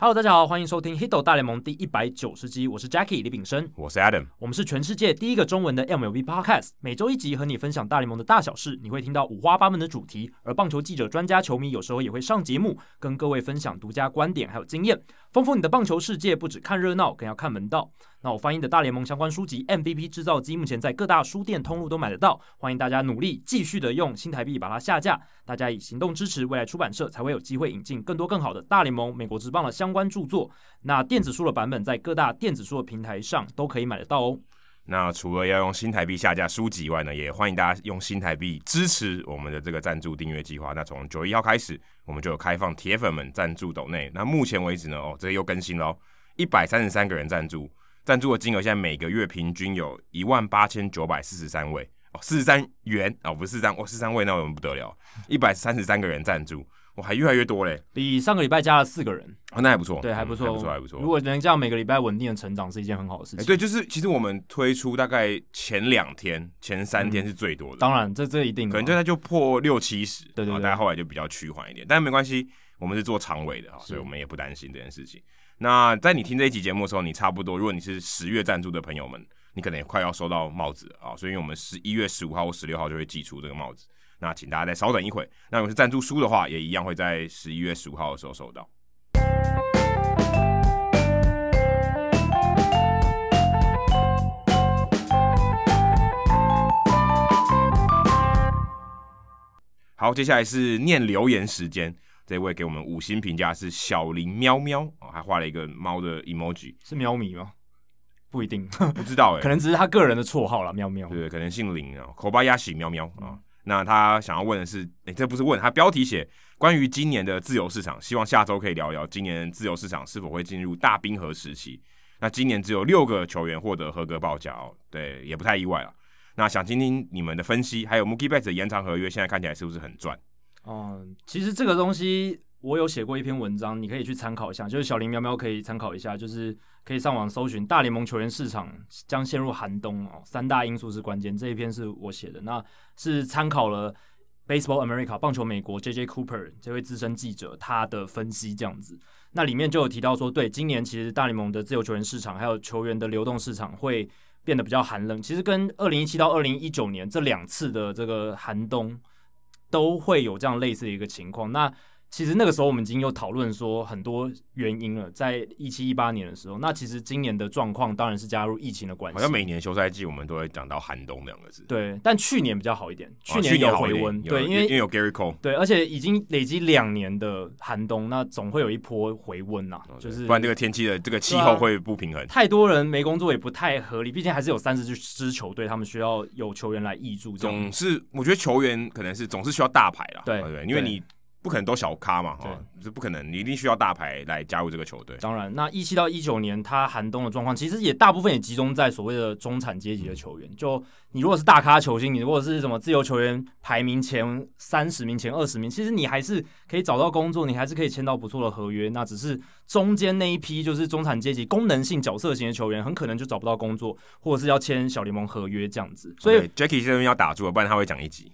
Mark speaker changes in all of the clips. Speaker 1: Hello，大家好，欢迎收听《Hito 大联盟》第一百九十集，我是 Jackie 李炳生，
Speaker 2: 我是 Adam，
Speaker 1: 我们是全世界第一个中文的 MLB Podcast，每周一集和你分享大联盟的大小事，你会听到五花八门的主题，而棒球记者、专家、球迷有时候也会上节目，跟各位分享独家观点还有经验，丰富你的棒球世界。不只看热闹，更要看门道。那我翻译的大联盟相关书籍《MVP 制造机》目前在各大书店通路都买得到，欢迎大家努力继续的用新台币把它下架。大家以行动支持未来出版社，才会有机会引进更多更好的大联盟、美国职棒的相关著作。那电子书的版本在各大电子书的平台上都可以买得到哦。
Speaker 2: 那除了要用新台币下架书籍以外呢，也欢迎大家用新台币支持我们的这个赞助订阅计划。那从九月一号开始，我们就有开放铁粉们赞助抖内。那目前为止呢，哦，这又更新了哦，一百三十三个人赞助，赞助的金额现在每个月平均有一万八千九百四十三位哦，四十三元哦，不是三哦，四十三位那我们不得了，一百三十三个人赞助，我还越来越多嘞，
Speaker 1: 比上个礼拜加了四个人，
Speaker 2: 哦，那还不错，
Speaker 1: 对，
Speaker 2: 嗯
Speaker 1: 还不错，
Speaker 2: 还不错，还不错。
Speaker 1: 如果能这样每个礼拜稳定的成长，是一件很好的事
Speaker 2: 哎、
Speaker 1: 情。
Speaker 2: 对，就是其实我们推出大概前两天、前三天是最多的，
Speaker 1: 嗯当然，这这一定的啊
Speaker 2: 可能
Speaker 1: 嘛
Speaker 2: 就它就破六七十，
Speaker 1: 对对
Speaker 2: 然后
Speaker 1: 对
Speaker 2: 大家后来就比较趋缓一点，但没关系，我们是做长尾的啊，
Speaker 1: 是
Speaker 2: 所以我们也不担心这件事情。那在你听这一期节目的时候，你差不多，如果你是十月赞助的朋友们，你可能也快要收到帽子了啊，所以我们十一月十五号或十六号就会寄出这个帽子。那请大家再稍等一会。那如果是赞助书的话，也一样会在十一月十五号的时候收到。好，接下来是念留言时间。这位给我们五星评价是小林喵喵哦，还画了一个猫的 emoji，
Speaker 1: 是喵米吗？不一定，
Speaker 2: 不知道哎、
Speaker 1: 可能只是他个人的绰号啦，喵喵。
Speaker 2: 对，可能姓林啊，口巴鸭喜喵喵啊。那他想要问的是，诶，这不是问，他标题写关于今年的自由市场，希望下周可以聊聊今年自由市场是否会进入大冰河时期。那今年只有六个球员获得合格报价哦，对，也不太意外了。那想听听你们的分析，还有 Mookie Betts 的延长合约现在看起来是不是很赚？
Speaker 1: 嗯，其实这个东西我有写过一篇文章，你可以去参考一下，就是小林喵喵可以参考一下，就是可以上网搜寻大联盟球员市场将陷入寒冬哦，三大因素是关键。这一篇是我写的，那是参考了 Baseball America 棒球美国 J J Cooper 这位资深记者他的分析这样子。那里面就有提到说，对，今年其实大联盟的自由球员市场还有球员的流动市场会变得比较寒冷。其实跟二零一七到二零一九年这两次的这个寒冬都会有这样类似的一个情况。那其实那个时候我们已经有讨论说很多原因了，在一七一八年的时候，那其实今年的状况当然是加入疫情的关系，
Speaker 2: 好像每年休赛季我们都会讲到寒冬两个字，
Speaker 1: 对，但去年比较好一点，
Speaker 2: 哦
Speaker 1: 年有
Speaker 2: 好一
Speaker 1: 回
Speaker 2: 点
Speaker 1: 温，
Speaker 2: 有
Speaker 1: 对，因
Speaker 2: 因
Speaker 1: 为
Speaker 2: 为有 Gary Cole，
Speaker 1: 对，而且已经累积两年的寒冬，那总会有一波回温呐、
Speaker 2: 哦对
Speaker 1: 就是
Speaker 2: 不然这个天气的这个气
Speaker 1: 对啊
Speaker 2: 候会不平衡。
Speaker 1: 太多人没工作也不太合理，毕竟还是有三十支球队，他们需要有球员来挹注这样。
Speaker 2: 总是我觉得球员可能是总是需要大牌啦，
Speaker 1: 对
Speaker 2: 不对，因为
Speaker 1: 对
Speaker 2: 你不可能都小咖嘛，哈，是不可能，你一定需要大牌来加入这个球队。
Speaker 1: 当然，那一七到一九年，他寒冬的状况其实也大部分也集中在所谓的中产阶级的球员。就你如果是大咖球星，你如果是什么自由球员排名前三十名、前二十名，其实你还是可以找到工作，你还是可以签到不错的合约。那只是中间那一批就是中产阶级功能性角色型的球员，很可能就找不到工作，或者是要签小联盟合约这样子。所以
Speaker 2: j a c k i e 这边要打住了，不然他会讲一集。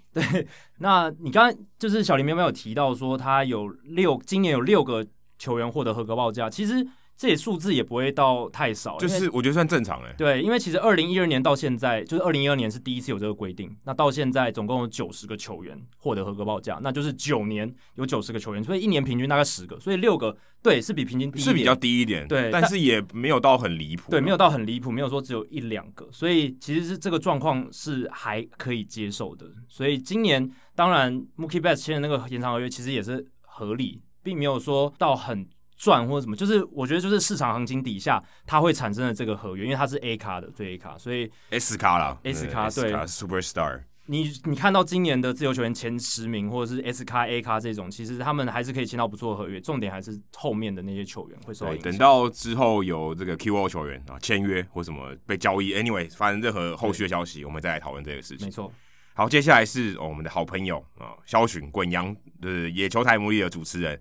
Speaker 1: 那你刚刚就是小林喵喵有提到说，他有六今年有六个球员获得合格报价，其实这也数字也不会到太少，
Speaker 2: 就
Speaker 1: 哦因为
Speaker 2: 是我觉得算正常哎、
Speaker 1: 对，因为其实二零一二年到现在，就是二零一二年是第一次有这个规定，那到现在总共有九十个球员获得合格报价，那就是九年有九十个球员，所以一年平均大概十个，所以六个对是比平均低一
Speaker 2: 是比
Speaker 1: 点
Speaker 2: 较低一点，
Speaker 1: 对
Speaker 2: 但
Speaker 1: 但
Speaker 2: 是也没有到很离谱，
Speaker 1: 对，没有。到很离谱，没有说只有一两个，所以其实是这个状况是还可以接受的。所以今年当然 Mookie Betts 签的那个延长合约其实也是合理，并没有说到很赚或者什么，就是我觉得就是市场行情底下它会产生的这个合约，因为它是 A 卡的最 A 卡，所以
Speaker 2: S 咖啦
Speaker 1: S 咖对
Speaker 2: ，Superstar，
Speaker 1: 你你看到今年的自由球员前十名或者是 S 卡 A 卡这种，其实他们还是可以签到不错的合约，重点还是后面的那些球员会受到
Speaker 2: 对，
Speaker 1: 影响
Speaker 2: 哦等。到之后有这个 QO 球员啊签约或什么被交易，anyway，反正任何后续的消息，我们再来讨论这个事情
Speaker 1: 没。错，
Speaker 2: 好，接下来是、哦我们的好朋友啊、肖巡滚羊的野球台魔力的主持人，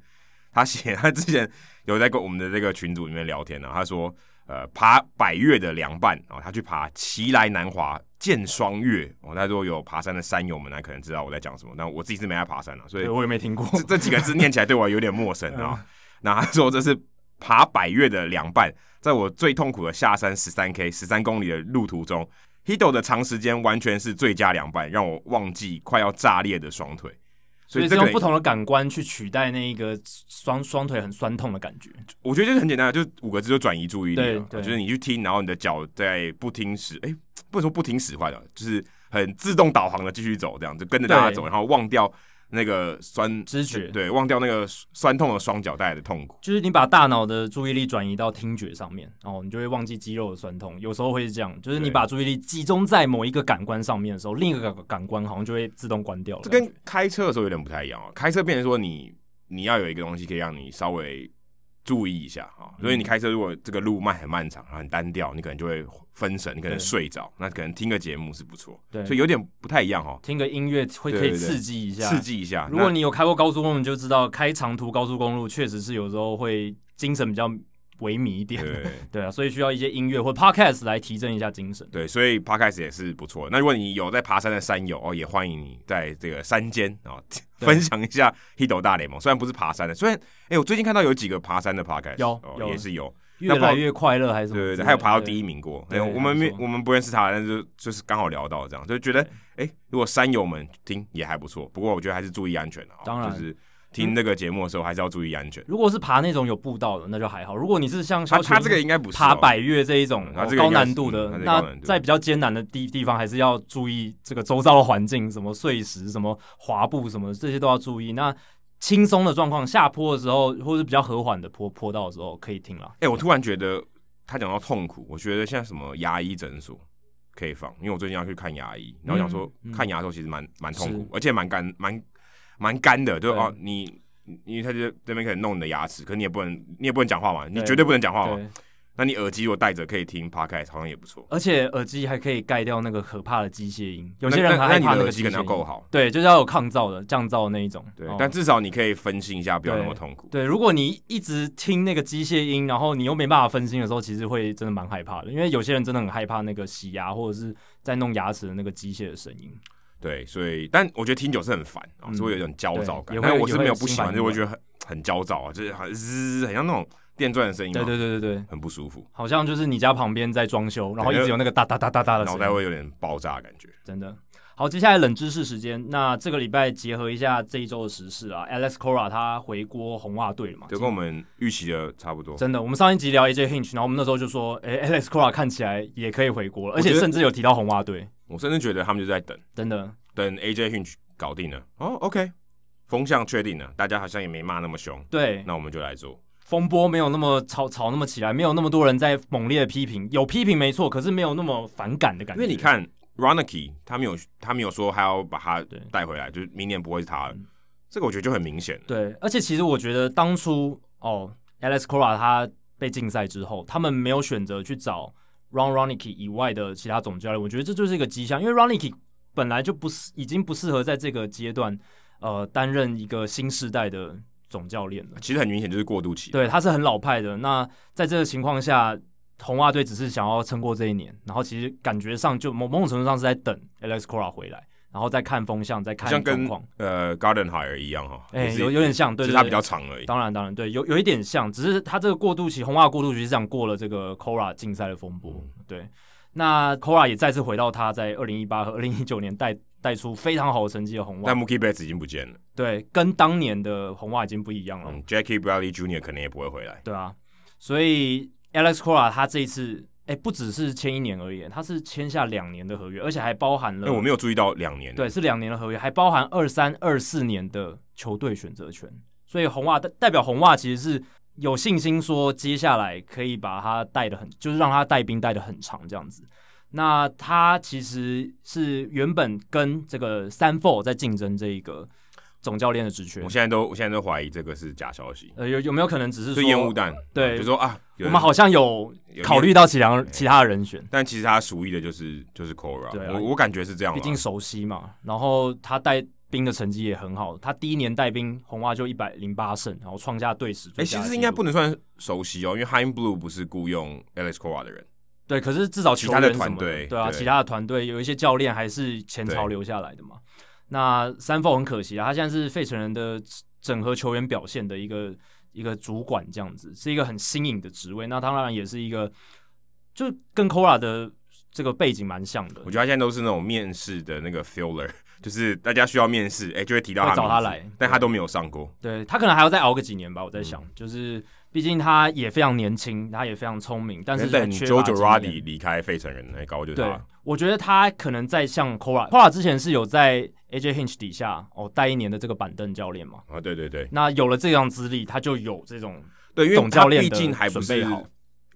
Speaker 2: 他写 他之前有在跟我们的这个群组里面聊天呢、他说呃爬百越的凉拌啊、他去爬奇来南华见双月哦，他如果有爬山的山友们，那可能知道我在讲什么，但我自己是没在爬山啊，所以
Speaker 1: 对我也没听过。
Speaker 2: 哦
Speaker 1: 嗯
Speaker 2: 这这几个字念起来对我有点陌生啊。那他说这是爬百越的凉拌，在我最痛苦的下山十三 K 十三公里的路途中，Hido 的长时间完全是最佳凉拌，让我忘记快要炸裂的双腿。所
Speaker 1: 所
Speaker 2: 以
Speaker 1: 以是
Speaker 2: 这个
Speaker 1: 用不同的感官去取代那一个双双腿很酸痛的感觉。
Speaker 2: 我觉得就是很简单，啊就是五个字，就转移注意力啊。
Speaker 1: 对对
Speaker 2: 就是你去听，然后你的脚在不听使，哎、不能说不听使唤了，就是很自动导航的继续走，这样就跟着大家
Speaker 1: 对
Speaker 2: 走，然后忘掉那个酸
Speaker 1: 知觉
Speaker 2: 对，忘掉那个酸痛的双脚带来的痛苦。
Speaker 1: 就是你把大脑的注意力转移到听觉上面，哦，你就会忘记肌肉的酸痛。有时候会是这样，就是你
Speaker 2: 对
Speaker 1: 把注意力集中在某一个感官上面的时候，另一个感感官好像就会自动关哦掉了。
Speaker 2: 这跟开车的时候有点不太一样哦。开车变成说你你要有一个东西可以让你稍微注意一下啊、
Speaker 1: 嗯
Speaker 2: 哦所以你开车如果这个路漫很漫长，然后很单调，你可能就会分神，你可能
Speaker 1: 对
Speaker 2: 睡着，那可能听个节目是不错。
Speaker 1: 对
Speaker 2: 所以有点不太一样哦，
Speaker 1: 听个音乐会
Speaker 2: 对
Speaker 1: 可以
Speaker 2: 对对
Speaker 1: 刺激一下，
Speaker 2: 刺。激一下。
Speaker 1: 如果
Speaker 2: 那
Speaker 1: 你有开过高速公路，你就知道开长途高速公路确实是有时候会精神比较萎靡一点。
Speaker 2: 对。
Speaker 1: 对啊，所以需要一些音乐或 podcast 来提振一下精神。
Speaker 2: 对，所以 podcast 也是不错。那如果你有在爬山的山友哦，也欢迎你在这个山间哦
Speaker 1: 对
Speaker 2: 分享一下 Hito 大联盟。虽然不是爬山的，虽然哎、我最近看到有几个爬山的 podcast，
Speaker 1: 有
Speaker 2: 哦、
Speaker 1: 有
Speaker 2: 也是有，那
Speaker 1: 越
Speaker 2: 不好
Speaker 1: 来越快乐还是什么之
Speaker 2: 对
Speaker 1: 类
Speaker 2: 对
Speaker 1: 的？
Speaker 2: 对，还有爬到第
Speaker 1: 一。
Speaker 2: 一名过。
Speaker 1: 对
Speaker 2: 哎我
Speaker 1: 还
Speaker 2: 们
Speaker 1: 不
Speaker 2: 没
Speaker 1: 错
Speaker 2: 我们不认识他，但是就就是刚好聊到这样，就觉得哎、如果山友们听也还不错。不过我觉得还是注意安全啊、哦，
Speaker 1: 当然
Speaker 2: 就是听那个节目的时候还是要注意安全。
Speaker 1: 如果是爬那种有步道的，那就还好。如果你是像
Speaker 2: 他
Speaker 1: 肖
Speaker 2: 他
Speaker 1: 全
Speaker 2: 这个应该不是、哦、
Speaker 1: 爬百越这一种
Speaker 2: 嗯、它
Speaker 1: 哦
Speaker 2: 这个
Speaker 1: 高
Speaker 2: 应该是
Speaker 1: 难度的
Speaker 2: 嗯它，这个高
Speaker 1: 那
Speaker 2: 难度
Speaker 1: 在比较艰难的地地方，还是要注意这个周遭的环境，什么碎石、什么滑步、什么这些都要注意。那轻松的状况，下坡的时候，或是比较和缓的坡 坡道的时候，可以听啦。
Speaker 2: 哎、我突然觉得他讲到痛苦，我觉得现在什么牙医诊所可以放，因为我最近要去看牙医，然后想说、
Speaker 1: 嗯嗯
Speaker 2: 看牙的时候其实蛮蛮痛苦
Speaker 1: 是，
Speaker 2: 而且蛮干蛮蛮干的，就是
Speaker 1: 对
Speaker 2: 哦你。因为他就这边可能弄你的牙齿，可你也不能，你也不能讲话嘛，你
Speaker 1: 对
Speaker 2: 绝对不能讲话嘛。
Speaker 1: 对，
Speaker 2: 那你耳机如果戴着可以听 podcast，好像也不错。
Speaker 1: 而且耳机还可以盖掉那个可怕的机械音，有
Speaker 2: 那
Speaker 1: 些人
Speaker 2: 那
Speaker 1: 还
Speaker 2: 那
Speaker 1: 害
Speaker 2: 你
Speaker 1: 怕
Speaker 2: 的
Speaker 1: 那
Speaker 2: 耳
Speaker 1: 个
Speaker 2: 机
Speaker 1: 机
Speaker 2: 可
Speaker 1: 械
Speaker 2: 能要
Speaker 1: 音。
Speaker 2: 够好，
Speaker 1: 对，就是要有抗噪的、降噪的那一种。
Speaker 2: 对，
Speaker 1: 哦
Speaker 2: 但至少你可以分心一下，不要那么
Speaker 1: 对
Speaker 2: 痛苦。
Speaker 1: 对，如果你一直听那个机械音，然后你又没办法分心的时候，其实会真的蛮害怕的，因为有些人真的很害怕那个洗牙或者是在弄牙齿的那个机械的声音。
Speaker 2: 对，所以但我觉得听久是很烦啊，
Speaker 1: 嗯
Speaker 2: 是会有一种焦躁感
Speaker 1: 对也。会
Speaker 2: 但我是没
Speaker 1: 也
Speaker 2: 有
Speaker 1: 会
Speaker 2: 不喜
Speaker 1: 心
Speaker 2: 欢，
Speaker 1: 烦
Speaker 2: 就是我觉得很很焦躁啊，就是很滋，很像那种电钻的声音嘛
Speaker 1: 对，对对对对，
Speaker 2: 很不舒服，
Speaker 1: 好像就是你家旁边在装修，然后一直有那个哒哒哒哒哒的
Speaker 2: 脑袋
Speaker 1: 声音，
Speaker 2: 会有点爆炸的感觉。
Speaker 1: 真的。好，接下来冷知识时间。那这个礼拜结合一下这一周的时事啊，Alex Cora 他回锅红袜队了嘛？
Speaker 2: 就跟我们预期的差不多。
Speaker 1: 真的，我们上一集聊 AJ Hinch，然后我们那时候就说，哎、a l e x Cora 看起来也可以回国了，而
Speaker 2: 我
Speaker 1: 且
Speaker 2: 觉得
Speaker 1: 甚至有提到红袜队，
Speaker 2: 我甚至觉得他们就在等
Speaker 1: 真的。
Speaker 2: 等 AJ Hinch 搞定了。哦，OK，风向确定了，大家好像也没骂那么凶，
Speaker 1: 对，
Speaker 2: 那我们就来做。
Speaker 1: 风波没有那么吵吵那么起来，没有那么多人在猛烈的批评，有批评没错，可是没有那么反感的感
Speaker 2: 因
Speaker 1: 觉。
Speaker 2: 为你，看 Ronaki，他没有他没有说他要把他
Speaker 1: 对嗯
Speaker 2: 带回来，就是明年不会是他了。这个我觉得就很明显了。
Speaker 1: 对，而且其实我觉得当初哦，Alex Cora 他被禁赛之后，他们没有选择去找 Ron Ronicky 以外的其他总教练，我觉得这就是一个迹象，因为 Ronicky 本来就不是已经不适合在这个阶段呃担任一个新时代的总教练了。
Speaker 2: 其实很明显就是过渡期。
Speaker 1: 对，他是很老派的。那在这个情况下，红袜队只是想要撑过这一年，然后其实感觉上就某某种程度上是在等 Alex Cora 回来，然后再看风向，再
Speaker 2: 好
Speaker 1: 看
Speaker 2: 像
Speaker 1: 状
Speaker 2: 跟
Speaker 1: 况。
Speaker 2: 呃 Garden Hire 一样哈，
Speaker 1: 哎、
Speaker 2: 也是
Speaker 1: 有有点像，对
Speaker 2: 只
Speaker 1: 对对，
Speaker 2: 是它比较长而已。
Speaker 1: 当然当然对，有有一点像，只是他这个过渡期，红袜过渡期是想过了这个 Cora 竞赛的风波。
Speaker 2: 嗯
Speaker 1: 对，那 Cora 也再次回到他在二零一八和二零一九年带带出非常好的成绩的红袜
Speaker 2: 但，Mookie Betts 已经不见了，
Speaker 1: 对，跟当年的红袜已经不一样了。
Speaker 2: 嗯，Jackie Bradley Jr. 可能也不会回来。
Speaker 1: 对啊，所以 Alex Cora 他这一次，哎、不只是签一年而已，他是签下两年的合约，而且还包含
Speaker 2: 因
Speaker 1: 了，
Speaker 2: 为我没有注意到两年，
Speaker 1: 嗯对，，是两年的合约，还包含二三二四年的球队选择权。所以红袜代代表红袜其实是有信心说，接下来可以把他带的很，就是让他带兵带的很长这样子。那他其实是原本跟这个三 four 在竞争这一个总教练的职缺
Speaker 2: 我，现在都我现在都怀疑这个是假消息，
Speaker 1: 呃，有有没有可能只是
Speaker 2: 是
Speaker 1: 说
Speaker 2: 烟雾弹。
Speaker 1: 对
Speaker 2: 就说啊，
Speaker 1: 我
Speaker 2: 有人
Speaker 1: 们好像有
Speaker 2: 有
Speaker 1: 考虑到其他其他的人选，
Speaker 2: 但其实他属意的就是就是 Cora，
Speaker 1: 对啊
Speaker 2: 我我感觉是这样啦，
Speaker 1: 毕竟熟悉嘛。然后他带兵的成绩也很好，他第一年带兵红袜就一百零八胜，然后创下队史
Speaker 2: 哎、
Speaker 1: 最佳
Speaker 2: 其
Speaker 1: 的纪录。
Speaker 2: 实应该不能算熟悉哦，因为 Hein Blue 不是雇佣 Alex Cora 的人，
Speaker 1: 对，可是至少
Speaker 2: 其
Speaker 1: 球
Speaker 2: 他的
Speaker 1: 员什
Speaker 2: 团
Speaker 1: 么
Speaker 2: 队
Speaker 1: 对啊，
Speaker 2: 对
Speaker 1: 其他的团队有一些教练还是前
Speaker 2: 对
Speaker 1: 朝留下来的嘛。那三凤很可惜啊，他现在是费城人的整合球员表现的一个一个主管这样子，是一个很新颖的职位。那当然也是一个，就跟 Kora 的这个背景蛮像的
Speaker 2: 我。觉得他现在都是那种面试的那个 filler，就是 大家需要面试，哎、就会提到他
Speaker 1: 会找
Speaker 2: 名
Speaker 1: 他
Speaker 2: 字
Speaker 1: 来
Speaker 2: 但他都没有上过。
Speaker 1: 对他可能还要再熬个几年吧，我在想，
Speaker 2: 嗯
Speaker 1: 就是毕竟他也非常年轻，他也非常聪明，但
Speaker 2: 可
Speaker 1: 是
Speaker 2: 能等
Speaker 1: 很缺
Speaker 2: JoJo
Speaker 1: 乏经
Speaker 2: Roddy
Speaker 1: 验
Speaker 2: 离开费城人来搞就是
Speaker 1: 对
Speaker 2: 他，，
Speaker 1: 我觉得他可能在像 Kora，Kora 之前是有在 AJ Hinch 底下哦带一年的这个板凳教练嘛。
Speaker 2: 啊，对对对
Speaker 1: 那有了这样资历，他就有这种
Speaker 2: 对，因为
Speaker 1: 总
Speaker 2: 他
Speaker 1: 教练
Speaker 2: 毕
Speaker 1: 的
Speaker 2: 竟还不
Speaker 1: 准
Speaker 2: 是
Speaker 1: 备好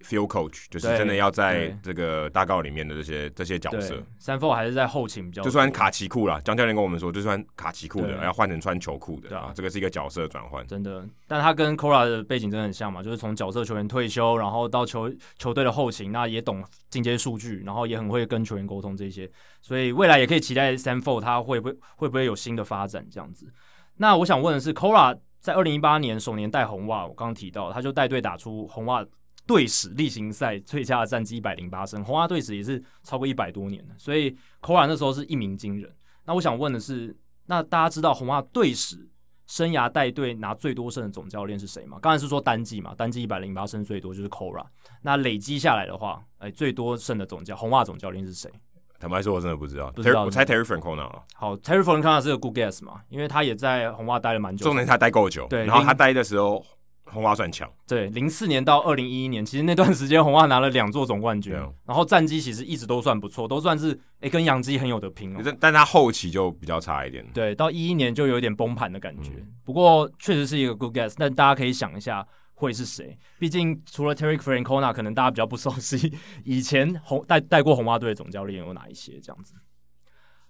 Speaker 2: field coach，就是
Speaker 1: 对
Speaker 2: 真的要在
Speaker 1: 对
Speaker 2: 这个大纲里面的这些这些角
Speaker 1: 对
Speaker 2: 色。
Speaker 1: 三 f 还是在后勤比较多，
Speaker 2: 就算卡其裤啦，张教练跟我们说，就算卡其裤的，
Speaker 1: 对
Speaker 2: 要换成穿球裤的
Speaker 1: 对啊
Speaker 2: 啊，这个是一个角色转换。
Speaker 1: 真的，但他跟 Kora 的背景真的很像嘛，就是从角色球员退休，然后到球球队的后勤，那也懂进阶数据，然后也很会跟球员沟通这些，所以未来也可以期待 s a m f o r 他会不会会不会有新的发展这样子。那我想问的是，Kora 在二零一八年首年带红袜，我刚刚提到，他就带队打出红袜队史例行赛最佳的战绩一百零八胜，红袜队史也是超过一百多年的，所以 Kora 那时候是一鸣惊人。那我想问的是，那大家知道红袜队史生涯带队拿最多胜的总教练是谁吗？刚才是说单季嘛，单季一百零八胜最多就是 Kora。那累积下来的话，哎，最多胜的总教红袜总教练是谁？
Speaker 2: 坦白说，我真的不知道。
Speaker 1: 不知
Speaker 2: Terry-
Speaker 1: 道
Speaker 2: 我猜 Terry Francona 啊，
Speaker 1: 好，Terry f o r n c a n a 是个 good guess 嘛，因为他也在红袜待了蛮久。
Speaker 2: 重点是他待够久，
Speaker 1: 对哦
Speaker 2: 然后
Speaker 1: 零
Speaker 2: 他待的时候红袜算强，
Speaker 1: 对，零四年到二零一一年，其实那段时间红袜拿了两座总冠军
Speaker 2: 对啊，
Speaker 1: 然后战绩其实一直都算不错，都算是哎跟洋基很有得拼哦。
Speaker 2: 但但他后期就比较差一点。
Speaker 1: 对，到一一年就有点崩盘的感觉。不过确实是一个 good guess，但大家可以想一下会是谁？毕竟除了 Terry Francona，可能大家比较不熟悉，以前红带带过红袜队的总教练有哪一些这样子。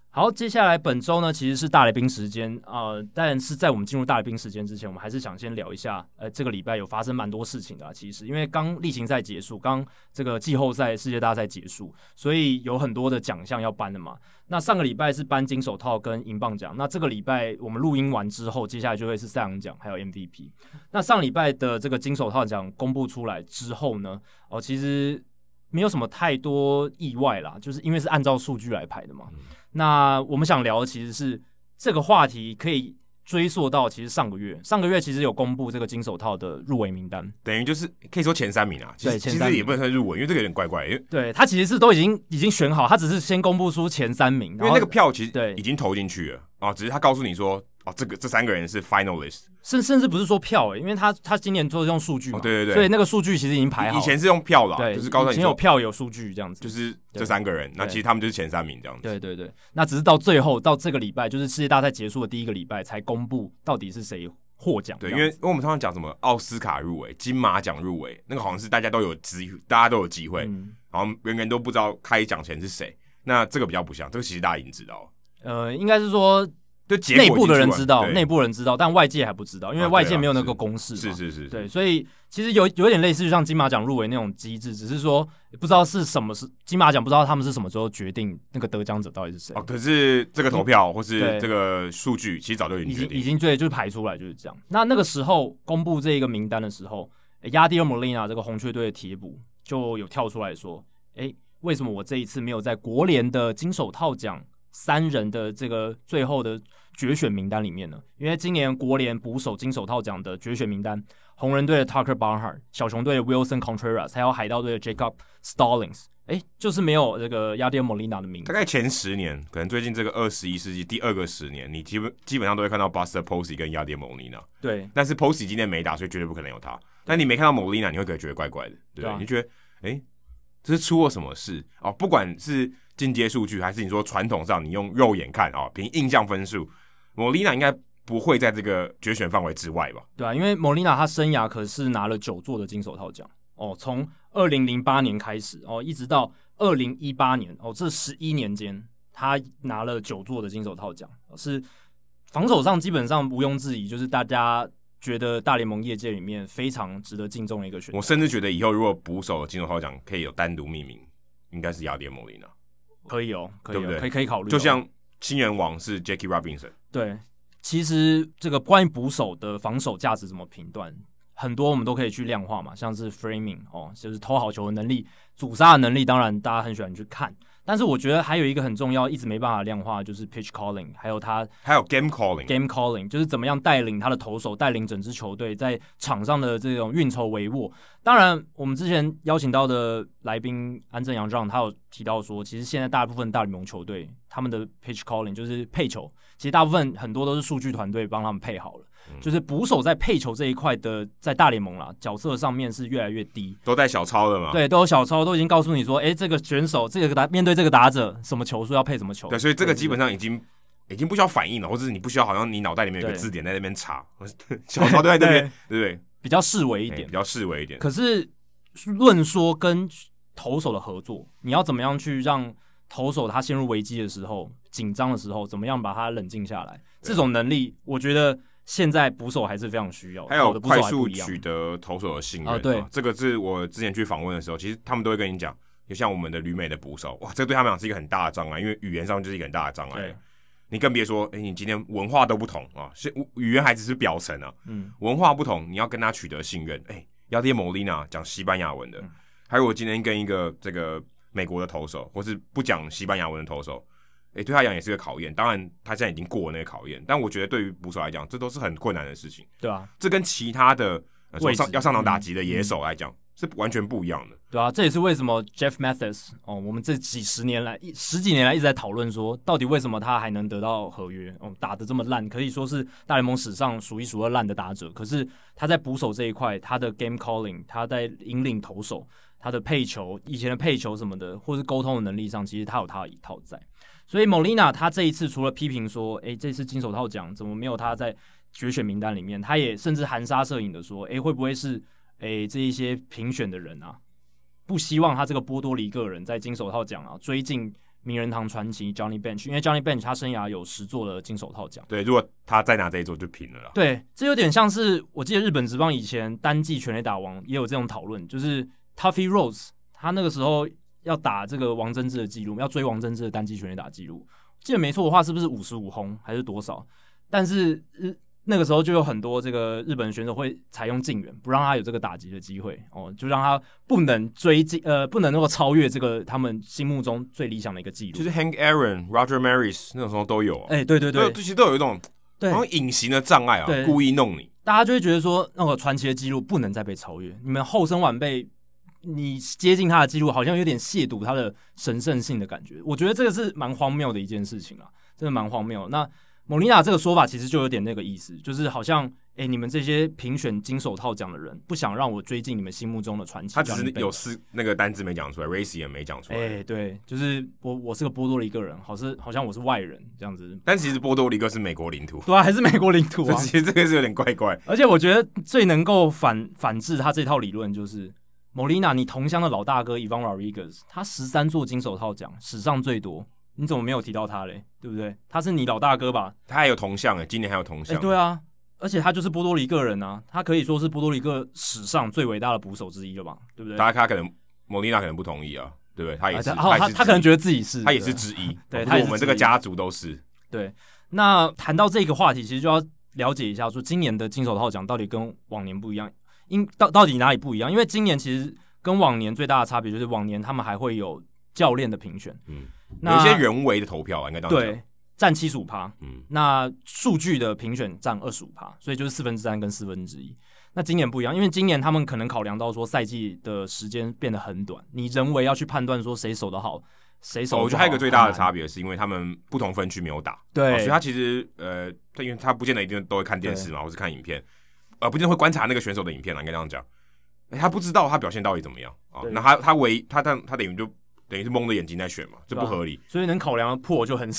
Speaker 1: 好，接下来本周呢其实是大来宾时间，呃，但是在我们进入大来宾时间之前，我们还是想先聊一下，呃，这个礼拜有发生蛮多事情的、啊，其实因为刚例行赛结束，刚这个季后赛世界大赛结束，所以有很多的奖项要颁的嘛。那上个礼拜是颁金手套跟银棒奖，那这个礼拜我们录音完之后，接下来就会是赛扬奖还有 MVP。那上礼拜的这个金手套奖公布出来之后呢，哦，其实没有什么太多意外啦，就是因为是按照数据来排的
Speaker 2: 嗯
Speaker 1: 嘛。那我们想聊的其实是这个话题可以。追溯到其实上个月，上个月其实有公布这个金手套的入围名单，
Speaker 2: 等于就是可以说前三名啊，其实
Speaker 1: 对前
Speaker 2: 其
Speaker 1: 三
Speaker 2: 实也
Speaker 1: 名
Speaker 2: 不能算入围，因为这个有点怪怪，因为
Speaker 1: 对他其实是都已经已经选好，他只是先公布出前三名，
Speaker 2: 因
Speaker 1: 然
Speaker 2: 为
Speaker 1: 后
Speaker 2: 那个票其
Speaker 1: 对
Speaker 2: 实已经投进去了啊，只是他告诉你说哦，这个这三个人是 finalist，
Speaker 1: 甚甚至不是说票、欸，因为他他今年做用数据嘛、
Speaker 2: 哦对对对
Speaker 1: 所以那个数据其实已经排好了，
Speaker 2: 以前是用票啦，
Speaker 1: 对，
Speaker 2: 就是告
Speaker 1: 以
Speaker 2: 诉你
Speaker 1: 前有
Speaker 2: 说
Speaker 1: 票有数据这样子，
Speaker 2: 就是
Speaker 1: 对
Speaker 2: 这三个人，那
Speaker 1: 对
Speaker 2: 其实他们就是前三名这样子。
Speaker 1: 对对对，那只是到最后到这个礼拜，就是世界大赛结束的第一个礼拜才公布到底是谁获奖这
Speaker 2: 对，
Speaker 1: 样子，
Speaker 2: 因为因为我们通常讲什么奥斯卡入围、金马奖入围，那个好像是大家都有机，大家都有机会，
Speaker 1: 嗯
Speaker 2: 好像人人都不知道开奖前是谁。那这个比较不像，这个其实大家已经知道，
Speaker 1: 呃，应该是说
Speaker 2: 就结果已
Speaker 1: 内
Speaker 2: 经
Speaker 1: 部的人
Speaker 2: 出来
Speaker 1: 知道，
Speaker 2: 对
Speaker 1: 内部人知道，但外界还不知道，因为
Speaker 2: 啊对
Speaker 1: 外界
Speaker 2: 啊
Speaker 1: 没有那
Speaker 2: 是
Speaker 1: 个公式嘛，
Speaker 2: 是是是，
Speaker 1: 对，所以其实有有点类似，就像金马奖入围那种机制，只是说不知道是什么是金马奖，不知道他们是什么时候决定那个得奖者到底是谁
Speaker 2: 哦，。可是这个投票或是
Speaker 1: 对
Speaker 2: 这个数据，其实早就已
Speaker 1: 已
Speaker 2: 经决
Speaker 1: 经已
Speaker 2: 定。
Speaker 1: 经对，就是排出来就是这样。那那个时候公布这一个名单的时候，诶亚迪尔莫利纳这个红雀队的替补就有跳出来说：“诶，为什么我这一次没有在国联的金手套奖三人的这个最后的决选名单里面呢？因为今年国联捕手金手套奖的决选名单，红人队的 Tucker Barnhart、小熊队的 Wilson Contreras，还有海盗队的 Jacob Stallings，诶，就是没有这个亚迪尔莫利纳的名字
Speaker 2: 大。概前十年，可能最近这个二十一世纪第二个十年，你基本基本上都会看到 Buster Posey 跟亚迪蒙尼娜。
Speaker 1: 对，
Speaker 2: 但是 Posey 今天没打，所以绝对不可能有他。但你没看到蒙 o 娜，你会可能觉得怪怪的，对不
Speaker 1: 对
Speaker 2: 对？
Speaker 1: 啊
Speaker 2: 你就觉得，哎、这是出了什么事哦？不管是进阶数据，还是你说传统上你用肉眼看啊、哦，凭印象分数，蒙 o 娜应该不会在这个决选范围之外吧？
Speaker 1: 对啊，因为莫莉娜她生涯可是拿了九座的金手套奖哦，从二零零八年开始哦，一直到二零一八年哦，这十一年间她拿了九座的金手套奖，哦是防守上基本上毋庸置疑，就是大家觉得大联盟业界里面非常值得敬重的一个选手
Speaker 2: 我。甚至觉得以后如果捕手的金手套奖可以有单独命名，应该是雅典蒙 o 娜，
Speaker 1: 可以哦，可以、哦，
Speaker 2: 对不对
Speaker 1: 可以可以考虑哦、
Speaker 2: 就像新人王是 Jackie Robinson，
Speaker 1: 对，其实这个关于捕手的防守价值怎么评断，很多我们都可以去量化嘛，像是 framing 哦，就是投好球的能力、阻杀的能力，当然大家很喜欢去看。但是我觉得还有一个很重要，一直没办法量化，就是 pitch calling，还有他
Speaker 2: 还有 game calling，
Speaker 1: game calling，就是怎么样带领他的投手，带领整支球队在场上的这种运筹帷幄。当然，我们之前邀请到的来宾安正阳让他有提到说，其实现在大部分大联盟球队他们的 pitch calling 就是配球，其实大部分很多都是数据团队帮他们配好了，就是捕手在配球这一块的，在大联盟啦角色上面是越来越低。
Speaker 2: 都带小抄的嘛。
Speaker 1: 对，都有小抄，都已经告诉你说，哎、这个选手，这个打面对这个打者，什么球速要配什么球。
Speaker 2: 对，所以这个基本上已经已经不需要反应了，或者是你不需要好像你脑袋里面有个
Speaker 1: 对
Speaker 2: 字典在那边查， 或是小抄都在那边，对不对？
Speaker 1: 比较示威一
Speaker 2: 哎
Speaker 1: 点
Speaker 2: 比。较示威一点。
Speaker 1: 可是论说跟投手的合作，你要怎么样去让投手他陷入危机的时候、紧张的时候，怎么样把他冷静下来？这
Speaker 2: 啊
Speaker 1: 种能力，我觉得现在捕手还是非常需要的。
Speaker 2: 还
Speaker 1: 我
Speaker 2: 有
Speaker 1: 的捕手
Speaker 2: 快
Speaker 1: 还不
Speaker 2: 速
Speaker 1: 一样
Speaker 2: 取得投手的信任，嗯
Speaker 1: 啊对
Speaker 2: 这个是我之前去访问的时候，其实他们都会跟你讲，就像我们的旅美的捕手，哇，这个对他们来讲是一个很大的障碍，因为语言上就是一个很大的障碍
Speaker 1: 对。
Speaker 2: 你更别说，哎、你今天文化都不同啊，是语言还只是表层啊，
Speaker 1: 嗯，
Speaker 2: 文化不同，你要跟他取得信任。哎、要爹摩利娜讲西班牙文的，
Speaker 1: 嗯
Speaker 2: 还有我今天跟一个这个美国的投手，或是不讲西班牙文的投手，哎、对他来讲也是个考验。当然，他现在已经过了那个考验，但我觉得对于捕手来讲，这都是很困难的事情。
Speaker 1: 对啊，
Speaker 2: 这跟其他的、呃、
Speaker 1: 位置嗯
Speaker 2: 上要上场打击的野手来讲、是完全不一样的。
Speaker 1: 对啊，这也是为什么 Jeff Mathis 哦，我们这几十年来一十几年来一直在讨论说，到底为什么他还能得到合约？哦，打得这么烂，可以说是大联盟史上数一数二烂的打者。可是他在捕手这一块，他的 game calling，他在引领投手，他的配球，以前的配球什么的，或是沟通的能力上，其实他有他的一套在。所以 Molina 他这一次除了批评说，诶，这次金手套奖怎么没有他在决选名单里面，他也甚至含沙射影的说，诶，会不会是诶这一些评选的人啊，不希望他这个波多黎各人在金手套奖啊追进名人堂传奇 Johnny Bench，因为 Johnny Bench 他生涯有十座的金手套奖。
Speaker 2: 对，如果他再拿这一座就平了啦。
Speaker 1: 对，这有点像是我记得日本职棒以前单季全垒打王也有这种讨论，就是 Tuffy Rose 他那个时候要打这个王贞治的记录，要追王贞治的单季全垒打记录，记得没错的话是不是五十五轰还是多少？但是日那个时候就有很多这个日本选手会采用禁援，不让他有这个打击的机会哦，就让他不能追进呃不能够超越这个他们心目中最理想的一个记录。
Speaker 2: 就是 Hank Aaron、Roger Maris 那种时候都有、啊，
Speaker 1: 哎、对对
Speaker 2: 都有
Speaker 1: 对
Speaker 2: 其实都有一种
Speaker 1: 对，
Speaker 2: 好像隐形的障碍啊
Speaker 1: 对，
Speaker 2: 故意弄你。
Speaker 1: 大家就会觉得说，那个传奇的记录不能再被超越。你们后生晚辈，你接近他的记录，好像有点亵渎他的神圣性的感觉。我觉得这个是蛮荒谬的一件事情啊，真的蛮荒谬的。那蒙妮娜这个说法其实就有点那个意思，就是好像，哎、你们这些评选金手套奖的人，不想让我追进你们心目中的传奇。
Speaker 2: 他只是
Speaker 1: 让你被
Speaker 2: 有四那个单字没讲出来，Racy 也没讲出
Speaker 1: 哎、
Speaker 2: 来。
Speaker 1: 对，就是我，我是个波多黎各人，好是好像我是外人这样子。
Speaker 2: 但其实波多黎各是美国领土，
Speaker 1: 对啊，还是美国领土
Speaker 2: 所以
Speaker 1: 啊。
Speaker 2: 其 实这个是有点怪怪。
Speaker 1: 而且我觉得最能够反反制他这套理论就是。莫莉娜，你同乡的老大哥 Ivan Rodriguez，他十三座金手套奖，史上最多，你怎么没有提到他嘞？对不对？他是你老大哥吧？
Speaker 2: 他还有铜像哎、今年还有铜
Speaker 1: 哎、
Speaker 2: 像、
Speaker 1: 对，啊，而且他就是波多黎各人啊，他可以说是波多黎各史上最伟大的捕手之一了吧？对不对？
Speaker 2: 大家他可能莫妮娜可能不同意啊，对不对？他也是，
Speaker 1: 啊他
Speaker 2: 也
Speaker 1: 他
Speaker 2: 是
Speaker 1: 他可能
Speaker 2: 之一
Speaker 1: 觉得自己是，
Speaker 2: 他也是
Speaker 1: 对
Speaker 2: 之一，
Speaker 1: 对
Speaker 2: 不
Speaker 1: 他也是
Speaker 2: 我们
Speaker 1: 之
Speaker 2: 这个
Speaker 1: 一
Speaker 2: 家族都是。
Speaker 1: 对，那谈到这个话题，其实就要了解一下，说今年的金手套奖到底跟往年不一样，因到到底哪里不一样？因为今年其实跟往年最大的差别就是，往年他们还会有教练的评选，
Speaker 2: 嗯，有
Speaker 1: 那
Speaker 2: 一些人为的投票啊，应该这样讲。
Speaker 1: 对占七十五趴，
Speaker 2: 嗯，
Speaker 1: 那数据的评选占二十五趴，所以就是四分之三跟四分之一。那今年不一样，因为今年他们可能考量到说赛季的时间变得很短，你人为要去判断说谁守得好，谁守得不好。
Speaker 2: 哦我觉得还有一个最大
Speaker 1: 很
Speaker 2: 的
Speaker 1: 难
Speaker 2: 差别是因为他们不同分区没有打，
Speaker 1: 对，
Speaker 2: 哦所以他其实呃，他因为他不见得一定都会看电视嘛，或是看影片，呃，不见得会观察那个选手的影片啦，应该这样讲。哎他不知道他表现到底怎么样啊、
Speaker 1: 对
Speaker 2: 那他他唯他他他等于就等于是蒙着眼睛在选嘛，这
Speaker 1: 对啊
Speaker 2: 不合理。
Speaker 1: 所以能考量的破就很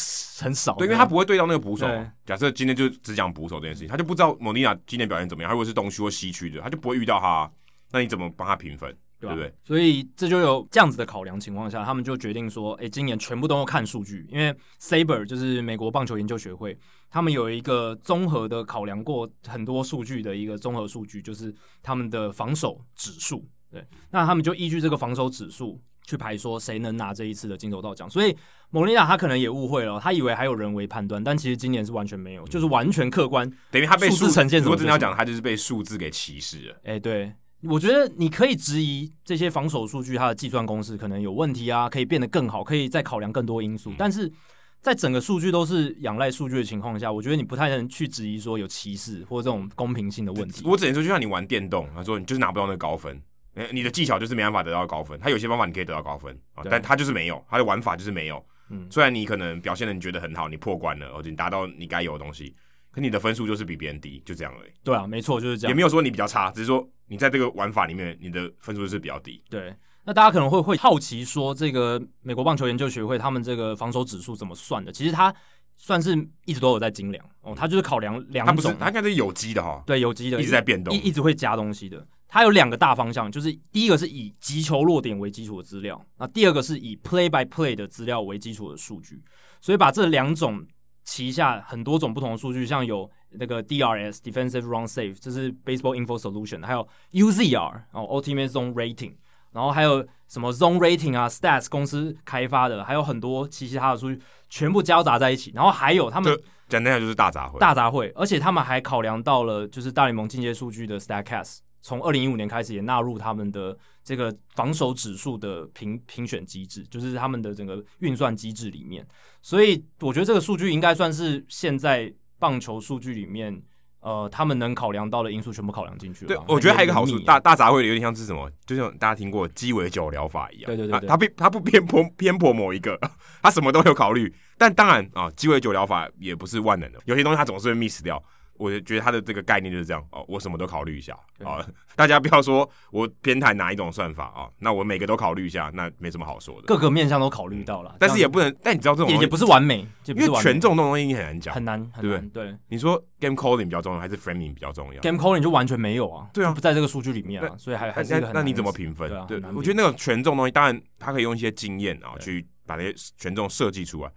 Speaker 1: 很少。
Speaker 2: 对，因为他不会对到那个捕手嘛
Speaker 1: 对。
Speaker 2: 假设今天就只讲捕手这件事情，他就不知道蒙蒂娜今天表现怎么样。他如果是东区或西区的，他就不会遇到他啊，那你怎么帮他评分？
Speaker 1: 对吧啊
Speaker 2: 对不对？
Speaker 1: 所以这就有这样子的考量情况下，他们就决定说，诶，今年全部都要看数据，因为 Saber 就是美国棒球研究学会，他们有一个综合的考量过很多数据的一个综合数据，就是他们的防守指数。对，那他们就依据这个防守指数去排说谁能拿这一次的金手套奖。所以蒙利亚他可能也误会了，他以为还有人为判断，但其实今年是完全没有，就是完全客观。
Speaker 2: 等于他被
Speaker 1: 数字呈现什么
Speaker 2: 如果真的要
Speaker 1: 就是什么
Speaker 2: 讲，他就是被数字给歧视了。
Speaker 1: 哎诶，对，我觉得你可以质疑这些防守数据它的计算公式可能有问题啊，可以变得更好，可以再考量更多因
Speaker 2: 嗯
Speaker 1: 素。但是在整个数据都是仰赖数据的情况下，我觉得你不太能去质疑说有歧视或这种公平性的问题。
Speaker 2: 我只能说，就像你玩电动，他说你就是拿不到那个高分，呃你的技巧就是没办法得到高分。他有些方法你可以得到高分啊，
Speaker 1: 对
Speaker 2: 但他就是没有，他的玩法就是没有。
Speaker 1: 嗯
Speaker 2: 虽然你可能表现的你觉得很好，你破关了，或者你达到你该有的东西，可你的分数就是比别人低，就这样而已，
Speaker 1: 对啊，没错，就是这
Speaker 2: 也
Speaker 1: 样
Speaker 2: 没。有说你比较差，只是说你在这个玩法里面你的分数就是比较低。
Speaker 1: 对，那大家可能会会好奇说，这个美国棒球研究学会他们这个防守指数怎么算的？其实它算是一直都有在精良哦，它就是考量
Speaker 2: 他
Speaker 1: 两
Speaker 2: 不是，
Speaker 1: 种，
Speaker 2: 他应该是有机的哈，
Speaker 1: 啊对有机的
Speaker 2: 一直在变动
Speaker 1: 一。一直会加东西的。它有两个大方向，就是第一个是以击球落点为基础的资料，那第二个是以 play by play 的资料为基础的数据。所以把这两种旗下很多种不同的数据，像有那个 DRS defensive run save，这是 Baseball Info Solution，还有 UZR 哦 Ultimate Zone Rating，然后还有什么 Zone Rating 啊 Stats 公司开发的，还有很多其他的数据全部交杂在一起，然后还有他们
Speaker 2: 就简单讲就是大杂烩。
Speaker 1: 大杂烩，而且他们还考量到了就是大联盟进阶数据的 Statcast，从二零一五年开始也纳入他们的这个防守指数的评评选机制，就是他们的整个运算机制里面。所以我觉得这个数据应该算是现在棒球数据里面，呃，他们能考量到的因素全部考量进去了
Speaker 2: 对
Speaker 1: 吧。，
Speaker 2: 我觉得还有一个好
Speaker 1: 很
Speaker 2: 处，
Speaker 1: 严密啊
Speaker 2: 大大杂烩有点像是什么，就像大家听过鸡尾酒疗法一样。
Speaker 1: 对对对
Speaker 2: 它
Speaker 1: 对
Speaker 2: 它并它不偏颇偏颇某一个，它什么都有考虑。但当然啊，鸡尾酒疗法也不是万能的，有些东西它总是会 miss 掉。我就觉得它的这个概念就是这样哦，我什么都考虑一下
Speaker 1: 对
Speaker 2: 啊、大家不要说我偏袒哪一种算法啊、那我每个都考虑一下，那没什么好说的。
Speaker 1: 各个面向都考虑到了，
Speaker 2: 嗯但是也
Speaker 1: 这
Speaker 2: 不能，但你知道这
Speaker 1: 样
Speaker 2: 种
Speaker 1: 也
Speaker 2: 东西
Speaker 1: 也不是完美，也不是
Speaker 2: 因为
Speaker 1: 完美
Speaker 2: 权这种东西你很难讲。
Speaker 1: 很难很
Speaker 2: 对不
Speaker 1: 难对。
Speaker 2: 你说 game calling 比较重要还是 framing 比较重要？
Speaker 1: Game Calling 就完全没有啊，
Speaker 2: 对啊
Speaker 1: 就不在这个数据里面啊，
Speaker 2: 那
Speaker 1: 所以还还是
Speaker 2: 那
Speaker 1: 一个很
Speaker 2: 那你
Speaker 1: 难的
Speaker 2: 怎么
Speaker 1: 事
Speaker 2: 评分
Speaker 1: 对啊？
Speaker 2: 对
Speaker 1: 很难，
Speaker 2: 我
Speaker 1: 评
Speaker 2: 觉得那种权重东西，当然他可以用一些经验啊
Speaker 1: 对
Speaker 2: 去把那些权重设计出来，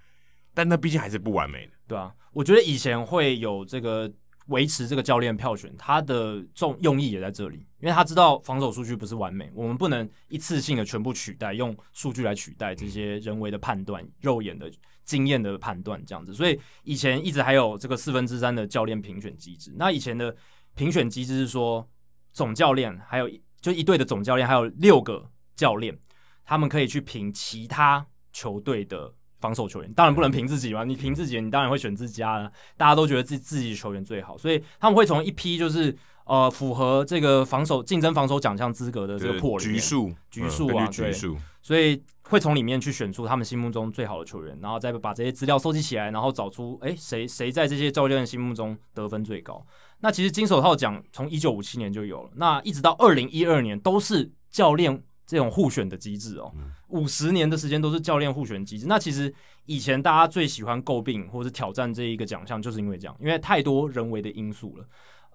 Speaker 2: 但那毕竟还是不完美的。
Speaker 1: 对啊，我觉得以前会有这个维持这个教练票选，他的重用意也在这里，因为他知道防守数据不是完美，我们不能一次性的全部取代，用数据来取代这些人为的判断、肉眼的经验的判断这样子。所以以前一直还有这个四分之三的教练评选机制。那以前的评选机制是说，总教练还有一就一队的总教练，还有六个教练，他们可以去评其他球队的防守球员，当然不能评自己嘛，你评自己，你当然会选自家了。大家都觉得自自己球员最好，所以他们会从一批就是呃符合这个防守竞争防守奖项资格的这
Speaker 2: 就
Speaker 1: 个
Speaker 2: 是
Speaker 1: 破里面
Speaker 2: 局，数，
Speaker 1: 局数啊
Speaker 2: 嗯根据
Speaker 1: 对
Speaker 2: 局数，
Speaker 1: 所以会从里面去选出他们心目中最好的球员，然后再把这些资料收集起来，然后找出诶谁谁在这些教练心目中得分最高。那其实金手套奖从一九五七年就有了，那一直到二零一二年都是教练这种互选的机制哦，五十年的时间都是教练互选机制。那其实以前大家最喜欢诟病或是挑战这一个奖项，就是因为这样，因为太多人为的因素了。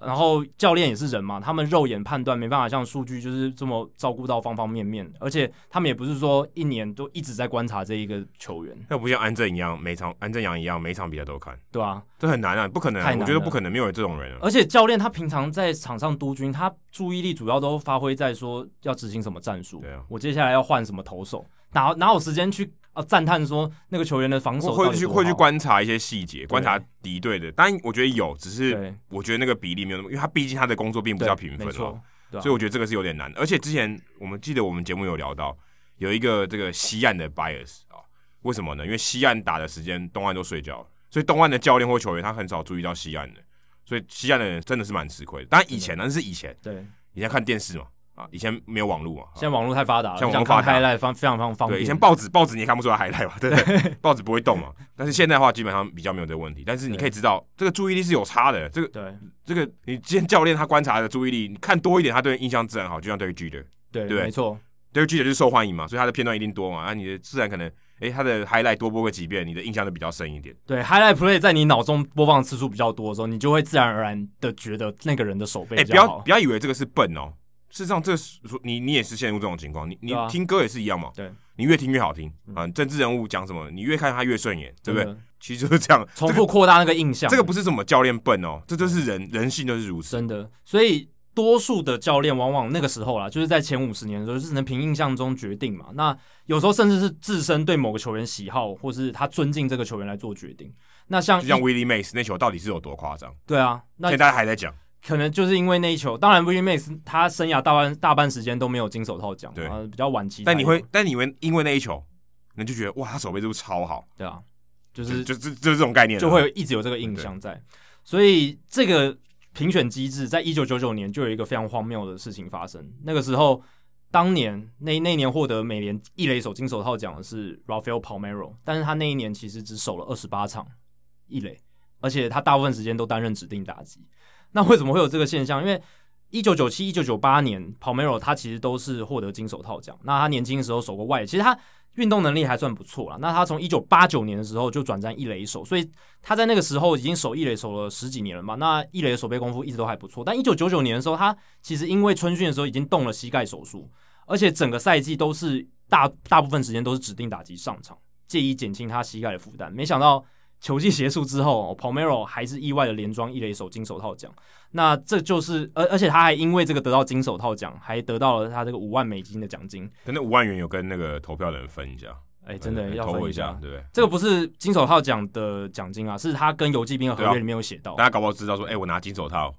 Speaker 1: 然后教练也是人嘛，他们肉眼判断没办法像数据就是这么照顾到方方面面，而且他们也不是说一年都一直在观察这一个球员，
Speaker 2: 那不像安正一样，每场安正阳一样，每场比赛都看，
Speaker 1: 对吧、
Speaker 2: 这很难啊，不可能啊、
Speaker 1: 太难
Speaker 2: 我觉得
Speaker 1: 了
Speaker 2: 不可能，没有这种人啊。
Speaker 1: 而且教练他平常在场上督军，他注意力主要都发挥在说要执行什么战术，
Speaker 2: 对啊
Speaker 1: 我接下来要换什么投手，哪哪有时间去啊赞叹说那个球员的防守
Speaker 2: 会
Speaker 1: 到底
Speaker 2: 去
Speaker 1: 多
Speaker 2: 会去
Speaker 1: 好
Speaker 2: 观察一些细节，观察敌对的，当然我觉得有，只是
Speaker 1: 对
Speaker 2: 我觉得那个比例没有那么，因为他毕竟他的工作并不
Speaker 1: 对
Speaker 2: 是要评分
Speaker 1: 没
Speaker 2: 哦
Speaker 1: 错，，对啊
Speaker 2: 所以我觉得这个是有点难。而且之前我们记得我们节目有聊到，有一个这个西岸的 bias 啊、为什么呢？因为西岸打的时间，东岸都睡觉了，所以东岸的教练或球员他很少注意到西岸的，所以西岸的人真的是蛮吃亏的。当然以前，那是以前，
Speaker 1: 对，
Speaker 2: 以前看电视嘛，啊，以前没有网络嘛，啊
Speaker 1: 现在网络太发达了，
Speaker 2: 像
Speaker 1: 你想
Speaker 2: 网络发
Speaker 1: 看
Speaker 2: 达
Speaker 1: 开来方非常非常方
Speaker 2: 对，
Speaker 1: 便，
Speaker 2: 以前报纸报纸你也看不出来海带嘛，对 不对？报纸不会动嘛，但是现在的话基本上比较没有这个问题。但是你可以知道，这个注意力是有差的。这个
Speaker 1: 对
Speaker 2: 这个，你之前教练他观察的注意力，你看多一点，他对你印象自然好，就像对于 G 的。
Speaker 1: 对
Speaker 2: 对
Speaker 1: 没错，
Speaker 2: 对，记者就是受欢迎嘛，所以他的片段一定多嘛，啊，你的自然可能，诶，他的 highlight 多播个几遍，你的印象就比较深一点。
Speaker 1: 对 highlight play 在你脑中播放次数比较多的时候，你就会自然而然的觉得那个人的手背
Speaker 2: 诶，
Speaker 1: 比
Speaker 2: 哎不
Speaker 1: 较
Speaker 2: 要
Speaker 1: 好，
Speaker 2: 不要以为这个是笨哦，事实上这是你你也是陷入这种情况，你你
Speaker 1: 对啊
Speaker 2: 听歌也是一样嘛，
Speaker 1: 对，嗯
Speaker 2: 你越听越好听啊，政治人物讲什么，你越看他越顺眼，对不
Speaker 1: 真
Speaker 2: 对？
Speaker 1: 的
Speaker 2: 其实就是这样，
Speaker 1: 重复扩大那个印象，
Speaker 2: 这个不是什么教练笨哦，这就是人人性就是如此。
Speaker 1: 真的，所以多数的教练往往那个时候啦，就是在前五十年的时候，就是只能凭印象中决定嘛。那有时候甚至是自身对某个球员喜好，或是他尊敬这个球员来做决定。那像
Speaker 2: 就像 Willie Mays 那球到底是有多夸张，
Speaker 1: 对啊，那
Speaker 2: 现在大家还在讲，
Speaker 1: 可能就是因为那一球，当然 Willie Mays 他生涯大半大半时间都没有金手套奖，
Speaker 2: 对
Speaker 1: 啊，比较晚期才有。
Speaker 2: 但你会，但你会因为那一球，你就觉得哇，他手背是不是超好？
Speaker 1: 对啊，就
Speaker 2: 就是就就就是这种概念了，
Speaker 1: 就会有一直有这个印象在。所以这个评选机制，在一九九九年就有一个非常荒谬的事情发生。那个时候，当年那那年获得美联一垒手金手套奖的是 Rafael Palmero，但是他那一年其实只守了二十八场一垒，而且他大部分时间都担任指定打击。那为什么会有这个现象？因为一九九七、一九九八年，Palmero 他其实都是获得金手套奖。那他年轻的时候守过外野，其实他运动能力还算不错啦。那他从一九八九年的时候就转战一垒手，所以他在那个时候已经守一垒守了十几年了嘛。那一垒的守备功夫一直都还不错。但一九九九年的时候，他其实因为春训的时候已经动了膝盖手术，而且整个赛季都是大大部分时间都是指定打击上场，借以减轻他膝盖的负担。没想到球季结束之后，Palmero 还是意外的连庄一垒手金手套奖。那这就是，而而且他还因为这个得到金手套奖，还得到了他这个五万美金的奖金。
Speaker 2: 但那五万元有跟那个投票的人分一下，
Speaker 1: 哎、真的
Speaker 2: 呃
Speaker 1: 要
Speaker 2: 投
Speaker 1: 分
Speaker 2: 我
Speaker 1: 一
Speaker 2: 一下
Speaker 1: 下，，
Speaker 2: 对不对？
Speaker 1: 这个不是金手套奖的奖金啊，是他跟游击兵的合约里面有写到。
Speaker 2: 大家搞不好知道说，哎、我拿金手套，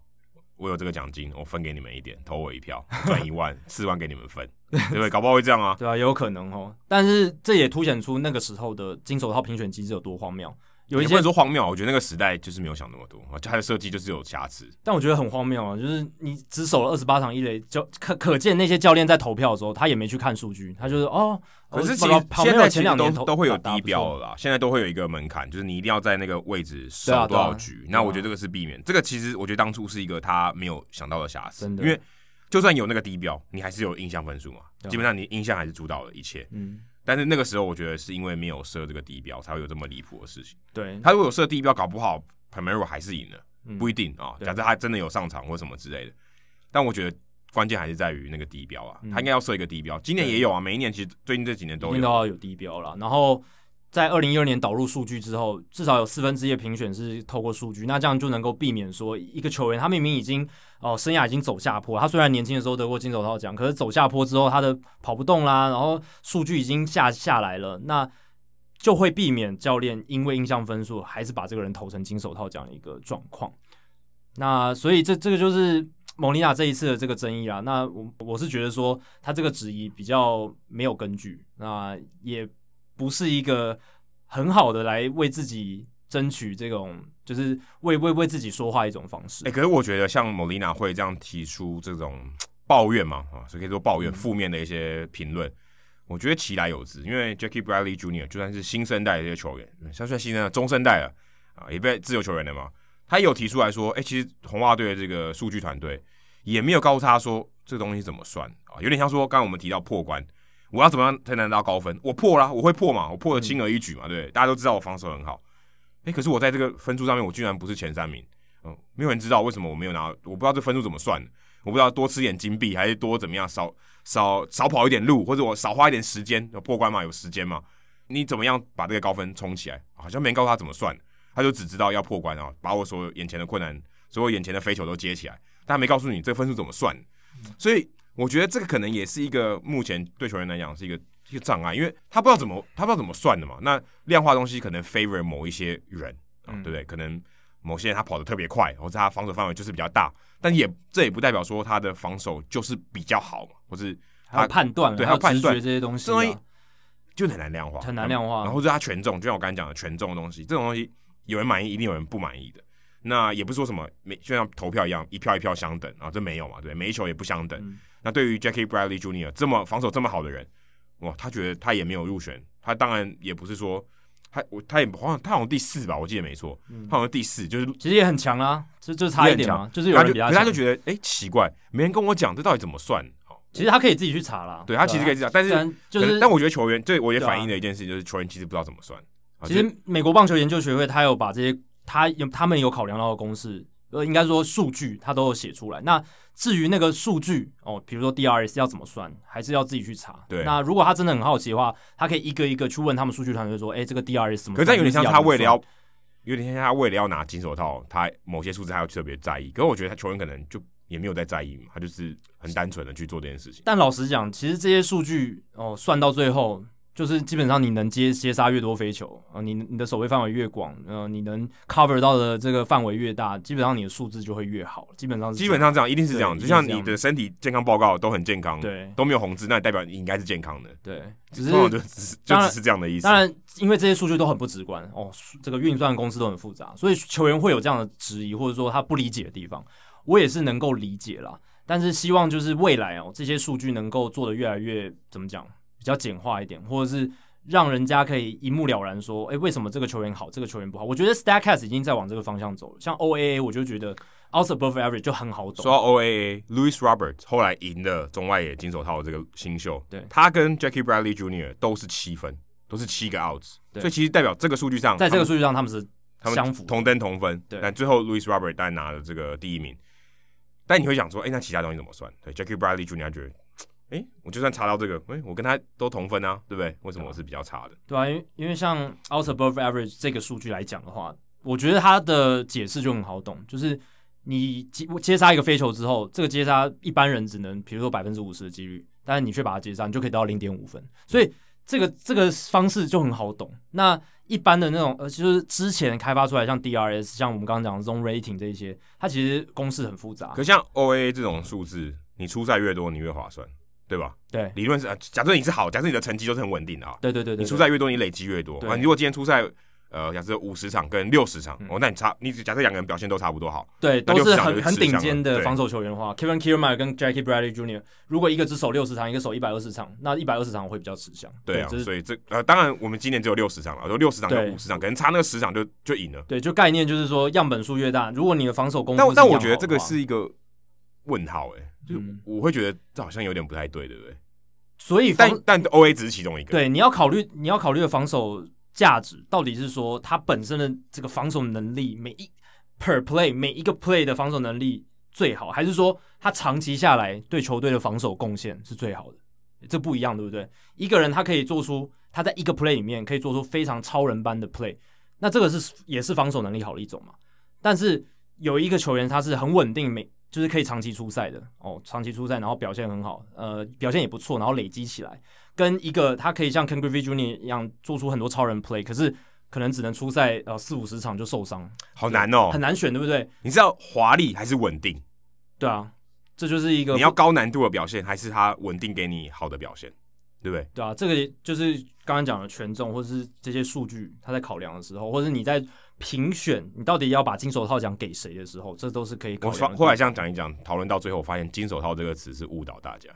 Speaker 2: 我有这个奖金，我分给你们一点，投我一票，赚一万，四万给你们分，对不对？搞不好会这样啊。
Speaker 1: 对啊，也有可能哦。但是这也凸显出那个时候的金手套评选机制有多荒谬。 有一
Speaker 2: 也
Speaker 1: 些
Speaker 2: 不能，说荒谬，我觉得那个时代就是没有想那么多，就它的设计就是有瑕疵。
Speaker 1: 但我觉得很荒谬啊，就是你只守了二十八场一垒，就可可见那些教练在投票的时候，他也没去看数据，他就是哦。
Speaker 2: 可是
Speaker 1: 哦
Speaker 2: 其
Speaker 1: 报
Speaker 2: 实
Speaker 1: 告旁
Speaker 2: 现
Speaker 1: 边
Speaker 2: 在
Speaker 1: 有
Speaker 2: 其
Speaker 1: 前
Speaker 2: 实
Speaker 1: 两
Speaker 2: 都
Speaker 1: 年投
Speaker 2: 都会有
Speaker 1: 打得
Speaker 2: 低
Speaker 1: 不
Speaker 2: 标
Speaker 1: 错
Speaker 2: 了啦，现在都会有一个门槛，就是你一定要在那个位置守
Speaker 1: 对啊
Speaker 2: 多
Speaker 1: 对啊
Speaker 2: 少局。
Speaker 1: 对啊
Speaker 2: 那我觉得这个是避免，这个其实我觉得当初是一个他没有想到的瑕疵，
Speaker 1: 真的
Speaker 2: 因为就算有那个低标，你还是有印象分数嘛，
Speaker 1: 对啊
Speaker 2: 基本上你印象还是主导了一切。
Speaker 1: 嗯，
Speaker 2: 但是那个时候我觉得是因为没有设这个低标，才会有这么离谱的事情。
Speaker 1: 对，
Speaker 2: 他如果有设低标，搞不好 p a m e r o 还是赢了，
Speaker 1: 嗯
Speaker 2: 不一定啊、
Speaker 1: 对
Speaker 2: 假设他真的有上场或什么之类的，但我觉得关键还是在于那个低标啊，
Speaker 1: 嗯
Speaker 2: 他应该要设一个低标。今年
Speaker 1: 对
Speaker 2: 也有啊，每一年其实最近这几年
Speaker 1: 一
Speaker 2: 都
Speaker 1: 定
Speaker 2: 有。
Speaker 1: 都要有低标啦。然后在二零一二年导入数据之后，至少有四分之一的评选是透过数据，那这样就能够避免说一个球员他明明已经哦、生涯已经走下坡，他虽然年轻的时候得过金手套奖，可是走下坡之后他的跑不动啦，然后数据已经下下来了，那。就会避免教练因为印象分数还是把这个人投成金手套奖的一个状况。那所以这这个就是蒙妮娜这一次的这个争议啦。那我我是觉得说他这个质疑比较没有根据，那也不是一个很好的来为自己争取这种就是为为为自己说话一种方式。
Speaker 2: 哎、可是我觉得像 Molina 会这样提出这种抱怨嘛，啊，所以可以说抱怨
Speaker 1: 嗯
Speaker 2: 负面的一些评论。我觉得其来有之，因为 Jackie Bradley Jr. 就算是新生代的这些球员，像算新生代中生代了啊，也被自由球员了嘛，他也有提出来说，哎、其实红袜队的这个数据团队也没有告诉他说这个东西怎么算啊，有点像说刚刚我们提到破关，我要怎么样才能拿到高分？我破啦，我会破嘛，我破的轻而易举嘛，对不对，大家都知道我防守很好，哎、可是我在这个分数上面，我居然不是前三名，嗯，没有人知道为什么我没有拿，我不知道这分数怎么算的，我不知道多吃点金币还是多怎么样，少少少跑一点路，或者我少花一点时间，有破关嘛，有时间嘛，你怎么样把这个高分冲起来？好像没人告诉他怎么算，他就只知道要破关啊，把我所有眼前的困难，所有眼前的飞球都接起来，但他没告诉你这分数怎么算，所以我觉得这个可能也是一个目前对球员来讲是一个。一个障碍，因为他不知道怎么，他不知道怎么算的嘛。那量化东西可能 favor 某一些人，啊
Speaker 1: 嗯
Speaker 2: 对不对？可能某些人他跑得特别快，或者他防守范围就是比较大，但也这也不代表说他的防守就是比较好嘛，或是
Speaker 1: 还有判断啊，
Speaker 2: 对
Speaker 1: 还有
Speaker 2: 还有判
Speaker 1: 直觉
Speaker 2: 断
Speaker 1: 这些东西
Speaker 2: 这东西
Speaker 1: 啊，
Speaker 2: 就很难量化，
Speaker 1: 很难量化
Speaker 2: 然后就是他权重，就像我刚才讲的权重的东西，这种东西有人满意，一定有人不满意的。那也不是说什么每就像投票一样，一票一票相等啊，这没有嘛，对不对，每一球也不相等。
Speaker 1: 嗯
Speaker 2: 那对于 Jackie Bradley Jr. 这么防守这么好的人，哇，他觉得他也没有入选，他当然也不是说他我他也好像他好像第四吧，我记得没错，
Speaker 1: 嗯
Speaker 2: 他好像第四，就是
Speaker 1: 其实也很强啦，就就差一点
Speaker 2: 也
Speaker 1: 嘛，就是有
Speaker 2: 他
Speaker 1: 人
Speaker 2: 就
Speaker 1: 比
Speaker 2: 可是
Speaker 1: 强
Speaker 2: 他就觉得哎、诶奇怪，没人跟我讲这到底怎么算，哦，
Speaker 1: 其实他可以自己去查啦。
Speaker 2: 对他其实可以
Speaker 1: 以，
Speaker 2: 这样，但是
Speaker 1: 虽然就
Speaker 2: 可
Speaker 1: 是
Speaker 2: 但我觉得球员，对我也
Speaker 1: 对啊
Speaker 2: 反映了一件事情，就是球员其实不知道怎么算。啊
Speaker 1: 其
Speaker 2: 就
Speaker 1: 实美国棒球研究学会他有把这些他有他们有考量到的公式，呃，应该说数据他都有写出来。那至于那个数据哦，比如说 DRS 要怎么算，还是要自己去查。
Speaker 2: 对
Speaker 1: 那如果他真的很好奇的话，他可以一个一个去问他们数据团队说，哎，这个 DRS 什么算？
Speaker 2: 可是这样有点像
Speaker 1: 这个
Speaker 2: 他为了
Speaker 1: CR
Speaker 2: 要，有点像他为了要拿金手套，他某些数字他要特别在意。可是我觉得他球员可能就也没有在在意嘛，他就是很单纯的去做这件事情。
Speaker 1: 但老实讲，其实这些数据哦，算到最后，就是基本上你能接接杀越多飞球，呃，你你的守备范围越广，呃，你能 cover 到的这个范围越大，基本上你的数字就会越好，基本上是
Speaker 2: 基本上这样，一定是这样。
Speaker 1: 对
Speaker 2: 就像
Speaker 1: 一定
Speaker 2: 你
Speaker 1: 是这样
Speaker 2: 的身体健康报告都很健康，
Speaker 1: 对
Speaker 2: 都没有红字，那代表你应该是健康的。
Speaker 1: 对，只是
Speaker 2: 通常就只是就
Speaker 1: 当然
Speaker 2: 只是这样的意思
Speaker 1: 当。然，因为这些数据都很不直观哦，数这个运算公式都很复杂，所以球员会有这样的质疑，或者说他不理解的地方，我也是能够理解啦。但是希望就是未来哦，这些数据能够做得越来越怎么讲，比较简化一点，或者是让人家可以一目了然说，诶、为什么这个球员好，这个球员不好？我觉得 Statcast 已经在往这个方向走了，像 OAA 我就觉得 Out Above Average 就很好懂，
Speaker 2: 说到 OAA，Louis Robert 后来赢了中外野金手套的这个新秀，
Speaker 1: 对
Speaker 2: 他跟 Jackie Bradley Jr. 都是七分，都是七个 outs，
Speaker 1: 对
Speaker 2: 所以其实代表这个数据上，
Speaker 1: 在这个
Speaker 2: 他们
Speaker 1: 数据上他们是
Speaker 2: 他们
Speaker 1: 相符的，
Speaker 2: 同登同分。
Speaker 1: 对
Speaker 2: 但最后 Louis Robert 当然拿了这个第一名，但你会想说，哎、那其他东西怎么算？对，Jackie Bradley Jr. 觉得，哎、我就算查到这个，哎、我跟他都同分啊，对不对？为什么我是比较差的？
Speaker 1: 对啊，因为因为像 out above average 这个数据来讲的话，我觉得它的解释就很好懂，就是你接接杀一个飞球之后，这个接杀一般人只能比如说百分之五十的几率，但是你却把它接杀，你就可以得到零点五分，所以这个这个方式就很好懂。那一般的那种呃，就是之前开发出来像 DRS，像我们刚刚讲的 zone rating 这一些，它其实公式很复杂
Speaker 2: 可，像 OAA 这种数字，你出赛越多，你越划算，对吧？
Speaker 1: 对
Speaker 2: 理论是，呃假设你是好，假设你的成绩都是很稳定的啊，
Speaker 1: 对对对对，
Speaker 2: 你出
Speaker 1: 对
Speaker 2: 赛越多，你累积越多。
Speaker 1: 对
Speaker 2: 啊，你如果今天出赛，呃，假设五十场跟六十场，
Speaker 1: 嗯
Speaker 2: 哦，那你差，你假设两个人表现都差不多好，
Speaker 1: 对，
Speaker 2: 那
Speaker 1: 都
Speaker 2: 就是想
Speaker 1: 很
Speaker 2: 有
Speaker 1: 很
Speaker 2: 吃
Speaker 1: 顶
Speaker 2: 相
Speaker 1: 尖
Speaker 2: 了
Speaker 1: 的
Speaker 2: 对
Speaker 1: 防守球员的话，Kevin Kiermaier 跟 Jackie Bradley Jr. 如果一个只守六十场，一个守一百二十场，那一百二十场会比较吃香。
Speaker 2: 对啊，
Speaker 1: 这是
Speaker 2: 所以这呃，当然我们今年只有六十场了，就六十场跟
Speaker 1: 对
Speaker 2: 五十场，可能差那个十场就就赢了。
Speaker 1: 对，就概念就是说，样本数越大，如果你的防守功夫
Speaker 2: 但
Speaker 1: 是
Speaker 2: 但
Speaker 1: 一
Speaker 2: 我
Speaker 1: 样
Speaker 2: 觉得
Speaker 1: 好
Speaker 2: 这
Speaker 1: 的
Speaker 2: 个
Speaker 1: 话
Speaker 2: 是一个问号、欸，哎，就
Speaker 1: 嗯
Speaker 2: 我会觉得这好像有点不太对，对不对？
Speaker 1: 所以
Speaker 2: 但
Speaker 1: 防
Speaker 2: 但 O A 只是其中一个，，
Speaker 1: 对你要考虑你要考虑的防守价值到底是说他本身的这个防守能力，每一 per play 每一个 play 的防守能力最好，还是说他长期下来对球队的防守贡献是最好的？这不一样，对不对？一个人他可以做出他在一个 play 里面可以做出非常超人般的 play，那这个是也是防守能力好的一种嘛。但是有一个球员他是很稳定，每就是可以长期出赛的哦，长期出赛，然后表现很好，呃，表现也不错，然后累积起来，跟一个他可以像 Ken Griffey Jr. 一样做出很多超人 play，可是可能只能出赛呃四五十场就受伤，
Speaker 2: 好难哦、
Speaker 1: 很难选，对不对？
Speaker 2: 你知道华丽还是稳定？
Speaker 1: 对啊，这就是一个
Speaker 2: 你要高难度的表现，还是他稳定给你好的表现，对不对？
Speaker 1: 对啊，这个就是刚刚讲的权重，或者是这些数据，他在考量的时候，或者你在评选你到底要把金手套奖给谁的时候，这都是可以考
Speaker 2: 我
Speaker 1: 量
Speaker 2: 发
Speaker 1: 的。
Speaker 2: 后来这样讲一讲，讨论到最后，我发现“金手套”这个词是误导大家。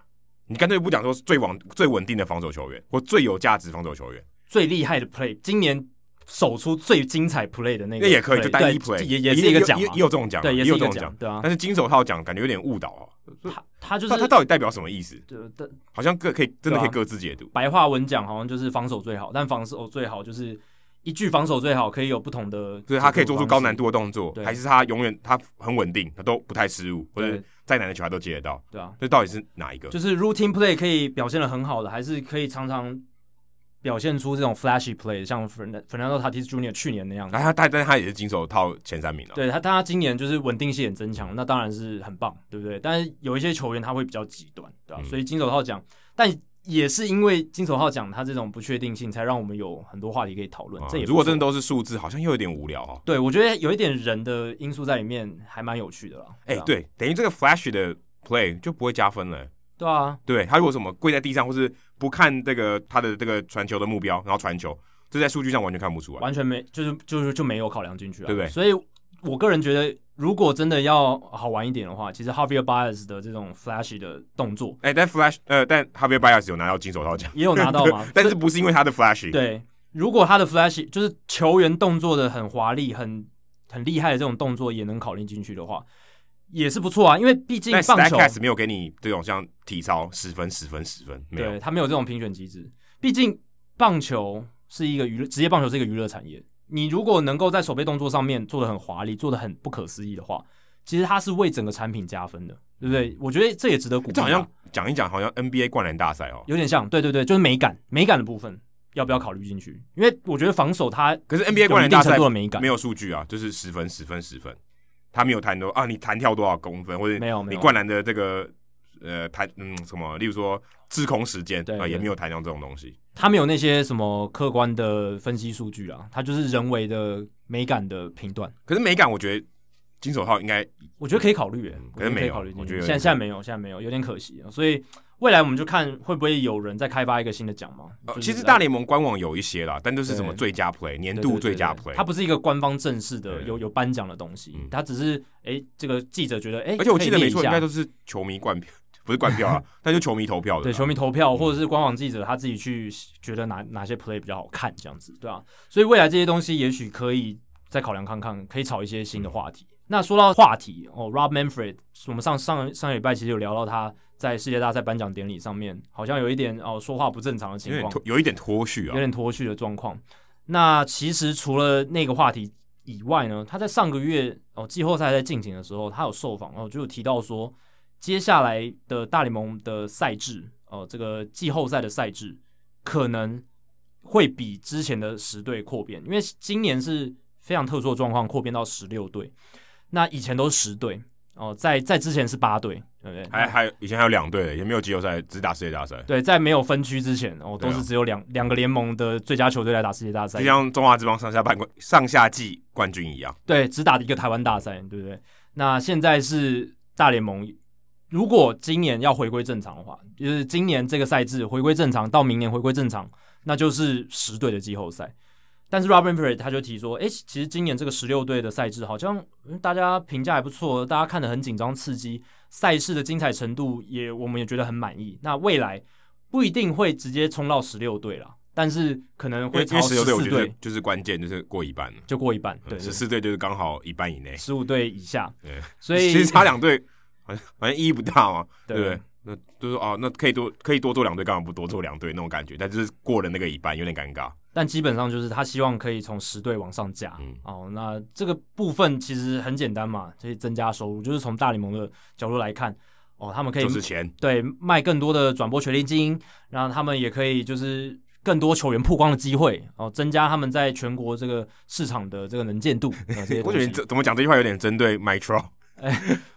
Speaker 2: 你干脆不讲说最往最稳定的防守球员，或最有价值防守球员，
Speaker 1: 最厉害的 play，今年首出最精彩 play 的那个
Speaker 2: 那
Speaker 1: play，
Speaker 2: 也可以，就单一
Speaker 1: 对
Speaker 2: play，
Speaker 1: 也也是一个奖
Speaker 2: 也
Speaker 1: 嘛
Speaker 2: 也有这种奖啊，
Speaker 1: 对，也
Speaker 2: 有
Speaker 1: 是一
Speaker 2: 这
Speaker 1: 个
Speaker 2: 种
Speaker 1: 奖
Speaker 2: 奖。，
Speaker 1: 对啊，
Speaker 2: 但是金手套奖感觉有点误导哦，
Speaker 1: 他他就
Speaker 2: 它它
Speaker 1: 是
Speaker 2: 到底代表什么意思？
Speaker 1: 对对
Speaker 2: 好像各可以真的
Speaker 1: 对
Speaker 2: 可以
Speaker 1: 啊
Speaker 2: 各自解读。
Speaker 1: 白话文讲好像就是防守最好，但防守最好就是一句防守最好可以有不同的，
Speaker 2: 所以他可以做出高难，度的动作，
Speaker 1: 对
Speaker 2: 还是他永远他很稳定，他都不太失误，或者
Speaker 1: 对
Speaker 2: 再难的球他都接得到。
Speaker 1: 对啊，
Speaker 2: 这到底是哪一个？
Speaker 1: 就是 routine play 可以表现的很好的，还是可以常常表现出这种 flashy play，像 Fern- Fernando Tatis Jr. 去年那样。
Speaker 2: 然后他哎但但他也是金手套前三名啊了。
Speaker 1: 对他，但他今年就是稳定性也增强，那当然是很棒，对不对？但是有一些球员他会比较极端，对吧、
Speaker 2: 嗯
Speaker 1: 所以金手套奖，但也是因为金手套奖它这种不确定性，才让我们有很多话题可以讨论。
Speaker 2: 啊
Speaker 1: 这也不
Speaker 2: 如果
Speaker 1: 错
Speaker 2: 真的都是数字，好像又有点无聊哦。
Speaker 1: 对我觉得有一点人的因素在里面，还蛮有趣的啦。
Speaker 2: 哎、
Speaker 1: 啊，
Speaker 2: 对，等于这个 flash 的 play 就不会加分了。
Speaker 1: 对啊，
Speaker 2: 对他如果什么跪在地上，或是不看这个他的这个传球的目标，然后传球，这在数据上完全看不出来。
Speaker 1: 完全没，就是就是就没有考量进去啊，
Speaker 2: 对不对
Speaker 1: 所以我个人觉得，如果真的要好玩一点的话，其实 Harvey Bias 的这种 flashy 的动作
Speaker 2: 哎、但 flash 呃，但 Javier Bias 有拿到金手套奖，
Speaker 1: 也有拿到
Speaker 2: ，
Speaker 1: 嘛
Speaker 2: 但是不是因为他的 flashy？
Speaker 1: 对，如果他的 flashy 就是球员动作的很华丽、很很厉害的这种动作也能考虑进去的话，也是不错啊，因为毕竟
Speaker 2: 但
Speaker 1: 棒球
Speaker 2: Statcast 没有给你这种像体操十分、十分、十分，没有
Speaker 1: 对。他没有这种评选机制，毕竟棒球是一个娱乐，职业棒球是一个娱乐产业。你如果能够在手背动作上面做的很华丽，做的很不可思议的话，其实它是为整个产品加分的，对不对？我觉得这也值得鼓励
Speaker 2: 嗯这
Speaker 1: 啊。
Speaker 2: 好像讲一讲，好像 NBA 灌篮大赛哦。
Speaker 1: 有点像，对对对，就是美感，美感的部分要不要考虑进去？因为我觉得防守它
Speaker 2: 可是
Speaker 1: 有
Speaker 2: NBA 灌
Speaker 1: 一
Speaker 2: 篮
Speaker 1: 定
Speaker 2: 大
Speaker 1: 程
Speaker 2: 赛
Speaker 1: 度的美感
Speaker 2: 没，有数据啊，就是十分、十分、十分，他没有谈多啊，你弹跳多少公分，或者
Speaker 1: 没有没有
Speaker 2: 你灌篮的这个呃谈嗯什么，例如说滞空时间
Speaker 1: 对
Speaker 2: 啊、也
Speaker 1: 对
Speaker 2: 没有谈到这种东西。
Speaker 1: 他没有那些什么客观的分析数据啊，他就是人为的美感的评断，
Speaker 2: 可是美感，我觉得金手套应该
Speaker 1: 我觉得可以考虑耶，我
Speaker 2: 嗯可
Speaker 1: 觉
Speaker 2: 是
Speaker 1: 得
Speaker 2: 没
Speaker 1: 可以
Speaker 2: 有
Speaker 1: 考虑进
Speaker 2: 我
Speaker 1: 去。
Speaker 2: 觉得有
Speaker 1: 现
Speaker 2: 点
Speaker 1: 在现在没有，现在没有，有点可惜啊。所以未来我们就看会不会有人再开发一个新的奖嘛、
Speaker 2: 呃
Speaker 1: 就是
Speaker 2: 其实
Speaker 1: 来
Speaker 2: 大联盟官网有一些啦，但都是什么
Speaker 1: 对
Speaker 2: 最佳 play、年
Speaker 1: 对对
Speaker 2: 度
Speaker 1: 对
Speaker 2: 最佳
Speaker 1: 对
Speaker 2: play，
Speaker 1: 它不是一个官方正式的
Speaker 2: 对
Speaker 1: 有有颁奖的东西
Speaker 2: 嗯，
Speaker 1: 它只是哎、这个记者觉得哎、
Speaker 2: 而且我记
Speaker 1: 可
Speaker 2: 得
Speaker 1: 以列
Speaker 2: 没
Speaker 1: 一
Speaker 2: 错，
Speaker 1: 下
Speaker 2: 应该都是球迷灌票， 不是灌 票啊，但就球迷投票的啦。嗯
Speaker 1: 对球迷投票，或者是官网记者他自己去觉得哪哪些 play 比较好看，这样子，对啊。所以未来这些东西也许可以再考量看看，可以炒一些新
Speaker 2: 嗯
Speaker 1: 的话题。那说到话题哦，Rob Manfred，我们上上上礼拜其实有聊到他在世界大赛颁奖典礼上面，好像有一点哦说话不正常的
Speaker 2: 有
Speaker 1: 情
Speaker 2: 点
Speaker 1: 况
Speaker 2: 脱，，有一点脱序
Speaker 1: 有
Speaker 2: 啊。
Speaker 1: 点脱序的状况。那其实除了那个话题以外呢，他在上个月哦季后赛在进行的时候，他有受访，哦就有提到说，接下来的大联盟的赛制哦，这个季后赛的赛制可能会比之前的十队扩编，因为今年是非常特殊的状况，扩编到十六队，那以前都是十队哦，在在之前是八队，对不对？
Speaker 2: 还还有以前还有两队的，也没有季后赛，只打世界大赛。
Speaker 1: 对，在没有分区之前，哦，
Speaker 2: 对啊
Speaker 1: 都是只有两两、个联盟的最佳球队来打世界大赛
Speaker 2: 就，像中华之邦上下半冠上下季冠军一样，
Speaker 1: 对，只打一个台湾大赛，对不对？那现在是大联盟，如果今年要回归正常的话，就是今年这个赛制回归正常，到明年回归正常，那就是十队的季后赛。但是 Robin p e r r y 他就提说，诶，其实今年这个十六队的赛制好像嗯大家评价还不错，大家看得很紧张刺激，赛事的精彩程度也我们也觉得很满意。那未来不一定会直接冲到十六队啦，但是可能
Speaker 2: 因为
Speaker 1: 会
Speaker 2: 因
Speaker 1: 超
Speaker 2: 为十
Speaker 1: 十
Speaker 2: 六队我
Speaker 1: 四
Speaker 2: 觉得
Speaker 1: 队
Speaker 2: 就是关键，就是过一半了，嗯
Speaker 1: 就过一半，对
Speaker 2: 十四队就是刚好一半以内，
Speaker 1: 十五队以下，
Speaker 2: 对，
Speaker 1: 所以
Speaker 2: 其实差两队好像好像意义不大嘛，对
Speaker 1: 对
Speaker 2: 不对？那就是哦，那可以多可以多做两队，干嘛不多做两队那种感觉？但就是过了那个一半，有点尴尬。
Speaker 1: 但基本上就是他希望可以从十队往上加。
Speaker 2: 嗯
Speaker 1: 哦，那这个部分其实很简单嘛，可以增加收入，就是从大联盟的角度来看，哦，他们可以、
Speaker 2: 就是钱，
Speaker 1: 对卖更多的转播权利金，然后他们也可以就是更多球员曝光的机会，哦，增加他们在全国这个市场的这个能见度。哦这些 东
Speaker 2: 我觉得
Speaker 1: 西
Speaker 2: 你怎怎么讲这句话有点针对 Mytro，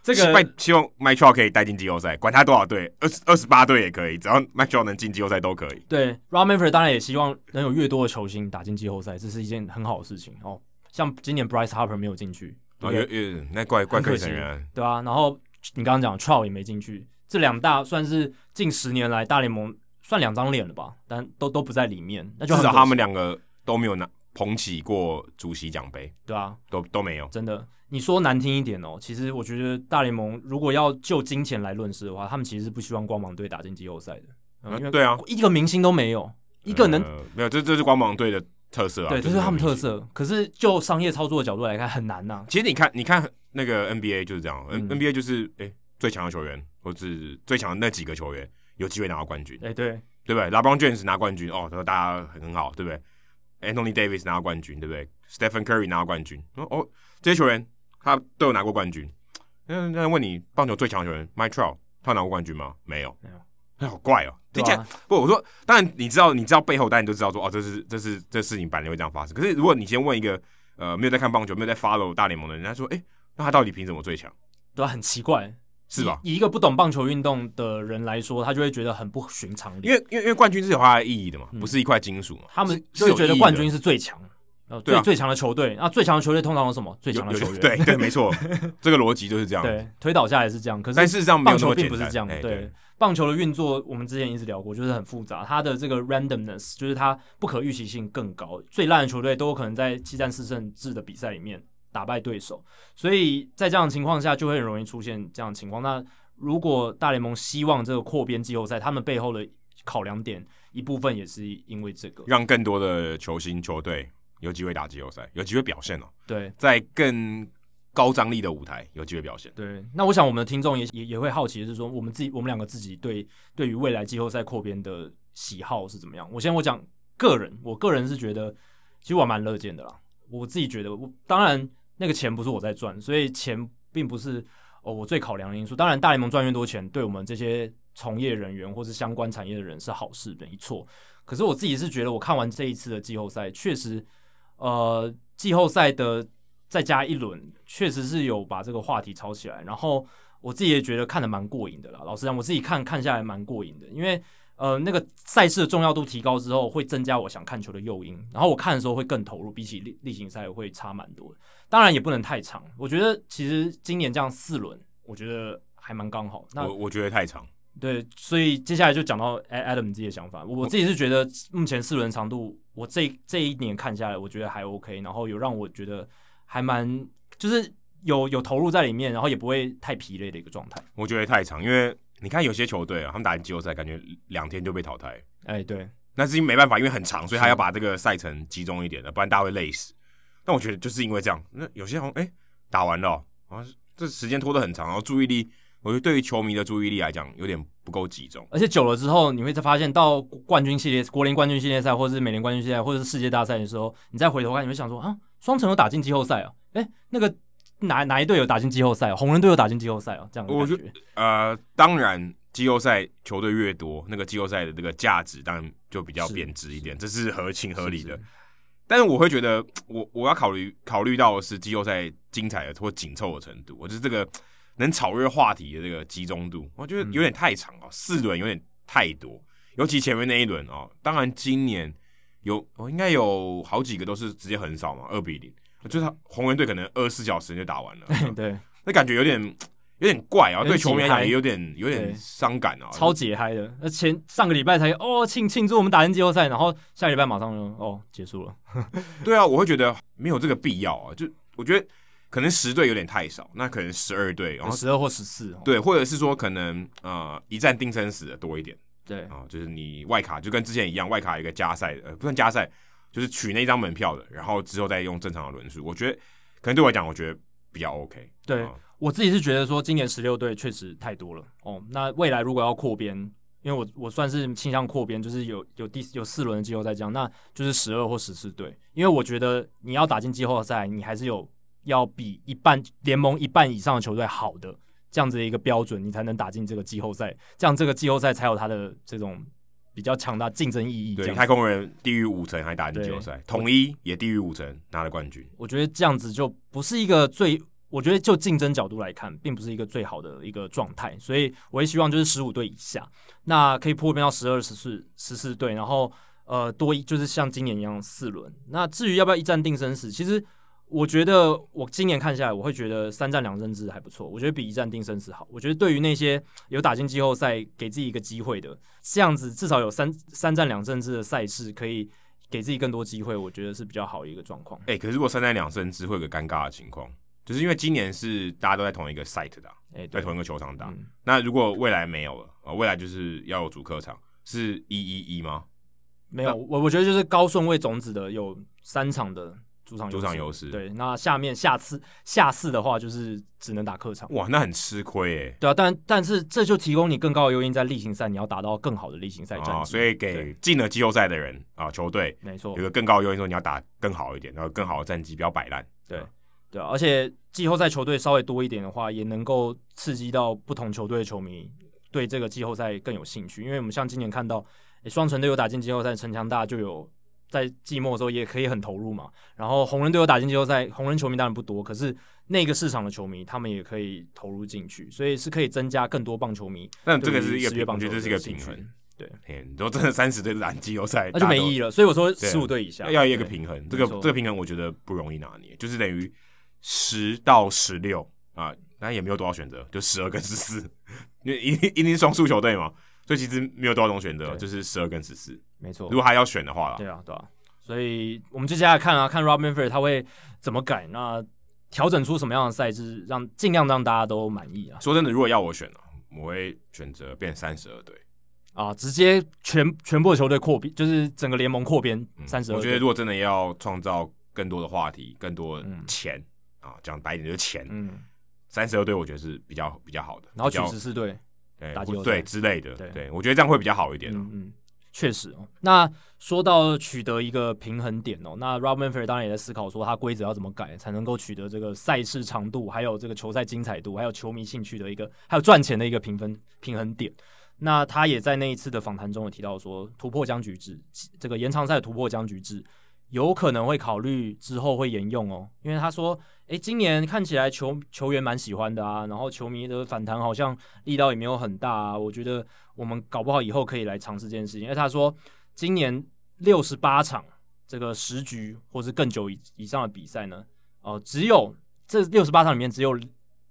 Speaker 1: 这
Speaker 2: 希
Speaker 1: 个
Speaker 2: 望希望 Mytro 可以带进季后赛，管他多少队，二十二十八队也可以，只要 Mytro 能进季后赛都可以。
Speaker 1: 对 r o m a n f o r d 当然也希望能有越多的球星打进季后赛，这是一件很好的事情哦。像今年 Bryce Harper 没有进去，对不
Speaker 2: 哦，
Speaker 1: 对
Speaker 2: 有有那怪怪
Speaker 1: 很可
Speaker 2: 费城
Speaker 1: 惜
Speaker 2: 人，
Speaker 1: 对啊，然后你刚刚讲 Trout 也没进去，这两大算是近十年来大联盟算两张脸了吧，但都都不在里面，那就
Speaker 2: 至
Speaker 1: 很
Speaker 2: 少
Speaker 1: 可惜
Speaker 2: 他们两个都没有拿捧起过主席奖杯，
Speaker 1: 对啊，
Speaker 2: 都都没有。
Speaker 1: 真的，你说难听一点哦，其实我觉得大联盟如果要就金钱来论事的话，他们其实是不希望光芒队打进季后赛的，嗯
Speaker 2: 呃
Speaker 1: 因为
Speaker 2: 对啊，
Speaker 1: 一个明星都没有，一个能、
Speaker 2: 呃没有，这这是光芒队的特色啊，
Speaker 1: 对，这是他们特
Speaker 2: 明星。
Speaker 1: 色。可是就商业操作的角度来看，很难呐、
Speaker 2: 其实你看，你看那个 NBA 就是这样、n
Speaker 1: 嗯
Speaker 2: n b a 就是哎、诶最强的球员或是最强的那几个球员有机会拿到冠军，
Speaker 1: 哎、对，
Speaker 2: 对不对？LeBron James 拿冠军哦，他说大家很很好，对不对？Anthony Davis 拿到冠军，对不对？Stephen Curry 拿到冠军，哦哦，这些球员他都有拿过冠军。那那问你，棒球最强的球员 Mike Trout 他有拿过冠军吗？没有，
Speaker 1: 没有，
Speaker 2: 那好怪哦，
Speaker 1: 对
Speaker 2: 听起来
Speaker 1: 啊，
Speaker 2: 不，我说，当然你知道，你知道背后，当然你都知道说，哦，这是这是这事情本来会这样发生。可是如果你先问一个呃没有在看棒球、没有在 follow 大联盟的人，他说，哎、那他到底凭什么最强？
Speaker 1: 对啊，很奇怪。
Speaker 2: 是吧？
Speaker 1: 以以一个不懂棒球运动的人来说，他就会觉得很不寻常。
Speaker 2: 因为因为因为冠军是有它的意义的嘛，
Speaker 1: 嗯
Speaker 2: 不是一块金属嘛。
Speaker 1: 他们
Speaker 2: 是
Speaker 1: 就会觉得冠军
Speaker 2: 是
Speaker 1: 是最强，呃，
Speaker 2: 对
Speaker 1: 最
Speaker 2: 啊
Speaker 1: 最强的球队。那最强的球队通常有什么？最
Speaker 2: 有
Speaker 1: 强
Speaker 2: 意
Speaker 1: 的
Speaker 2: 义的
Speaker 1: 球
Speaker 2: 有有
Speaker 1: 员。
Speaker 2: 对对，没错，这个逻辑就是这样。
Speaker 1: 对，推倒下来是这样，可
Speaker 2: 但
Speaker 1: 是
Speaker 2: 事实上没有
Speaker 1: 棒
Speaker 2: 那
Speaker 1: 球
Speaker 2: 么
Speaker 1: 并
Speaker 2: 简
Speaker 1: 不是
Speaker 2: 单。
Speaker 1: 这样。
Speaker 2: 哎
Speaker 1: 对，，棒球的运作我们之前一直聊过，就是很复杂，它的这个 randomness 就是它不可预期性更高。最烂的球队都有可能在七战四胜制的比赛里面打败对手，所以在这样的情况下就会很容易出现这样的情况。那如果大联盟希望这个扩编季后赛，他们背后的考量点一部分也是因为这个。
Speaker 2: 让更多的球星球队有机会打季后赛，有机会表现哦，
Speaker 1: 对，
Speaker 2: 在更高张力的舞台有机会表现。
Speaker 1: 对，那我想我们的听众也也也会好奇，是说我们自己我们两个自己对对于未来季后赛扩编的喜好是怎么样？我先我讲个人，我个人是觉得其实我还蛮乐见的啦。我自己觉得，我当然那个钱不是我在赚，所以钱并不是哦我最考量的因素。当然，大联盟赚越多钱，对我们这些从业人员或是相关产业的人是好事，没错。可是我自己是觉得，我看完这一次的季后赛，确实，呃，季后赛的再加一轮，确实是有把这个话题炒起来。然后我自己也觉得看的蛮过瘾的啦。老实讲，我自己看看下来蛮过瘾的，因为呃，那个赛事的重要度提高之后，会增加我想看球的诱因，然后我看的时候会更投入，比起例例行赛会差蛮多的。当然也不能太长，我觉得其实今年这样四轮，我觉得还蛮刚好。那
Speaker 2: 我我觉得太长。
Speaker 1: 对，所以接下来就讲到 A- Adam 自己的想法。我自己是觉得目前四轮长度，我这这一年看下来，我觉得还 OK，然后有让我觉得还蛮就是有有投入在里面，然后也不会太疲累的一个状态。
Speaker 2: 我觉得太长，因为你看有些球队啊，他们打完季后赛感觉两天就被淘汰，
Speaker 1: 哎，对，
Speaker 2: 那是因为没办法，因为很长，所以他要把这个赛程集中一点的，不然大家会累死。但我觉得就是因为这样，那有些好像哎、打完了哦、好像这时间拖得很长，然后注意力，我觉得对于球迷的注意力来讲有点不够集中。
Speaker 1: 而且久了之后，你会发现到冠军系列、国联冠军系列赛，或者是美联冠军系列赛，或者是世界大赛的时候，你再回头看，你会想说啊，双城有打进季后赛啊，哎，那个哪哪一队有打进季后赛、啊？红人队有打进季后赛啊？这样的
Speaker 2: 我
Speaker 1: 感
Speaker 2: 觉
Speaker 1: 觉，
Speaker 2: 呃，当然季后赛球队越多，那个季后赛的这个价值当然就比较贬值一点，这是合情合理的。
Speaker 1: 是是
Speaker 2: 但是我会觉得，我我要考虑考虑到的是季后赛精彩的或紧凑的程度，我就是这个能超越话题的这个集中度，我觉得有点太长
Speaker 1: 嗯
Speaker 2: 哦，四轮有点太多，尤其前面那一轮哦。当然今年有哦，应该有好几个都是直接横扫嘛，二比零，就是他红人队可能二十四小时就打完了，
Speaker 1: 对，
Speaker 2: 那感觉有点有点怪啊，
Speaker 1: 有点
Speaker 2: 对球迷来
Speaker 1: 紧
Speaker 2: 讲
Speaker 1: 嗨
Speaker 2: 也有点有点
Speaker 1: 对
Speaker 2: 伤感啊，
Speaker 1: 超解嗨的。那前上个礼拜才哦庆庆祝我们打进季后赛，然后下礼拜马上就哦结束了。
Speaker 2: 对啊，我会觉得没有这个必要啊，就我觉得可能十队有点太少，那可能十二队，然后
Speaker 1: 十二或十四，哦
Speaker 2: 对，或者是说可能呃一战定生死的多一点
Speaker 1: 对
Speaker 2: 啊、就是你外卡就跟之前一样，外卡有一个加赛，呃，不算加赛，就是取那张门票的，然后之后再用正常的轮数。我觉得可能对我来讲，我觉得比较 OK
Speaker 1: 对
Speaker 2: 啊
Speaker 1: 我自己是觉得说今年十六队确实太多了哦。那未来如果要扩编，因为我我算是倾向扩编，就是有有第有四轮的季后赛这样，那就是十二或十四队，因为我觉得你要打进季后赛，你还是有要比一半联盟一半以上的球队好的。这样子的一个标准，你才能打进这个季后赛，这样这个季后赛才有它的这种比较强大竞争意义。这
Speaker 2: 对，
Speaker 1: 样子
Speaker 2: 太空人低于五成还打进季后
Speaker 1: 对
Speaker 2: 赛，统一也低于五成拿了冠军。
Speaker 1: 我觉得这样子就不是一个最，我觉得就竞争角度来看，并不是一个最好的一个状态，所以我也希望就是十五队以下，那可以破变到十二、十四、十四队，然后呃多一就是像今年一样四轮。那至于要不要一战定生死，其实我觉得我今年看下来，我会觉得三战两胜制还不错，我觉得比一战定生死好。我觉得对于那些有打进季后赛给自己一个机会的，这样子至少有三三战两胜制的赛事可以。给自己更多机会，我觉得是比较好的一个状况。
Speaker 2: 哎、可是如果三战两胜制，会有个尴尬的情况，就是因为今年是大家都在同一个 site 打，
Speaker 1: 哎、
Speaker 2: 在
Speaker 1: 对，
Speaker 2: 同一个球场打。
Speaker 1: 嗯
Speaker 2: 那如果未来没有了啊、未来就是要有主客场，是一一一吗？
Speaker 1: 没有，我我觉得就是高顺位种子的有三场的主场
Speaker 2: 主场优势
Speaker 1: 对，那下面下次下次的话就是只能打客场。
Speaker 2: 哇，那很吃亏哎、
Speaker 1: 对啊，但但是这就提供你更高的诱因，在例行赛你要达到更好的例行赛战
Speaker 2: 啊，
Speaker 1: 绩，
Speaker 2: 所以给
Speaker 1: 对
Speaker 2: 进了季后赛的人啊，球队
Speaker 1: 没错
Speaker 2: 有一，个更高的优因，说你要打更好一点，然后更好的战绩，不要摆烂。
Speaker 1: 对
Speaker 2: 啊
Speaker 1: 对啊，而且季后赛球队稍微多一点的话，也能够刺激到不同球队的球迷对这个季后赛更有兴趣，因为我们像今年看到，诶双城队有打进季后赛，城墙大就有在季末的时候也可以很投入嘛。然后红人队有打进季后赛，红人球迷当然不多，可是那个市场的球迷他们也可以投入进去，所以是可以增加更多棒球迷。
Speaker 2: 但这个是一个
Speaker 1: 职业
Speaker 2: 平，
Speaker 1: 棒
Speaker 2: 我觉
Speaker 1: 球
Speaker 2: 得这是一
Speaker 1: 的
Speaker 2: 个
Speaker 1: 兴
Speaker 2: 平
Speaker 1: 趣
Speaker 2: 衡。，
Speaker 1: 对，
Speaker 2: 哎你说真的三十队打季后赛，
Speaker 1: 那就没
Speaker 2: 义。
Speaker 1: 意义了。所以我说
Speaker 2: 对啊
Speaker 1: 十五队以下
Speaker 2: 要有一个
Speaker 1: 对
Speaker 2: 平衡，这
Speaker 1: 没
Speaker 2: 个
Speaker 1: 错
Speaker 2: 这个平衡我觉得不容易拿捏，就是等于十到十六啊，当然也没有多少选择，就十二跟十四，因为一定一定是双数球队嘛，所以其实没有多少种选择，
Speaker 1: 对
Speaker 2: 就是十二跟十四。
Speaker 1: 没错
Speaker 2: 如。果还要选的话啦，
Speaker 1: 对啊，对啊，所以我们接下来看啊，看 Rob Manfred 他会怎么改，那调整出什么样的赛制，让尽量让大家都满意啊
Speaker 2: 说真的，如果要我选啊，我会选择变三十二队。
Speaker 1: 啊！直接全全部的球队扩编，就是整个联盟扩编
Speaker 2: 嗯
Speaker 1: 三十二。
Speaker 2: 我觉得如果真的要创造更多的话题，更多
Speaker 1: 嗯
Speaker 2: 钱、啊，讲白一点就是钱，
Speaker 1: 嗯，
Speaker 2: 三十二队我觉得是比较比较好的，
Speaker 1: 然后取
Speaker 2: 比较
Speaker 1: 十四队，
Speaker 2: 对
Speaker 1: 打季后赛
Speaker 2: 对之类的，
Speaker 1: 对
Speaker 2: 对我觉得这样会比较好一点啊。
Speaker 1: 嗯嗯，确实哦。那说到取得一个平衡点哦，那 Rob Manfred 当然也在思考说，他规则要怎么改才能够取得这个赛事长度，还有这个球赛精彩度，还有球迷兴趣的一个，还有赚钱的一个平分平衡点。那他也在那一次的访谈中有提到说，突破僵局制，这个延长赛突破僵局制有可能会考虑之后会沿用哦，因为他说，诶，今年看起来球球员蛮喜欢的啊，然后球迷的反弹好像力道也没有很大啊，我觉得我们搞不好以后可以来尝试这件事情。因为他说，今年六十八场这个十局或是更久以以上的比赛呢，哦、只有这六十八场里面只有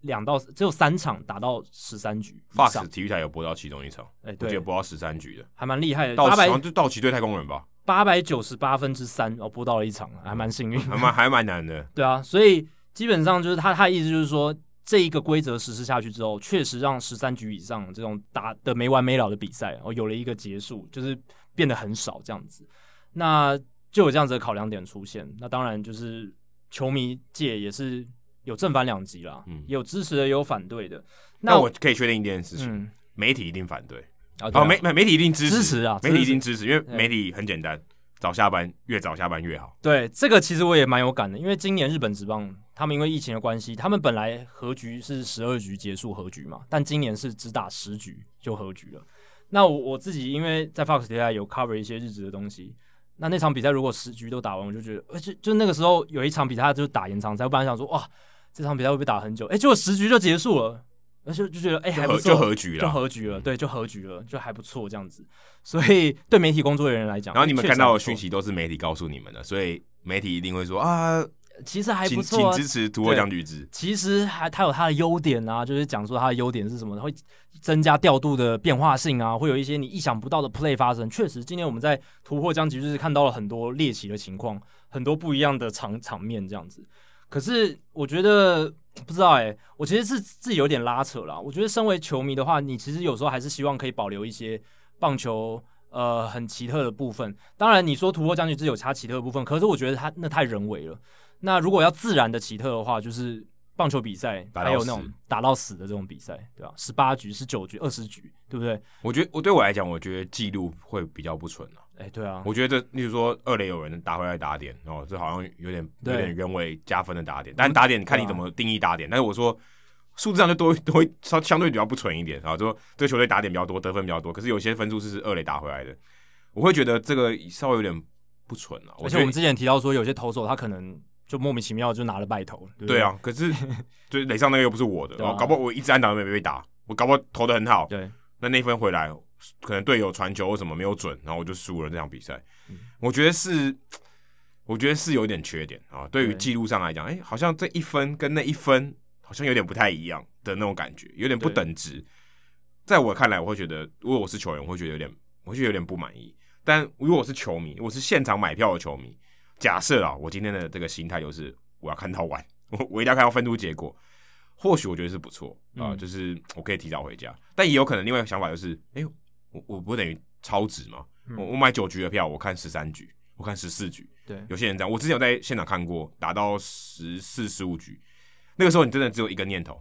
Speaker 1: 两到只有三场打到十三局以上
Speaker 2: Fox，体育台有播到其中一场，
Speaker 1: 哎，
Speaker 2: 我记
Speaker 1: 对
Speaker 2: 得，播到十三局的，
Speaker 1: 还蛮厉害的，
Speaker 2: 道
Speaker 1: 八
Speaker 2: 奇好
Speaker 1: 百
Speaker 2: 像就道奇对太空人吧，
Speaker 1: 八百九十八分之三，哦，播到了一场，还蛮幸运的。
Speaker 2: 还蛮 还蛮难的。
Speaker 1: 对啊，所以基本上就是他他的意思就是说，这一个规则实施下去之后，确实让十三局以上这种打的没完没了的比赛哦有了一个结束，就是变得很少这样子。那就有这样子的考量点出现。那当然就是球迷界也是有正反两极啦，
Speaker 2: 嗯
Speaker 1: 也有支持的，也有反对的。那
Speaker 2: 那我可以确定一件事情，
Speaker 1: 嗯
Speaker 2: 媒体一定反对，
Speaker 1: 啊对啊
Speaker 2: 哦，媒媒媒体一定支
Speaker 1: 支持啊
Speaker 2: 媒体一
Speaker 1: 支持
Speaker 2: 定支持，因为
Speaker 1: 对啊
Speaker 2: 媒体很简单，早下班越早下班越好。
Speaker 1: 对这个其实我也蛮有感的，因为今年日本职棒他们因为疫情的关系，他们本来和局是十二局结束和局嘛，但今年是只打十局就和局了。那我我自己因为在 Fox 底下有 cover 一些日职的东西，那那场比赛如果十局都打完，我就觉得，呃就就那个时候有一场比赛就是打延长赛，我本来想说哇这场比赛会不会打很久，哎、结果十局就结束了，而且就觉得哎、还
Speaker 2: 就
Speaker 1: 不
Speaker 2: 和
Speaker 1: 错，
Speaker 2: 就和局
Speaker 1: 就
Speaker 2: 了。
Speaker 1: 和局了，对，就和局了，就还不错这样子。所以对媒体工作人员来讲，
Speaker 2: 然后你们
Speaker 1: 确实
Speaker 2: 看到
Speaker 1: 还
Speaker 2: 的
Speaker 1: 不错
Speaker 2: 讯，息都是媒体告诉你们的，所以媒体一定会说啊，
Speaker 1: 其实还
Speaker 2: 请
Speaker 1: 不
Speaker 2: 请
Speaker 1: 错、啊，
Speaker 2: 支持土味酱橘子。
Speaker 1: 其实还它有它的优点啊，就是讲说它的优点是什么，会增加调度的变化性啊，会有一些你意想不到的 play 发生。确实，今天我们在突破僵局就是看到了很多猎奇的情况，很多不一样的场场面这样子。可是我觉得不知道哎、我其实是自己有点拉扯啦。我觉得身为球迷的话，你其实有时候还是希望可以保留一些棒球呃很奇特的部分。当然，你说突破僵局是有它奇特的部分，可是我觉得它那太人为了。那如果要自然的奇特的话，就是棒球比赛
Speaker 2: 打到
Speaker 1: 还有那
Speaker 2: 死
Speaker 1: 种打到死的这种比赛，对吧、十八局、十九局、二十局，对不对？
Speaker 2: 我觉得我对我来讲，我觉得记录会比较不纯啊。
Speaker 1: 哎、对啊，
Speaker 2: 我觉得这，例如说二垒有人打回来打点，哦，这好像有点有
Speaker 1: 对
Speaker 2: 点人为加分的打点，但打点看你
Speaker 1: 对啊
Speaker 2: 怎么定义打点。但是我说数字上就多多相相对比较不纯一点啊，就说这个球队打点比较多，得分比较多，可是有些分数是二垒打回来的，我会觉得这个稍微有点不纯啊。
Speaker 1: 而
Speaker 2: 觉
Speaker 1: 且
Speaker 2: 得
Speaker 1: 我们之前提到说，有些投手他可能就莫名其妙就拿了败投，对不
Speaker 2: 对，啊，可是对垒上那个又不是我的，
Speaker 1: 对啊
Speaker 2: 然后搞不好我一直按打都没被打，我搞不好投的很好，
Speaker 1: 对，
Speaker 2: 那那一分回来，可能队友传球或什么没有准，然后我就输了这场比赛。
Speaker 1: 嗯
Speaker 2: 我觉得是，我觉得是有点缺点啊。对于
Speaker 1: 对
Speaker 2: 记录上来讲，哎、好像这一分跟那一分好像有点不太一样的那种感觉，有点不
Speaker 1: 对
Speaker 2: 等值。在我看来，我会觉得，如果我是球员，我会觉得有点，我会觉得有点不满意。但如果我是球迷，我是现场买票的球迷，假设啊，我今天的这个心态就是我要看到完，我我一定要看到分出结果。或许我觉得是不错啊、
Speaker 1: 嗯
Speaker 2: 就是我可以提早回家，但也有可能另外一个想法就是，哎、呦，我我不等于超值吗？
Speaker 1: 嗯
Speaker 2: 我我买九局的票，我看十三局，我看十四局，
Speaker 1: 对，
Speaker 2: 有些人这样，我之前有在现场看过，打到十四十五局，那个时候你真的只有一个念头，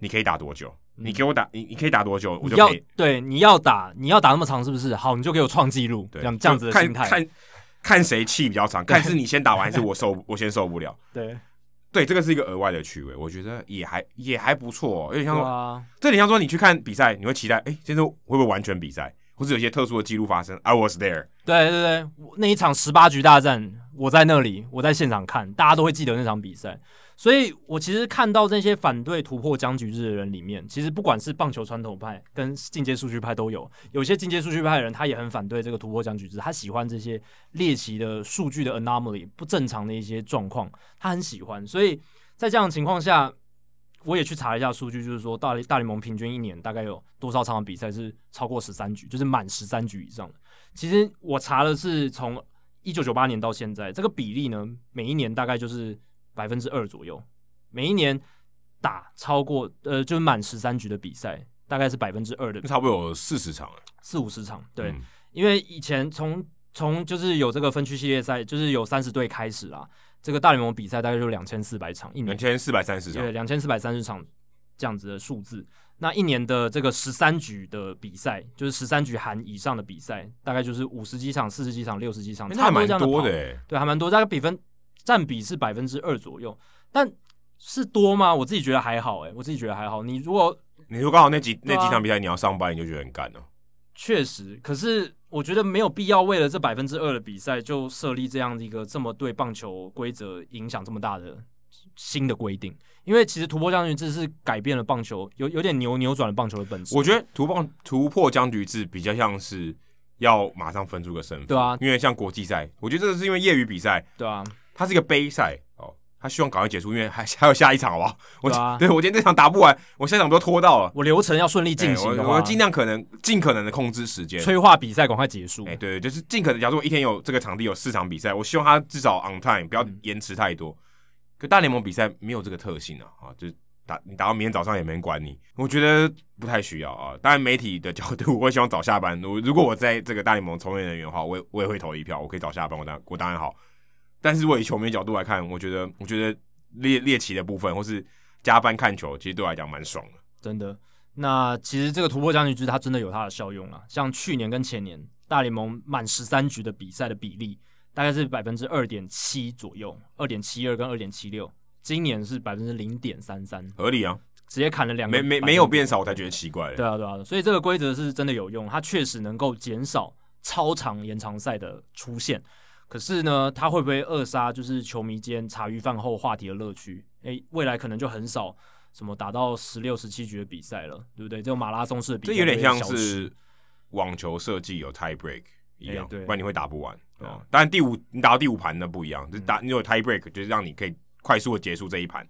Speaker 2: 你可以打多久？
Speaker 1: 嗯
Speaker 2: 你给我打，你你可以打多久？我
Speaker 1: 你
Speaker 2: 就
Speaker 1: 要
Speaker 2: 可以
Speaker 1: 对你要打你要打那么长是不是？好，你就给我创纪录，这
Speaker 2: 对
Speaker 1: 样这样子的
Speaker 2: 就看
Speaker 1: 心态，
Speaker 2: 看看谁气比较长，看是你先打完还是我受我先受不了。
Speaker 1: 对，
Speaker 2: 对，这个是一个额外的趣味，我觉得也还也还不错、哦，有点像
Speaker 1: 对
Speaker 2: 说
Speaker 1: 啊，
Speaker 2: 这点像说你去看比赛，你会期待，哎、今天会不会完全比赛，或是有一些特殊的记录发生？I was there，
Speaker 1: 对对对，我那一场十八局大战，我在那里，我在现场看，大家都会记得那场比赛。所以我其实看到这些反对突破僵局日的人里面，其实不管是棒球传统派跟进阶数据派都有，有些进阶数据派的人他也很反对这个突破僵局制，他喜欢这些猎奇的数据的 anomaly 不正常的一些状况，他很喜欢。所以在这样的情况下，我也去查一下数据，就是说大联大联盟平均一年大概有多少场的比赛是超过十三局，就是满十三局以上的。其实我查的是从一九九八年到现在，这个比例呢，每一年大概就是百分之二左右，每一年打超过呃就是满十三局的比赛，大概是百分之二的
Speaker 2: 那差不多有四十场了。
Speaker 1: 四五十场，对，
Speaker 2: 嗯
Speaker 1: 因为以前从从就是有这个分区系列赛，就是有三十队开始啦，这个大联盟比赛大概就两千四百场一
Speaker 2: 两
Speaker 1: 年，
Speaker 2: 千四百三十场
Speaker 1: 对，，两千四百三十场这样子的数字。那一年的这个十三局的比赛，就是十三局含以上的比赛，大概就是五十几场、四十几场、六十几场，
Speaker 2: 诶那
Speaker 1: 差
Speaker 2: 还
Speaker 1: 不多
Speaker 2: 蛮
Speaker 1: 这样的
Speaker 2: 多
Speaker 1: 跑
Speaker 2: 的、诶
Speaker 1: 对，还蛮多，大概比分占比是百分之二左右，但是多吗？我自己觉得还好、欸，我自己觉得还好。你如果
Speaker 2: 你说刚好那几那
Speaker 1: 对啊
Speaker 2: 哦几场比赛你要上班，你就觉得很干了、
Speaker 1: 确实，可是我觉得没有必要为了这百分之二的比赛就设立这样的一个这么对棒球规则影响这么大的新的规定，因为其实突破将军这是改变了棒球，有有点扭扭转了棒球的本质。
Speaker 2: 我觉得突破突破僵局制比较像是要马上分出个胜负，
Speaker 1: 对啊
Speaker 2: 因为像国际赛，我觉得这个是因为业余比赛，
Speaker 1: 对啊，
Speaker 2: 它是一个杯赛哦，他希望赶快结束，因为还 还有下一场，好不好？我
Speaker 1: 对啊
Speaker 2: 对我今天这场打不完，我下一场都拖到了，
Speaker 1: 我流程要顺利进
Speaker 2: 哎
Speaker 1: 行的
Speaker 2: 我
Speaker 1: 话，
Speaker 2: 我尽量可能尽可能的控制时间。
Speaker 1: 催化比赛赶快结束。
Speaker 2: 哎、对，就是尽可能。假如我一天有这个场地有四场比赛，我希望它至少 on time，不要延迟太多。可大联盟比赛没有这个特性啊，啊，就是打你打到明天早上也没人管你，我觉得不太需要啊。当然，媒体的角度，我也希望早下班。我如果我在这个大联盟从业人员的话，我也我也会投一票，我可以早下班，我当我当然好。但是，我以球迷角度来看，我觉得我觉得猎猎奇的部分，或是加班看球，其实对我来讲蛮爽的。
Speaker 1: 真的。那其实这个突破僵局制它真的有它的效用啊，像去年跟前年大联盟满十三局的比赛的比例大概是百分之二点七左右，二点七二跟二点七六，今年是百分之零点三三，
Speaker 2: 合理啊，
Speaker 1: 直接砍了两个
Speaker 2: 没没
Speaker 1: 百分
Speaker 2: 没有变少，我才觉得奇怪。
Speaker 1: 对啊对啊，所以这个规则是真的有用，它确实能够减少超长延长赛的出现。可是呢，它会不会扼杀就是球迷间茶余饭后话题的乐趣？诶、未来可能就很少什么打到十六、十七局的比赛了，对不对？这种马拉松式的比赛
Speaker 2: 这有点像
Speaker 1: 就会消失
Speaker 2: 是网球设计有 tie break 一样，
Speaker 1: 哎对
Speaker 2: 不然你会打不完。
Speaker 1: 对啊嗯
Speaker 2: 哦，当然第五你打到第五盘那不一样，就是打你有 tie break，就是让你可以快速的结束这一盘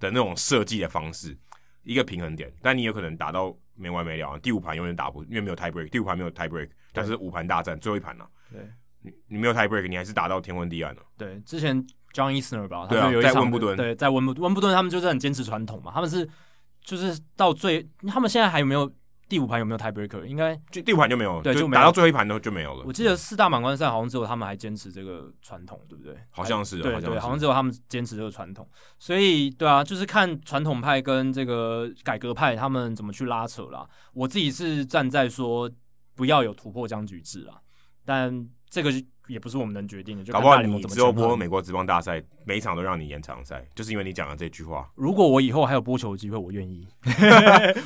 Speaker 2: 的那种设计的方式，一个平衡点。但你有可能打到没完没了，第五盘永远打不，因为没有 tie break，第五盘没有 tie break，但是五盘大战最后一盘了、啊
Speaker 1: 对
Speaker 2: 你你没有 tie break，你还是打到天昏地暗了、哦
Speaker 1: 对，之前 John Isner 吧，
Speaker 2: 对啊
Speaker 1: 他就有一
Speaker 2: 在
Speaker 1: 场
Speaker 2: 温布顿
Speaker 1: 对，在温布温布顿他们就是很坚持传统嘛，他们是就是到最，他们现在还有没有第五盘有没有 tiebreaker？应该
Speaker 2: 就第五盘就没有，
Speaker 1: 对就没有
Speaker 2: 打到最后一盘都就没有了。
Speaker 1: 我记得四大满贯赛好像只有他们还坚持这个传统，对不对？
Speaker 2: 好像是，
Speaker 1: 对
Speaker 2: 像
Speaker 1: 对，
Speaker 2: 是，
Speaker 1: 好像只有他们坚持这个传统，所以对啊，就是看传统派跟这个改革派他们怎么去拉扯啦。我自己是站在说不要有突破僵局制啦，但这个也不是我们能决定的，就
Speaker 2: 搞
Speaker 1: 看
Speaker 2: 不好
Speaker 1: 大联盟
Speaker 2: 你
Speaker 1: 怎么
Speaker 2: 之后
Speaker 1: 权衡
Speaker 2: 播美国职棒大赛，每一场都让你延长赛，就是因为你讲了这句话。
Speaker 1: 如果我以后还有播球的机会，我愿 意，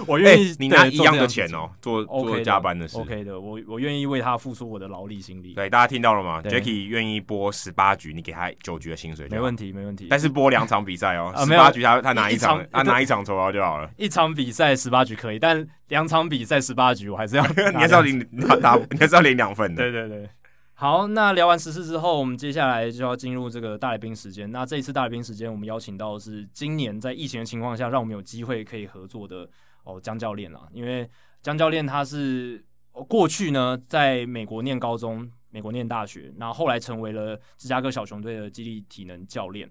Speaker 1: 我愿意、
Speaker 2: 欸你拿
Speaker 1: 对
Speaker 2: 一样的钱哦，，做
Speaker 1: 做这样的事情 OK
Speaker 2: 做
Speaker 1: 的
Speaker 2: 加班的事。
Speaker 1: ，OK 的，我我愿意为他付出我的劳力心力，
Speaker 2: 对，大家听到了吗
Speaker 1: 对
Speaker 2: ？Jacky 愿意播十八局，你给他九局的薪水就
Speaker 1: 没
Speaker 2: 好，
Speaker 1: 问题，没问题。
Speaker 2: 但是播两场比赛哦，
Speaker 1: 啊
Speaker 2: 十
Speaker 1: 没有
Speaker 2: 八局他他拿
Speaker 1: 一
Speaker 2: 一场
Speaker 1: 一，场
Speaker 2: 他拿一场酬劳就好了。
Speaker 1: 一场比赛十八局可以，但两场比赛十八局我还是 要 拿
Speaker 2: 你还是要领打打，你还是要领两份的。
Speaker 1: 对对对。好，那聊完时事之后，我们接下来就要进入这个大来宾时间。那这一次大来宾时间，我们邀请到的是今年在疫情的情况下，让我们有机会可以合作的哦，江教练啊。因为江教练他是哦过去呢在美国念高中，美国念大学，然后后来成为了芝加哥小熊队的激励体能教练。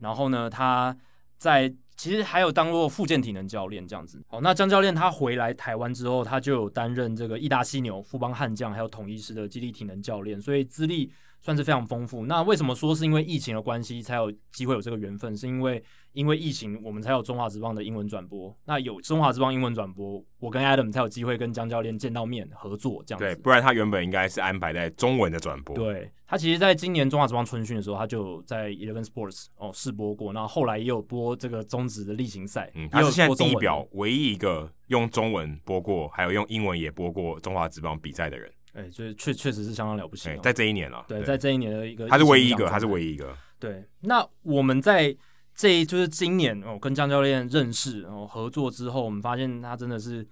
Speaker 1: 然后呢，他在其实还有当过复健体能教练这样子。好，那江教练他回来台湾之后，他就有担任这个义大犀牛、富邦悍将还有统一师的激励体能教练，所以资历算是非常丰富。那为什么说是因为疫情的关系才有机会有这个缘分？是因为因为疫情，我们才有中华职棒的英文转播。那有中华职棒英文转播，我跟 Adam 才有机会跟江教练见到面合作这样
Speaker 2: 对，
Speaker 1: 子。
Speaker 2: 不然他原本应该是安排在中文的转播。
Speaker 1: 对他其实在今年中华职棒春训的时候，他就有在 Eleven Sports 哦试播过，然后后来也有播这个中职的例行赛，
Speaker 2: 嗯，
Speaker 1: 也
Speaker 2: 他
Speaker 1: 有
Speaker 2: 是现在
Speaker 1: 播中
Speaker 2: 地
Speaker 1: 文
Speaker 2: 表唯一一个用中文播过，还有用英文也播过中华职棒比赛的人。
Speaker 1: 的，哎、所以确确实是相当了不起、
Speaker 2: 哎
Speaker 1: 哦，
Speaker 2: 在这一年了，
Speaker 1: 对，在这一年的一个，
Speaker 2: 他是唯一一个，他是
Speaker 1: 一
Speaker 2: 唯一一个。
Speaker 1: 对。那我们在这一就是今年哦，跟江教练认识哦合作之后，我们发现他真的是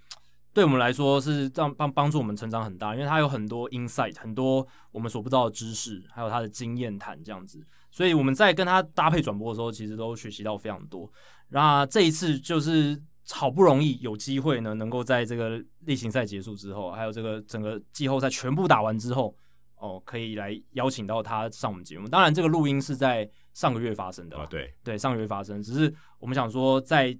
Speaker 1: 对我们来说是让帮帮助我们成长很大，因为他有很多 insight，很多我们所不知道的知识，还有他的经验谈这样子。所以我们在跟他搭配转播的时候，其实都学习到非常多。那这一次就是好不容易有机会呢，能够在这个例行赛结束之后，还有这个整个季后赛全部打完之后，哦，可以来邀请到他上我们节目。当然，这个录音是在上个月发生的啦
Speaker 2: 啊，对，
Speaker 1: 对，上个月发生，只是我们想说，在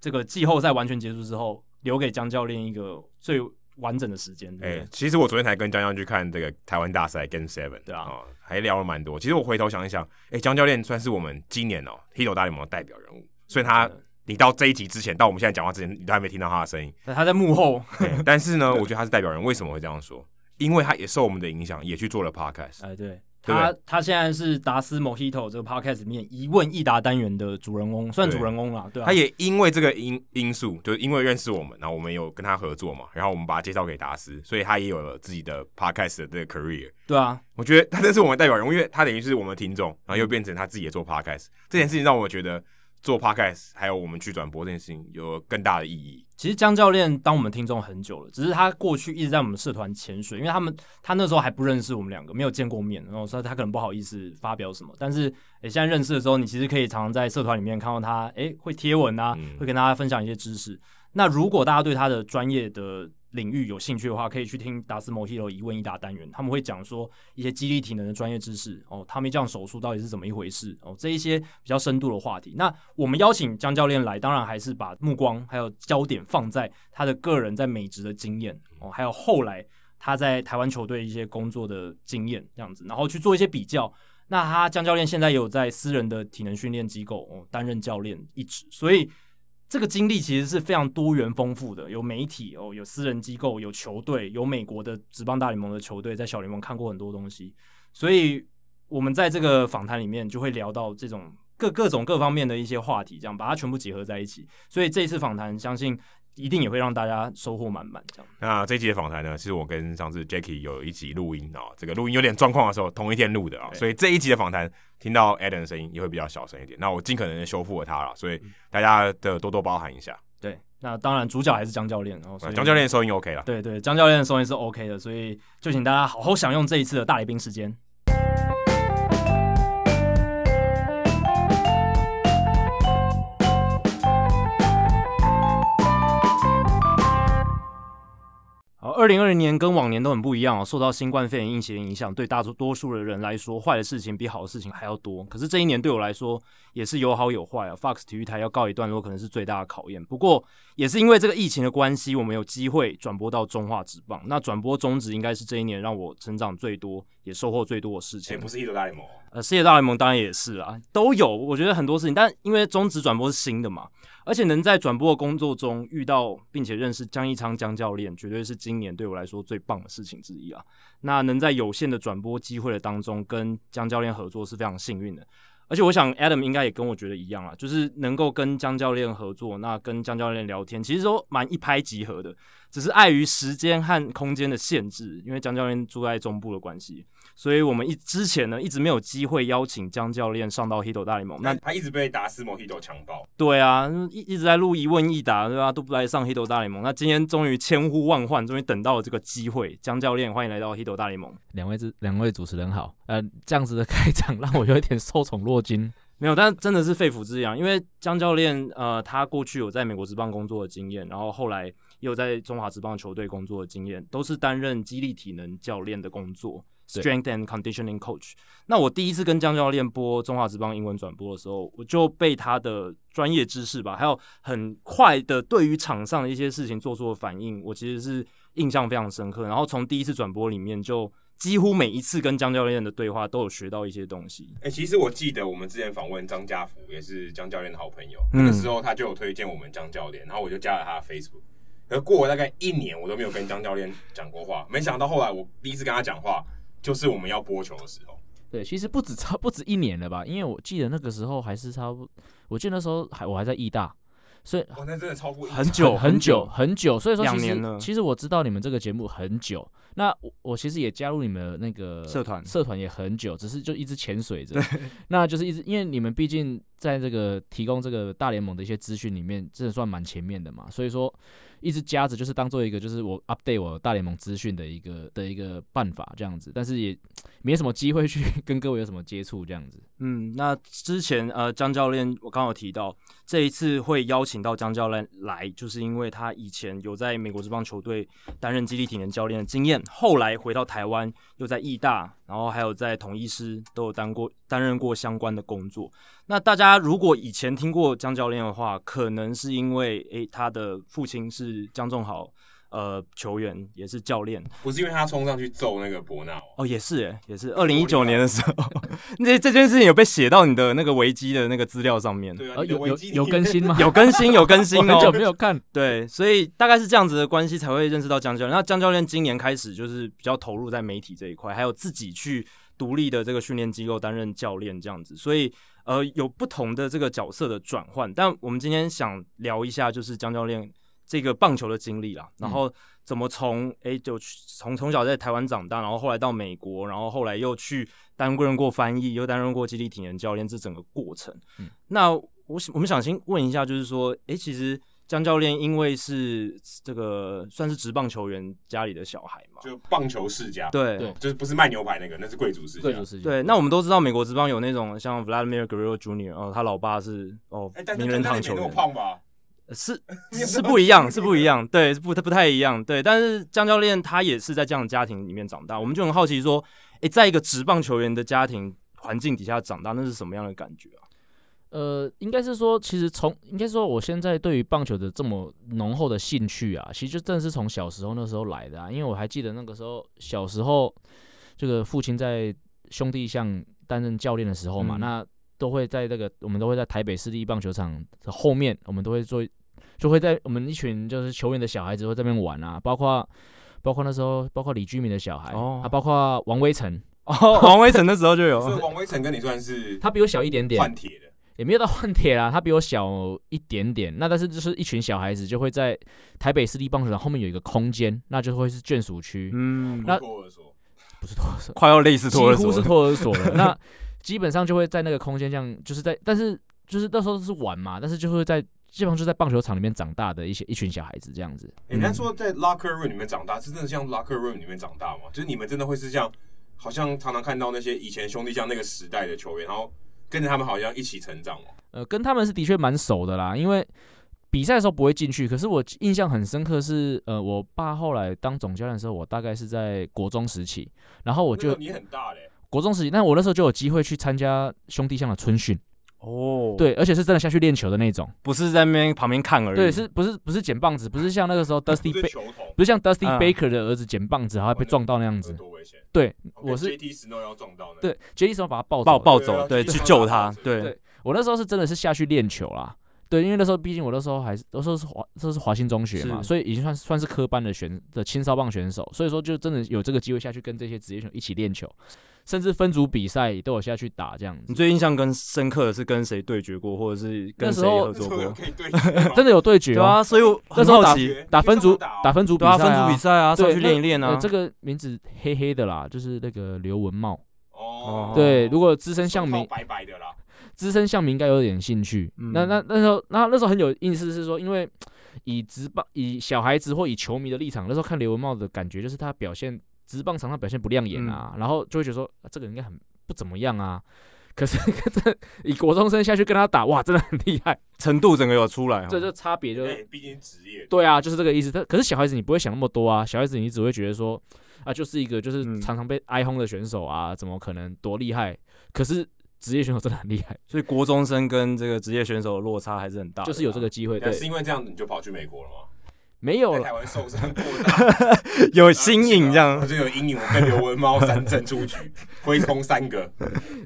Speaker 1: 这个季后赛完全结束之后，留给江教练一个最完整的时间，
Speaker 2: 哎、
Speaker 1: 对不对？
Speaker 2: 其实我昨天才跟江江去看这个台湾大赛 Game Seven，
Speaker 1: 对啊
Speaker 2: 哦，还聊了蛮多。其实我回头想一想，哎、江教练算是我们今年哦 Hito 大联盟的代表人物，所以他
Speaker 1: 对
Speaker 2: 你到这一集之前，到我们现在讲话之前，你都还没听到他的声音、
Speaker 1: 那他在幕 后，
Speaker 2: 哎但是呢，我觉得他是代表人，为什么会这样说？因为他也受我们的影响，也去做了 podcast。
Speaker 1: 哎，对，
Speaker 2: 对不对
Speaker 1: 他他现在是达斯 Mojito 这个 podcast 里面一问一答单元的主人翁，算
Speaker 2: 对
Speaker 1: 主人翁啦，对啊
Speaker 2: 他，也因为这个因因素，就是因为认识我们，然后我们有跟他合作嘛，然后我们把他介绍给达斯，所以他也有了自己的 podcast 的这个 career。
Speaker 1: 对啊，
Speaker 2: 我觉得他真是我们代表人物，因为他等于是我们的听众，然后又变成他自己也做 podcast，这件事情让我觉得做 podcast 还有我们去转播这件事情有更大的意义。
Speaker 1: 其实江教练当我们听众很久了，只是他过去一直在我们社团潜水，因为他们他那时候还不认识我们两个，没有见过面，然后所以他可能不好意思发表什么。但是诶、现在认识的时候，你其实可以常常在社团里面看到他，诶、会贴文啊，
Speaker 2: 嗯
Speaker 1: 会跟大家分享一些知识。那如果大家对他的专业的领域有兴趣的话，可以去听达斯摩希罗一问一答单元，他们会讲说一些肌力体能的专业知识哦，他们这样手术到底是怎么一回事哦，这一些比较深度的话题。那我们邀请江教练来，当然还是把目光还有焦点放在他的个人在美职的经验哦，还有后来他在台湾球队一些工作的经验这样子，然后去做一些比较。那他江教练现在也有在私人的体能训练机构哦担任教练一职，所以这个经历其实是非常多元丰富的，有媒体哦，有私人机构，有球队，有美国的职棒大联盟的球队，在小联盟看过很多东西，所以我们在这个访谈里面就会聊到这种各各种各方面的一些话题，这样把它全部结合在一起。所以这一次访谈，相信一定也会让大家收获满满。这样
Speaker 2: 那这一集的访谈呢，是我跟上次 Jackie 有一集录音啊、这个录音有点状况的时候，同一天录的啊、
Speaker 1: 对
Speaker 2: 所以这一集的访谈听到 Adam 的声音也会比较小声一点。那我尽可能的修复了他了，所以大家的多多包涵一下。
Speaker 1: 对，那当然主角还是江教练，然后所以
Speaker 2: 张教练收音 OK 了。
Speaker 1: 对对，江教练的收音是 OK 的，所以就请大家好好享用这一次的大来宾时间。好，二零二零年跟往年都很不一样哦，受到新冠肺炎疫情影响，对大多数的人来说，坏的事情比好的事情还要多。可是这一年对我来说也是有好有坏啊。Fox 体育台要告一段落，可能是最大的考验。不过也是因为这个疫情的关系，我们有机会转播到中华职棒。那转播中职应该是这一年让我成长最多，也收获最多的事情。
Speaker 2: 是一个大联盟，
Speaker 1: 呃，世界大联盟当然也是啦，都有。我觉得很多事情，但因为中职转播是新的嘛，而且能在转播的工作中遇到并且认识江一昌江教练，绝对是今年对我来说最棒的事情之一啊。那能在有限的转播机会的当中跟江教练合作是非常幸运的。而且我想 Adam 应该也跟我觉得一样啊，就是能够跟江教练合作，那跟江教练聊天，其实都蛮一拍即合的，只是碍于时间和空间的限制，因为江教练住在中部的关系，所以我们一之前呢一直没有机会邀请江教练上到 Hito 大联盟。那
Speaker 2: 他一直被达斯摩希多强暴。
Speaker 1: 对啊，一一直在录一问一答，对吧、都不来上 Hito 大联盟。那今天终于千呼万唤，终于等到了这个机会。江教练，欢迎来到 Hito 大联盟。
Speaker 3: 两位主两位主持人好，呃，这样子的开场让我有一点受宠若惊。
Speaker 1: 没有，但是真的是肺腑之啊痒，因为江教练呃，他过去有在美国职棒工作的经验，然后后来也有在中华职棒球队工作的经验，都是担任激励体能教练的工作
Speaker 3: 对
Speaker 1: ，strength and conditioning coach。那我第一次跟江教练播中华职棒英文转播的时候，我就被他的专业知识吧，还有很快的对于场上的一些事情做出的反应，我其实是印象非常深刻。然后从第一次转播里面就。几乎每一次跟江教练的对话都有学到一些东西，
Speaker 2: 哎、其实我记得我们之前访问张家福，也是江教练的好朋友。
Speaker 1: 嗯
Speaker 2: 那个时候他就有推荐我们江教练，然后我就加了他的 Facebook。而过了大概一年，我都没有跟江教练讲过话。没想到后来我第一次跟他讲话，就是我们要播球的时候。
Speaker 3: 对，其实不止超不止一年了吧，因为我记得那个时候还是差不，我记得那时候还我还在艺大，所以
Speaker 2: 哇，那真的超过一
Speaker 1: 很久
Speaker 3: 很久很久，所以说
Speaker 1: 两
Speaker 3: 其实
Speaker 1: 年了
Speaker 3: 其实我知道你们这个节目很久，那我我其实也加入你们的那个
Speaker 1: 社团
Speaker 3: 社团也很久，只是就一直潜水着，那就是一直因为你们毕竟在这个提供这个大联盟的一些资讯里面，真的算蛮前面的嘛，所以说一直夹着就是当做一个就是我 update 我大联盟资讯的一个的一个办法这样子，但是也没什么机会去 跟各位有什么接触这样子。
Speaker 1: 嗯，那之前呃，江教练我刚刚有提到，这一次会邀请到江教练来，就是因为他以前有在美国这帮球队担任基地体能教练的经验，后来回到台湾，又在义大，然后还有在统一师都有担过担任过相关的工作。那大家如果以前听过江教练的话，可能是因为诶、他的父亲是江仲豪。呃球员，也是教练。
Speaker 2: 不是因为他冲上去揍那个伯纳哦，
Speaker 1: 哦，也是耶，也是。二零一九年的时候， 这这件事情有被写到你的那个维基的那个资料上面，
Speaker 2: 对啊，
Speaker 3: 呃，
Speaker 2: 你的
Speaker 3: 有
Speaker 2: 危
Speaker 3: 有
Speaker 2: 机
Speaker 3: 有更新吗？
Speaker 1: 有更新，有更
Speaker 3: 我
Speaker 1: 新
Speaker 3: 很久没
Speaker 1: 哦。
Speaker 3: 有看，
Speaker 1: 对，所以大概是这样子的关系才会认识到江教练。那江教练今年开始就是比较投入在媒体这一块，还有自己去独立的这个训练机构担任教练这样子，所以呃有不同的这个角色的转换。但我们今天想聊一下，就是江教练这个棒球的经历啦，然后怎么从诶就去从从小在台湾长大，然后后来到美国，然后后来又去担任过翻译，又担任过基地体能教练，这整个过程。
Speaker 3: 嗯
Speaker 1: 那我想我们想先问一下，就是说，诶，其实江教练因为是这个算是职棒球员家里的小孩嘛，
Speaker 2: 就棒球世家，
Speaker 1: 对
Speaker 3: 对
Speaker 2: 就是不是卖牛排那个，那是贵族世家
Speaker 3: 贵。族世界。
Speaker 1: 对，那我们都知道美国职棒有那种像 Vladimir Guerrero Jr. 哦，他老爸是哦
Speaker 2: 哎，但
Speaker 1: 名
Speaker 2: 但
Speaker 1: 人堂
Speaker 2: 但但你
Speaker 1: 球
Speaker 2: 没那么
Speaker 1: 员，
Speaker 2: 胖吧？
Speaker 1: 呃是
Speaker 2: 你有
Speaker 1: 是
Speaker 2: 那么
Speaker 1: 不一样，
Speaker 2: 胖
Speaker 1: 是不 一样，对，不太不太一样，对。但是江教练他也是在这样的家庭里面长大，我们就很好奇说，诶，在一个职棒球员的家庭环境底下长大，那是什么样的感觉啊？
Speaker 3: 呃，应该是说，其实从应该说，我现在对于棒球的这么浓厚的兴趣啊，其实就正是从小时候那时候来的啊。因为我还记得那个时候，小时候这个父亲在兄弟象担任教练的时候嘛，
Speaker 1: 嗯
Speaker 3: 那都会在这个我们都会在台北市立棒球场的后面，我们都会做，就会在我们一群就是球员的小孩子会在那边玩啊，包括包括那时候包括李居民的小孩、
Speaker 1: 哦
Speaker 3: 啊，包括王威成，
Speaker 1: 哦，王威成那时候 就
Speaker 2: 所以
Speaker 1: 有，
Speaker 2: 王威成跟你算是
Speaker 3: 他比我小一点点，
Speaker 2: 换铁的，
Speaker 3: 也没有到换铁啦，他比我小一点点。那但是就是一群小孩子就会在台北市立棒球场后面有一个空间，那就会是眷属区，
Speaker 1: 嗯，
Speaker 3: 那
Speaker 2: 托儿所
Speaker 3: 不是托儿所，
Speaker 1: 快要类似托儿
Speaker 3: 几
Speaker 1: 所
Speaker 3: 乎是
Speaker 1: 了，
Speaker 3: 托儿所了。 那基本上就会在那个空间这样，就是在，但是就是那时候是玩嘛，但是就会在基本上就在棒球场里面长大的一些一群小孩子这样子。
Speaker 2: 人家说在 locker room 里面长大，是真的像 locker room 里面长大吗？就是你们真的会是像，好像常常看到那些以前兄弟像那个时代的球员，然后跟着他们好像一起成长哦。
Speaker 3: 呃，跟他们是的确蛮熟的啦，因为比赛的时候不会进去。可是我印象很深刻是，呃，我爸后来当总教练的时候，我大概是在国中时期，然后我
Speaker 2: 我
Speaker 3: 就
Speaker 2: 你很大嘞，
Speaker 3: 国中时期，但我那时候就有机会去参加兄弟象的春训，
Speaker 1: 哦，，哎
Speaker 3: 对，而且是真的下去练球的那种，
Speaker 1: 不是在那边旁边看而已，
Speaker 3: 对，是不是不是捡棒子，不是像那个时候 Dusty
Speaker 2: 不是
Speaker 3: Ba-
Speaker 2: 球童，
Speaker 3: 不是像 Dusty
Speaker 1: 嗯
Speaker 3: Baker 的儿子捡棒子，然后被撞到那样子，
Speaker 2: 多危险！
Speaker 3: 对，
Speaker 2: 跟
Speaker 3: 我是
Speaker 2: JT Snow 要撞到呢。
Speaker 3: 对杰利什么把他抱
Speaker 1: 抱
Speaker 3: 走的，
Speaker 1: 抱
Speaker 2: 对
Speaker 1: 走，
Speaker 2: 啊
Speaker 1: 对，
Speaker 2: 去
Speaker 1: 去
Speaker 2: 救
Speaker 1: 救
Speaker 2: 他
Speaker 1: 他，对
Speaker 3: 对，我那时候是真的是下去练球啦。对，因为那时候毕竟我那时候还是那时候是华那时候是华兴中学嘛，
Speaker 1: 是
Speaker 3: 所以已经算算是科班的选的青少棒选手，所以说就真的有这个机会下去跟这些职业选手一起练球，甚至分组比赛都有下去打这样子
Speaker 1: 你。最印象跟深刻的是跟谁对决过，或者是跟
Speaker 3: 那时
Speaker 1: 谁
Speaker 3: 候
Speaker 1: 合作过？
Speaker 2: 可以 对，
Speaker 3: 真
Speaker 2: 真
Speaker 3: 的有对决
Speaker 1: 对
Speaker 3: 哦，
Speaker 1: 啊，所以我
Speaker 3: 那
Speaker 1: 很
Speaker 3: 时候
Speaker 1: 好
Speaker 3: 打
Speaker 1: 奇，
Speaker 3: 打分
Speaker 2: 可
Speaker 3: 组
Speaker 2: 以这么打哦
Speaker 3: 打分组比
Speaker 1: 对
Speaker 3: 赛
Speaker 1: 啊，
Speaker 3: 啊，
Speaker 1: 分组比赛啊，上
Speaker 3: 对
Speaker 1: 去
Speaker 3: 那
Speaker 1: 练一练
Speaker 3: 呃
Speaker 1: 啊，
Speaker 3: 这个名字黑黑的啦，就是那个刘文茂。
Speaker 2: 哦
Speaker 3: 对，如果资深
Speaker 2: 手
Speaker 3: 项
Speaker 2: 套
Speaker 3: 迷，
Speaker 2: 白白的啦，
Speaker 3: 资深项迷应该有点兴趣。
Speaker 1: 嗯
Speaker 3: 那那那时候，那那时候很有意思是说，因为以职棒以小孩子或以球迷的立场，那时候看刘文茂的感觉就是他表现职棒场上表现不亮眼
Speaker 2: 嗯
Speaker 3: 啊，然后就会觉得说、啊这个人应该很不怎么样啊。可是 这以国中生下去跟他打，哇，真的很厉害，
Speaker 2: 哦
Speaker 1: 程度整个有出来哦，
Speaker 3: 这就差别就
Speaker 2: 对，毕竟职业
Speaker 3: 对啊，就是这个意思。但可是小孩子你不会想那么多啊，小孩子你只会觉得说，啊，就是一个就是
Speaker 1: 嗯
Speaker 3: 常常被挨轰的选手啊，怎么可能多厉害？可是职业选手真的很厉害，
Speaker 1: 所以国中生跟这个职业选手的落差还是很大的啊，
Speaker 3: 就是有 这个机会。
Speaker 2: 那是
Speaker 3: 对，哦
Speaker 2: 因为这样子你就跑去美国了吗？
Speaker 3: 没有
Speaker 2: 在
Speaker 3: 了
Speaker 2: 台，湾受伤过 大，
Speaker 1: 有新颖这样
Speaker 2: 我，就有阴影。我跟刘文猫三阵出局， 挥空三个，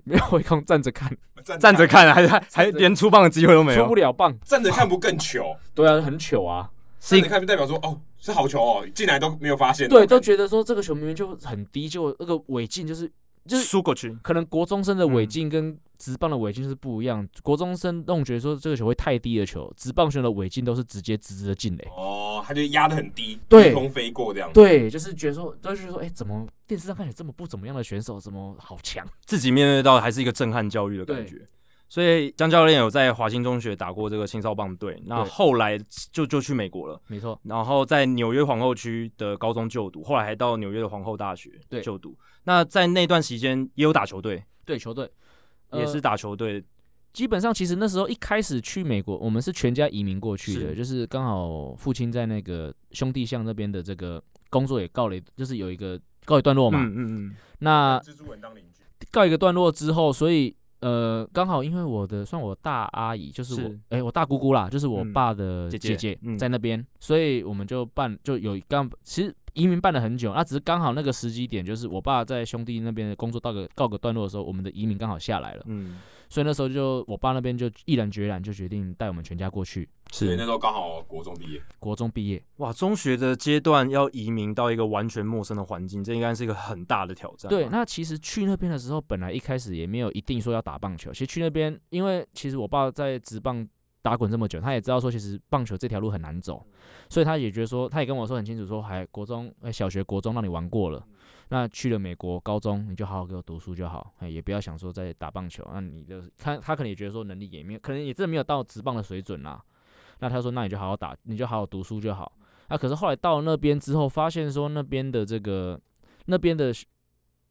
Speaker 3: 没有回空站着看，
Speaker 1: 站着看啊还还还
Speaker 3: 站着
Speaker 1: 连出棒的机会都没
Speaker 3: 出不
Speaker 1: 有，
Speaker 3: 了棒。
Speaker 2: 站着看不更
Speaker 1: 哦
Speaker 2: 糗？
Speaker 3: 对啊，很糗啊。
Speaker 1: 是
Speaker 2: 站
Speaker 1: 一
Speaker 2: 着看就代表说哦是好球哦，进来都没有发现。
Speaker 3: 对，都
Speaker 2: 得
Speaker 3: 觉得说这个球明明就很低，就那个尾劲就是就是
Speaker 1: 输过去，
Speaker 3: 可能国中生的尾
Speaker 1: 嗯
Speaker 3: 劲跟直棒的尾劲是不一样，国中生弄觉得说这个球会太低的球，直棒选的尾劲都是直接直直的进垒。
Speaker 2: 哦，他就压得很低，
Speaker 3: 对
Speaker 2: 低空飞过这样。
Speaker 3: 对，就是觉得说，就是说，哎、怎么电视上看起来这么不怎么样的选手，怎么好强？
Speaker 1: 自己面对到还是一个震撼教育的感觉。所以江教练有在华兴中学打过这个青少棒队，那
Speaker 3: 对
Speaker 1: 后来就就去美国了。
Speaker 3: 没错，
Speaker 1: 然后在纽约皇后区的高中就读，后来还到纽约的皇后大学
Speaker 3: 对
Speaker 1: 就读。那在那段时间也有打球队，
Speaker 3: 对球队、呃
Speaker 1: 也是打球队，
Speaker 3: 基本上，其实那时候一开始去美国，我们是全家移民过去的，
Speaker 1: 是
Speaker 3: 就是刚好父亲在那个兄弟巷那边的这个工作也告了一，就是有一个告一段落嘛。
Speaker 1: 嗯嗯嗯，
Speaker 3: 那
Speaker 2: 啊蜘蛛人当邻居，
Speaker 3: 告一个段落之后，所以呃，刚好因为我的算我大阿姨，就是我
Speaker 1: 是
Speaker 3: 哎、我大姑姑啦，就是我
Speaker 1: 嗯
Speaker 3: 爸的
Speaker 1: 姐
Speaker 3: 姐
Speaker 1: 姐嗯
Speaker 3: 在那边，所以我们就办就有刚其实移民办了很久，那、只是刚好那个时机点就是我爸在兄弟那边的工作到个告个段落的时候，我们的移民刚好下来了，
Speaker 1: 嗯，
Speaker 3: 所以那时候就我爸那边就毅然决然就决定带我们全家过去，
Speaker 2: 所以那
Speaker 1: 是
Speaker 2: 时候刚好国中毕业，
Speaker 3: 国中毕业，
Speaker 1: 哇，中学的阶段要移民到一个完全陌生的环境，这应该是一个很大的挑战吧。
Speaker 3: 对，那其实去那边的时候，本来一开始也没有一定说要打棒球。其实去那边，因为其实我爸在职棒打滚这么久，他也知道说其实棒球这条路很难走，所以他也觉得说，他也跟我说很清楚说，还国中、哎小学、国中让你玩过了，那去了美国高中，你就好好给我读书就好，哎，也不要想说再打棒球。那你的看他可能也觉得说能力也没有，可能也真的没有到职棒的水准啦。那他说，那你就好好打，你就好好读书就好。那可是后来到了那边之后，发现说那边的这个那边的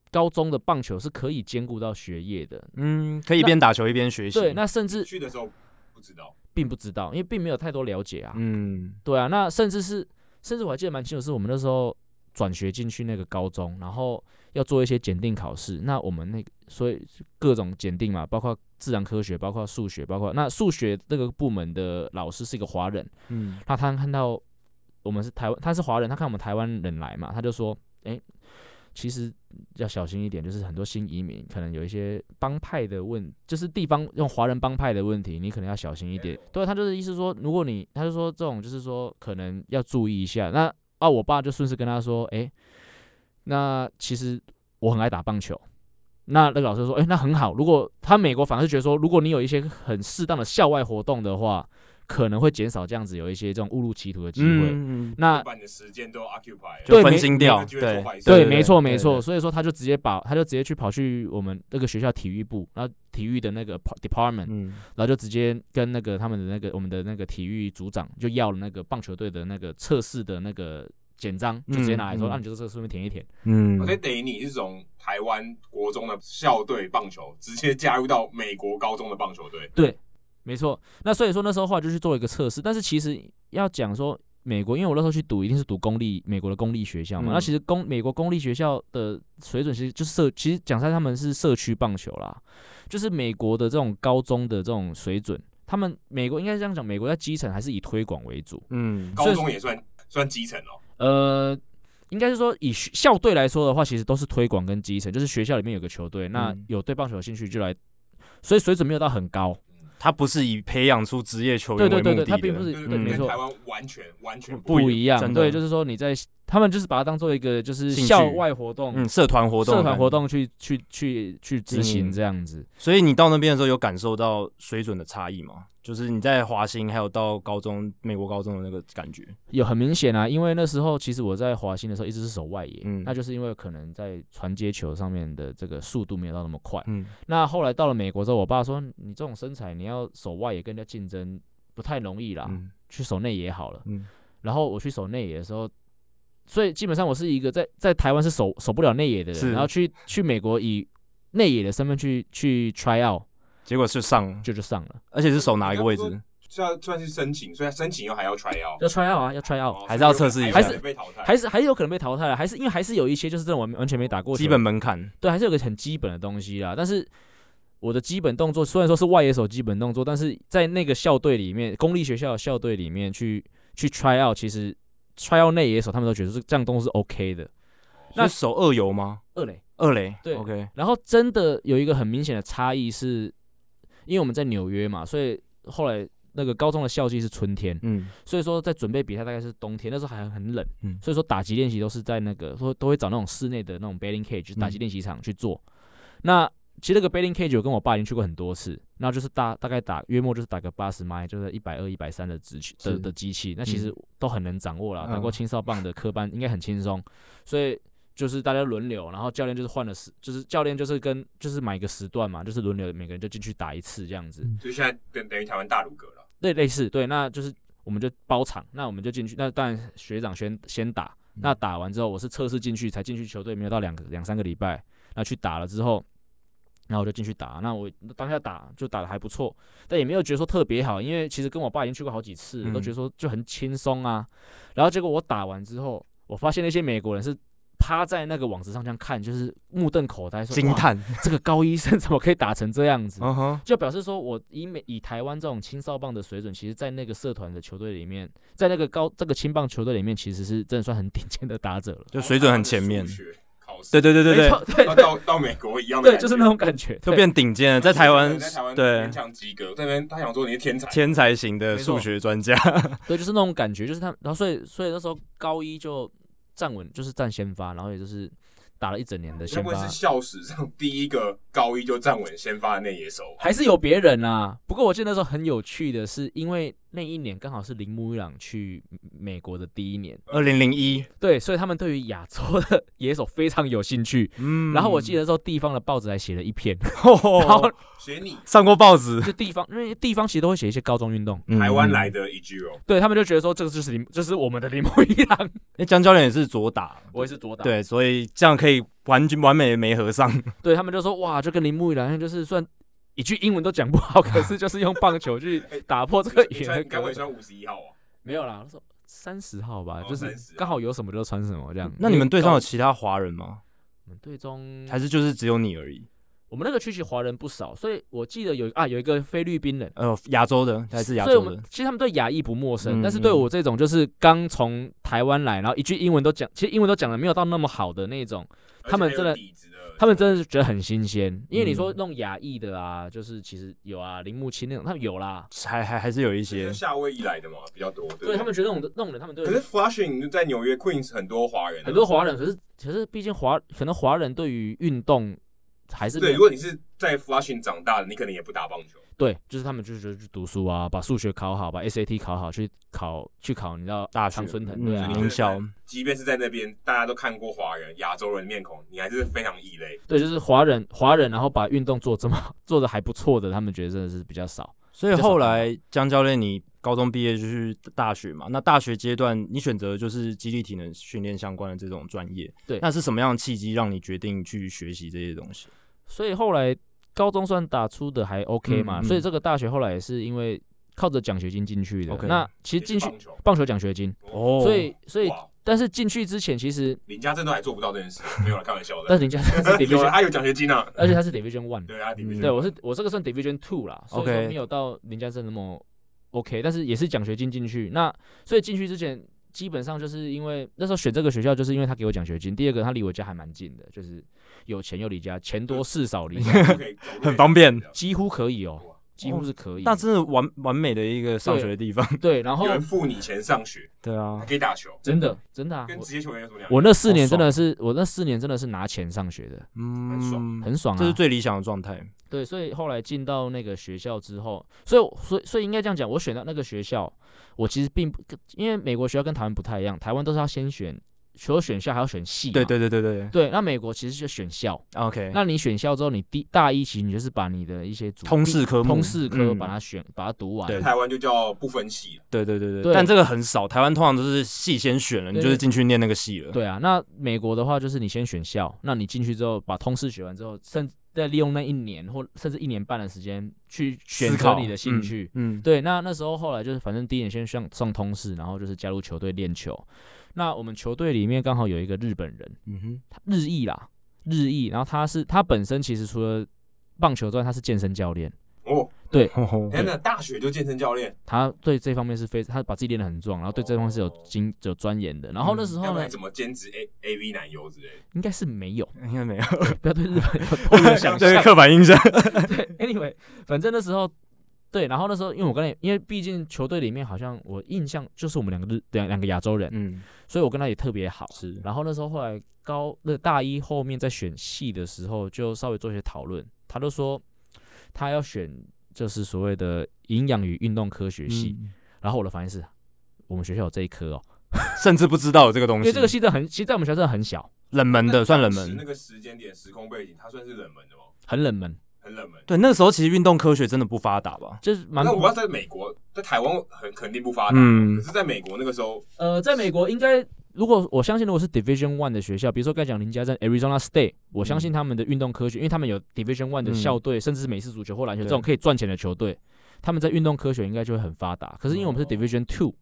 Speaker 3: 高中的棒球是可以兼顾到学业的。
Speaker 1: 嗯，可以一边打球一边学习。
Speaker 3: 对，那甚至
Speaker 2: 去的时候不知道，
Speaker 3: 并不知道，因为并没有太多了解啊。
Speaker 1: 嗯，
Speaker 3: 对啊，那甚至是甚至我还记得蛮清楚，是我们那时候转学进去那个高中，然后要做一些检定考试。那我们那个所以各种检定嘛，包括自然科学，包括数学，包括那数学那个部门的老师是一个华人，
Speaker 1: 嗯，
Speaker 3: 那他看到我们是台湾，他是华人，他看我们台湾人来嘛，他就说，哎、其实要小心一点，就是很多新移民可能有一些帮派的问，就是地方用华人帮派的问题，你可能要小心一点。对，他就是意思说，如果你，他就说这种就是说可能要注意一下。那啊，我爸就顺势跟他说，哎、那其实我很爱打棒球。那那个老师说，哎、那很好。如果他美国反而是觉得说，如果你有一些很适当的校外活动的话，可能会减少这样子有一些这种误入歧途的机会。
Speaker 1: 嗯，嗯
Speaker 3: 那
Speaker 2: 把你的时间都 occupy 了。
Speaker 1: 就
Speaker 3: 对
Speaker 1: 分
Speaker 3: 没
Speaker 1: 心掉，
Speaker 2: 没有机
Speaker 1: 对
Speaker 2: 会做坏事
Speaker 3: 对，没错没。
Speaker 1: 对
Speaker 3: 错，
Speaker 1: 对
Speaker 3: 所以说他就直接把他就直接去跑去我们那个学校体育部，然后体育的那个 par- department，、
Speaker 1: 嗯，
Speaker 3: 然后就直接跟那个他们的那个我们的那个体育组长就要了那个棒球队的那个测试的那个简章，就直接拿来说，啊
Speaker 1: 嗯嗯
Speaker 3: 那、你就这个顺便填一填。
Speaker 1: 嗯
Speaker 2: 所以等于你是从台湾国中的校队棒球直接加入到美国高中的棒球队，
Speaker 3: 对，没错。那所以说那时候后来就去做一个测试，但是其实要讲说美国，因为我那时候去读一定是读公立美国的公立学校嘛，
Speaker 1: 嗯
Speaker 3: 那其实公美国公立学校的水准其实就是社，其实讲实在他们是社区棒球啦，就是美国的这种高中的这种水准，他们美国应该是这样讲，美国在基层还是以推广为主，
Speaker 1: 嗯，
Speaker 2: 高中也算算基层哦。
Speaker 3: 呃。应该是说，以学校队来说的话，其实都是推广跟基层，就是学校里面有个球队，那
Speaker 1: 嗯
Speaker 3: 有对棒球有兴趣就来，所以水准没有到很高，
Speaker 1: 他不是以培养出职业球员
Speaker 3: 对
Speaker 1: 为
Speaker 3: 对
Speaker 1: 目的的，
Speaker 3: 对对，他并不是
Speaker 2: 对
Speaker 3: 对，
Speaker 1: 嗯
Speaker 3: 没
Speaker 2: 跟
Speaker 3: 错
Speaker 2: 台，湾完全完全不
Speaker 1: 不
Speaker 3: 不
Speaker 1: 一
Speaker 3: 一样，
Speaker 1: 真的
Speaker 3: 对，就是说你在他们就是把它当做一个就是
Speaker 1: 兴趣
Speaker 3: 校外活动、
Speaker 1: 嗯，社团活动，
Speaker 3: 社团活。动去去去去执
Speaker 1: 经
Speaker 3: 行
Speaker 1: 营
Speaker 3: 这样子。
Speaker 1: 所以你到那边的时候有感受到水准的差异吗？就是你在华兴还有到高中美国高中的那个感觉，
Speaker 3: 有很明显啊，因为那时候其实我在华兴的时候一直是守外野，
Speaker 1: 嗯
Speaker 3: 那就是因为可能在传接球上面的这个速度没有到那么快。
Speaker 1: 嗯，
Speaker 3: 那后来到了美国之后，我爸说你这种身材你要守外野跟人家竞争不太容易啦，
Speaker 1: 嗯
Speaker 3: 去守内野好了。
Speaker 1: 嗯
Speaker 3: 然后我去守内野的时候，所以基本上我是一个在在台湾是守守不了内野的
Speaker 1: 是
Speaker 3: 人，然后去去美国以内野的身份去去 try out，
Speaker 1: 结果是上，
Speaker 3: 就就上了，
Speaker 1: 而且是守哪一个位
Speaker 2: 你刚
Speaker 1: 置？
Speaker 2: 是要算是申请，所以申请又还要 try out，
Speaker 3: 要 try out 啊，要 try
Speaker 2: 哦
Speaker 3: out，、
Speaker 2: 所以
Speaker 1: 还是要测试一下
Speaker 2: 还是被淘汰，
Speaker 3: 还是还是有可能被淘汰了，还是因为还是有一些就是这种完完全没打过球
Speaker 1: 基本门槛，
Speaker 3: 对，还是有个很基本的东西啦，但是。我的基本动作虽然说是外野手基本动作，但是在那个校队里面，公立学校的校队里面去去 try out，其实 try out 内野手他们都觉得是这样动作是 OK 的。
Speaker 1: 那
Speaker 3: 那
Speaker 1: 守二游吗？
Speaker 3: 二垒
Speaker 1: 二垒，
Speaker 3: 对
Speaker 1: ，OK，
Speaker 3: 然后真的有一个很明显的差异是，因为我们在纽约嘛，所以后来那个高中的校季是春天，
Speaker 1: 嗯，
Speaker 3: 所以说在准备比赛大概是冬天，那时候还很冷，
Speaker 1: 嗯
Speaker 3: 所以说打击练习都是在那个说都会找那种室内的那种 batting cage
Speaker 1: 嗯
Speaker 3: 打击练习场去做。那其实那个 batting cage 我跟我爸已经去过很多次，那就是大大概打约莫就是打个八十迈，就是一百二、一百三的直球
Speaker 1: 是
Speaker 3: 的的机器，那其实都很能掌握啦，打
Speaker 1: 嗯
Speaker 3: 过青少棒的科班应该很轻松，所以就是大家轮流，然后教练就是换了时，就是教练就是跟就是买一个时段嘛，就是轮流每个人就进去打一次这样子，
Speaker 2: 就现在等等于台湾大鲁阁了。
Speaker 3: 类类似，对，那就是我们就包场，那我们就进去，那当然学长先先打，
Speaker 1: 嗯
Speaker 3: 那打完之后我是测试进去才进去球队，没有到两个两三个礼拜，那去打了之后，然后我就进去打，那我当下打就打的还不错，但也没有觉得说特别好，因为其实跟我爸已经去过好几次了，
Speaker 1: 嗯
Speaker 3: 都觉得说就很轻松啊，然后结果我打完之后，我发现那些美国人是趴在那个网子上这样看，就是目瞪口呆说，
Speaker 1: 惊
Speaker 3: 哇，
Speaker 1: 叹，
Speaker 3: 这个高医生怎 么可以打成这样子？
Speaker 2: 嗯哼，
Speaker 3: 就表示说，我以美以台湾这种青少棒的水准，其实，在那个社团的球队里面，在那个高这个青棒球队里面，其实是真的算很顶尖的打者了。
Speaker 1: 就水准很前面
Speaker 2: 数。学考试
Speaker 1: 对对对对
Speaker 3: 没
Speaker 1: 对，
Speaker 3: 错，对
Speaker 2: 到到到美国一样的
Speaker 3: 对，
Speaker 2: 感觉，
Speaker 3: 就是那种感觉，
Speaker 1: 就
Speaker 3: 对
Speaker 1: 变顶尖了，在台湾
Speaker 2: 在台湾
Speaker 1: 对
Speaker 2: 勉强及格，在那边他想说你是天才，
Speaker 1: 天才型的
Speaker 3: 没错
Speaker 1: 数学专 家，
Speaker 3: 对，就是那种感觉，就是他们，然后所以所以那时候高一就站稳，就是站先发，然后也就是打了一整年的
Speaker 2: 该
Speaker 3: 先
Speaker 2: 不会是
Speaker 3: 发，
Speaker 2: 校史上第一个高一就站稳先发的内 野手吧？
Speaker 3: 还是有别人啊。不过我记得那时候很有趣的是，因为那一年刚好是铃木一朗去美国的第一年，
Speaker 1: 二零零一，
Speaker 3: 对，所以他们对于亚洲的 野手非常有兴趣。
Speaker 1: 嗯
Speaker 3: 然后我记 得那时候地方的报纸还写了一篇，然后
Speaker 1: 得
Speaker 2: 学你
Speaker 1: 哦上过报纸，
Speaker 3: 就地方，因为地方其实都会写一些高中运动，
Speaker 1: 嗯
Speaker 2: 台湾来，的一句哦，
Speaker 3: 对他们就觉得说这个就是铃，就是我们的铃木一朗，
Speaker 1: 哎，江教练也是左打，
Speaker 3: 我也是左打，
Speaker 1: 对，所以这样可以完全完美地没合上，
Speaker 3: 对他们就说哇，就跟铃木一朗就是算一句英文都讲不好， 可是就是用棒球去打破这个 语
Speaker 2: 你
Speaker 3: 言的
Speaker 2: 穿该不
Speaker 3: 隔
Speaker 2: 会
Speaker 3: 阂。
Speaker 2: 穿五十一号啊？
Speaker 3: 没有啦，我说三十号吧，
Speaker 2: 哦
Speaker 3: 就是
Speaker 2: 30
Speaker 3: 刚好有什么就穿什么这样。
Speaker 1: 那你们队上有
Speaker 3: 我
Speaker 1: 其他华人吗？
Speaker 3: 们嗯队中
Speaker 1: 还是就是只有你而已？
Speaker 3: 我们那个区其实华人不少，所以我记得有啊有一个菲律宾人。
Speaker 1: 呃，亚洲的还是亚
Speaker 3: 所以我
Speaker 1: 洲
Speaker 3: 们
Speaker 1: 的？
Speaker 3: 其实他们对亚裔不陌
Speaker 1: 嗯
Speaker 3: 生，但是对我这种就是刚从台湾来，然后一句英文都讲，其实英文都讲的没有到那么好的那种，他们真的
Speaker 2: 而且还有底子的，
Speaker 3: 他们真的是觉得很新鲜。因为你说
Speaker 1: 嗯
Speaker 3: 弄亚裔的啊，就是其实有啊，铃木清那种，他们有啦，
Speaker 1: 还还还是有一些
Speaker 2: 是夏威夷来的嘛比较多，对不
Speaker 3: 对
Speaker 2: 对
Speaker 3: 他们觉得那种那种人，他们对
Speaker 2: 可是 Flushing 在纽约 Queens 很多华人啊，
Speaker 3: 很多华人，可是可是毕竟华可能华人对于运动还是没
Speaker 2: 对，
Speaker 3: 有
Speaker 2: 如果你是在 Flushing 长大的，你可能也不打棒球。
Speaker 3: 对，就是他们就是觉得去读书啊，把数学考好，把 SAT 考好，去考去考，你知道
Speaker 1: 大学
Speaker 3: 长春藤对啊
Speaker 1: 嗯，，名校，
Speaker 2: 即便是在那边，大家都看过华人、亚洲人面孔，你还是非常异类。
Speaker 3: 对，就是华人华人，然后把运动做这么好 做的还不错的，他们觉得真的是比较少。
Speaker 1: 所以后来江教练，你高中毕业就去大学嘛？那大学阶段你选择就是基地体能训练相关的这种专业，
Speaker 3: 对
Speaker 1: 那是什么样的契机让你决定去学习这些东西？
Speaker 3: 所以后来高中算打出的还 OK
Speaker 1: 嗯
Speaker 3: 嘛，
Speaker 1: 嗯
Speaker 3: 所以这个大学后来也是因为靠着奖学金进去的。
Speaker 1: OK
Speaker 3: 那其实进去
Speaker 2: 棒球，
Speaker 3: 棒球奖学金，
Speaker 1: 哦
Speaker 3: 所以所以
Speaker 2: 哇，
Speaker 3: 但是进去之前其实，
Speaker 2: 林家正都还做不到这件事，没有了，开玩笑的。
Speaker 3: 但是人家是
Speaker 2: 有了，
Speaker 3: division，
Speaker 2: 他有奖学金啊。
Speaker 3: 而且他是 division one，
Speaker 2: 对啊，你
Speaker 1: 嗯
Speaker 3: 对我是我这个算 Division Two 啦，所以说
Speaker 1: OK
Speaker 3: 没有到林家正那么 OK，但是也是奖学金进去。那所以进去之前，基本上就是因为那时候选这个学校，就是因为他给我奖学金。第二个，他离我家还蛮近的，就是有钱又离家，钱多事少离家，
Speaker 1: 很方便
Speaker 2: 啊
Speaker 3: 几乎可以哦、几乎是可以。
Speaker 1: 哦那真的完完美的一个上学的地方，
Speaker 3: 对，然后
Speaker 2: 有人付你钱上学，
Speaker 1: 对啊
Speaker 2: 还，可以打球，
Speaker 3: 真的真的啊，
Speaker 2: 跟
Speaker 3: 我
Speaker 2: 职业球员有什么两样？
Speaker 3: 我那四年真的是我那四年真的是拿钱上学的，
Speaker 2: 很
Speaker 1: 嗯，
Speaker 3: 很爽啊，
Speaker 1: 这是最理想的状态。
Speaker 3: 对，所以后来进到那个学校之后，所以我所以所以应该这样讲，我选到那个学校，我其实并不，因为美国学校跟台湾不太一样，台湾都是要先选，除了选校还要选系嘛，
Speaker 1: 对对对对对
Speaker 3: 对。那美国其实就选校，
Speaker 1: ，OK，
Speaker 3: 那你选校之后，你第大一期你就是把你的一些主
Speaker 1: 通识科目，
Speaker 3: 通识科
Speaker 1: 嗯
Speaker 3: 把它选、把它读完，
Speaker 1: 对
Speaker 2: 台湾就叫不分系了，
Speaker 1: 对对对
Speaker 3: 对
Speaker 1: 对，但这个很少，台湾通常都是系先选了，你
Speaker 3: 对
Speaker 1: 就是进去念那个系了。
Speaker 3: 对啊，那美国的话就是你先选校，那你进去之后把通识学完之后，甚至再利用那一年或甚至一年半的时间去选
Speaker 1: 思
Speaker 3: 择
Speaker 1: 考
Speaker 3: 你的兴趣。，
Speaker 1: 嗯，
Speaker 3: 对，那那时候后来就是，反正第一年先上上通识，然后就是加入球队练球。那我们球队里面刚好有一个日本人，
Speaker 1: 嗯哼，
Speaker 3: 他日裔啦，日裔。然后他是他本身其实除了棒球之外，他是健身教练，
Speaker 2: 哦，
Speaker 1: 吼吼
Speaker 2: 等等，大学就健身教练，
Speaker 3: 他对这方面是非他把自己练得很壮，然后对这方面是有精有钻研的。然后那
Speaker 2: 哦
Speaker 3: 时
Speaker 2: 嗯要
Speaker 3: 候
Speaker 2: 不
Speaker 3: 呢
Speaker 2: 然，怎么兼职 A A V 奶油之类的？
Speaker 3: 应该是没有，
Speaker 1: 应该没有，
Speaker 3: 不要对日本有多 余的想象
Speaker 1: 这。是刻板印象。
Speaker 3: Anyway，反正那时候对，然后那时候因为我跟他，因为毕竟球队里面好像我印象就是我们两个日两两个亚洲人，
Speaker 1: 嗯，
Speaker 3: 所以我跟他也特别好。
Speaker 1: 是
Speaker 3: 然后那时候后来高那大一后面在选系的时候，就稍微做一些讨论，他就说他要选就是所谓的营养与运动科学系，
Speaker 1: 嗯
Speaker 3: 然后我的反应是。我们学校有这一科哦，
Speaker 1: 甚至不知道有这个东
Speaker 3: 因
Speaker 1: 西，
Speaker 3: 为这个系真的很，其实在我们学校真的很小，
Speaker 1: 冷门的算冷
Speaker 2: 是那
Speaker 1: 门。
Speaker 2: 个时间点、时空背景，它算是冷门的吗？
Speaker 3: 很冷门，
Speaker 2: 很冷门。
Speaker 1: 对，那个时候其实运动科学真的不发达吧？
Speaker 3: 就是蛮
Speaker 2: 那我
Speaker 3: 不
Speaker 2: 不知道在美国，在台湾很肯定不发达，可
Speaker 1: 嗯，
Speaker 2: 是在美国那个时候，
Speaker 3: 呃，在美国应该，如果我相信，如果是 Division One 的学校，比如说刚才讲林家镇 Arizona State，我相
Speaker 1: 嗯
Speaker 3: 信他们的运动科学，因为他们有 Division One 的校队，甚至是美式足球或篮球这种
Speaker 1: 对哦
Speaker 3: 可以赚钱的球队，他们在运动科学应该就会很发达。可是因为我们是 Division Two，、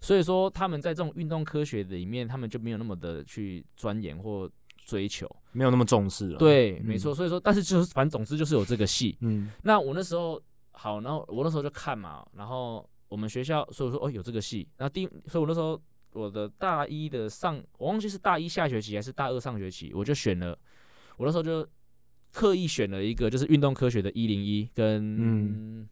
Speaker 3: 所以说他们在这种运动科学里面，他们就没有那么的去钻研或追求。
Speaker 1: 没有那么重视了。，
Speaker 3: 对，
Speaker 1: 嗯
Speaker 3: 没错。所以说，但是就是反正总之就是有这个戏。
Speaker 1: 嗯，
Speaker 3: 那我那时候好，然后我那时候就看嘛，然后我们学校所以我说哦有这个戏，然后第一所以我那时候我的大一的上，我忘记是大一下学期还是大二上学期，我就选了，我那时候就刻意选了一个就是运动科学的一零一跟
Speaker 1: 嗯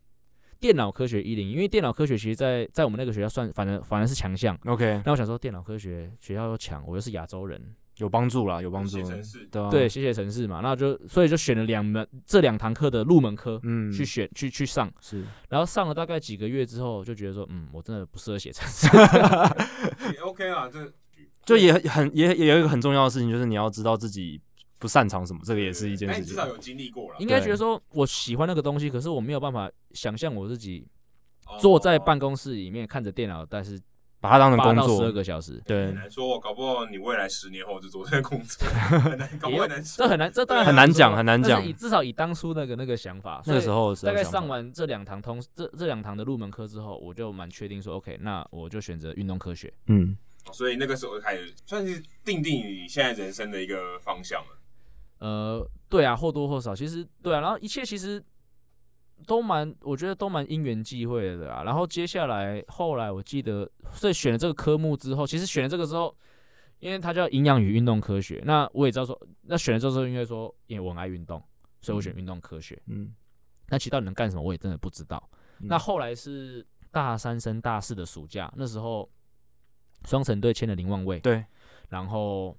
Speaker 3: 电脑科学一零，因为电脑科学其实在在我们那个学校算反正反而是强项。
Speaker 1: OK，
Speaker 3: 那我想说，电脑科学学校又强，我又是亚洲人，
Speaker 1: 有帮助啦，有帮助
Speaker 2: 写。程式
Speaker 1: 对啊
Speaker 3: 对，，写写程式嘛，那就所以就选了两门这两堂课的入门科、
Speaker 1: 嗯，
Speaker 3: 去选去去上，
Speaker 1: 是
Speaker 3: 然后上了大概几个月之后，就觉得说，嗯，我真的不适合写程式。
Speaker 2: 也 OK 啊， 这
Speaker 1: 就也很也也有一个很重要的事情，就是你要知道自己不擅长什么，这个也是一件
Speaker 2: 但
Speaker 1: 事
Speaker 2: 哎你至
Speaker 1: 情。
Speaker 2: 少有经历过了
Speaker 3: 应。该觉得说我喜欢那个东西，可是我没有办法想象我自己
Speaker 2: 哦
Speaker 3: 坐在办公室里面看着电脑，但是
Speaker 1: 把它当成
Speaker 3: 八
Speaker 1: 工
Speaker 3: 到十二
Speaker 1: 作，
Speaker 3: 个嗯小时，
Speaker 1: 对
Speaker 2: 哦很，难说，搞不好你未来十年后就做这个工作， 很难，搞不好很难说。
Speaker 3: 这很难，这当然
Speaker 1: 很难讲，很难
Speaker 3: 但
Speaker 1: 讲
Speaker 3: 是以。至少以当初那个那个想法，
Speaker 1: 那个时
Speaker 3: 候。
Speaker 1: 候的时候
Speaker 3: 大概
Speaker 1: 想法
Speaker 3: 上完这两堂通这这两堂的入门课之后，我就蛮确定说，OK，那我就选择运动科学。
Speaker 1: 嗯，
Speaker 2: 所以那个时候开始算是定定你现在人生的一个方向了。
Speaker 3: 呃，对啊，或多或少，其实对啊，然后一切其实都蛮，我觉得都蛮因缘际会的啊。然后接下来，后来我记得，所以选了这个科目之后，其实选了这个之后，因为它叫营养与运动科学，那我也知道说，那选了之后，因为说，因为我很爱运动，所以我选运动科学。
Speaker 1: 嗯，
Speaker 3: 那其实到底能干什么，我也真的不知道。
Speaker 1: 嗯
Speaker 3: 那后来是大三升大四的暑假，那时候双城队签了林万卫，
Speaker 1: 对，
Speaker 3: 然后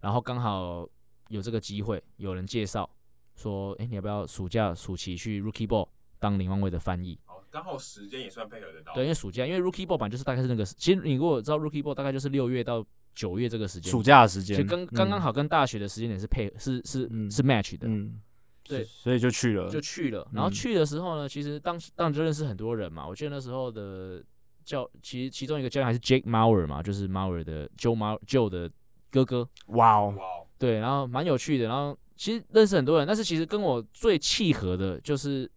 Speaker 3: 然后刚好有这个机会，有人介绍说，哎、你要不要暑假暑期去 Rookie Ball 当林万卫的翻译？
Speaker 2: 好，刚好时间也算配合得到。
Speaker 3: 对，因为暑假，因为 Rookie Ball 版就是大概是那个时，其实你如果知道 Rookie Ball 大概就是六月到九月这个时间，
Speaker 1: 暑假的时
Speaker 3: 其实
Speaker 1: 间嗯
Speaker 3: 跟刚刚
Speaker 1: 好，
Speaker 3: 好跟大学的时间点是配是是、
Speaker 1: 嗯
Speaker 3: 是 match 的，
Speaker 1: 嗯，
Speaker 3: 对
Speaker 1: 所以就去了
Speaker 3: 就，去了。然后
Speaker 1: 嗯
Speaker 3: 去的时候呢，其实当时当然就认识很多人嘛。我记得那时候的教，其实其中一个教练还是 Jake Mauer 嘛，就是 Mauer 的 Joe Mau Joe 的哥哥。
Speaker 1: 哇哦，
Speaker 2: 哇哦，
Speaker 3: 对，然后蛮有趣的。然后其实认识很多人，但是其实跟我最契合的就是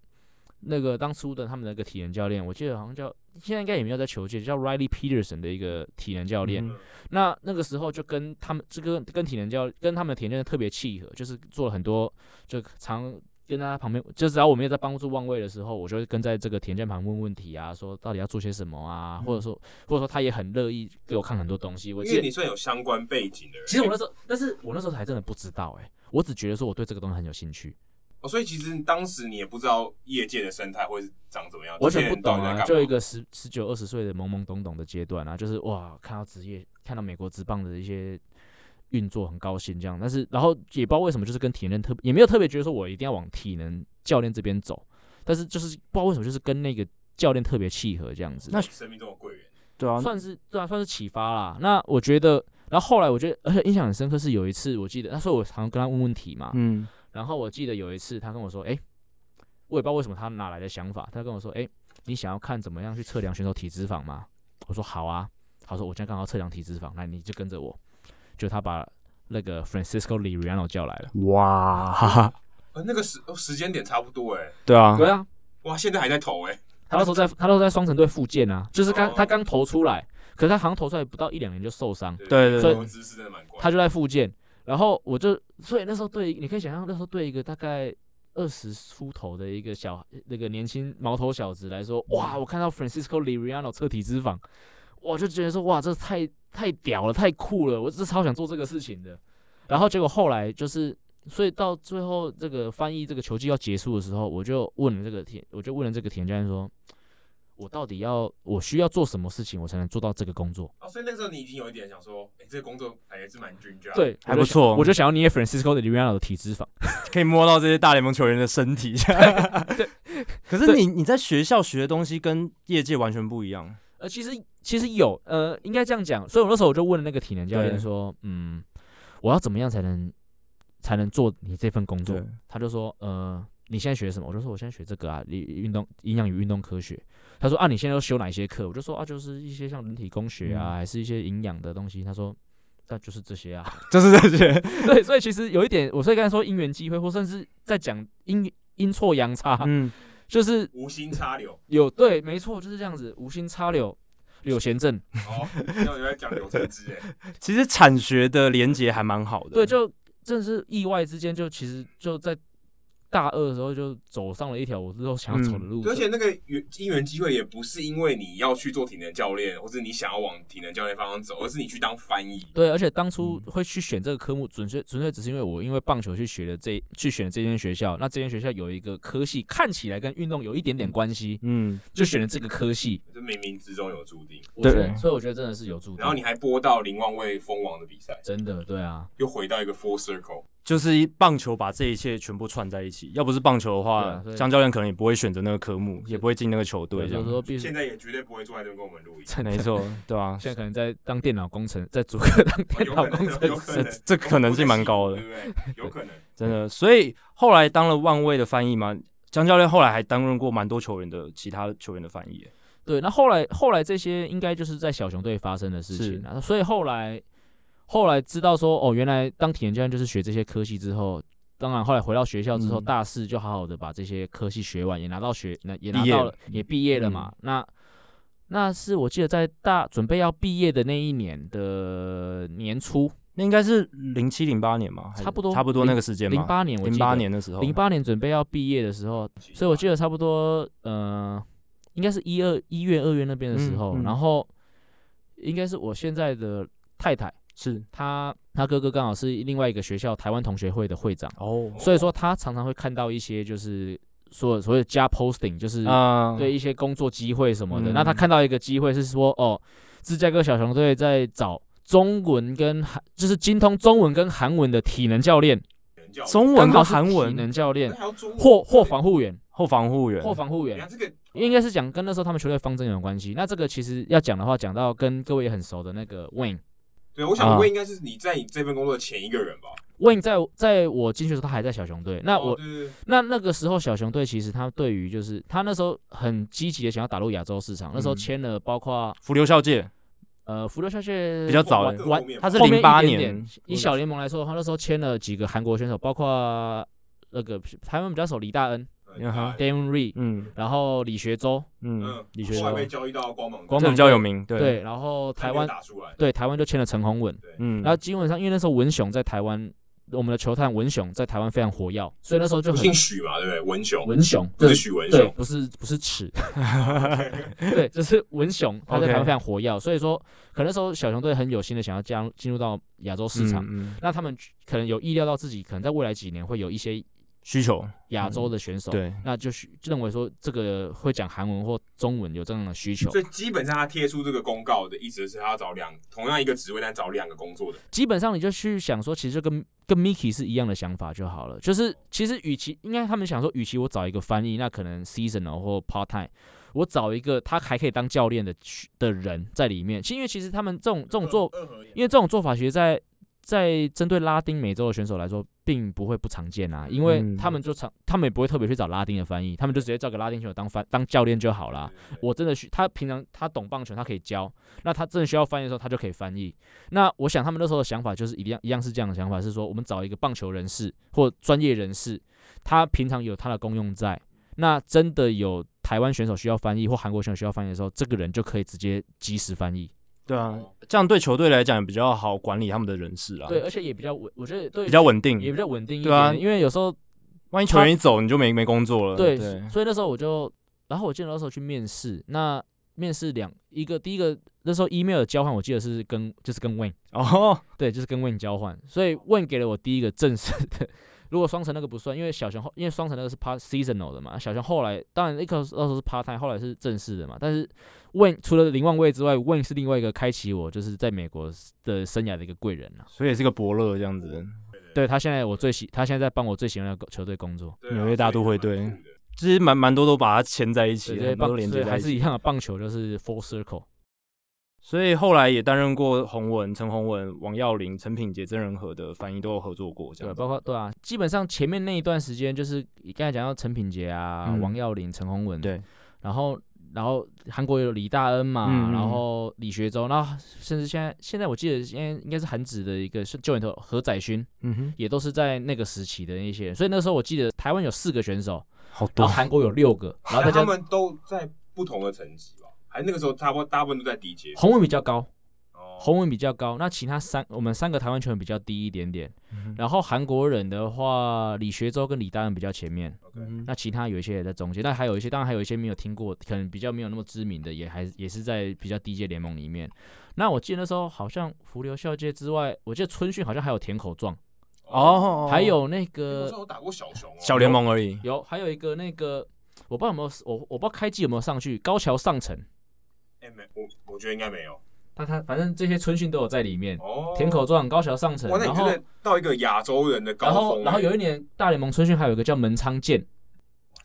Speaker 3: 那个当初的他们的那个体能教练，我记得好像叫现在应该也没有在球界，叫 Riley Peterson 的一个体能教练。
Speaker 1: 嗯
Speaker 3: 那那个时候就跟他们这个跟体能教跟他们的体能教练特别契合，就是做了很多就常。跟他旁边，就只要我没有在帮助望位的时候，我就会跟在这个田间旁问问题啊，说到底要做些什么啊，或者说，或者说他也很乐意给我看很多东西。我
Speaker 2: 嗯因
Speaker 3: 记
Speaker 2: 为
Speaker 3: 得
Speaker 2: 你算有相关背景的人。
Speaker 3: 其实我那时候，但是我那时候还真的不知道哎、我只觉得说我对这个东西很有兴趣，
Speaker 2: 哦，所以其实当时你也不知道业界的生态会是长怎么样，
Speaker 3: 完
Speaker 2: 这些
Speaker 3: 全不
Speaker 2: 人到底
Speaker 3: 懂
Speaker 2: 在干
Speaker 3: 啊，
Speaker 2: 嘛
Speaker 3: 就一个十十九二十岁的懵懵懂懂的阶段啊，就是哇，看到职业，看到美国职棒的一些运作，很高兴这样，但是然后也不知道为什么，就是跟体能特也没有特别觉得说我一定要往体能教练这边走，但是就是不知道为什么，就是跟那个教练特别契合这样子。
Speaker 1: 那
Speaker 2: 生命中的贵人。
Speaker 1: 对啊，
Speaker 3: 算是对啊，算是启发啦。那我觉得，然后后来我觉得，而且印象很深刻是有一次，我记得那时候我常跟他问问题嘛，
Speaker 1: 嗯，
Speaker 3: 然后我记得有一次他跟我说，哎、我也不知道为什么他哪来的想法，他跟我说，哎、你想要看怎么样去测量选手体脂肪吗？我说好啊，他说我现在刚好测量体脂肪，那你就跟着我。就他把那个 Francisco l i r i a n o 叫来了，
Speaker 1: 哇，哈哈，
Speaker 2: 呃，那个时哦时间点差不多哎，
Speaker 1: 对啊，
Speaker 3: 对啊，
Speaker 2: 哇，现在还在投哎，
Speaker 3: 他那时候在他那时候在双城队复健啊，就是刚
Speaker 2: 哦
Speaker 3: 他刚投出来，可是他好像投出来不到一两年就受伤，
Speaker 1: 对对
Speaker 3: 对
Speaker 2: 投资是真的蛮怪。
Speaker 3: 他就在复健，然后我就所以那时候对，你可以想象那时候对一个大概二十出头的一个小那个年轻毛头小子来说，哇，我看到 Francisco Liriano 彻体脂肪，我就觉得说哇，这太太屌了，太酷了，我是超想做这个事情的。然后结果后来就是。所以到最后，这个翻译这个球季要结束的时候，我就问了这个田，我就问了这个田教练说，我到底要我需要做什么事情，我才能做到这个工作？
Speaker 2: 哦，所以那个时候你已经有一点想说，哎，这个工作感觉是蛮均价。，
Speaker 3: 对，
Speaker 1: 还不错
Speaker 3: 我就想要捏 Francisco 的 Liriano 的体脂肪。
Speaker 1: 可以摸到这些大联盟球员的身 体。可是你你在学校学的东西跟业界完全不一样。
Speaker 3: 呃，其实其实有，呃，应该这样讲。所以我那时候我就问那个体能教练
Speaker 1: 对
Speaker 3: 说，嗯，我要怎么样才能才能做你这份工作？他就说，呃，你现在学什么？我就说我现在学这个啊，运运动营养与运动科学。他说啊，你现在要修哪一些课？我就说啊，就是一些像人体工学啊，
Speaker 1: 嗯
Speaker 3: 还是一些营养的东西。他说。那就是这些啊，
Speaker 1: 就是这些。
Speaker 3: 对，所以其实有一点，我所以刚才说因缘机会，或甚至在讲阴阴错阳差，
Speaker 1: 嗯，
Speaker 3: 就是
Speaker 2: 无心插柳，
Speaker 3: 有对，没错，就是这样子，无心插柳。柳贤镇，
Speaker 2: 哦，要有在讲柳橙汁 哎，
Speaker 1: 其实产学的连结还蛮好的。
Speaker 3: 对，就真的是意外之间，就其实就在大二的时候就走上了一条我之后想要走的路。
Speaker 2: 而且那个缘因缘机会也不是因为你要去做体能教练，或者你想要往体能教练方向走，而是你去当翻译。
Speaker 3: 对，而且当初
Speaker 2: 嗯
Speaker 3: 会去选这个科目，纯粹纯粹只是因为我因为棒球去学的这去选这间学校，那这间学校有一个科系看起来跟运动有一点点关系，
Speaker 1: 嗯，
Speaker 3: 就选了这个科系。
Speaker 2: 就冥冥之中有注定。
Speaker 3: 我觉得，
Speaker 1: 对
Speaker 3: 所以我觉得真的是有
Speaker 1: 嗯
Speaker 3: 助。
Speaker 2: 然后你还播到林旺卫封王的比赛，
Speaker 3: 真的对啊，
Speaker 2: 又回到一个 full circle。
Speaker 1: 就是一棒球把这一切全部串在一起。要不是棒球的
Speaker 3: 对
Speaker 1: 话
Speaker 3: 啊所，以
Speaker 1: 江教练可能也不会选择那个科目，也不会进那个球队。这
Speaker 3: 就是
Speaker 1: 样
Speaker 3: 说必须
Speaker 2: 现。在也绝对不会啊坐在这边跟我 们录音，
Speaker 1: 没 错，对 啊，
Speaker 3: 现在可能在当电脑工程，在主科当电
Speaker 2: 哦有
Speaker 3: 脑
Speaker 2: 可
Speaker 3: 工
Speaker 2: 能，有
Speaker 3: 程
Speaker 2: 可
Speaker 3: 师，
Speaker 2: 能，
Speaker 1: 这可能性蛮高的
Speaker 2: 对不对？有可能。
Speaker 1: 真的。所以后来当了万位的翻译嘛，江教练后来还担任过蛮多球员的其他球员的翻译。
Speaker 3: 对，那后来后来这些应该就是在小熊队发生的事情啊，所以后来后来知道说哦，原来当体能教练就是学这些科系之后，当然后来回到学校之后，
Speaker 1: 嗯
Speaker 3: 大四就好好的把这些科系学完，也拿到学那也
Speaker 1: 毕
Speaker 3: 拿
Speaker 1: 业
Speaker 3: 到
Speaker 1: 了嗯
Speaker 3: 了也毕业了嘛。那那是我记得在大准备要毕业的那一年的年初，
Speaker 1: 那应该是零七零八年嘛，还是
Speaker 3: 差不多
Speaker 1: 差不多那个时间嘛，
Speaker 3: 零八年我
Speaker 1: 零
Speaker 3: 记
Speaker 1: 八
Speaker 3: 得
Speaker 1: 年的时候，
Speaker 3: 零八年准备要毕业的时候，所以我记得差不多，呃，应该是一二一月、二月那边的时候，
Speaker 1: 嗯嗯
Speaker 3: 然后应该是我现在的太太，
Speaker 1: 是
Speaker 3: 她她哥哥刚好是另外一个学校台湾同学会的会长，
Speaker 1: 哦，
Speaker 3: 所以说她常常会看到一些就是所所谓的加 posting，就是
Speaker 1: 啊，
Speaker 3: 对一些工作机会什么的。
Speaker 1: 嗯
Speaker 3: 那她看到一个机会是说，哦，芝加哥小熊队在找中文跟韩，就是精通中文跟韩文的体能教练，
Speaker 1: 中文
Speaker 3: 刚
Speaker 1: 和
Speaker 3: 好是
Speaker 1: 韩
Speaker 3: 体
Speaker 1: 文
Speaker 3: 能教练
Speaker 2: 还要中文
Speaker 3: 或或防护员。
Speaker 1: 后防护员，
Speaker 3: 或防护
Speaker 2: 你
Speaker 3: 员
Speaker 2: 看，这个
Speaker 3: 应该是讲跟那时候他们球队方针有关系。那这个其实要讲的话，讲到跟各位也很熟的那个 Wayne。
Speaker 2: 对，我想
Speaker 1: 啊
Speaker 2: 问，应该是你在你这份工作的前一个人吧？
Speaker 3: Wayne 在在我进去的时候，他还在小熊队。那我、
Speaker 2: 哦对对对
Speaker 3: 那那个时候小熊队其实他对于就是他那时候很积极的想要打入亚洲市场，那时
Speaker 1: 嗯
Speaker 3: 候签了包括
Speaker 1: 福流校界
Speaker 3: 呃福留校界
Speaker 1: 比较早
Speaker 3: 晚
Speaker 1: 的
Speaker 3: 晚
Speaker 2: 后面
Speaker 1: 他
Speaker 2: 吧
Speaker 1: 是
Speaker 3: 后面一
Speaker 1: 08
Speaker 3: 点
Speaker 1: 年
Speaker 3: 点以小联盟来说的话，那时候签了几个韩国选手，包括那个台湾比较熟李大恩、
Speaker 2: 呃
Speaker 1: 嗯哼
Speaker 2: 对
Speaker 3: Damon Ree，、
Speaker 1: 嗯
Speaker 3: 然后李学周，
Speaker 1: 嗯
Speaker 2: 嗯，，
Speaker 1: 李学
Speaker 2: 后来
Speaker 1: 修
Speaker 2: 被交易到光芒队，
Speaker 3: 光
Speaker 1: 这
Speaker 3: 芒
Speaker 1: 比较有名，对，
Speaker 3: 对，然后
Speaker 2: 但
Speaker 3: 台
Speaker 2: 没有
Speaker 3: 湾
Speaker 2: 打出来，
Speaker 3: 对台湾就签了陈宏文。
Speaker 1: 嗯，
Speaker 3: 然后基本上因为那时候文雄在台湾，我们的球探文雄在台湾非常活跃，所以那时候就
Speaker 2: 不
Speaker 3: 很
Speaker 2: 姓许嘛，对不对？文雄
Speaker 3: 文雄，
Speaker 2: 不
Speaker 3: 对
Speaker 2: 是许文
Speaker 3: 对，
Speaker 2: 雄，
Speaker 3: 不是不是尺，对，就是文雄，他在
Speaker 1: OK
Speaker 3: 台湾非常活跃，所以说可能那时候小熊队很有心的想要加入进入到亚洲市场，
Speaker 1: 嗯嗯
Speaker 3: 那他们可能有意料到自己可能在未来几年会有一些
Speaker 1: 需求，
Speaker 3: 亚洲的选手，
Speaker 1: 嗯对，
Speaker 3: 那就是认为说这个会讲韩文或中文有这样的需求
Speaker 2: 所，以基本上他贴出这个公告的意思是他要找两同样一个职位，但找两个工作的。
Speaker 3: 基本上你就去想说，其实就跟跟 Miki 是一样的想法就好了。就是其实与其应该他们想说，与其我找一个翻译，那可能 seasonal 或 part time，我找一个他还可以当教练的去的人在里面。其因为其实他们这种这种做，
Speaker 2: 二合一啊
Speaker 3: 因为这种做法其实在，在针对拉丁美洲的选手来说，并不会不常见啊，因为
Speaker 1: 嗯
Speaker 3: 他们就常他们也不会特别去找拉丁的翻译，他们就直接找个拉丁选手当翻当教练就好啦。我真的需他平常他懂棒球，他可以教。那他真的需要翻译的时候，他就可以翻译。那我想他们那时候的想法就是一样，一样是这样的想法，是说我们找一个棒球人士或专业人士，他平常有他的功用在。那真的有台湾选手需要翻译或韩国选手需要翻译的时候，这个人就可以直接及时翻译。
Speaker 1: 对啊，
Speaker 2: 哦
Speaker 1: 这样对球队来讲也比较好管理他们的人事啊，
Speaker 3: 对，，而且也比较稳，我觉得对
Speaker 1: 比较稳
Speaker 3: 也比
Speaker 1: 定。
Speaker 3: 较稳定一
Speaker 1: 对啊
Speaker 3: 点，因为有时候
Speaker 1: 万一球员一走，你就没没工作了。
Speaker 3: 对，
Speaker 1: 对，
Speaker 3: 所以那时候我就，然后我记得那时候去面试，那面试两一个第一个那时候 email 的交换，我记得是跟就是跟 Wayne。
Speaker 1: 哦，
Speaker 3: 对，就是跟 Win 交换，所以 Win 给了我第一个正式的。 如果双城那个不算，因为小熊后因为双城那个是 part seasonal 的嘛，小熊后来当然那个那时候是 part time，后来是正式的嘛。但是 Win 除了林万位之外，Win 是另外一个开启我就是在美国的生涯的一个贵人啊。
Speaker 1: 所以也是个伯乐这样子。
Speaker 3: 对他现在我最喜，他现在在帮我最喜欢的球队工作，
Speaker 2: 对啊
Speaker 1: 纽约大都会队
Speaker 2: 所以
Speaker 1: 其
Speaker 2: 还蛮酷的
Speaker 1: 实蛮蛮多都把它牵在一起，
Speaker 3: 对，所以
Speaker 1: 很多都
Speaker 3: 棒
Speaker 1: 连
Speaker 3: 所
Speaker 1: 接
Speaker 3: 以
Speaker 1: 在
Speaker 3: 还
Speaker 1: 一
Speaker 3: 是
Speaker 1: 起。
Speaker 3: 一样的，棒球就是 full circle。
Speaker 1: 所以后来也担任过洪文、陈洪文、王耀林、陈品杰、曾仁和的翻译都有合作过，这
Speaker 3: 对，
Speaker 1: 样
Speaker 3: 包括对啊，基本上前面那一段时间，就是你刚才讲到陈品杰啊、
Speaker 1: 嗯
Speaker 3: 王耀林、陈宏文，
Speaker 1: 对，
Speaker 3: 然后然后韩国有李大恩嘛，
Speaker 1: 嗯嗯
Speaker 3: 然后李学周，然后甚至现在现在我记得现在应该是韩职的一个是救援头何载勋，
Speaker 1: 嗯哼，
Speaker 3: 也都是在那个时期的那些人，所以那时候我记得台湾有四个选手，
Speaker 1: 好
Speaker 3: 然
Speaker 1: 多
Speaker 3: 后韩国有六个，然后
Speaker 2: 但
Speaker 3: 再
Speaker 2: 他
Speaker 3: 加
Speaker 2: 们都在不同的层级吧？还那个时候差不多大部分都在低阶。
Speaker 3: 红文比较高，
Speaker 2: 哦
Speaker 3: 红文比较高，那其他三我们三个台湾球员比较低一点点，然后韩国人的话，李学周跟李大恩比较前面，
Speaker 2: ，OK，
Speaker 1: 嗯
Speaker 3: 那其他有一些也在中间，但还有一些，当然还有一些没有听过，可能比较没有那么知名的，也还也是在比较低阶联盟里面。那我记得那时候好像浮流校界之外，我记得春训好像还有田口壮，
Speaker 1: 哦，
Speaker 3: 还有那
Speaker 2: 那时
Speaker 3: 个
Speaker 2: 候我打过小熊哦，
Speaker 1: 小联盟而已，
Speaker 3: 有还有一个那个我不知道有没有我我不知道开季有没有上去高桥上城，
Speaker 2: 哎没我我觉得应该没有。
Speaker 3: 但他反正这些春训都有在里面，
Speaker 2: 哦，
Speaker 3: 田口壮、高桥上城，
Speaker 2: 哇，那
Speaker 3: 然
Speaker 2: 你
Speaker 3: 后
Speaker 2: 真的到一个亚洲人的
Speaker 3: 然
Speaker 2: 高峰
Speaker 3: 后
Speaker 2: 欸，
Speaker 3: 然后有一年大联盟春训还有一个叫门仓健，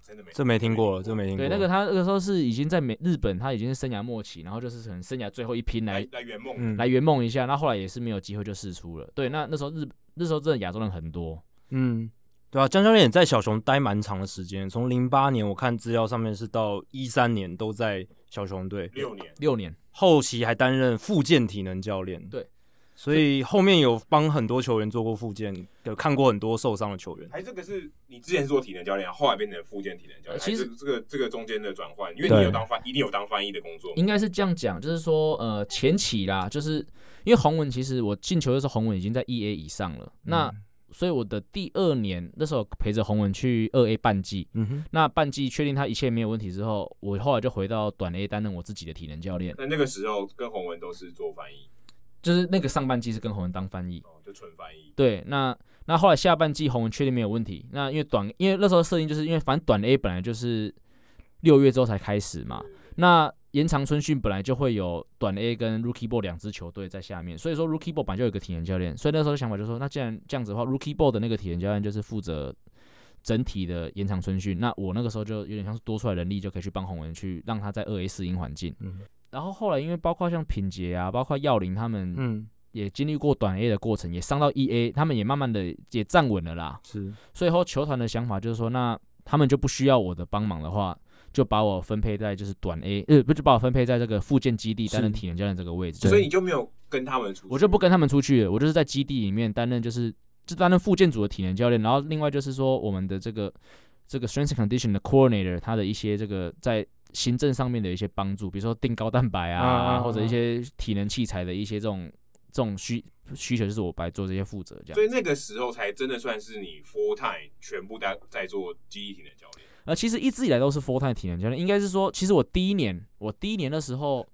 Speaker 2: 真的没
Speaker 1: 这没听过了，这没听过。
Speaker 3: 对，那个他那个时候是已经在美日本，他已经是生涯末期，然后就是可能生涯最后一拼来
Speaker 2: 来来圆梦，
Speaker 1: 嗯
Speaker 3: 来圆梦一下。那后来也是没有机会就试出了。对，那那时候日那时候真的亚洲人很多，
Speaker 1: 嗯，对啊，江教练也在小熊待蛮长的时间，从零八年我看资料上面是到一三年都在小熊队，
Speaker 2: 六年
Speaker 3: 六年
Speaker 1: 后期还担任复健体能教练。
Speaker 3: 对，
Speaker 1: 所以后面有帮很多球员做过复健，有看过很多受伤的球员。
Speaker 2: 还这个是你之前是做体能教练，啊后来变成复健体能教练，
Speaker 3: 呃其实
Speaker 2: 还是这个这个中间的转换，因为
Speaker 1: 对
Speaker 2: 你有当翻，一定有当翻译的工作嘛，
Speaker 3: 应该是这样讲，就是说呃前期啦，就是因为洪文其实我进球的时候洪文已经在一 A 以上了，那
Speaker 1: 嗯
Speaker 3: 所以我的第二年那时候陪着洪文去二 A 半季，
Speaker 1: 嗯哼，
Speaker 3: 那半季确定他一切没有问题之后，我后来就回到短 A 担任我自己的体能教练，
Speaker 2: 那那个时候跟洪文都是做翻译，
Speaker 3: 就是那个上半季是跟洪文当翻译。
Speaker 2: 哦，就纯翻译。
Speaker 3: 对，那那后来下半季红文确定没有问题。那因为短，因为那时候设定就是因为反正短 A 本来就是六月之后才开始嘛，
Speaker 1: 嗯
Speaker 3: 那延长春训本来就会有短 A 跟 Rookie Ball 两支球队在下面，所以说 Rookie Ball 本来就有一个体能教练，所以那时候想法就是说，那既然这样子的话，Rookie Ball 的那个体能教练就是负责。整体的延长春训，那我那个时候就有点像是多出来人力，就可以去帮红文去让他在二 A 适应环境。
Speaker 1: 嗯
Speaker 3: 然后后来因为包括像品杰啊，包括耀林他们，
Speaker 1: 嗯，
Speaker 3: 也经历过短 A 的过程，也上到 EA，他们也慢慢的也站稳了啦。
Speaker 1: 是
Speaker 3: 所以后球团的想法就是说，那他们就不需要我的帮忙的话，就把我分配在就是短 A，呃，不就把我分配在这个附件基地担任
Speaker 1: 是
Speaker 3: 体能教练这个位置。
Speaker 2: 所以你就没有跟他们出去，
Speaker 3: 我就不跟他们出去了，我就是在基地里面担任就是就担任附件组的体能教练，然后另外就是说我们的这个这个 strength and condition 的 coordinator 他的一些这个在行政上面的一些帮助，比如说定高蛋白啊，
Speaker 1: 啊啊啊
Speaker 3: 或者一些体能器材的一些这种这种需需求，就是我来做这些负责这
Speaker 2: 所
Speaker 3: 样。
Speaker 2: 以那个时候才真的算是你 full time 全部在在做记忆体能教练。
Speaker 3: 呃，其实一直以来都是 full time 体能教练，应该是说，其实我第一年我第一年的时候，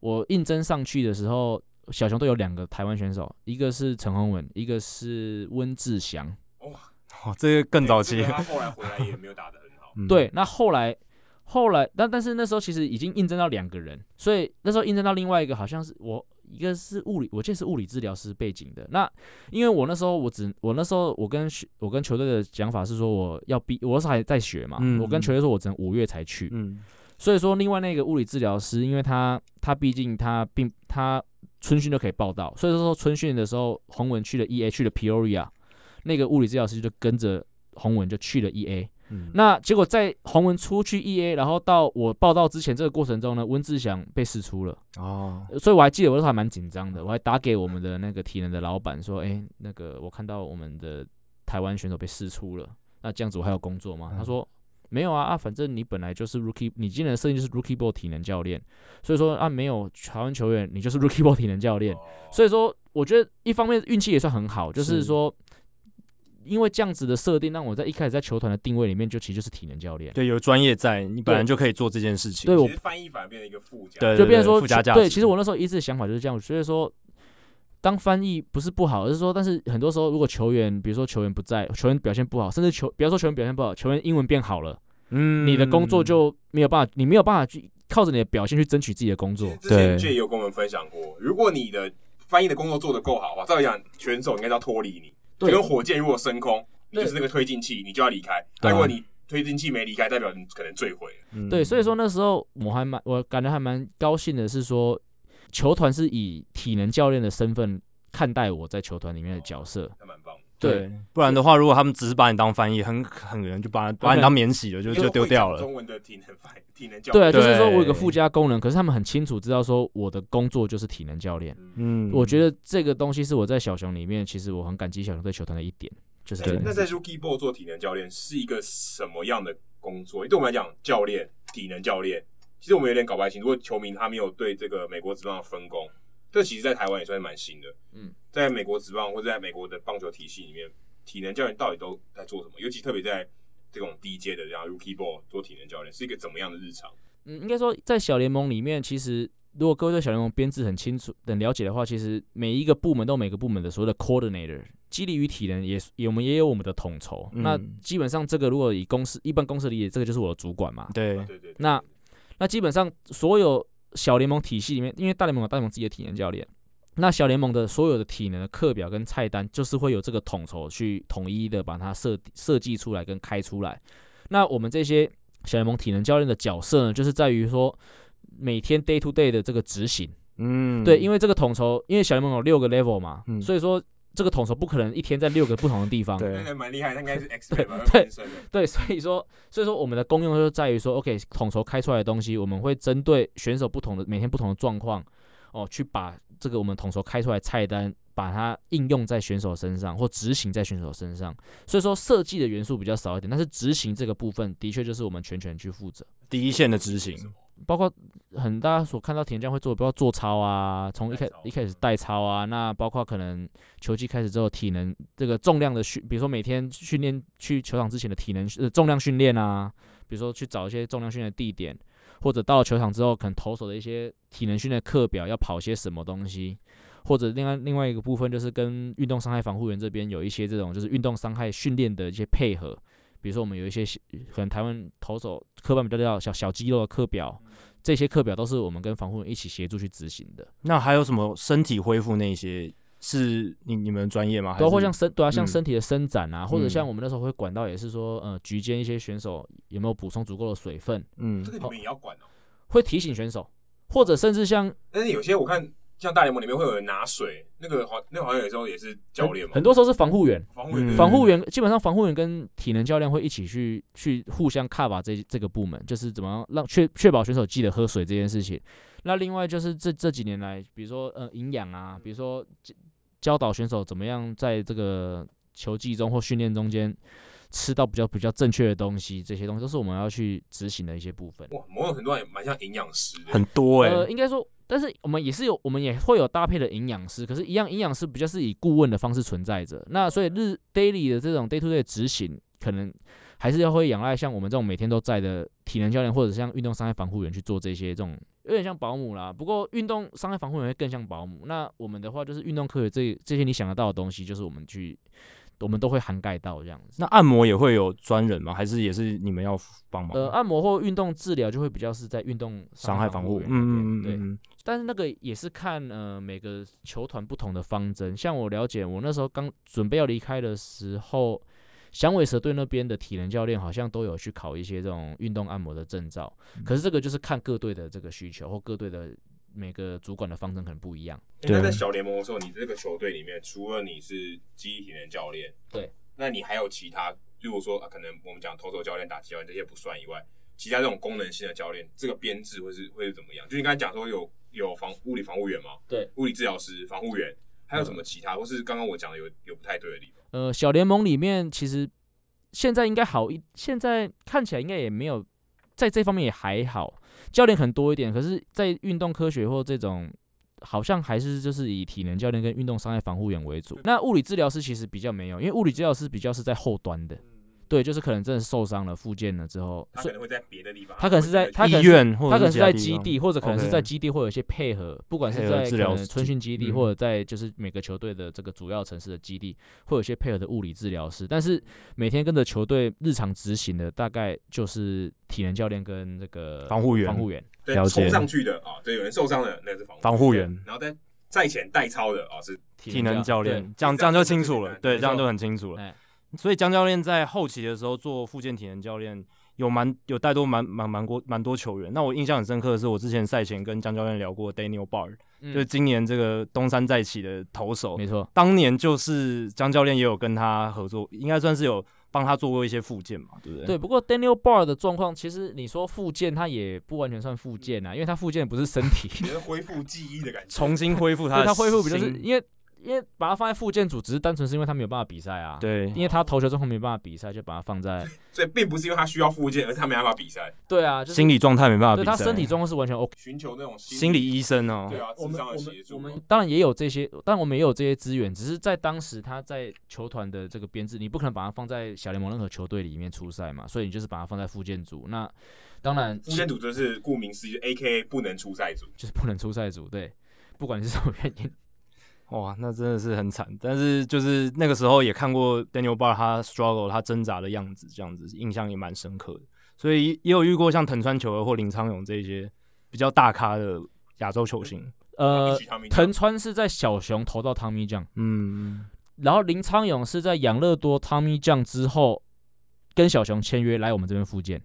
Speaker 3: 我应征上去的时候，小熊队有两个台湾选手，一个是陈宏文，一个是温志祥。
Speaker 1: 哦，这个更早
Speaker 2: 这
Speaker 1: 期。
Speaker 2: 个。他后来回来也没有打得很好
Speaker 1: 嗯，
Speaker 3: 对，那后来后来，但但是那时候其实已经应征到两个人，所以那时候应征到另外一个好像是我一个是物理，我记得是物理治疗师背景的。那因为我那时候我只我那时候我跟学我跟球队的讲法是说我要毕，我那时候还在学嘛，
Speaker 1: 嗯
Speaker 3: 我跟球队说我只能五月才去，
Speaker 1: 嗯，
Speaker 3: 所以说另外那个物理治疗师，因为他他毕竟他并他春训就可以报道，所以说春训的时候洪文去了 E A 去了 Peoria，那个物理治疗师就跟着洪文就去了 E A。
Speaker 1: 嗯
Speaker 3: 那结果在洪文出去 E A，然后到我报道之前这个过程中呢，温志祥被释出了，
Speaker 1: 哦，
Speaker 3: 呃所以我还记得我那时候还蛮紧张的，我还打给我们的那个体能的老板说，哎、那个我看到我们的台湾选手被释出了，那这样子我还有工作吗？
Speaker 1: 嗯
Speaker 3: 他说没有啊啊，反正你本来就是 rookie，你今年的设定就是 rookie ball 体能教练，所以说啊没有台湾球员，你就是 rookie ball 体能教
Speaker 2: 哦
Speaker 3: 练，所以说我觉得一方面运气也算很好，就是
Speaker 1: 哦是
Speaker 3: 说。因为这样子的设定，让我在一开始在球团的定位里面，就其实就是体能教练。
Speaker 1: 对，有专业在，你本来
Speaker 3: 对
Speaker 1: 就可以做这件事情。
Speaker 3: 对我
Speaker 2: 其实翻译反而变成一个附加。
Speaker 1: 对，
Speaker 3: 就
Speaker 1: 对
Speaker 3: 变成说
Speaker 1: 附加
Speaker 3: 其
Speaker 1: 价值。
Speaker 3: 对，其实我那时候一直的想法就是这样，所以说当翻译不是不好，而是说，但是很多时候如果球员，比如说球员不在，球员表现不好，甚至球不要说球员表现不好，球员英文变好了，
Speaker 1: 嗯，
Speaker 3: 你的工作就没有办法，你没有办法去靠着你的表现去争取自己的工
Speaker 2: 其
Speaker 3: 作
Speaker 2: 实。之前
Speaker 1: 对
Speaker 2: J 有跟我们分享过，如果你的翻译的工作做得够好的话，照理讲选手应该要脱离你，就
Speaker 3: 对
Speaker 2: 跟火箭如果升空，你
Speaker 3: 对
Speaker 2: 就是那个推进器，你就要离开。
Speaker 1: 对啊
Speaker 2: 如果你推进器没离开，代表你可能坠毁了。
Speaker 1: 嗯
Speaker 3: 对，所以说那时候我还蛮，我感觉还蛮高兴的是说，球团是以体能教练的身份看待我在球团里面的角色。
Speaker 2: 那蛮棒的，
Speaker 3: 对，
Speaker 1: 不然的话，如果他们只是把你当翻译，很很可能就把把你当免洗了，就就丢掉
Speaker 2: 因为会讲
Speaker 1: 了。
Speaker 2: 中文的体能翻体能教
Speaker 3: 对啊，
Speaker 2: 练，
Speaker 3: 就是说我有个
Speaker 1: 对
Speaker 3: 附加功能，可是他们很清楚知道说我的工作就是体能教练。
Speaker 1: 嗯，
Speaker 3: 我觉得这个东西是我在小熊里面，其实我很感激小熊对球团的一点，就是这
Speaker 2: 哎
Speaker 3: 个。
Speaker 2: 那在 Rookie Ball 做体能教练是一个什么样的工作？对我们来讲，教练、体能教练、其实我们有点搞不太清，如果球迷他没有对这个美国职棒的分工，这其实在台湾也算是蛮新的。
Speaker 3: 嗯，
Speaker 2: 在美国职棒或者在美国的棒球体系里面，体能教练到底都在做什么？尤其特别在这种低阶的，像 rookie ball 做体能教练是一个怎么样的日常？
Speaker 3: 嗯，应该说在小联盟里面，其实如果各位对小联盟编制很清楚、很了解的话，其实每一个部门都有每个部门的所谓的 coordinator，激励与体能也也我们也有我们的统筹。那
Speaker 1: 嗯
Speaker 3: 基本上这个如果以公司一般公司理解，这个就是我的主管嘛。
Speaker 2: 对
Speaker 1: 对，
Speaker 2: 啊对对，
Speaker 3: 那那基本上所有小联盟体系里面，因为大联盟有大联盟自己的体能教练，那小联盟的所有的体能的课表跟菜单，就是会有这个统筹去统一的把它设设计出来跟开出来。那我们这些小联盟体能教练的角色呢，就是在于说每天 day to day 的这个执行。
Speaker 1: 嗯，
Speaker 3: 对，
Speaker 1: 为
Speaker 3: 因为这个统筹，因为小联盟有六个 level 嘛，
Speaker 1: 嗯
Speaker 3: 所以说这个统筹不可能一天在六个不同的地方。
Speaker 2: 那
Speaker 1: 对
Speaker 2: 还蛮厉害，那应该是 X Man 吧？
Speaker 3: 对
Speaker 2: 变身的
Speaker 3: 对，所以说，所以说我们的功用就在于说，OK，统筹开出来的东西，我们会针对选手不同的每天不同的状况，哦，去把这个我们统筹开出来的菜单，把它应用在选手身上或执行在选手身上。所以说设计的元素比较少一点，但是执行这个部分的确就是我们全权去负责，
Speaker 1: 第一线的执行，
Speaker 3: 包括很大家所看到田将会做的，包括做操啊，从一开
Speaker 2: 带操嗯
Speaker 3: 一开始带操啊，那包括可能球季开始之后体能这个重量的训，比如说每天训练去球场之前的体能呃重量训练啊，比如说去找一些重量训练的地点，或者到了球场之后，可能投手的一些体能训练课表要跑些什么东西，或者另外另外一个部分就是跟运动伤害防护员这边有一些这种就是运动伤害训练的一些配合，比如说我们有一些可能台湾投手科班比较叫小小肌肉的课表，这些课表都是我们跟防护员一起协助去执行的，
Speaker 1: 那还有什么身体恢复那些是你你们专业吗？还
Speaker 3: 对啊，
Speaker 1: 是
Speaker 3: 或像身对啊，像
Speaker 1: 嗯
Speaker 3: 身体的伸展啊，或者
Speaker 1: 嗯
Speaker 3: 像我们那时候会管到也是说，呃，局间一些选手有没有补充足够的水分，
Speaker 1: 嗯
Speaker 2: 这个你们也要管哦。
Speaker 3: 会提醒选手，或者甚至像
Speaker 2: 但是有些我看，像大联盟里面会有人拿水，那个好，那个好像有时候也是教练嘛，
Speaker 3: 很多时候是防护员，
Speaker 2: 防护
Speaker 1: 嗯
Speaker 2: 员对
Speaker 3: 防护员基本上防护员跟体能教练会一起去去互相 cover 这这个部门，就是怎么样让确确保选手记得喝水这件事情。那另外就是这这几年来，比如说呃营养啊，比如说教教导选手怎么样在这个球技中或训练中间吃到比较比较正确的东西，这些东西都是我们要去执行的一些部分。
Speaker 2: 哇，某种程度上也蛮像营养师的。
Speaker 1: 很多哎、
Speaker 3: 呃，应该说，但是我们也是有，我们也会有搭配的营养师，可是，一样营养师比较是以顾问的方式存在着。那所以日 daily 的这种 day to day 的执行，可能还是要会仰赖像我们这种每天都在的体能教练，或者像运动伤害防护员去做这些这种。有点像保姆啦，不过运动伤害防护员会更像保姆。那我们的话就是运动科学这这些你想得到的东西，就是我们去，我们都会涵盖到这样子。
Speaker 1: 那按摩也会有专人吗？还是也是你们要帮忙？
Speaker 3: 呃，按摩或运动治疗就会比较是在运动
Speaker 1: 伤害防护，
Speaker 3: 员那边
Speaker 1: 嗯嗯
Speaker 3: 对。
Speaker 1: 嗯，
Speaker 3: 但是那个也是看呃每个球团不同的方针。像我了解，我那时候刚准备要离开的时候，响尾蛇队那边的体能教练好像都有去考一些这种运动按摩的证照。可是这个就是看各队的这个需求或各队的每个主管的方针可能不一样。
Speaker 2: 欸那
Speaker 1: 对
Speaker 2: 在小联盟的时候，你这个球队里面，除了你是记忆体能教练，
Speaker 3: 对，
Speaker 2: 那你还有其他，例如说、啊、可能我们讲投手教练、打击教练这些不算以外，其他这种功能性的教练，这个编制会是会是怎么样？就你刚才讲说有有防物理防护员吗？
Speaker 3: 对，嗯
Speaker 2: 物理治疗师、防护员，还有什么其他，或是刚刚我讲的有有不太对的地方？
Speaker 3: 呃，小联盟里面其实现在应该好一，现在看起来应该也没有在这方面也还好，教练很多一点，可是，在运动科学或这种。好像还是就是以体能教练跟运动伤害防护员为主。那物理治疗师其实比较没有，因为物理治疗师比较是在后端的，对，就是可能真的受伤了、复健了之后，
Speaker 2: 嗯他
Speaker 3: 所
Speaker 2: 可
Speaker 3: 以
Speaker 2: 能会在别的地方，
Speaker 3: 他可能是在他可能
Speaker 1: 医
Speaker 3: 是
Speaker 1: 院或者
Speaker 3: 他可能
Speaker 1: 是啊其
Speaker 3: 是
Speaker 1: 他
Speaker 3: 在
Speaker 1: 地
Speaker 3: 基
Speaker 1: 方
Speaker 3: 地，或者可能是
Speaker 1: OK
Speaker 3: 在基地会有一些配合，不管
Speaker 1: 配
Speaker 3: 是
Speaker 1: 合
Speaker 3: 在
Speaker 1: 治
Speaker 3: 可
Speaker 1: 疗
Speaker 3: 能春
Speaker 1: 基
Speaker 3: 训基地，
Speaker 1: 嗯
Speaker 3: 或者在就是每个球队的这个主要城市的基地，会有一些配合的物理治疗师。但是每天跟着球队日常执行的，大概就是体能教练跟这个
Speaker 1: 防护员
Speaker 3: 防护员。
Speaker 2: 对
Speaker 1: 了解
Speaker 2: 冲上去的啊，对，有人受伤的那是防
Speaker 1: 防护员
Speaker 2: 然后在在前带操的啊是
Speaker 1: 体能教练，这样这
Speaker 2: 这
Speaker 1: 样
Speaker 2: 样
Speaker 1: 就
Speaker 2: 就
Speaker 1: 清
Speaker 2: 很
Speaker 1: 楚
Speaker 2: 简
Speaker 1: 了，
Speaker 2: 单
Speaker 1: 对，
Speaker 2: 没
Speaker 1: 这样
Speaker 3: 错
Speaker 1: 就很清楚了
Speaker 3: 哎。
Speaker 1: 所以江教练在后期的时候做复健体能教练，有蛮有带多蛮蛮蛮多蛮多球员。那我印象很深刻的是，我之前赛前跟江教练聊过 Daniel Bar，
Speaker 3: 对
Speaker 1: 就是今年这个东山再起的投手，
Speaker 3: 嗯没错，
Speaker 1: 当年就是江教练也有跟他合作，应该算是有帮他做过一些复健嘛，对不对？
Speaker 3: 对。不过 Daniel Bar 的状况，其实你说复健，他也不完全算复健啊，因为他复健不是身体，
Speaker 2: 觉得恢复记忆的感 觉，
Speaker 1: 重新恢复他
Speaker 3: 对
Speaker 1: 的
Speaker 3: 他恢复比较
Speaker 1: 心
Speaker 3: 是因为因为把它放在复健组，只是单纯是因为他没有办法比赛啊。，
Speaker 4: 对
Speaker 3: 因为他投球状况没办法比赛，就把它放在
Speaker 2: 所以并不是因为他需要复健，而是他没办法比赛，
Speaker 3: 对啊，就是
Speaker 4: 心理状态没办法
Speaker 3: 对
Speaker 4: 比
Speaker 3: 他
Speaker 4: 赛，
Speaker 3: 身体状况是完全 OK。
Speaker 2: 寻求那种
Speaker 4: 心理医生哦
Speaker 2: 对，啊，
Speaker 3: 我
Speaker 2: 智
Speaker 3: 们
Speaker 2: 商
Speaker 3: 我
Speaker 2: 的
Speaker 3: 们
Speaker 2: 协助
Speaker 3: 我
Speaker 2: 嘛。
Speaker 3: 们当然也有这些，但我们也有这些资源，只是在当时他在球团的这个编制，你不可能把它放在小联盟任何球队里面出赛嘛，所以你就是把它放在复健组。那当然
Speaker 2: 复健组就是顾名思义，A K A 不能出赛组。
Speaker 3: 就是不能出赛组，对，不管是什么原因，
Speaker 4: 哇，那真的是很惨。但是就是那个时候也看过 Daniel Bar 他 struggle 他挣扎的样子，这样子印象也蛮深刻的。所以也有遇过像藤川球儿或林昌勇这一些比较大咖的亚洲球星，
Speaker 3: 呃
Speaker 2: 一起，他们
Speaker 3: 藤川是在小熊投到汤米酱，
Speaker 4: 嗯，
Speaker 3: 然后林昌勇是在养乐多汤米酱之后跟小熊签约来我们这边复健，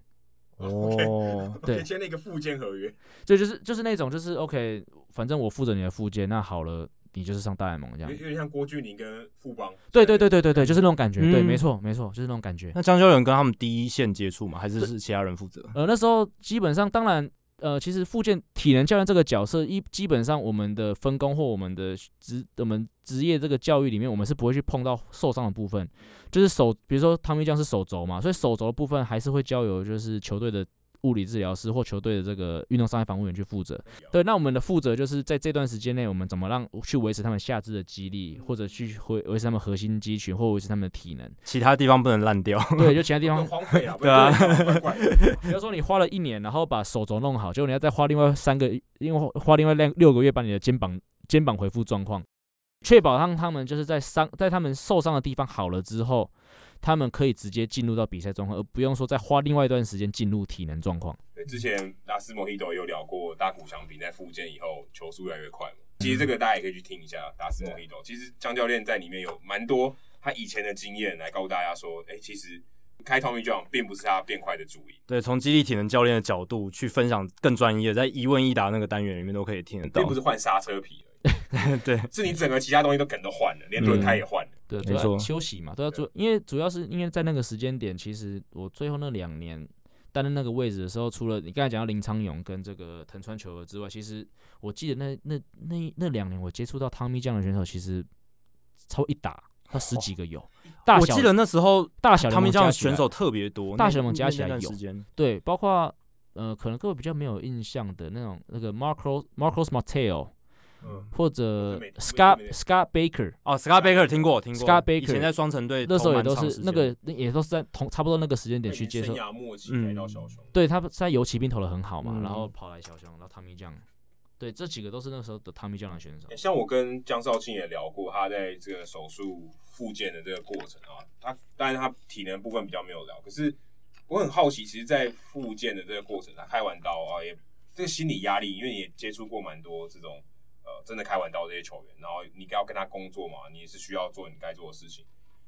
Speaker 4: 哦，
Speaker 3: 对
Speaker 2: 签了一个附件合约，
Speaker 3: 这就是就是那种就是 OK，反正我负责你的复健，那好了，你就是上大联盟这
Speaker 2: 有
Speaker 3: 样
Speaker 2: 有。点像郭俊霖跟富邦。
Speaker 3: 对对对对对对，就是那种感觉，对，
Speaker 4: 嗯
Speaker 3: 没错没错，就是那种感觉。
Speaker 4: 那江教练跟他们第一线接触吗？还是是其他人负责？
Speaker 3: 呃，那时候基本上，当然，呃，其实复健体能教练这个角色，一基本上我们的分工或我们的职我们职业这个教育里面，我们是不会去碰到受伤的部分，就是手，比如说汤米酱是手肘嘛，所以手肘的部分还是会交由就是球队的。物理治疗师或球队的这个运动伤害防护员去负责，对，那我们的负责就是在这段时间内，我们怎么让去维持他们下肢的肌力，或者去维维持他们核心肌群，或维持他们的体能。
Speaker 4: 其他地方不能烂掉。
Speaker 3: 对，就其他地
Speaker 2: 不
Speaker 3: 方
Speaker 2: 能荒废啊，不
Speaker 4: 对啊
Speaker 2: 能怪怪的。
Speaker 3: 比如说你花了一年，然后把手肘弄好，结果你要再花另外三个，因为花另外两六个月把你的肩膀肩膀恢复状况，确保让他们就是在伤在他们受伤的地方好了之后，他们可以直接进入到比赛状况，而不用说再花另外一段时间进入体能状况。
Speaker 2: 对之前拉斯莫希多有聊过大谷翔平在复健以后球速越来越快嘛，其实这个大家也可以去听一下达斯莫希多。其实江教练在里面有蛮多他以前的经验来告诉大家说，哎、其实开 Tommy John 并不是他变快的主因。
Speaker 4: 对，从激励体能教练的角度去分享更专业，在一问一答那个单元里面都可以听得到
Speaker 2: 并。不是换刹车皮而
Speaker 4: 对，
Speaker 2: 已，是你整个其他东西都可能都换了，连轮胎也换了。
Speaker 3: 对，
Speaker 4: 没错
Speaker 3: 休息嘛，对啊，主因为主要是因为在那个时间点，其实我最后那两年担任那个位置的时候，除了你刚才讲到林昌勇跟这个藤川球儿之外，其实我记得那那那那两年我接触到汤米酱的选手，其实超一打他十几个有，
Speaker 4: 哦
Speaker 3: 大
Speaker 4: 我
Speaker 3: 小
Speaker 4: 记得那时候
Speaker 3: 大小
Speaker 4: 他们这样
Speaker 3: 样
Speaker 4: 的选手特别多，
Speaker 3: 大
Speaker 4: 那
Speaker 3: 小联盟加起来
Speaker 4: 那段
Speaker 3: 有
Speaker 4: 时间
Speaker 3: 对，包括呃可能各位比较没有印象的那种那个 Marcos Marcos Mateo
Speaker 2: 嗯，
Speaker 3: 或者
Speaker 2: 我对美
Speaker 3: Scott
Speaker 2: 对
Speaker 3: Scott Baker。
Speaker 4: 哦，Scott Baker 听过听过
Speaker 3: Scott Baker
Speaker 4: 以前在双城队
Speaker 3: 那时候也都
Speaker 4: 投蛮长
Speaker 3: 是
Speaker 4: 时间
Speaker 3: 那个，那也都是在同差不多那个时间点去接受
Speaker 2: 生涯末期来到小熊，
Speaker 3: 对，他在游骑兵投的很好嘛，
Speaker 4: 嗯
Speaker 3: 然后跑来小熊，然后汤米酱，对，这几个都是那时候的汤米酱的选手
Speaker 2: 欸。像我跟江少庆也聊过，他在这个手术复健的这个过程啊，他当然他体能部分比较没有聊，可是我很好奇，其实，在复健的这个过程，他开完刀啊，也这个心理压力，因为你也接触过蛮多这种呃真的开完刀的这些球员，然后你要跟他工作嘛，你也是需要做你该做的事情，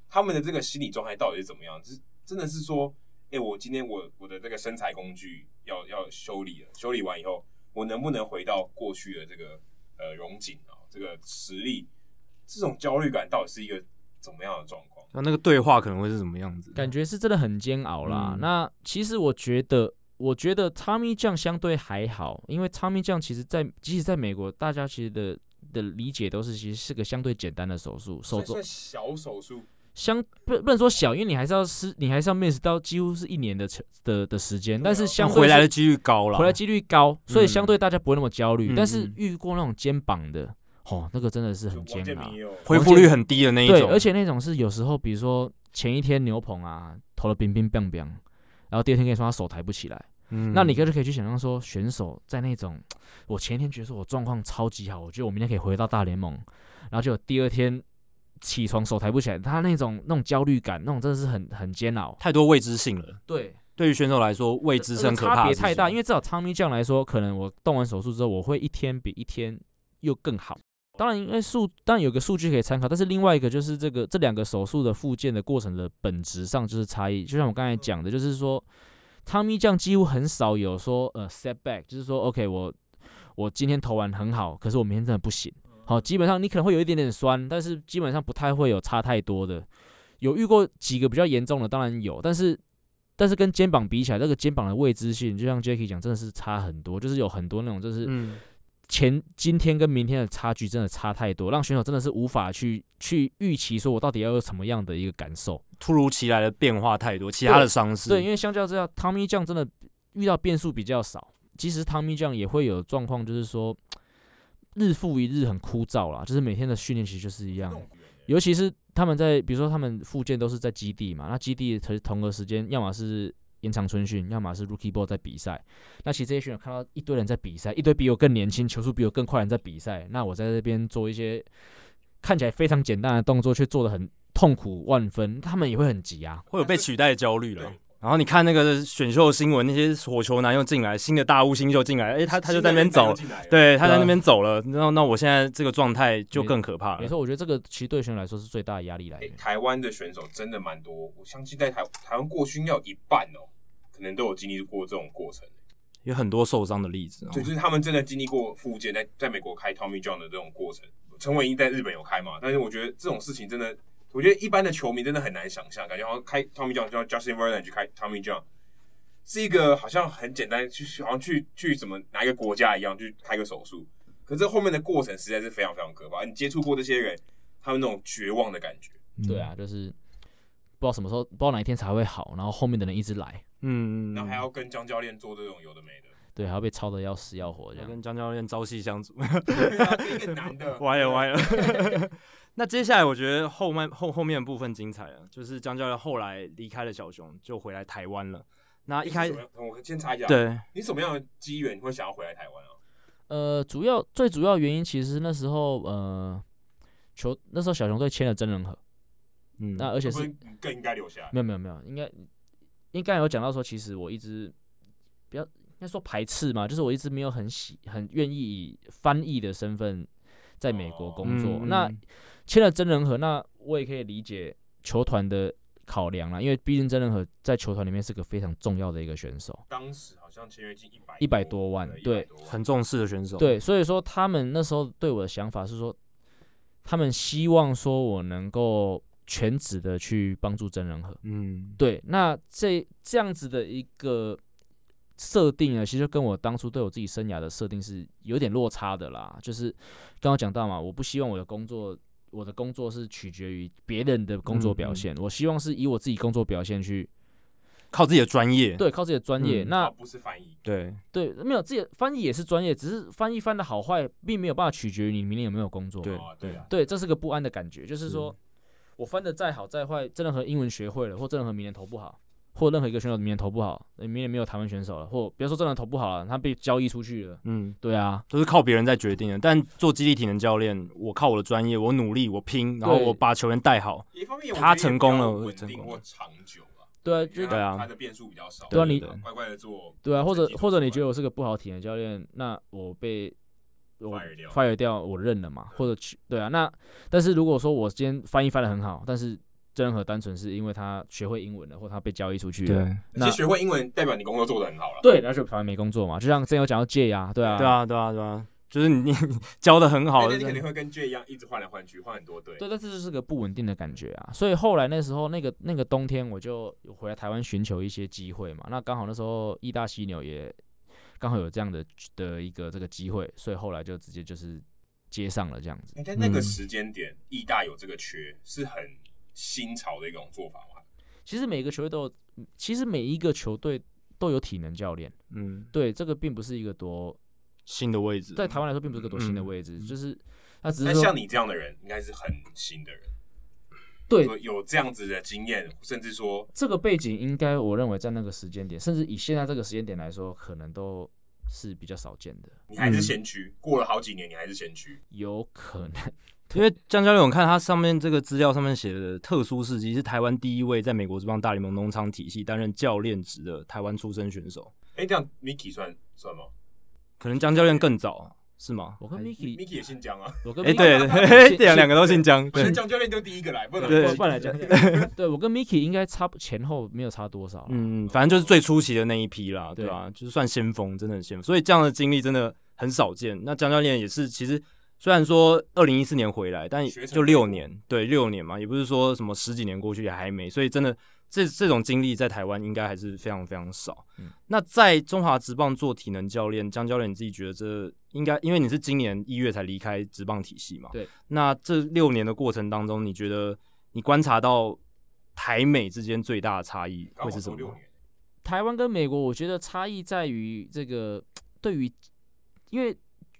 Speaker 2: 他们的这个心理状态到底是怎么样？就是真的是说，哎、我今天我我的这个身材工具要要修理了，修理完以后，我能不能回到过去的这个呃荣景啊，这个实力，这种焦虑感到底是一个怎么样的状况？
Speaker 4: 那那个对话可能会是什么样子？
Speaker 3: 感觉是真的很煎熬啦。
Speaker 4: 嗯
Speaker 3: 那其实我觉得，我觉得汤米酱相对还好，因为汤米酱其实在即使在美国，大家其实的的理解都是其实是个相对简单的手术，手
Speaker 2: 算
Speaker 3: 肘
Speaker 2: 算小手术，
Speaker 3: 相不不能说小，因为你还是要失，你还是要 miss 到几乎是一年的成的的时间，
Speaker 2: 对啊
Speaker 3: 但是相
Speaker 4: 但
Speaker 3: 对
Speaker 4: 回来
Speaker 3: 是
Speaker 4: 的几率高了，
Speaker 3: 回来几率高，所以
Speaker 4: 嗯
Speaker 3: 相对大家不会那么焦虑。
Speaker 4: 嗯
Speaker 3: 但是
Speaker 4: 嗯
Speaker 3: 遇过那种肩膀的，哦，那个真的是
Speaker 2: 就
Speaker 3: 很
Speaker 2: 王
Speaker 3: 煎
Speaker 2: 建
Speaker 3: 熬
Speaker 2: 民。也有
Speaker 4: 恢复率很低的那一
Speaker 3: 对，
Speaker 4: 种，
Speaker 3: 而且那种是有时候，比如说前一天牛棚啊投了冰冰冰冰，然后第二天跟你说他手抬不起来，
Speaker 4: 嗯，
Speaker 3: 那你可就可以去想象说，选手在那种我前一天觉得说我状况超级好，我觉得我明天可以回到大联盟，然后就第二天起床手抬不起来，他那种那种焦虑感，那种真的是很很煎熬。
Speaker 4: 太多未知性了，
Speaker 3: 对，
Speaker 4: 对于选手来说，未知
Speaker 3: 这
Speaker 4: 是很可
Speaker 3: 呃差
Speaker 4: 怕
Speaker 3: 别
Speaker 4: 的，
Speaker 3: 太大，因为至少汤米酱来说，可能我动完手术之后，我会一天比一天又更好。当然，因为数当然有个数据可以参考，但是另外一个就是这个这两个手术的复健的过程的本质上就是差异。就像我刚才讲的，就是说汤米酱几乎很少有说呃 setback，就是说 OK 我我今天投完很好，可是我明天真的不行。好，基本上你可能会有一点点酸，但是基本上不太会有差太多的。有遇过几个比较严重的，当然有，但是但是跟肩膀比起来，这个肩膀的未知性，就像 Jacky 讲，真的是差很多，就是有很多那种就是
Speaker 4: 嗯，
Speaker 3: 前今天跟明天的差距真的差太多，让选手真的是无法去去预期，说我到底要有什么样的一个感受。
Speaker 1: 突如其来的变化太多，其他的伤势
Speaker 3: 对，因为相较之下，汤米酱真的遇到变数比较少。其实汤米酱也会有状况，就是说日复一日很枯燥啦，就是每天的训练其实就是一样。尤其是他们在，比如说他们复健都是在基地嘛，那基地同同个时间，要么是延长春训，要么是 Rookie Ball 在比赛。那其实这些选手看到一堆人在比赛，一堆比我更年轻、球速比我更快的人在比赛，那我在这边做一些看起来非常简单的动作，却做的很痛苦万分，他们也会很急啊。
Speaker 1: 会有被取代的焦虑了。然后你看那个选秀新闻，那些火球男又进来，新的大物新秀进来，哎、他他就在那边走，，
Speaker 3: 啊
Speaker 1: 对，他在那边走了。然后那我现在这个状态就更可怕
Speaker 3: 没
Speaker 1: 了。
Speaker 3: 错，我觉得这个其实对选手来说是最大的压力来
Speaker 2: 哎、
Speaker 3: 源。
Speaker 2: 台湾的选手真的蛮多，我相信在台台湾过训要有一半哦，可能都有经历过这种过程。
Speaker 1: 有很多受伤的例子、哦，
Speaker 2: 对，就是他们真的经历过复健，在在美国开 Tommy John 的这种过程。陈伟英在日本有开嘛？但是我觉得这种事情真的，我觉得一般的球迷真的很难想象，感觉好像开 Tommy John 叫 Justin Verlander 去开 Tommy John，是一个好像很简单，去好像去去怎么哪一个国家一样去开个手术。可是后面的过程实在是非常非常可怕。你接触过这些人，他们那种绝望的感觉，
Speaker 3: 对
Speaker 1: 嗯
Speaker 3: 啊，就是不知道什么时候，不知道哪一天才会好，然后后面的人一直来，
Speaker 1: 嗯，嗯，
Speaker 2: 然后还要跟江教练做这种有的没的，
Speaker 3: 对，还要被操的要死要活这
Speaker 1: 我
Speaker 3: 样。
Speaker 1: 跟江教练朝夕相
Speaker 3: 哦
Speaker 1: 处，
Speaker 2: 对啊这个男的
Speaker 1: 歪了歪了。 那接下来我觉得后面后后面的部分精彩了，就是江教练后来离开了小熊，就回来台湾了。那一开
Speaker 2: 你是什么我先插一下，，
Speaker 1: 对，
Speaker 2: 你什么样的机缘会想要回来台湾啊？
Speaker 3: 呃，主要最主要原因其实是那时候呃，球那时候小熊队签了真人和，
Speaker 1: 嗯，
Speaker 3: 那而且
Speaker 2: 不
Speaker 3: 是
Speaker 2: 是你更应该留下来。
Speaker 3: 没有没有没有，应该应该有讲到说，其实我一直比较应该说排斥嘛，就是我一直没有很喜很愿意以翻译的身份在美国工作。
Speaker 1: 嗯
Speaker 3: 那签了真人和，那我也可以理解球团的考量啦，因为毕竟真人和在球团里面是个非常重要的一个选手。
Speaker 2: 当时好像签约金一百
Speaker 3: 100多万对，
Speaker 1: 很重视的选手，，
Speaker 3: 对，所以说他们那时候对我的想法是说，他们希望说我能够全职的去帮助真人和。
Speaker 1: 嗯，
Speaker 3: 对，那这这样子的一个设定呢，其实跟我当初对我自己生涯的设定是有点落差的啦。就是刚刚讲到嘛，我不希望我的工作，我的工作是取决于别人的工作表
Speaker 1: 嗯嗯
Speaker 3: 现，我希望是以我自己工作表现去
Speaker 1: 靠自己的专业，
Speaker 3: 对靠自己的专业。
Speaker 1: 嗯
Speaker 3: 那
Speaker 2: 他不是翻译，
Speaker 1: 对，
Speaker 3: 对，没有自己的翻译也是专业，只是翻译翻的好坏，并没有办法取决于你明年有没有工作嘛。
Speaker 1: 对
Speaker 2: 哦对啊，
Speaker 3: 对，这是个不安的感觉，就是说我翻的再好再坏，真的和英文学会了，或真的和明年投不好，或任何一个选手明年投不好，呃明年没有台湾选手了，或不要说真的投不好了，他被交易出去了。
Speaker 1: 嗯，
Speaker 3: 对啊，
Speaker 1: 都是靠别人在决定的。但做激励体能教练，我靠我的专业，我努力，我拼，然后
Speaker 3: 对
Speaker 1: 我把球员带好，
Speaker 2: 一方面我
Speaker 1: 他
Speaker 2: 觉得也
Speaker 1: 成
Speaker 2: 比较
Speaker 1: 功了
Speaker 2: 稳
Speaker 1: 成
Speaker 2: 定
Speaker 1: 功
Speaker 2: 或
Speaker 1: 了
Speaker 2: 长久啊。
Speaker 3: 对啊，
Speaker 2: 因
Speaker 3: 就
Speaker 2: 为
Speaker 1: 对啊
Speaker 2: 他的变数比较少，
Speaker 3: 对啊你
Speaker 1: 对
Speaker 2: 乖乖的做，
Speaker 3: 对啊，或者
Speaker 2: 成绩
Speaker 3: 或者你觉得
Speaker 2: 做
Speaker 3: 我是个不好体能教练，那我被我
Speaker 2: fire 掉
Speaker 3: fire 掉，我认了嘛，或者去对啊，那但是如果说我今天翻译翻的很好，但是真人和单纯是因为他学会英文了，或他被交易出去了，
Speaker 2: 出来，
Speaker 3: 那
Speaker 2: 其实学会英文代表你工作做得很好了。
Speaker 3: 对，那就反而没工作嘛，就像之前有讲到借呀，对啊，
Speaker 1: 对啊，对啊，对啊，就是你 教的很好，
Speaker 2: 但是你肯定会跟 J 一样一直换来换去，换很多队。
Speaker 3: 对，但这就是个不稳定的感觉啊。所以后来那时候那个那个冬天，我就有回来台湾寻求一些机会嘛。那刚好那时候义大犀牛也刚好有这样的的一个这个机会，所以后来就直接就是接上了这样子。
Speaker 2: 哎，但那个
Speaker 1: 嗯
Speaker 2: 时间点，义大有这个缺是很新潮的一种做法嘛？
Speaker 3: 其实每个球队都有，嗯其实每一个球队都有体能教练。
Speaker 1: 嗯，
Speaker 3: 对，这个并不是一个多
Speaker 1: 新的位置，
Speaker 3: 在台湾来说并不是个多新的
Speaker 1: 嗯哎
Speaker 3: 位置，就是他只
Speaker 2: 但
Speaker 3: 是
Speaker 2: 像
Speaker 3: 说
Speaker 2: 你这样的人，应该是很新的人，
Speaker 3: 对
Speaker 2: 说有这样子的经验，甚至说
Speaker 3: 这个背景应该我认为在那个时间点，甚至以现在这个时间点来说，可能都是比较少见的，
Speaker 2: 你还是
Speaker 1: 嗯
Speaker 2: 先驱，过了好几年你还是先驱。
Speaker 3: 有可能。
Speaker 1: 因为江教练，我看他上面这个资料上面写的特殊事迹是台湾第一位在美国这帮大联盟农场体系担任教练职的台湾出身选手，
Speaker 2: 哎、这样 Miki 算算吗
Speaker 1: 可能江教练更早是吗？
Speaker 3: 我跟
Speaker 1: 还
Speaker 3: Miki，
Speaker 2: ？Miki 也姓江啊，
Speaker 3: 我跟
Speaker 1: 哎，
Speaker 3: Miki-
Speaker 1: 对，
Speaker 3: 姓
Speaker 1: 对，对，两个都姓江，对
Speaker 2: 反 正，江教练就第一个来，不然
Speaker 1: 对
Speaker 3: 不不然来讲一下，对我跟 Miki 应该差不前后没有差多少啊，
Speaker 1: 嗯，反正就是最初期的那一批啦，
Speaker 3: 对
Speaker 1: 对吧、就是算先锋，真的很先锋，所以这样的经历真的很少见。那江教练也是，其实虽然说二零一四年回来，但
Speaker 2: 学成
Speaker 1: 就六年，对，六年嘛，也不是说什么十几年过去也还没，所以真的这这种经历在台湾应该还是非常非常少。
Speaker 3: 嗯
Speaker 1: 那在中华职棒做体能教练，江教练你自己觉得这应该，因为你是今年一月才离开职棒体系嘛？
Speaker 3: 对。
Speaker 1: 那这六年的过程当中，你觉得你观察到台美之间最大的差异会是什么？
Speaker 3: 台湾跟美国，我觉得差异在于这个对于，因为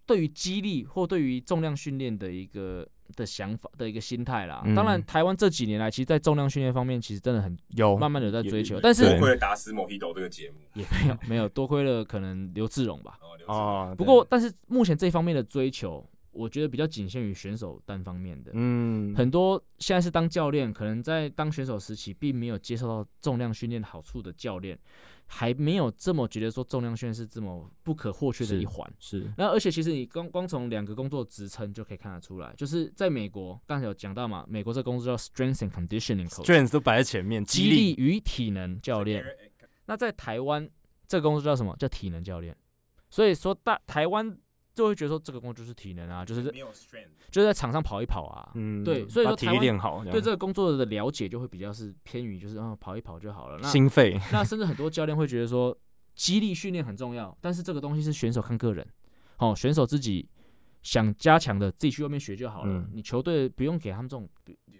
Speaker 3: 对于激励或对于重量训练的一个的想法的一个心态啦。
Speaker 1: 嗯
Speaker 3: 当然，台湾这几年来，其实在重量训练方面，其实真的很
Speaker 1: 有
Speaker 3: 慢慢的在追求，
Speaker 1: 也
Speaker 3: 但是
Speaker 2: 多亏了打死某一斗这个节目。
Speaker 3: 也没有没有多亏了可能刘志荣吧。
Speaker 2: 哦，刘志
Speaker 1: 啊，
Speaker 3: 不
Speaker 1: 对
Speaker 3: 过，但是目前这方面的追求，我觉得比较仅限于选手单方面的。
Speaker 1: 嗯，
Speaker 3: 很多现在是当教练，可能在当选手时期并没有接受到重量训练好处的教练，还没有这么觉得说重量训练是这么不可或缺的
Speaker 1: 是
Speaker 3: 一环。
Speaker 1: 是
Speaker 3: 那而且其实你光光从两个工作职称就可以看得出来，就是在美国刚才有讲到嘛，美国这个工作叫 strength and conditioning coach，
Speaker 1: strength 都摆在前面，
Speaker 3: 激励与体能教练。
Speaker 2: 哎哎
Speaker 3: 那在台湾这个工作叫什么？叫体能教练。所以说大台湾就会觉得说这个工作就是体能啊，就是
Speaker 2: 没有 strength，
Speaker 3: 就是在场上跑一跑啊，
Speaker 1: 嗯，
Speaker 3: 对所以
Speaker 1: 把
Speaker 3: 说
Speaker 1: 体
Speaker 3: 台
Speaker 1: 力
Speaker 3: 湾
Speaker 1: 练好，
Speaker 3: 对这个工作的了解就会比较是偏于就是啊跑一跑就好了。那
Speaker 1: 心肺
Speaker 3: 那甚至很多教练会觉得说激励训练很重要，但是这个东西是选手看个人，哦，选手自己想加强的自己去外面学就好了。
Speaker 1: 嗯
Speaker 3: 你球队不用给他们这种，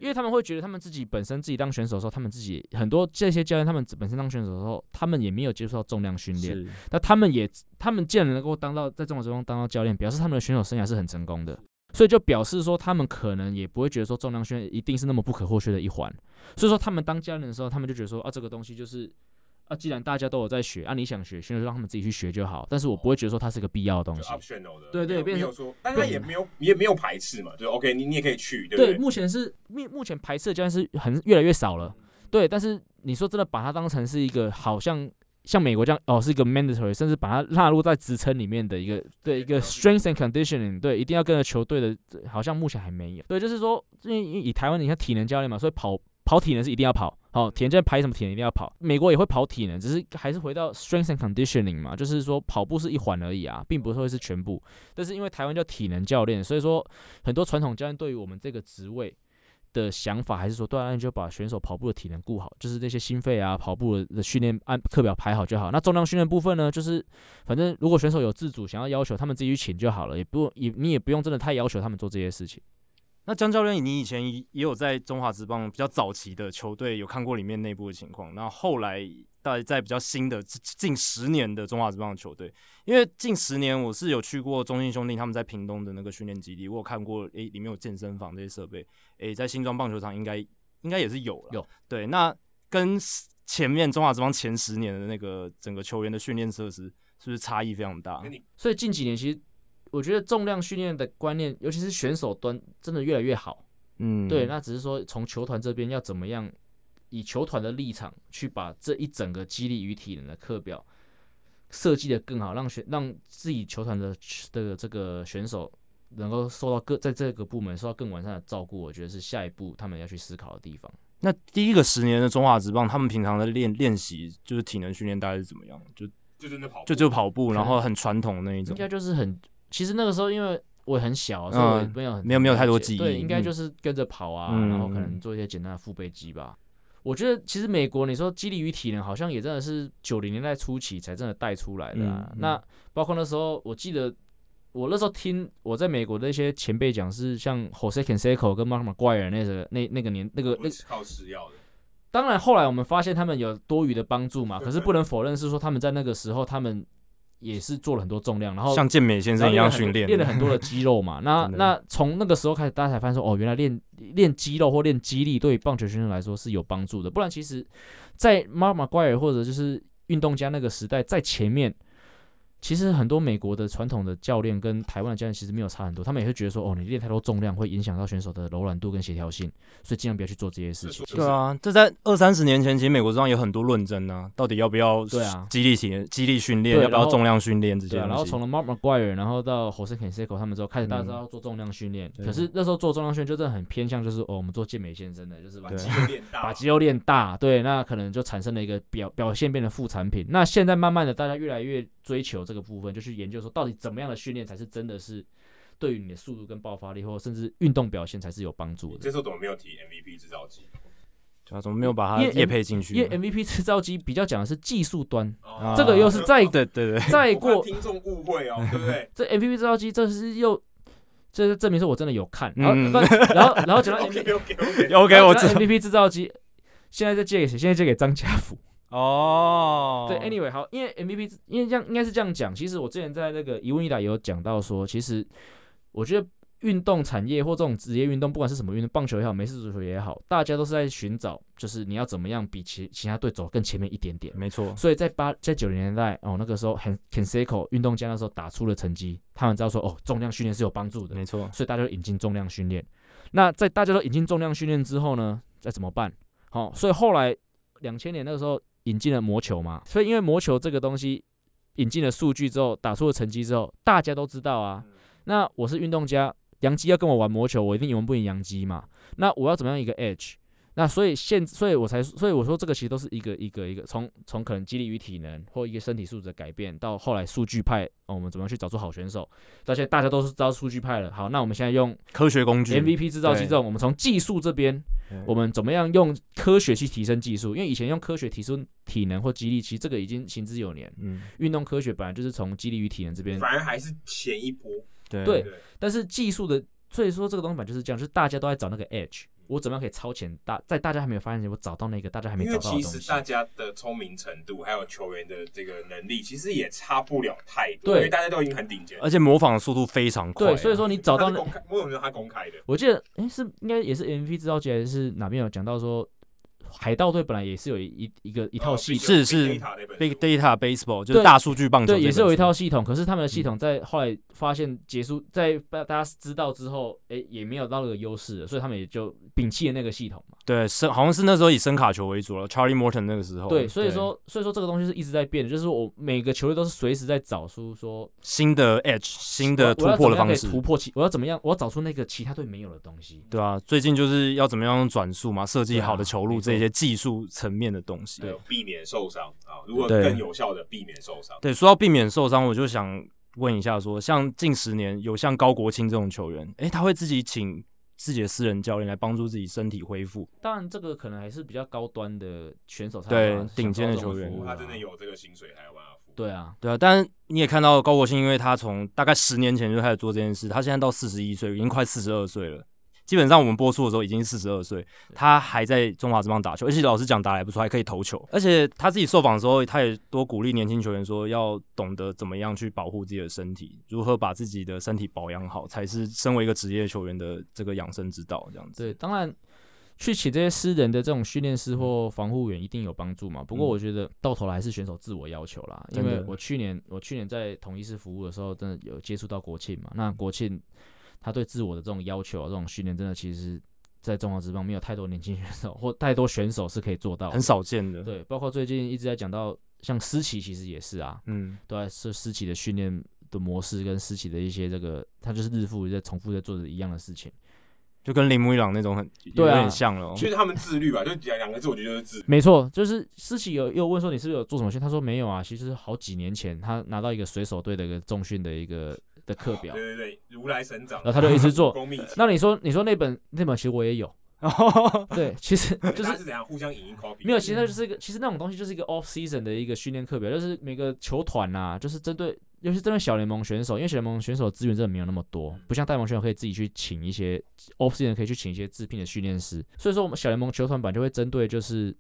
Speaker 3: 因为他们会觉得他们自己本身自己当选手的时候，他们自己很多这些教练他们本身当选手的时候，他们也没有接触到重量训练，
Speaker 1: 是
Speaker 3: 那他们也，他们既然能够当到在中国职棒当到教练，表示他们的选手生涯是很成功的，所以就表示说他们可能也不会觉得说重量训练一定是那么不可或缺的一环，所以说他们当教练的时候，他们就觉得说啊这个东西就是啊既然大家都有在学啊你想学，选手就让他们自己去学就好，但是我不会觉得说它是一个必要的东
Speaker 2: 就
Speaker 3: 西。
Speaker 2: optional 的，
Speaker 3: 对
Speaker 2: 没
Speaker 3: 对
Speaker 2: 有
Speaker 3: 变
Speaker 2: 没
Speaker 3: 成
Speaker 2: 有说，但是他也没有也没有排斥嘛，就是 OK，你你也可以去，对不
Speaker 3: 对，
Speaker 2: 对？
Speaker 3: 目前是目目前排斥的教练是很越来越少了，对，但是你说真的把它当成是一个好像。像美国这样哦，是一个 mandatory，甚至把它纳入在职称里面的一个对一个 strength and conditioning，对，一定要跟着球队的，这好像目前还没有。对，就是说，因为因为以台湾你看体能教练嘛，所以跑跑体能是一定要跑，哦，体能教练排什么体能一定要跑。美国也会跑体能，只是还是回到 strength and conditioning 嘛，就是说跑步是一环而已啊，并不是会是全部。但是因为台湾叫体能教练，所以说很多传统教练对于我们这个职位的想法，还是说，对啊，那你就把选手跑步的体能顾好，就是那些心肺啊、跑步的的训练按课表排好就好。那重量训练部分呢，就是反正如果选手有自主想要要求，他们自己去请就好了，也不也你也不用真的太要求他们做这些事情。
Speaker 1: 那江教练，你以前也也有在中华职棒比较早期的球队有看过里面内部的情况，那后来在在比较新的近近十年的中华职棒的球队，因为近十年我是有去过中信兄弟他们在屏东的那个训练基地，我有看过，诶、里面有健身房这些设备，诶、在新庄棒球场应该应该也是有了，
Speaker 3: 有
Speaker 1: 对，那跟前面中华职棒前十年的那个整个球员的训练设施是不是差异非常大？
Speaker 2: 跟你
Speaker 3: 所以近几年其实我觉得重量训练的观念，尤其是选手端，真的越来越好。
Speaker 1: 嗯，
Speaker 3: 对，那只是说从球团这边要怎么样以球团的立场去把这一整个激励与体能的课表设计的更好，让选让自己球团的的这个选手能够受到各在这个部门受到更完善的照顾，我觉得是下一步他们要去思考的地方。
Speaker 1: 那第一个十年的中华职棒，他们平常的练练习就是体能训练大概是怎么样？就
Speaker 2: 就真的跑步，
Speaker 1: 就就跑步，
Speaker 3: 能
Speaker 1: 然后很传统那一种
Speaker 3: 应。该哦就是很，其实那个时候因为我很小，啊所以我也
Speaker 1: 嗯
Speaker 3: 没有很、
Speaker 1: 没有没有太多记忆
Speaker 3: 对，应该
Speaker 1: 嗯
Speaker 3: 就是跟着跑啊，
Speaker 1: 嗯
Speaker 3: 然后可能做一些简单的腹背肌吧。我觉得其实美国，你说激励与体能，好像也真的是九零年代初期才真的带出来的、啊。
Speaker 1: 嗯嗯
Speaker 3: 那包括那时候，我记得我那时候听我在美国的一些前辈讲，是像 Jose Canseco 跟 Mark McGuire 那个那那个年那个那
Speaker 2: 不是靠吃药的，
Speaker 3: 当然，后来我们发现他们有多余的帮助嘛，
Speaker 2: 对
Speaker 3: 可是不能否认是说他们在那个时候他们也是做了很多重量，然后
Speaker 1: 嗯像健美先生一样训
Speaker 3: 练，
Speaker 1: 练，
Speaker 3: 了很多的肌肉嘛。那
Speaker 1: 真的
Speaker 3: 那从那个时候开始，大家才发现说，哦，原来练练肌肉或练肌力对于棒球选手来说是有帮助的。不然，其实，在妈妈怪尔或者就是运动家那个时代，在前面，其实很多美国的传统的教练跟台湾的教练其实没有差很多，他们也会觉得说，哦，你练太多重量会影响到选手的柔软度跟协调性，所以尽量不要去做这些事情。
Speaker 2: 是
Speaker 1: 对啊，这在二三十年前，其实美国职棒有很多论争啊，到底要不要
Speaker 3: 对啊
Speaker 1: 激励体能、激励训练，
Speaker 3: 对
Speaker 1: 要不要
Speaker 3: 然后
Speaker 1: 重量训练这些
Speaker 3: 对啊，然后
Speaker 1: 东西
Speaker 3: 从。了 Mark McGuire，然后到 Jose Canseco 他们之后，开始大家
Speaker 1: 嗯
Speaker 3: 知道做重量训练。
Speaker 1: 对
Speaker 3: 可是那时候做重量训练就真的很偏向，就是哦，我们做健美健身的，就是把
Speaker 2: 把
Speaker 1: 对
Speaker 2: 肌肉练大，
Speaker 3: 啊把肌肉练大，对，那可能就产生了一个表表现变成副产品。那现在慢慢的，大家越来越追求这个部分，就去研究说，到底怎么样的训练才是真的是对于你的速度跟爆发力，或者甚至运动表现才是有帮助
Speaker 2: 这
Speaker 3: 的。
Speaker 2: 时候怎么没有提 MVP 制造机？
Speaker 1: 对啊，怎么没有把他
Speaker 3: 因为
Speaker 1: 叶配进去
Speaker 3: 因为
Speaker 1: 呢？
Speaker 3: MVP 制造机比较讲的是技术端，
Speaker 1: 啊
Speaker 3: 这个又是再
Speaker 1: 对对对，
Speaker 3: 再
Speaker 2: 哦我怕
Speaker 3: 过
Speaker 2: 听众误会哦，对不 对
Speaker 3: 这 MVP 制造机，这是又这是证明是我真的有看，然后
Speaker 1: 嗯
Speaker 3: 不然后然后 讲到 MVP
Speaker 2: ？OK OK
Speaker 3: 哦
Speaker 2: OK，
Speaker 1: ？OK，我
Speaker 3: 讲
Speaker 1: 知
Speaker 3: 到 MVP 制造机，现在在借给谁？现在借给张家福。
Speaker 1: 哦，
Speaker 3: 对，anyway 好，因为 MVP 因为这样应该是这样讲，其实我之前在那个一问一答也有讲到说，其实我觉得运动产业或这种职业运动，不管是什么运动，棒球也好，美式足球也好，大家都是在寻找，就是你要怎么样比其其他队走更前面一点点。
Speaker 1: 没错，
Speaker 3: 所以在八在九零年代哦，那个时候很 Canseco 运动家那时候打出了成绩，他们知道说哦，重量训练是有帮助的，
Speaker 1: 没错，
Speaker 3: 所以大家都引进重量训练。那在大家都引进重量训练之后呢，再怎么办？好、所以后来两千年那个时候引进了魔球嘛，所以因为魔球这个东西引进了数据之后，打出了成绩之后，大家都知道啊。那我是运动家，杨基要跟我玩魔球，我一定赢不赢杨基嘛？那我要怎么样一个 edge？那所以现，所以我才，所以我说这个其实都是一个一个一个，从从可能激励与体能或一个身体素质的改变，到后来数据派、哦，我们怎么样去找出好选手，到现在大家都是知道数据派了。好，那我们现在用
Speaker 1: 科学工具
Speaker 3: MVP 制造机这种，我们从技术这边
Speaker 1: 对，
Speaker 3: 我们怎么样用科学去提升技术？因为以前用科学提升体能或激励，其实这个已经行之有年。
Speaker 1: 嗯，
Speaker 3: 运动科学本来就是从激励与体能这边，
Speaker 2: 反而还是前一波，
Speaker 1: 对
Speaker 3: 对
Speaker 2: 对
Speaker 3: 但是技术的，所以说这个东西本来就是这样，就是大家都在找那个 edge，我怎么样可以超前大，在大家还没有发现前，我找到那个大家还没
Speaker 2: 因
Speaker 3: 找
Speaker 2: 为
Speaker 3: 到的
Speaker 2: 其
Speaker 3: 东
Speaker 2: 实
Speaker 3: 西。
Speaker 2: 大家的聪明程度还有球员的这个能力，其实也差不了太多，
Speaker 3: 对
Speaker 2: 因为大家都已经很顶尖了。
Speaker 1: 而且模仿的速度非常快，
Speaker 3: 对，
Speaker 2: 啊
Speaker 3: 所以说你找到
Speaker 2: 他是
Speaker 3: 那，
Speaker 2: 公开，为什么他公开的？
Speaker 3: 我记得，哎，是应该也是 MVP 制造机还是哪边有讲到说，海盗队本来也是有一一个一套
Speaker 2: 呃
Speaker 3: 系统。
Speaker 1: 是是
Speaker 2: Big Data 那本书
Speaker 1: big data baseball 就是
Speaker 3: 对
Speaker 1: 大数据棒球，
Speaker 3: 对，也是有一套，系统，可是他们的
Speaker 1: 嗯
Speaker 3: 系统在后来发现结束，在大大家知道之后，哎、也没有到那个优势了，所以他们也就摒弃了那个系统嘛。
Speaker 1: 对，生好像是那时候以声卡球为主了，Charlie Morton 那个时候，
Speaker 3: 对，所以说，所以说这个东西是一直在变的，就是我每个球队都是随时在找出说
Speaker 1: 新的 edge 新
Speaker 3: 我
Speaker 1: 的
Speaker 3: 要
Speaker 1: 突破的
Speaker 3: 我要怎么样可
Speaker 1: 方
Speaker 3: 以
Speaker 1: 式，
Speaker 3: 突破其我要怎么样，我要找出那个其他队没有的东西。
Speaker 1: 对啊，最近就是要怎么样用转速嘛，设计
Speaker 3: 对啊
Speaker 1: 好的球路
Speaker 3: 没错
Speaker 1: 这些技术层面的东西，
Speaker 3: 对
Speaker 2: 避免受伤啊，如果
Speaker 1: 对
Speaker 2: 更有效的避免受伤，
Speaker 1: 对，说到避免受伤，我就想问一下说像近十年有像高国庆这种球员，诶，他会自己请自己的私人教练来帮助自己身体恢复，
Speaker 3: 当然，这个可能还是比较高端的选手才
Speaker 1: 对
Speaker 3: 有办法
Speaker 1: 顶尖的
Speaker 3: 享受这
Speaker 1: 球
Speaker 3: 种
Speaker 1: 员
Speaker 2: 如
Speaker 3: 服务
Speaker 2: 果
Speaker 3: 啊
Speaker 2: 他真的有这个薪水，还有办法付。
Speaker 3: 对啊，
Speaker 1: 对啊，但你也看到高国庆，因为他从大概十年前就开始做这件事，他现在到四十一岁，已经快四十二岁了。基本上我们播出的时候已经四十二岁，他还在中华职棒打球，而且老实讲打得还不错，还可以投球。而且他自己受访的时候，他也多鼓励年轻球员说，要懂得怎么样去保护自己的身体，如何把自己的身体保养好，才是身为一个职业球员的这个养生之道。这样子，
Speaker 3: 对，当然去请这些私人的这种训练师或防护员一定有帮助嘛。不过
Speaker 1: 嗯
Speaker 3: 我觉得到头来还是选手自我要求啦，因
Speaker 1: 真的
Speaker 3: 为我去年我去年在统一师服务的时候，真的有接触到国庆嘛。那国庆他对自我的这种要求啊，这种训练真的其实，在中华职棒没有太多年轻选手 或太多选手是可以做到的
Speaker 1: 很。少见的。，
Speaker 3: 对，包括最近一直在讲到，像思琪其实也是啊，
Speaker 1: 嗯，
Speaker 3: 对啊，是思琪的训练的模式跟思琪的一些这个，他就是日复一日在重复在做着一样的事情。
Speaker 1: 就跟铃木一朗那种很有
Speaker 3: 对啊
Speaker 1: 点像了、哦。
Speaker 2: 其实他们自律吧，就讲两个字，我觉得就是自律。
Speaker 3: 没错，就是思琪有又问说你是不是有做什么训，他说没有啊，其实是好几年前他拿到一个水手队的一个重训的一个的课表，
Speaker 2: 对对对，如来神掌。
Speaker 3: 然后他就一 直做
Speaker 2: 武功秘籍，
Speaker 3: 那你说你说那本那本其实我也有，对，其实就
Speaker 2: 就是 是怎样互相引一 copy，
Speaker 3: 没有，其实它就是一个，其实那种东西就是一个 off season 的一个训练课表，就是每个球团呐、就是针对，尤其是针对小联盟选手，因为小联盟选手资源真的没有那么多，不像大联盟选手可以自己去请一些 off season 可以去请一些自聘的训练师，所以说我们小联盟球团版就会针对就是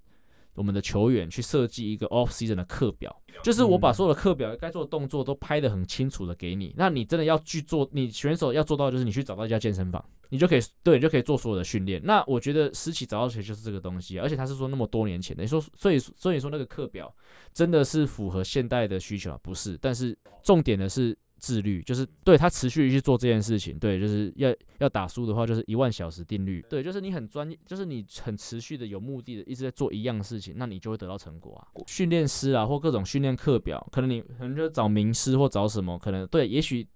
Speaker 3: 我们的球员去设计一个 off season 的课表，就是我把所有的课表该做的动作都拍得很清楚的给你，那你真的要去做，你选手要做到的就是你去找到一家健身房。你就可以对，你就可以做所有的训练。那我觉得思琪找到谁就是这个东西，啊而且他是说那么多年前的，你说所以所以说那个课表真的是符合现代的需求啊？不是，但是重点的是自律，就是对他持续去做这件事情，对，就是要要打输的话，就是一万小时定律，对，就是你很专业，就是你很持续的有目的的一直在做一样事情，那你就会得到成果啊。训练师啊，或各种训练课表，可能你可能就找名师或找什么，可能对，也许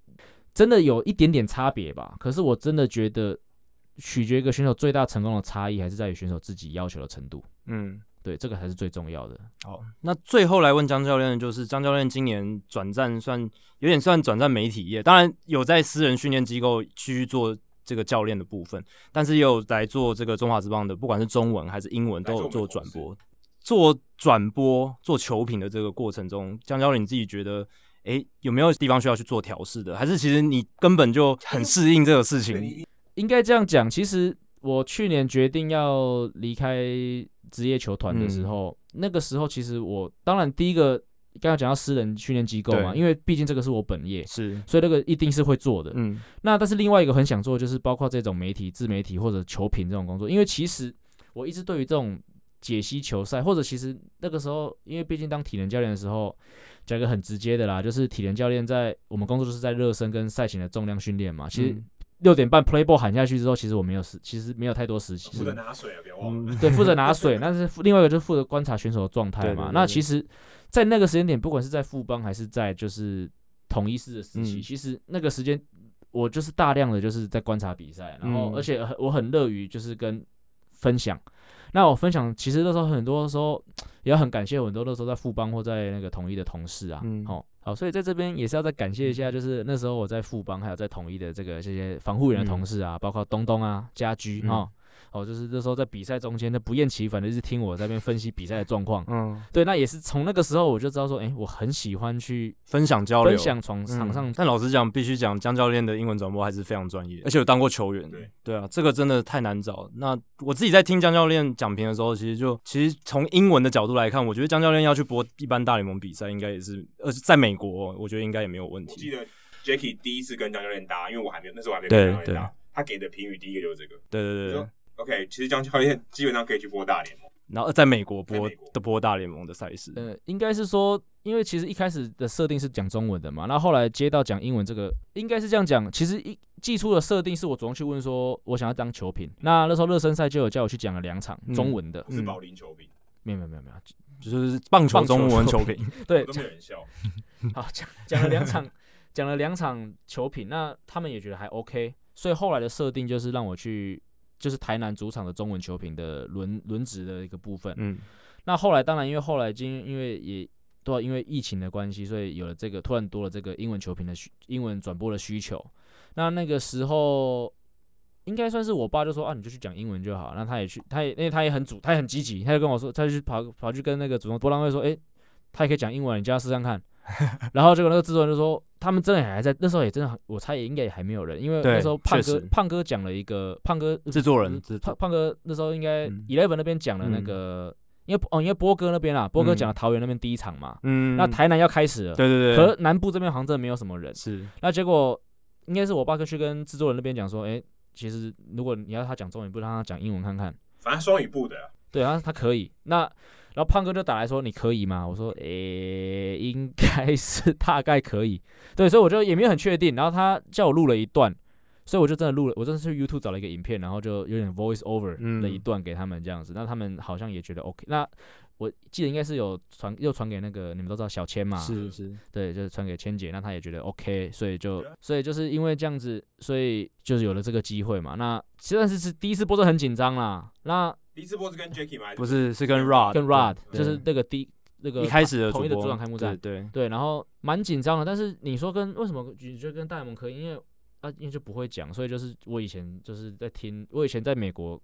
Speaker 3: 真的有一点点差别吧。可是我真的觉得，取决一个选手最大成功的差异，还是在于选手自己要求的程度。
Speaker 1: 嗯。
Speaker 3: 对，这个才是最重要的。
Speaker 1: 好，那最后来问张教练的就是，张教练今年转战算有点算转战媒体业，当然有在私人训练机构继续做这个教练的部分，但是也有来做这个中华职棒的，不管是中文还是英文，都有做转播。做转播、做球评的这个过程中，江教练你自己觉得，诶，有没有地方需要去做调试的？还是其实你根本就很适应这个事情？
Speaker 3: 应该这样讲，其实我去年决定要离开职业球团的
Speaker 1: 嗯
Speaker 3: 时候，那个时候其实我当然第一个刚刚讲到私人训练机构嘛，
Speaker 1: 对
Speaker 3: 因为毕竟这个是我本业，
Speaker 1: 是，
Speaker 3: 所以那个一定是会做的。
Speaker 1: 嗯，
Speaker 3: 那但是另外一个很想做的就是包括这种媒体、自媒体或者球评这种工作，因为其实我一直对于这种解析球赛，或者其实那个时候，因为毕竟当体能教练的时候，讲一个很直接的啦，就是体能教练在我们工作就是在热身跟赛前的重量训练嘛。其实
Speaker 1: 嗯
Speaker 3: 六点半 play ball 喊下去之后，其实我没有时，其实没有太多时
Speaker 2: 负责
Speaker 3: 间。
Speaker 2: 拿水啊，不要忘了。
Speaker 1: 嗯
Speaker 3: 对，负责 拿水，但是负另外一个就是负责观察选手的状态
Speaker 1: 对
Speaker 3: 嘛
Speaker 1: 对。对
Speaker 3: 那
Speaker 1: 对
Speaker 3: 其实，在那个时间点，不管是在富邦还是在就是统一式的时期，
Speaker 1: 嗯
Speaker 3: 其实那个时间我就是大量的就是在观察比赛，然后
Speaker 1: 嗯
Speaker 3: 而且很我很乐于就是跟分享。那我分享，其实那时候很多时候也要很感谢我很多那时候在富邦或在那个统一的同事啊，
Speaker 1: 嗯
Speaker 3: 好、好，所以在这边也是要再感谢一下，就是那时候我在富邦还有在统一的这个这些防护员的同事啊，包括东东啊、家居
Speaker 1: 嗯
Speaker 3: 哦，哦，就是那时候在比赛中间，那不厌其烦的一直听我在那边分析比赛的状况。
Speaker 1: 嗯，
Speaker 3: 对，那也是从那个时候我就知道说，哎、我很喜欢去
Speaker 1: 分享交流，
Speaker 3: 分享从场上、
Speaker 1: 嗯但老实讲，必须讲江教练的英文转播还是非常专业，而且有当过球员。
Speaker 2: 对
Speaker 1: 啊，这个真的太难找。那我自己在听江教练讲评的时候，其实就其实从英文的角度来看，我觉得江教练要去播一般大联盟比赛，应该也是，而且在美国、我觉得应该也没有问
Speaker 2: 我记
Speaker 1: 题。
Speaker 2: 得 Jacky 第一次跟江教练搭，因为我还没有，那时候我还没有
Speaker 1: 对
Speaker 2: 跟江教练搭，他给的评语第一个就是这个。
Speaker 1: 对对
Speaker 2: 你
Speaker 1: 对
Speaker 2: 说。OK，其实江教练基本上可以去播大联盟，
Speaker 1: 然后呃在美国
Speaker 2: 在
Speaker 1: 播
Speaker 2: 美国
Speaker 1: 的播大联盟的赛事，
Speaker 3: 呃，应该是说，因为其实一开始的设定是讲中文的嘛，那后来接到讲英文这个，应该是这样讲。其实一寄出的设定是我主动去问说，我想要当球评。那那时候热身赛就有叫我去讲了两场
Speaker 1: 嗯
Speaker 3: 中文的，
Speaker 2: 不是保龄球评，
Speaker 3: 没有没有没有没有，
Speaker 1: 就是棒球
Speaker 3: 棒球
Speaker 1: 中文
Speaker 3: 球
Speaker 1: 球
Speaker 3: 评
Speaker 1: 评。
Speaker 3: 对
Speaker 2: 都，没有人笑。
Speaker 3: 好讲讲了两场，讲了两场球品，那他们也觉得还 OK，所以后来的设定就是让我去，就是台南主场的中文球评的轮轮值的一个部分。
Speaker 1: 嗯，
Speaker 3: 那后来当然因为后来因因为也对啊、因为疫情的关系，所以有了这个突然多了这个英文球评的需英文转播的需求。那那个时候应该算是我爸就说啊，你就去讲英文就好。那他也去，他也因为他也很主，他也很积极，他就跟我说，他就去跑跑去跟那个主动博览会说，诶、他也可以讲英文，你叫他试 看看。然后结果那个制作人就说，他们真的还在那时候也真的很，我猜也应该也还没有人，因为那
Speaker 1: 对
Speaker 3: 时候胖
Speaker 1: 确
Speaker 3: 哥
Speaker 1: 实
Speaker 3: 胖哥讲了一个胖哥
Speaker 1: 制作人
Speaker 3: 嗯
Speaker 1: 制作
Speaker 3: 胖胖哥那时候应该
Speaker 1: 嗯
Speaker 3: Eleven 那边讲了那
Speaker 1: 嗯
Speaker 3: 个，因为哦，因为波哥那边啦，波哥
Speaker 1: 嗯
Speaker 3: 讲了桃园那边第一场嘛，
Speaker 1: 嗯，
Speaker 3: 那台南要开始了，
Speaker 1: 对对对
Speaker 3: 可，南部这边好像真的没有什么人，
Speaker 1: 是
Speaker 3: 那结果应该是我爸哥去跟制作人那边讲说，哎，其实如果你要他讲中文，不如让他讲英文看看，
Speaker 2: 反正双语部的啊，
Speaker 3: 对，然后他可以，那然后胖哥就打来说你可以吗？我说，诶，应该是大概可以，对，所以我就也没有很确定，然后他叫我录了一段。所以我就真的录了，我真的去 YouTube 找了一个影片，然后就有点 voice over
Speaker 1: 嗯
Speaker 3: 的一段给他们这样子，那他们好像也觉得 OK。那我记得应该是有传，又传给那个你们都知道小千嘛，
Speaker 1: 是是，
Speaker 3: 对，就是传给千姐，那她也觉得 OK，所以就所以就是因为这样子，所以就是有了这个机会嘛。那虽然是是第一次播，是很紧张啦。那
Speaker 2: 第一次播是跟 Jacky 吗？还
Speaker 1: 不是是跟 Rod
Speaker 3: 跟 Rod
Speaker 1: 啊对
Speaker 3: 就是那个第那个
Speaker 1: 一开始的
Speaker 3: 统一的
Speaker 1: 播
Speaker 3: 主场开幕战
Speaker 1: 对对
Speaker 3: 对，然后蛮紧张的。但是你说跟为什么你觉得跟大联盟可以？因为啊，因为就不会讲，所以就是我以前就是在听，我以前在美国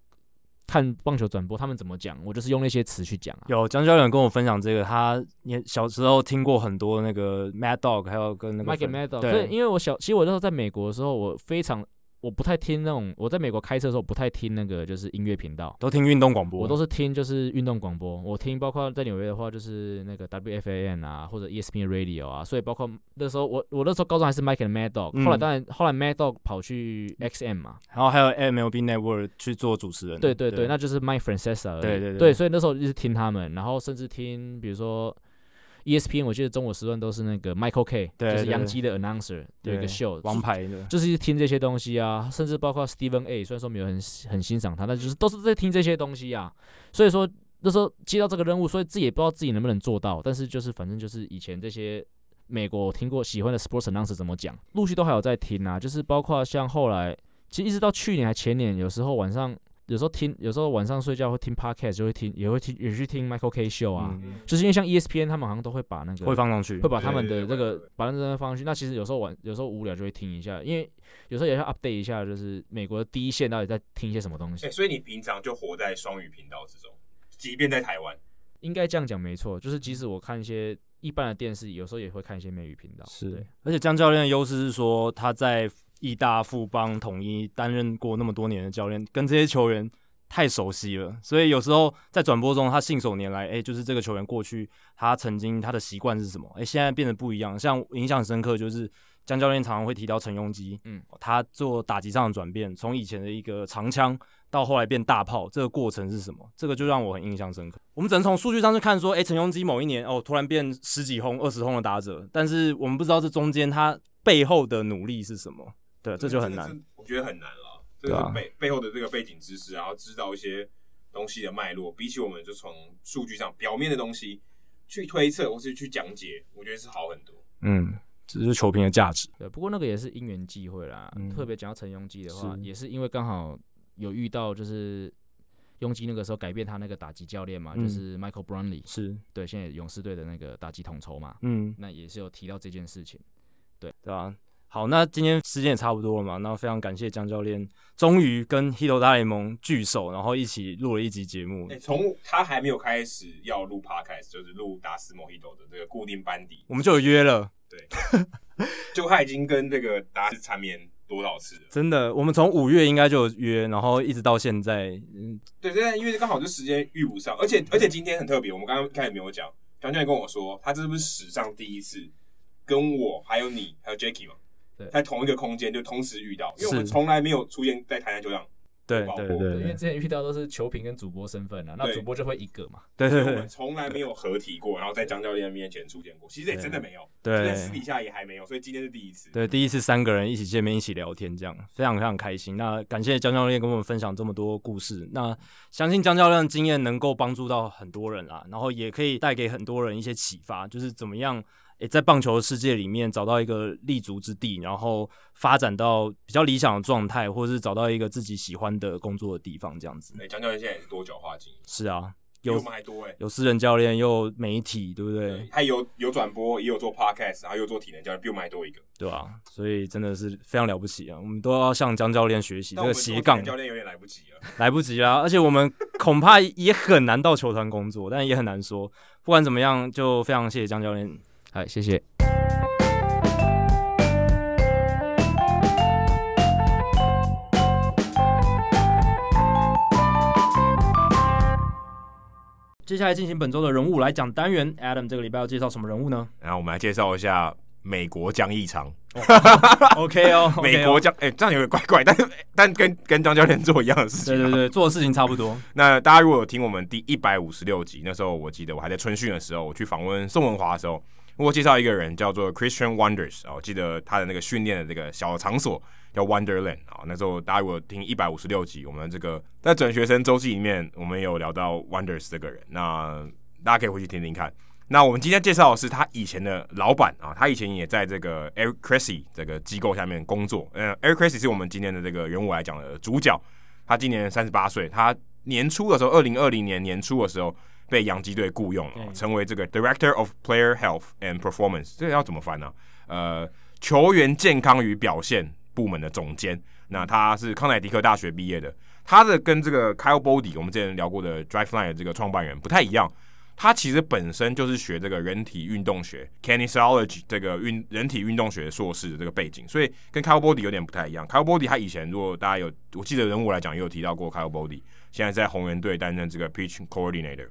Speaker 3: 看棒球转播，他们怎么讲，我就是用那些词去讲啊。
Speaker 1: 有江教练跟我分享这个，他也小时候听过很多那个 Mad Dog，还有跟那个
Speaker 3: Mike
Speaker 1: Fern-
Speaker 3: and Metal。所以
Speaker 1: 对，
Speaker 3: 因为我小，其实我那时候在美国的时候，我非常我不太听那种，我在美国开车的时候不太听那个就是音乐频道，
Speaker 1: 都听运动广播，
Speaker 3: 我都是听就是运动广播，我听包括在纽约的话就是那个 WFAN 啊或者 ESPN Radio 啊，所以包括那时候我我那时候高中还是 Mike and Mad Dog，、
Speaker 1: 嗯
Speaker 3: 后来当然后来 Mad Dog 跑去 XM 嘛，
Speaker 1: 然后还有 MLB Network 去做主持人，
Speaker 3: 对对对，那就是 Mike Francesa 而已。
Speaker 1: 嗯对对
Speaker 3: 对
Speaker 1: 对
Speaker 3: 所以那时候一直听他们，然后甚至听比如说 E ESPN，我记得中午时段都是那个 Michael K，
Speaker 1: 对
Speaker 3: 就是
Speaker 1: 对
Speaker 3: 洋
Speaker 1: 对
Speaker 3: 基的 announcer 有一个
Speaker 1: 对
Speaker 3: 秀，
Speaker 1: 王牌的，
Speaker 3: 就是听这些东西啊，甚至包括 Steven A，虽然说没有很很欣赏他，但就是都是在听这些东西啊。所以说那时候接到这个任务，所以自己也不知道自己能不能做到，但是就是反正就是以前这些美国我听过喜欢的 sports announcer 怎么讲，陆续都还有在听啊，就是包括像后来，其实一直到去年还前年，有时候晚上。有时候听，有时候晚上睡觉会听 podcast，就会听，也会听，也去听 Michael K 秀啊，
Speaker 1: 嗯
Speaker 3: 就是因为像 ESPN 他们好像都会把那个
Speaker 1: 会放上去
Speaker 3: 会。把他们
Speaker 2: 对
Speaker 3: 的这个把那个放上去。那其实有时候晚，有时候无聊就会听一下，因为有时候也要 update 一下，就是美国的第一线到底在听一些什么东西
Speaker 2: 哎、。所以你平常就活在双语频道之中，即便在台湾，
Speaker 3: 应该这样讲没错，就是即使我看一些一般的电视，有时候也会看一些美语频道。
Speaker 1: 是
Speaker 3: 对，
Speaker 1: 而且江教练的优势是说他在义大、富邦、统一担任过那么多年的教练，跟这些球员太熟悉了，所以有时候在转播中他信手拈来，哎、就是这个球员过去他曾经他的习惯是什么，哎、现在变得不一样。像影响深刻就是江教练常常会提到陈庸基，哦
Speaker 3: 嗯，
Speaker 1: 他做打击上的转变，从以前的一个长枪到后来变大炮，这个过程是什么？这个就让我很印象深刻。我们只能从数据上去看说，哎、陈庸基某一年哦，突然变十几轰、二十轰的打者，但是我们不知道这中间他背后的努力是什么。对，这就很难。，
Speaker 2: 我觉得很难了。这
Speaker 1: 对
Speaker 2: 个
Speaker 1: 啊
Speaker 2: 是背、背后的这个背景知识，然后知道一些东西的脉络，比起我们就从数据上表面的东西去推测或是去讲解，我觉得是好很多。
Speaker 1: 嗯，这就是球评的价值。
Speaker 3: 对，不过那个也是因缘际会啦。
Speaker 1: 嗯
Speaker 3: 特别讲到陈庸基的话，
Speaker 1: 是
Speaker 3: 也是因为刚好有遇到就是。庸基那个时候改变他那个打击教练嘛，就
Speaker 1: 嗯
Speaker 3: 是 Michael Brownlee，
Speaker 1: 是，
Speaker 3: 对，现在勇士队的那个打击统筹嘛，
Speaker 1: 嗯，
Speaker 3: 那也是有提到这件事情。
Speaker 1: 对啊。好，那今天时间也差不多了嘛，那非常感谢江教练，终于跟 Hito 大联盟聚首，然后一起录了一集节目
Speaker 2: 哎、。从他还没有开始要录 podcast，就是录达斯莫希斗的这个固定班底，
Speaker 1: 我们就有约了，
Speaker 2: 就他已经跟这个达斯缠绵多少次了？
Speaker 1: 真的，我们从五月应该就有约，然后一直到现在，嗯，
Speaker 2: 对，现在因为刚好就时间遇不上，而且而且今天很特别，我们刚刚开始没有讲，张教练跟我说，他这是不是史上第一次跟我还有你还有 Jacky 嘛
Speaker 3: 对，
Speaker 2: 在同一个空间就同时遇到，因为我们
Speaker 1: 是
Speaker 2: 从来没有出现在台南球场，
Speaker 1: 对
Speaker 2: 宝
Speaker 1: 对
Speaker 2: 宝
Speaker 1: 对
Speaker 3: 对，因
Speaker 1: 对
Speaker 3: 为之前遇到都是球评跟主播身份啊，那
Speaker 2: 对
Speaker 3: 主播就会一个嘛。
Speaker 1: 对
Speaker 2: 所以
Speaker 1: 对
Speaker 2: 我们
Speaker 1: 对
Speaker 2: 从来没有合体过，然后在张教练面前出现过，其实也真的没有，就在私
Speaker 1: 对
Speaker 2: 底下也还没有，所以今天是第一次。
Speaker 1: 对，第一次三个人一起见面，一起聊天，这样非常非常开心。那感谢江教练跟我们分享这么多故事，那相信江教练的经验能够帮助到很多人啦，然后也可以带给很多人一些启发，就是怎么样。诶，在棒球世界里面找到一个立足之地，然后发展到比较理想的状态，或者是找到一个自己喜欢的工作的地方，这样子。
Speaker 2: 哎，张教练现在也是多角化经营，
Speaker 1: 是啊，
Speaker 2: 比
Speaker 1: 有
Speaker 2: 我们还多哎。
Speaker 1: 有私人教练，又有媒体，对不对？
Speaker 2: 他有有转播，也有做 podcast，然后又做体能教练，比我们还多一个。
Speaker 1: 对吧、所以真的是非常了不起啊！我们都要向江教练学习这
Speaker 2: 但我们
Speaker 1: 个
Speaker 2: 做
Speaker 1: 斜
Speaker 2: 体
Speaker 1: 杠
Speaker 2: 能，教练有点来不及了。
Speaker 1: 来不及啦。而且我们恐怕也很难到球团工作，但也很难说。不管怎么样，就非常谢谢江教练。
Speaker 3: 好，谢谢。
Speaker 5: 接下来进行本周的人物来讲单元，Adam 这个礼拜要介绍什么人物 呢
Speaker 2: 然后我们来介绍一下美国江一长。
Speaker 5: ？OK 哦，
Speaker 2: 美国江，哎、这样有点怪怪，但是但跟跟张教练做一样的事情、啊
Speaker 5: 对对对，做的事情差不多。
Speaker 2: 那大家如果有听我们第一百五十六集，那时候我记得我还在春训的时候，我去访问宋文华的时候，我介绍一个人叫做 Christian Wonders 啊、我记得他的那个训练的这个小场所叫 Wonderland 啊、那时候大家如果听一百五十六集，我们这个在转学生周记里面，我们有聊到 Wonders 这个人，那大家可以回去听听看。那我们今天介绍的是他以前的老板啊，他以前也在这个 Eric Cressy 这个机构下面工作。嗯、e r i c Cressy 是我们今天的这个人物来讲的主角，他今年三十八岁，他年初的时候，二零二零年年初的时候被洋基队雇佣了，
Speaker 5: 对
Speaker 2: 成为这个 Director of Player Health and Performance，这个要怎么翻呢、呃，球员健康与表现部门的总监。那他是康乃狄克大学毕业的，他的跟这个 Kyle Body 我们之前聊过的 DriveLine 的这个创办人不太一样。他其实本身就是学这个人体运动学 （kinesiology） 这个运人体运动学硕士的这个背景，所以跟 Kyle Body 有点不太一样。Kyle Body 他以前如果大家有，我记得人物来讲也有提到过 Kyle Body，现在在红人队担任这个 pitch coordinator。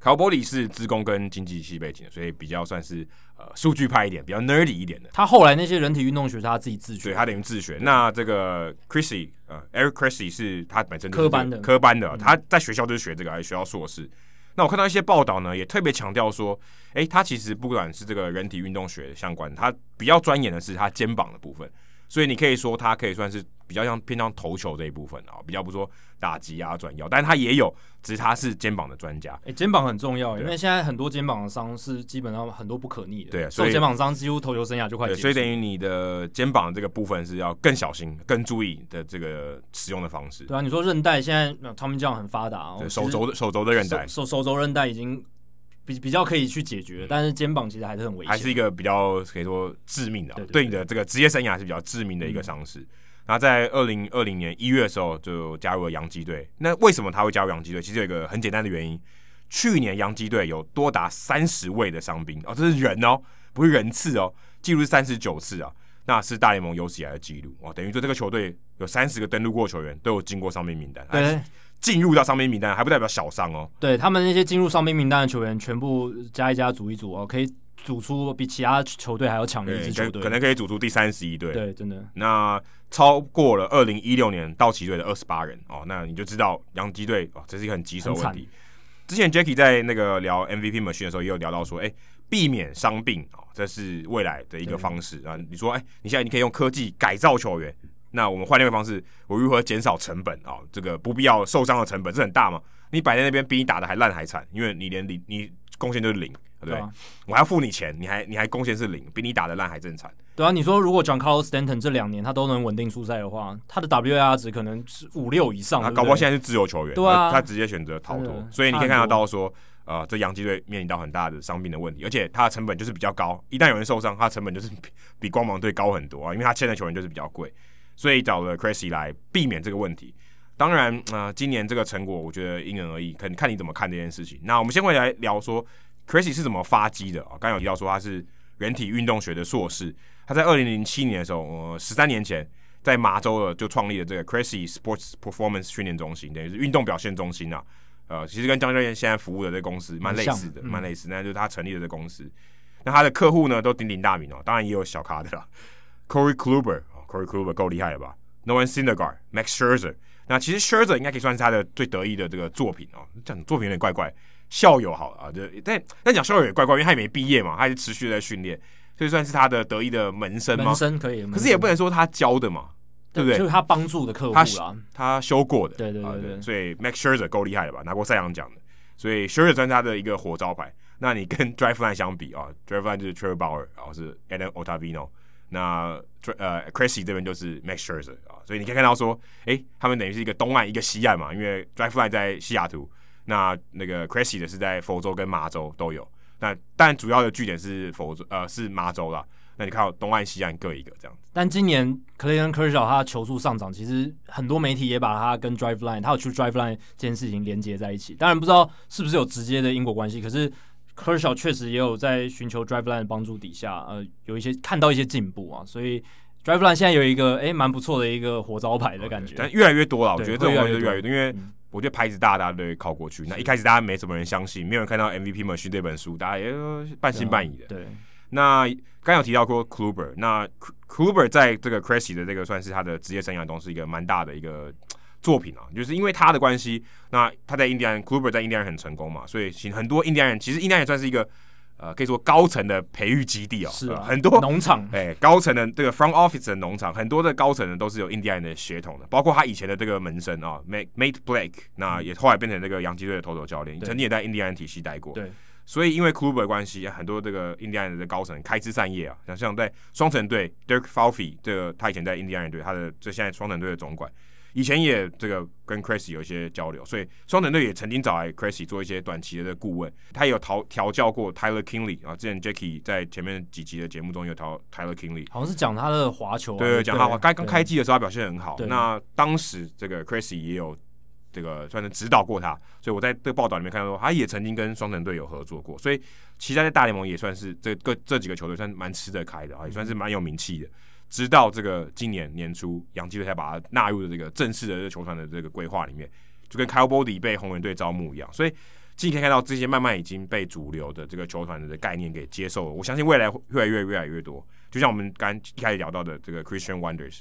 Speaker 2: Kyle Body 是资工跟经济系背景的，所以比较算是呃数据派一点，比较 nerdy 一点的。
Speaker 5: 他后来那些人体运动学是他自己自
Speaker 2: 对
Speaker 5: 学，
Speaker 2: 他等于自学。那这个 Chrissy 呃，Eric Chrissy 是他本身就是
Speaker 5: 科班的
Speaker 2: 科班的，他在学校就是学这个，还学校硕士。那我看到一些报道呢，也特别强调说，诶，他其实不管是这个人体运动学相关，他比较钻研的是他肩膀的部分。所以你可以说他可以算是比较像偏向投球这一部分啊，比较不说打击啊转腰，但他也有，只是他是肩膀的专家。
Speaker 1: 哎、肩膀很重要，
Speaker 2: 对啊
Speaker 1: 因为现在很多肩膀的伤是基本上很多不可逆的。
Speaker 2: 对啊所
Speaker 1: 受
Speaker 2: 以
Speaker 1: 肩膀伤几乎投球生涯就快结
Speaker 2: 对，
Speaker 1: 束。
Speaker 2: 所以等于你的肩膀这个部分是要更小心、更注意的这个使用的方式。
Speaker 1: 对啊，你说韧带现在他们这样很发达哦
Speaker 2: 对，，
Speaker 1: 其实
Speaker 2: 手肘的手肘的韧带嗯
Speaker 1: 手手手肘韧带已经比比较可以去解决了，但是肩膀其实还是很危险。
Speaker 2: 还是一个比较可以说致命的啊、
Speaker 1: 对对嗯
Speaker 2: 对你的这个职业生涯是比较致命的一个伤势。那在二零二零年一月的时候就加入了洋基队。那为什么他会加入洋基队？其实有一个很简单的原因，去年洋基队有多达三十位的伤兵哦，这是人哦，不是人次哦，记录是三十九次啊，那是大联盟有史以来的记录哦，等于说这个球队有三十个登陆过球员都有经过伤兵名单，还是
Speaker 1: 对
Speaker 2: 进入到伤兵名单还不代表小伤哦，
Speaker 1: 对，他们那些进入伤兵名单的球员，全部加一加组一组哦，可以组出比其他球队还要强嗯的一支球
Speaker 2: 可
Speaker 1: 队。
Speaker 2: 可能可以组出第三十一队，
Speaker 1: 对，真的
Speaker 2: 那超过了二零一六年道奇队的二十八人哦，那你就知道洋基队哦，这是一个很棘手的问
Speaker 1: 很
Speaker 2: 题。之前 Jacky 在那个聊 MVP machine 的时候，也有聊到说，哎、避免伤病哦，这是未来的一个方式啊。你说，哎、你现在你可以用科技改造球员，那我们换另外一个方式，我如何减少成本啊、哦？这个不必要受伤的成本，这很大嘛？你摆在那边比你打的还烂还惨，因为你连零你贡献就是零，对不对？
Speaker 1: 对啊
Speaker 2: 我还要付你钱，你还你还贡献是零，比你打的烂还正常。
Speaker 1: 对啊，你说如果 John Carlos Stanton 这两年他都能稳定出赛的话，他的 WAR 值可能是五六以上，
Speaker 2: 他
Speaker 1: 对不
Speaker 2: 啊搞不好
Speaker 1: 对
Speaker 2: 现在是自由球员，
Speaker 1: 对啊
Speaker 2: 他他直接选择逃脱
Speaker 1: 真的，
Speaker 2: 所以你可以
Speaker 1: 差
Speaker 2: 看
Speaker 1: 很
Speaker 2: 得到说，呃，这洋基队面临到很大的伤病的问题，而且他的成本就是比较高，一旦有人受伤，他的成本就是 比比光芒队高很多啊，因为他签的球员就是比较贵，所以找了 Crazy 来避免这个问题。当然，呃，今年这个成果我觉得因人而异，看看你怎么看这件事情。那我们先回来聊说 Crazy 是怎么发迹的啊？刚刚有提到说他是人体运动学的硕士，他在二零零七年的时候，呃，十三年前在麻州的就创立了这个 Crazy Sports Performance 训练中心，等于是运动表现中心啊。呃，其实跟江教练现在服务的这个公司蛮类似
Speaker 1: 很
Speaker 2: 的，
Speaker 1: 像嗯
Speaker 2: 蛮类似。那就是他成立的这个公司，那他的客户呢都鼎鼎大名哦，当然也有小咖的啦。Corey Kluber 哦，Corey Kluber 够厉害了吧？Noah Syndergaard、Max Scherzer，那其实 Scherzer 应该可以算是他的最得意的这个作品哦。讲作品有点怪怪，校友好了啊，这但但讲校友也怪怪，因为他也没毕业嘛，他还是持续在训练，所以算是他的得意的门生吗
Speaker 1: 门？生可以，
Speaker 2: 可是也不
Speaker 1: 门
Speaker 2: 能说他教的嘛，
Speaker 1: 生
Speaker 2: 对不对
Speaker 1: 就是他帮助的客户
Speaker 2: 他
Speaker 1: 啦，
Speaker 2: 他修过的，
Speaker 1: 对对对
Speaker 2: 啊
Speaker 1: 对
Speaker 2: 所以 Max Scherzer 够厉害了吧，拿过赛扬奖的，所以 Scherzer 算是他的一个活招牌。那你跟 Driveline 相比啊，Driveline 就是 Trevor Bauer，然后是 Adam Ottavino，那 Dr- 呃 Cressy 这边就是 Max Scherzer 啊，所以你可以看到说，诶，他们等于是一个东岸一个西岸嘛，因为 Driveline 在西雅图，那那个 Cressy 的是在佛州跟麻州都有，那但主要的据点是佛州呃是麻州啦，那你看到东岸西岸各一个这样子。
Speaker 1: 但今年 Clayton Kershaw 他的球速上涨，其实很多媒体也把他跟 Drive Line，他有去 Drive Line 这件事情连接在一起。当然不知道是不是有直接的因果关系，可是 Kershaw 确实也有在寻求 Drive Line 的帮助底下，呃，有一些看到一些进步啊。所以 Drive Line 现在有一个诶蛮不错的一个活招牌的感觉。
Speaker 2: 但越来越多了，我
Speaker 1: 对
Speaker 2: 觉得这种东西就
Speaker 1: 会
Speaker 2: 越
Speaker 1: 越
Speaker 2: 来
Speaker 1: 来越
Speaker 2: 越多，因为
Speaker 1: 嗯
Speaker 2: 我觉得牌子大，大家都会靠过去。那一开始大家没什么人相信，没有人看到 MVP machine 这本书，大家也呃半信半疑的。
Speaker 1: 对，
Speaker 2: 那刚有提到过 Kluber，那 Kluber 在这个 Cressy 的这个算是他的职业生涯中是一个蛮大的一个作品啊，就是因为他的关系，那他在印第安 Kluber 在印第安人很成功嘛，所以其实很多印第安人其实印第安人算是一个呃可以说高层的培育基地哦，
Speaker 1: 是啊，
Speaker 2: 呃很多
Speaker 1: 农场
Speaker 2: 哎、高层的这个 front office 的农场，很多的高层呢都是有印第安人的血统的，包括他以前的这个门生啊，Mate Mate Blake，那也后来变成这个洋基队的投手教练，
Speaker 1: 对
Speaker 2: 曾经也在印第安人体系待过。
Speaker 1: 对，
Speaker 2: 所以因为 Kluber 的关系，很多这个印第安人的高层开枝散叶啊，像像在双城队 Dirk f a u f y 这个他以前在印第安人队，他的这现在双城队的总管，以前也这个跟 Crazy 有一些交流，所以双城队也曾经找来 Crazy 做一些短期的顾问，他也有调调教过 Tyler Kinley 啊，之前 Jackie 在前面几集的节目中有调 Tyler Kinley，
Speaker 1: 好像是讲他的滑球啊、
Speaker 2: 哦对，讲他刚
Speaker 1: 对
Speaker 2: 刚开季的时候他表现很好，
Speaker 1: 对
Speaker 2: 那当时这个 Crazy 也有这个算是指导过他，所以我在这个报道里面看到说，他也曾经跟双城队有合作过，所以其实他在大联盟也算是这个这几个球队算是蛮吃得开的啊，也算是蛮有名气的。直到这个今年年初，洋基队才把他纳入了这个正式的这个球团的这个规划里面，就跟 Kyle Body 被红人队招募一样，所以。其实可以看到，这些慢慢已经被主流的这个球团的概念给接受了。我相信未来会越来越越来越多。就像我们刚一开始聊到的这个 Christian Wonders，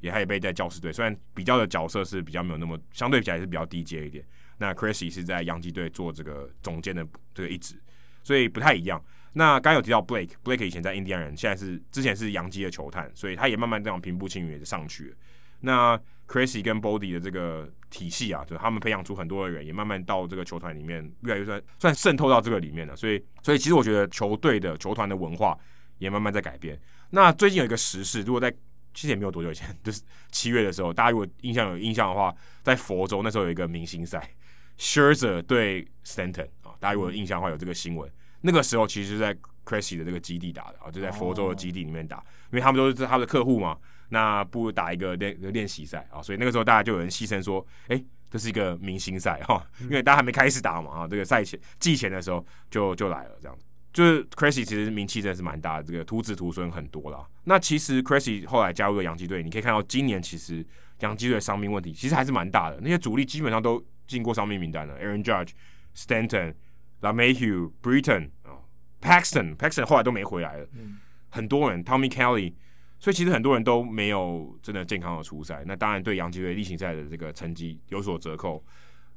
Speaker 2: 也他也被在教师队，虽然比较的角色是比较没有那么相对起来是比较低阶一点。那 Chrissy 是在洋基队做这个总监的这个一职，所以不太一样。那刚刚有提到 Blake，Blake 以前在印第安人，现在是之前是洋基的球探，所以他也慢慢这样平步青云也是上去了。那 Crazy 跟 Body 的这个体系啊，就是他们培养出很多的人，也慢慢到这个球团里面，越来越算算渗透到这个里面了。所以，所以其实我觉得球队的球团的文化也慢慢在改变。那最近有一个时事，如果在其实也没有多久以前，就是七月的时候，大家如果印象有印象的话，在佛州那时候有一个明星赛，Scherzer 对 Stanton 啊，大家如果有印象的话，有这个新闻。那个时候其实是在 Cressy 的这个基地打的啊，就在佛州的基地里面打，因为他们都是他们的客户嘛，那不如打一个练练习赛啊，所以那个时候大家就有人牺牲说，哎、这是一个明星赛哈、因为大家还没开始打嘛啊，这个赛前季前的时候就就来了这样子。就是 Crazy 其实名气真的是蛮大的，这个徒子徒孙很多啦。那其实 Crazy 后来加入了洋基队，你可以看到今年其实洋基队的伤病问题其实还是蛮大的，那些主力基本上都进过伤病名单了，Aaron Judge、Stanton、LaMahieu、Britton 啊、Paxton、Paxton 后来都没回来了，很多人 Tommy Kelly，所以其实很多人都没有真的健康的出赛，那当然对洋基队例行赛的这个成绩有所折扣。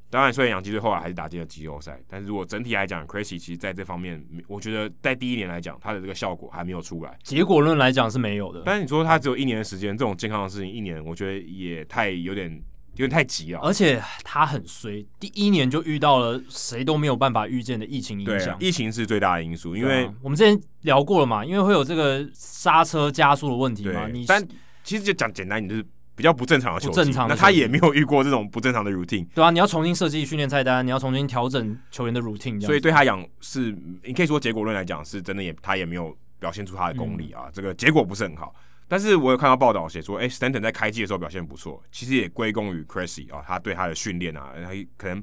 Speaker 2: 当然，虽然洋基队后来还是打进了季后赛，但是如果整体来讲，Crazy 其实在这方面，我觉得在第一年来讲，他的这个效果还没有出来。
Speaker 1: 结果论来讲是没有的，
Speaker 2: 但是你说他只有一年的时间，这种健康的事情，一年我觉得也太有点有点太急了。
Speaker 1: 而且他很衰，第一年就遇到了谁都没有办法预见的疫情
Speaker 2: 对
Speaker 1: 影响
Speaker 2: 啊，。疫情是最大的因素，因
Speaker 1: 对
Speaker 2: 为
Speaker 1: 啊我们之前聊过了嘛，因为会有这个刹车加速的问题
Speaker 2: 对
Speaker 1: 嘛。啊你
Speaker 2: 但其实就讲简单，你就是比较不正常的球
Speaker 1: 不
Speaker 2: 季
Speaker 1: 正常的
Speaker 2: 那他
Speaker 1: 球季
Speaker 2: 也没有遇过这种不正常的 routine，
Speaker 1: 对啊，你要重新设计训练菜单，你要重新调整球员的 routine，这样
Speaker 2: 所以对他讲是，你可以说结果论来讲是真的也他也没有表现出他的功力
Speaker 1: 嗯
Speaker 2: 啊，这个结果不是很好。但是我有看到报道写说，哎、s t a n t o n 在开季的时候表现不错，其实也归功于 Cressy 啊，他对他的训练啊，他可能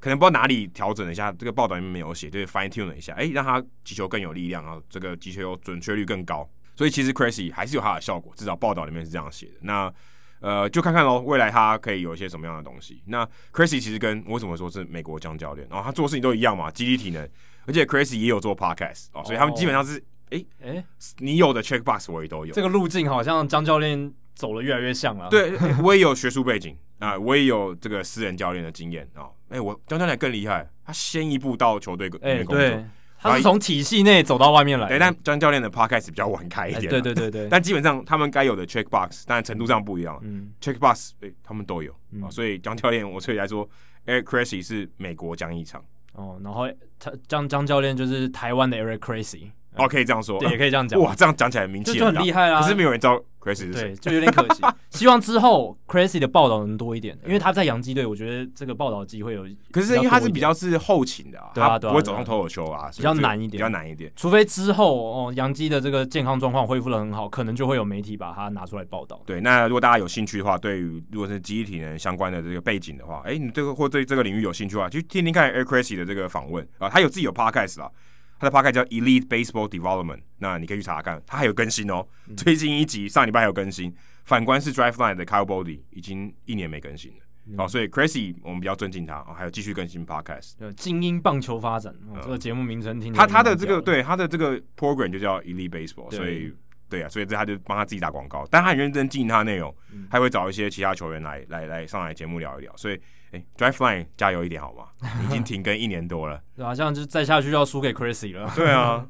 Speaker 2: 可能不知道哪里调整了一下，这个报道里面没有写，就是 fine tune 了一下，哎、让他击球更有力量啊，这个击球准确率更高，所以其实 Cressy 还是有他的效果，至少报道里面是这样写的。那呃，就看看喽，未来他可以有一些什么样的东西。那 Crazy 其实跟我为什么说是美国将教练，然、后哦他做的事情都一样嘛，激励体能，而且 Crazy 也有做 podcast 哦，所以他们基本上是
Speaker 1: 哎、
Speaker 2: 你有的 checkbox 我也都有，
Speaker 1: 这个路径好像张教练走了越来越像了。，
Speaker 2: 对，欸我也有学术背景啊、我也有这个私人教练的经验啊。哎、我江教练更厉害，他先一步到球队里
Speaker 1: 哎、
Speaker 2: 面工作。
Speaker 1: 对，他是从体系内走到外面来的。
Speaker 2: 对，但江教练的 podcast 比较晚开一
Speaker 1: 哎
Speaker 2: 点、啊
Speaker 1: 对。对对对，
Speaker 2: 但基本上他们该有的 checkbox，当然程度上不一样。
Speaker 1: 嗯，
Speaker 2: checkbox，哎、他们都有、啊。
Speaker 1: 嗯
Speaker 2: 所以江教练，我所以来说，Eric Cressy 是美国江一场，
Speaker 1: 哦，然后他张张教练就是台湾的 Eric Crazy，
Speaker 2: 哦，可以这样说。
Speaker 1: 嗯对，也可以这样讲，
Speaker 2: 哇，这样讲起来名
Speaker 1: 就
Speaker 2: 气
Speaker 1: 就很
Speaker 2: 大
Speaker 1: 厉，害啊啦。
Speaker 2: 可是没有人知道 Cressy 是谁
Speaker 1: 对，。就有点可惜。希望之后 Crazy 的报道能多一点，因为他在洋基队，我觉得这个报道机会有。
Speaker 2: 可是因为他是比
Speaker 1: 较
Speaker 2: 较是后勤的、啊，
Speaker 1: 对啊
Speaker 2: 他
Speaker 1: 对
Speaker 2: 不
Speaker 1: 啊
Speaker 2: 会
Speaker 1: 对啊
Speaker 2: 走上投手球啊，所
Speaker 1: 比
Speaker 2: 以
Speaker 1: 较
Speaker 2: 这个
Speaker 1: 难一点
Speaker 2: 比较难一点。
Speaker 1: 多一点，除非之后哦，洋基的这个健康状况恢复的很好，可能就会有媒体把他拿出来报道。
Speaker 2: 对，那如果大家有兴趣的话，对于如果是记忆体能相关的这个背景的话，哎、你对或对这个领域有兴趣的话，去听听看 Eric Crazy 的这个访问啊，他有自己有 podcast 啦，他的 podcast 叫 Elite Baseball Development，那你可以去查查看，他还有更新哦，最近一集上礼拜还有更新。反观是 Drive Line 的 Kyle Body 已经一年没更新了，哦、所以 Crazy 我们比较尊敬他，哦、还有继续更新 podcast。
Speaker 1: 对，精英棒球发展，哦这个节目名称听起来
Speaker 2: 嗯他他的
Speaker 1: 蛮
Speaker 2: 这
Speaker 1: 屌
Speaker 2: 个对他的这个 program 就叫 Elite Baseball，
Speaker 1: 对
Speaker 2: 所以对啊，所以这他就帮他自己打广告，但他很认真经营他的内容，
Speaker 1: 嗯
Speaker 2: 他会找一些其他球员来来来上来节目聊一聊，所以哎、d r i v e Line 加油一点好吗？已经停更一年 多了，
Speaker 1: 对啊，这样就再下去就要输给 Crazy 了。
Speaker 2: 对啊，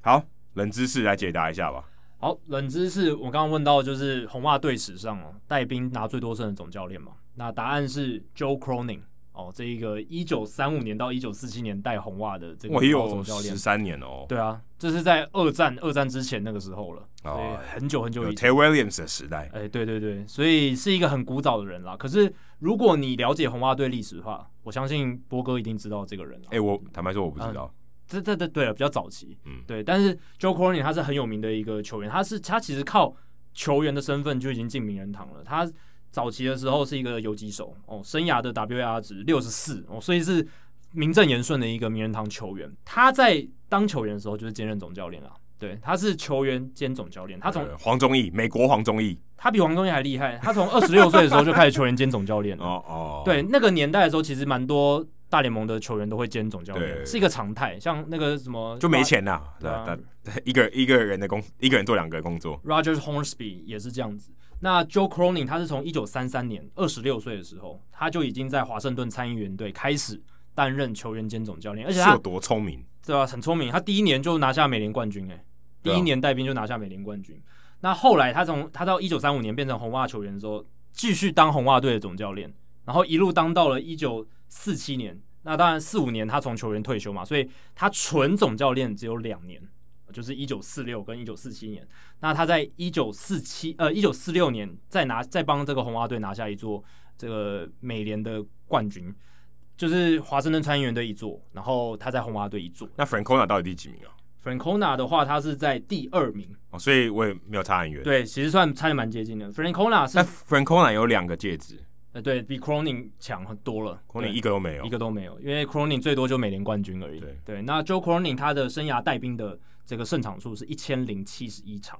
Speaker 2: 好，冷知识来解答一下吧，
Speaker 1: 好，冷知识，我刚刚问到就是红袜队史上哦带兵拿最多胜的总教练嘛，那答案是 Joe Cronin 哦，这一个一九三五年到一九四七年带红袜的这个
Speaker 2: 我也
Speaker 1: 老
Speaker 2: 有
Speaker 1: 总教练
Speaker 2: 十，三年哦、
Speaker 1: 对啊，这是在二战二战之前那个时候了，
Speaker 2: 哦
Speaker 1: 所以很久很久
Speaker 2: 有
Speaker 1: 以前。
Speaker 2: Tay Williams 的时代，
Speaker 1: 哎、对对对，所以是一个很古早的人啦。可是如果你了解红袜队历史的话，我相信波哥一定知道这个人了。
Speaker 2: 哎、我坦白说我不知道，
Speaker 1: 这这这对啊了，比较早期，
Speaker 2: 嗯
Speaker 1: 嗯对。但是 Joe Cronin 他是很有名的一个球员，他是他其实靠球员的身份就已经进名人堂了。他早期的时候是一个游击手哦，生涯的 WAR 值六十四哦，所以是名正言顺的一个名人堂球员。他在当球员的时候就是兼任总教练啦，对，他是球员兼总教练。他从
Speaker 2: 呃黄宗义，美国黄宗义，
Speaker 1: 他比王宗义还厉害，他从二十六岁的时候就开始球员兼总教练了。
Speaker 2: 哦哦，
Speaker 1: 嗯对，那个年代的时候，其实蛮多大联盟的球员都会兼总教
Speaker 2: 对
Speaker 1: 练，是一个常态。像那个什么
Speaker 2: 就没钱呐，对
Speaker 1: 对啊
Speaker 2: 啊，对一个一个人的工，一个人做两个工作，
Speaker 1: Rogers Hornsby 也是这样子。那 Joe Cronin 他是从一九三三年二十六岁的时候，他就已经在华盛顿参议员队开始担任球员兼总教练，而且
Speaker 2: 是有哦
Speaker 1: 他
Speaker 2: 多聪明？
Speaker 1: 对啊，很聪明，他第一年就拿下美联冠军、欸，哎，第
Speaker 2: 对啊
Speaker 1: 一年带兵就拿下美联冠军。那后来他从他到一九三五年变成红袜球员的时候，继续当红袜队的总教练，然后一路当到了一九四七年。那当然四五年他从球员退休嘛，所以他纯总教练只有两年，就是一九四六跟一九四七年。那他在一九四七呃一九四六年再拿再帮这个红袜队拿下一座这个美联的冠军，就是华盛顿参议员队一座，然后他在红袜队一座。
Speaker 2: 那 Francona 到底第几名啊？
Speaker 1: Francona 的话，他是在第二名，
Speaker 2: 哦，所以我也没有差很远。，
Speaker 1: 对，其实算差的蛮接近的。Francona
Speaker 2: 但
Speaker 1: 是
Speaker 2: Francona 有两个戒指
Speaker 1: 呃对比 Cronin 强很多了
Speaker 2: c o n
Speaker 1: 对
Speaker 2: 一个都没有
Speaker 1: 一。个都没有，因为 Cronin 最多就美联冠军而已。
Speaker 2: 对
Speaker 1: 那 Joe Cronin 他的生涯带兵的这个胜场数是一千零七十一场，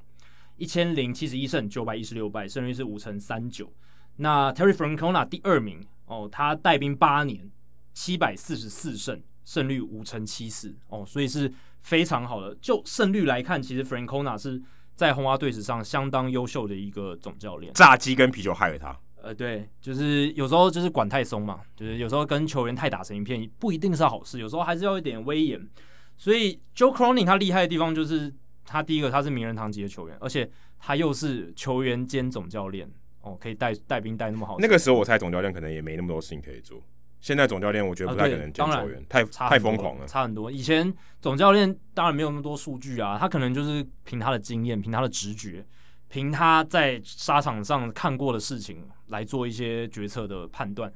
Speaker 1: 一千零七十一胜九百一十六败，胜率是五成三九。那 Terry Francona 第二名哦，他带兵八年，七百四十四胜，胜率五成七四哦，所以是非常好的。就胜率来看，其实 Francona 是在红袜队史上相当优秀的一个总教练。
Speaker 2: 炸鸡跟啤酒害了他。
Speaker 1: 呃，对，就是有时候就是管太松嘛，就是有时候跟球员太打成一片，不一定是好事，有时候还是要一点威严。所以 Joe Cronin 他厉害的地方就是，他第一个他是名人堂级的球员，而且他又是球员兼总教练，哦，可以带带兵带那么好。
Speaker 2: 那个时候我猜总教练可能也没那么多事情可以做。现在总教练我觉得不
Speaker 1: 啊
Speaker 2: 太
Speaker 1: 对
Speaker 2: 可能兼
Speaker 1: 当
Speaker 2: 球员
Speaker 1: 然，
Speaker 2: 太
Speaker 1: 差
Speaker 2: 太
Speaker 1: 很多
Speaker 2: 疯狂了。
Speaker 1: 差很多。以前总教练当然没有那么多数据啊，他可能就是凭他的经验、凭他的直觉、凭他在沙场上看过的事情来做一些决策的判断。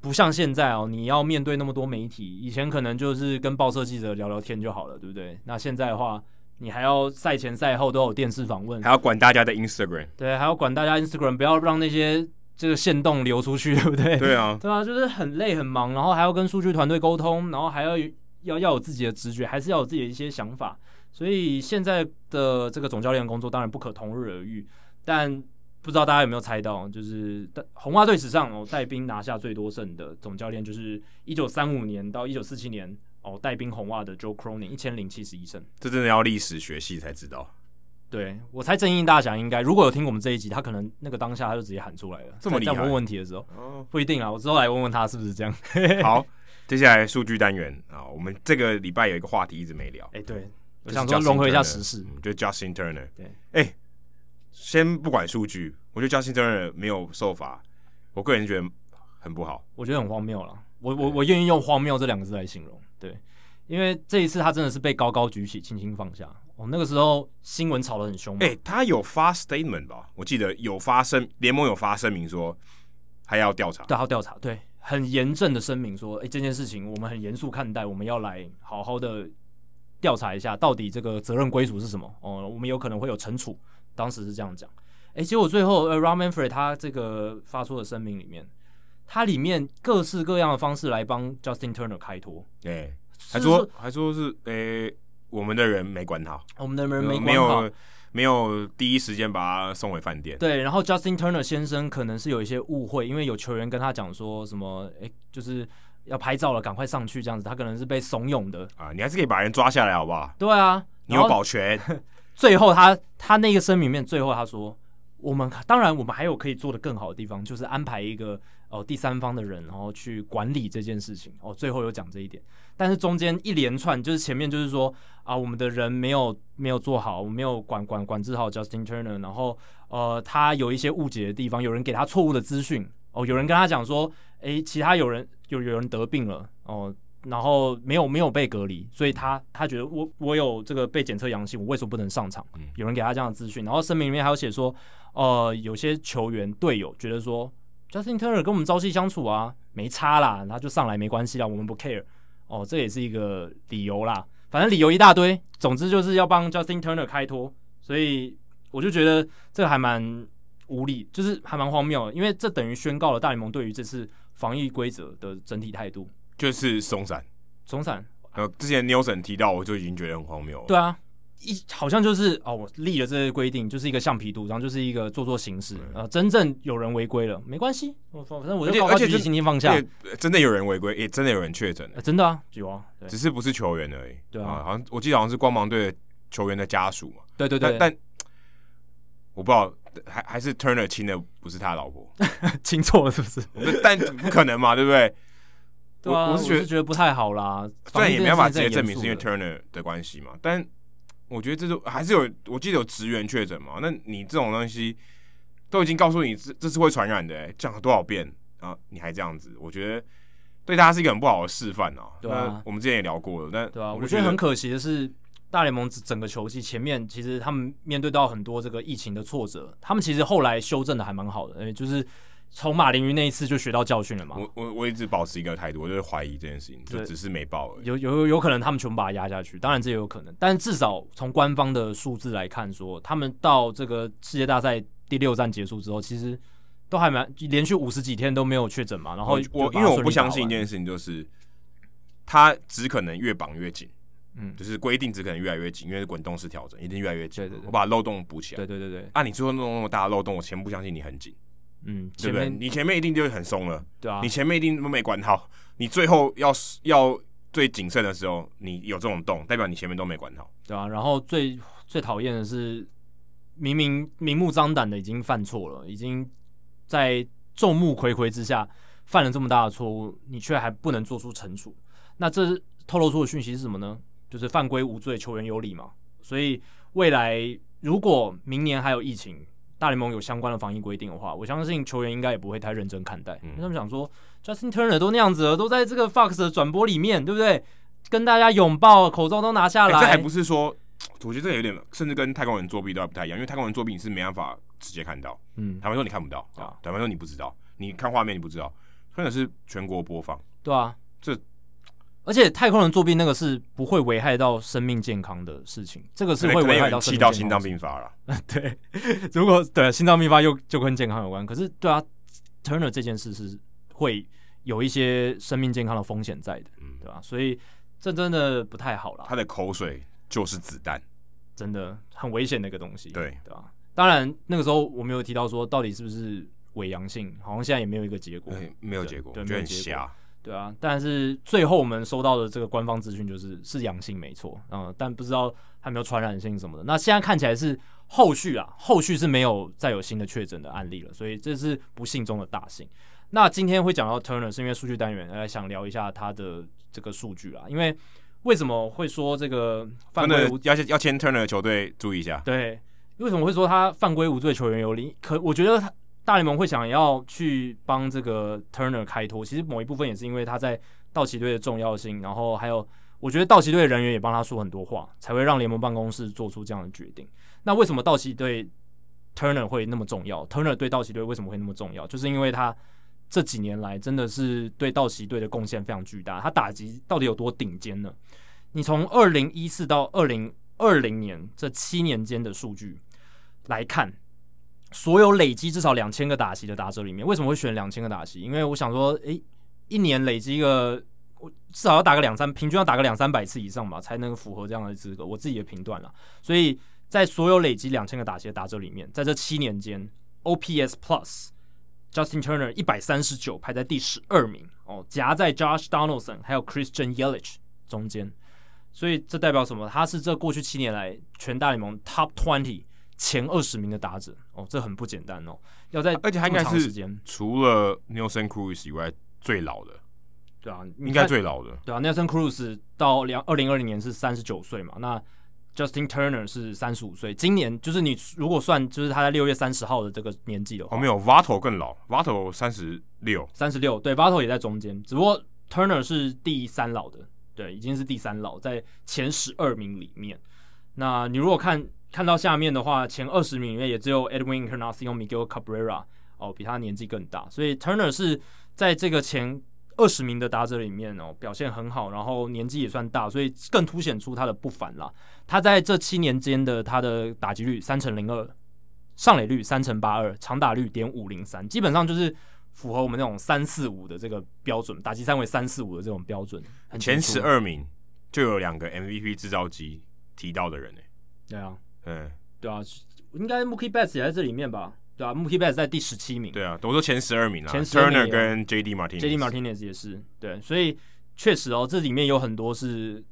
Speaker 1: 不像现在哦，你要面对那么多媒体，以前可能就是跟报社记者聊聊天就好了，对不对？那现在的话，你还要赛前赛后都有电视访问
Speaker 2: 还，要管大家的 Instagram。
Speaker 1: 对，还要管大家 Instagram 不要让那些这个线动流出去，对不对？
Speaker 2: 对啊，
Speaker 1: 对啊，就是很累很忙，然后还要跟数据团队沟通，然后还要有要要有自己的直觉，还是要有自己的一些想法。所以现在的这个总教练工作当然不可同日而语，但不知道大家有没有猜到，就是但红袜队史上哦带兵拿下最多胜的总教练，就是一九三五年到一九四七年哦带兵红袜的 Joe Cronin 一千零七十一胜。
Speaker 2: 这真的要历史学系才知道，
Speaker 1: 对我猜正义大侠应该如果有听我们这一集，他可能那个当下他就直接喊出来了。
Speaker 2: 这么
Speaker 1: 在
Speaker 2: 厉
Speaker 1: 在
Speaker 2: 害
Speaker 1: 我问问题的时候
Speaker 2: 哦，
Speaker 1: 不一定啊，我之后来问问他是不是这 样。
Speaker 2: 好，接下来数据单元啊，我们这个礼拜有一个话题一直没聊，
Speaker 1: 哎、对，我
Speaker 2: 就是
Speaker 1: 想说
Speaker 2: Justin
Speaker 1: 融合一下
Speaker 2: Turner
Speaker 1: 时事。
Speaker 2: 嗯就 Justin Turner。
Speaker 1: 对，
Speaker 2: 哎、先不管数据，我觉得 Justin Turner 没有受罚，我个人觉得很不好。
Speaker 1: 我觉得很荒谬了。我我我愿意用荒谬这两个字来形容，对，因为这一次他真的是被高高举起，轻轻放下。哦，那个时候新闻吵得很凶嘛，
Speaker 2: 哎、他有发 statement 吧？我记得有发声，联盟有发声明说还要调查。
Speaker 1: 对，还有调查，对，很严正的声明说，哎、这件事情我们很严肃看待，我们要来好好的调查一下，到底这个责任归属是什么？哦，我们有可能会有惩处，当时是这样讲。哎、结果最后呃 r a m a n f r e 他这个发出的声明里面，他里面各式各样的方式来帮 Justin Turner 开脱，
Speaker 2: 哎、
Speaker 1: 是
Speaker 2: 还说还说是哎、我们的人没管好，
Speaker 1: 我们的人没
Speaker 2: 啊没
Speaker 1: 管好。
Speaker 2: 有没有第一时间把他送回饭店。
Speaker 1: 对，然后 Justin Turner 先生可能是有一些误会，因为有球员跟他讲说什么，诶，就是要拍照了，赶快上去这样子，他可能是被怂恿的。
Speaker 2: 啊，你还是可以把人抓下来，好不好？
Speaker 1: 对啊，
Speaker 2: 你
Speaker 1: 然
Speaker 2: 有
Speaker 1: 后
Speaker 2: 保全，
Speaker 1: 最后他他那个声明里面，最后他说，我们当然我们还有可以做的更好的地方，就是安排一个哦第三方的人，然后去管理这件事情。哦，最后有讲这一点，但是中间一连串就是前面就是说啊，我们的人没有没有做好，我们没有管管管制好 Justin Turner，然后呃他有一些误解的地方，有人给他错误的资讯，哦，有人跟他讲说，诶，其他有人有有人得病了，哦。然后没有没有被隔离，所以他他觉得我我有这个被检测阳性，我为什么不能上场？
Speaker 2: 嗯
Speaker 1: 有人给他这样的资讯，然后声明里面还有写说，呃，有些球员队友觉得说，Justin 哦 Turner 跟我们朝夕相处啊，没差啦，他就上来没关系啦，我们不 care。哦，这也是一个理由啦，反正理由一大堆，总之就是要帮 Justin Turner 开脱，所以我就觉得这个还蛮无理，就是还蛮荒谬的，因为这等于宣告了大联盟对于这次防疫规则的整体态度。
Speaker 2: 就是松散。
Speaker 1: 松散，
Speaker 2: 呃，之前 Nelson 提到，我就已经觉得很荒谬了。
Speaker 1: 对啊，一好像就是哦，我立了这些规定，就是一个橡皮图章，就是一个做做形式。
Speaker 2: 对
Speaker 1: 呃，真正有人违规了，没关系，我反正我
Speaker 2: 而且
Speaker 1: 就高高
Speaker 2: 而且
Speaker 1: 举起，
Speaker 2: 这
Speaker 1: 轻轻放下
Speaker 2: 对。，呃真的有人违规，也真的有人确诊了
Speaker 1: 呃，真的啊，有啊，对
Speaker 2: 只是不是球员而已。
Speaker 1: 对啊
Speaker 2: 好像我记得好像是光芒队的球员的家属嘛。
Speaker 1: 对对
Speaker 2: 但
Speaker 1: 对，
Speaker 2: 但 我不知道，还还是 Turner 亲的不是他老婆，
Speaker 1: 清错了是不是？
Speaker 2: 但不可能嘛，对不对？
Speaker 1: 对啊，
Speaker 2: 我
Speaker 1: 我
Speaker 2: 是
Speaker 1: 是
Speaker 2: 觉得
Speaker 1: 觉得不太好啦。
Speaker 2: 虽然也没办法直
Speaker 1: 防疫这
Speaker 2: 接
Speaker 1: 件
Speaker 2: 证
Speaker 1: 事
Speaker 2: 明
Speaker 1: 情
Speaker 2: 是因为
Speaker 1: 太严肃了
Speaker 2: Turner 的关系嘛，但我觉得这就还是有，我记得有职员确诊嘛，那你这种东西都已经告诉你这这是会传染的、欸，讲了多少遍啊，你还这样子，我觉得对大家是一个很不好的示范哦、
Speaker 1: 对啊
Speaker 2: 那我们之前也聊过了，但
Speaker 1: 对啊，
Speaker 2: 我
Speaker 1: 我
Speaker 2: 就
Speaker 1: 觉
Speaker 2: 觉
Speaker 1: 得很可惜的是，大联盟整个球季前面其实他们面对到很多这个疫情的挫折，他们其实后来修正的还蛮好的，呃，就是从马林鱼那一次就学到教训了嘛。
Speaker 2: 我我我一直保持一个态度，我就是怀疑这件事情，就
Speaker 1: 对
Speaker 2: 只是没报而已。
Speaker 1: 有有有可能他们全部把它压下去，当然这也有可能，但至少从官方的数字来看说，他们到这个世界大赛第六站结束之后，其实都还蛮连续五十几天都没有确诊嘛。然后
Speaker 2: 我哦我
Speaker 1: 就把它
Speaker 2: 因为我
Speaker 1: 顺利
Speaker 2: 不相
Speaker 1: 打
Speaker 2: 信一
Speaker 1: 完
Speaker 2: 件事情，就是他只可能越绑越紧，
Speaker 1: 嗯，
Speaker 2: 就是规定只可能越来越紧，因为滚动式调整一定越来越紧。
Speaker 1: 对对对
Speaker 2: 我把漏洞补起来。
Speaker 1: 对对对对，
Speaker 2: 啊，你最后弄那么大的漏洞，我前不相信你很紧，
Speaker 1: 嗯，
Speaker 2: 对
Speaker 1: 前
Speaker 2: 不对？
Speaker 1: 面
Speaker 2: 你前面一定就会很松了，
Speaker 1: 对啊
Speaker 2: 你，前面一定都没管好，你最后要要最谨慎的时候，你有这种洞，代表你前面都没管好。
Speaker 1: 对啊，然后最最讨厌的是，明明明目张胆的已经犯错了，已经在众目睽睽之下犯了这么大的错误，你却还不能做出惩处，那这是透露出的讯息是什么呢？就是犯规无罪，球员有理嘛。所以未来如果明年还有疫情，大联盟有相关的防疫规定的话，我相信球员应该也不会太认真看待，
Speaker 2: 嗯
Speaker 1: 因为他们想说，Justin Turner 都那样子了，都在这个 Fox 的转播里面，对不对？跟大家拥抱，口罩都拿下
Speaker 2: 哎
Speaker 1: 来，
Speaker 2: 这还不是说，我觉得这个有点，甚至跟太空人作弊都还不太一样，因为太空人作弊你是没办法直接看到，
Speaker 1: 嗯，
Speaker 2: 坦白说你看不到
Speaker 1: 对
Speaker 2: 啊
Speaker 1: 啊，
Speaker 2: 坦白说你不知道，你看画面你不知道，真的是全国播放。
Speaker 1: 对啊，
Speaker 2: 这
Speaker 1: 而且太空人作弊那个是不会危害到生命健康的事情，这个是
Speaker 2: 可
Speaker 1: 会
Speaker 2: 能可能
Speaker 1: 危
Speaker 2: 有
Speaker 1: 害
Speaker 2: 人
Speaker 1: 到
Speaker 2: 气
Speaker 1: 生
Speaker 2: 到
Speaker 1: 命健康
Speaker 2: 心脏
Speaker 1: 的
Speaker 2: 病发了，
Speaker 1: 对，如果对啊心脏病发又就跟健康有关，可是对啊，Turner 这件事是会有一些生命健康的风险在的，
Speaker 2: 嗯
Speaker 1: 对吧、所以这真的不太好啦
Speaker 2: 他，的口水就是子弹，
Speaker 1: 真的很危险的一个东西，
Speaker 2: 对
Speaker 1: 对吧、当然那个时候我没有提到说到底是不是伪阳性，好像现在也没有一个结果，
Speaker 2: 对，哎没有结果，
Speaker 1: 哦对
Speaker 2: 我觉得
Speaker 1: 没有
Speaker 2: 很
Speaker 1: 结果
Speaker 2: 瞎。
Speaker 1: 对啊，但是最后我们收到的这个官方资讯就是是阳性没错，嗯，但不知道还有没有传染性什么的。那现在看起来是后续啊，后续是没有再有新的确诊的案例了，所以这是不幸中的大幸。那今天会讲到 Turner 是因为数据单元，呃，想聊一下他的这个数据啦，啊因为为什么会说这个犯
Speaker 2: 真
Speaker 1: 规
Speaker 2: 的
Speaker 1: 无
Speaker 2: 要要签 Turner 的球队注意一下，
Speaker 1: 对，为什么会说他犯规无罪球员有理？可我觉得他大联盟会想要去帮这个 Turner 开脱，其实某一部分也是因为他在道奇队的重要性，然后还有我觉得道奇队的人员也帮他说很多话，才会让联盟办公室做出这样的决定。那为什么道奇队 Turner 会那么重要？Turner 对道奇队为什么会那么重要？就是因为他这几年来真的是对道奇队的贡献非常巨大。他打击到底有多顶尖呢？你从二零一四到二零二零年这七年间的数据来看，所有累积至少两千个打席的打者里面，为什么会选两千个打席？因为我想说，诶、一年累积个我至少要打个两三，平均要打个两三百次以上吧，才能符合这样的资格。我自己的评断啦，所以在所有累积两千个打席的打者里面，在这七年间，OPS Plus。Justin Turner 一百三十九排在第十二名哦，夹在 Josh Donaldson 还有 Christian Yelich 中间，所以这代表什么？他是这过去七年来全大联盟 Top Twenty 前二十名的打者哦，这很不简单哦。要在
Speaker 2: 而且他应该
Speaker 1: 这么长时
Speaker 2: 是
Speaker 1: 间
Speaker 2: 除了 Nelson Cruz 以外最老的，
Speaker 1: 对啊，你
Speaker 2: 应该
Speaker 1: 看
Speaker 2: 最老的。
Speaker 1: 对啊，Nelson Cruz 到两二零二零年是三十九岁嘛，那 Justin Turner 是三十五岁。今年就是你如果算就是他在六月三十号的这个年纪的话，
Speaker 2: 哦，没有，Vato 更老，Vato 三十六，
Speaker 1: 三十六，对，Vato 也在中间，只不过 Turner 是第三老的，对，已经是第三老，在前十二名里面。那你如果看看到下面的话，前二十名里面也只有 Edwin Encarnacion、Miguel Cabrera 哦，比他年纪更大，所以 Turner 是在这个前二十名的打者里面哦，表现很好，然后年纪也算大，所以更凸显出他的不凡啦。他在这七年间的他的打击率三乘零二，上垒率三乘八二，长打率点五零三，基本上就是符合我们那种三四五的这个标准，打击三围三四五的这种标准。很杰
Speaker 2: 前
Speaker 1: 出
Speaker 2: 十，二名就有两个 MVP 制造机提到的人呢、
Speaker 1: 对啊，
Speaker 2: 嗯，
Speaker 1: 对啊，应该 Mookie Betts 也在这里面吧？对啊，Mookie Betts 在第十七名，
Speaker 2: 对啊，我说前十二名啊
Speaker 1: 前12
Speaker 2: Turner
Speaker 1: 名
Speaker 2: 跟 JD Martinez。
Speaker 1: ，JD Martinez 也是，对，所以确实哦，这里面有很多是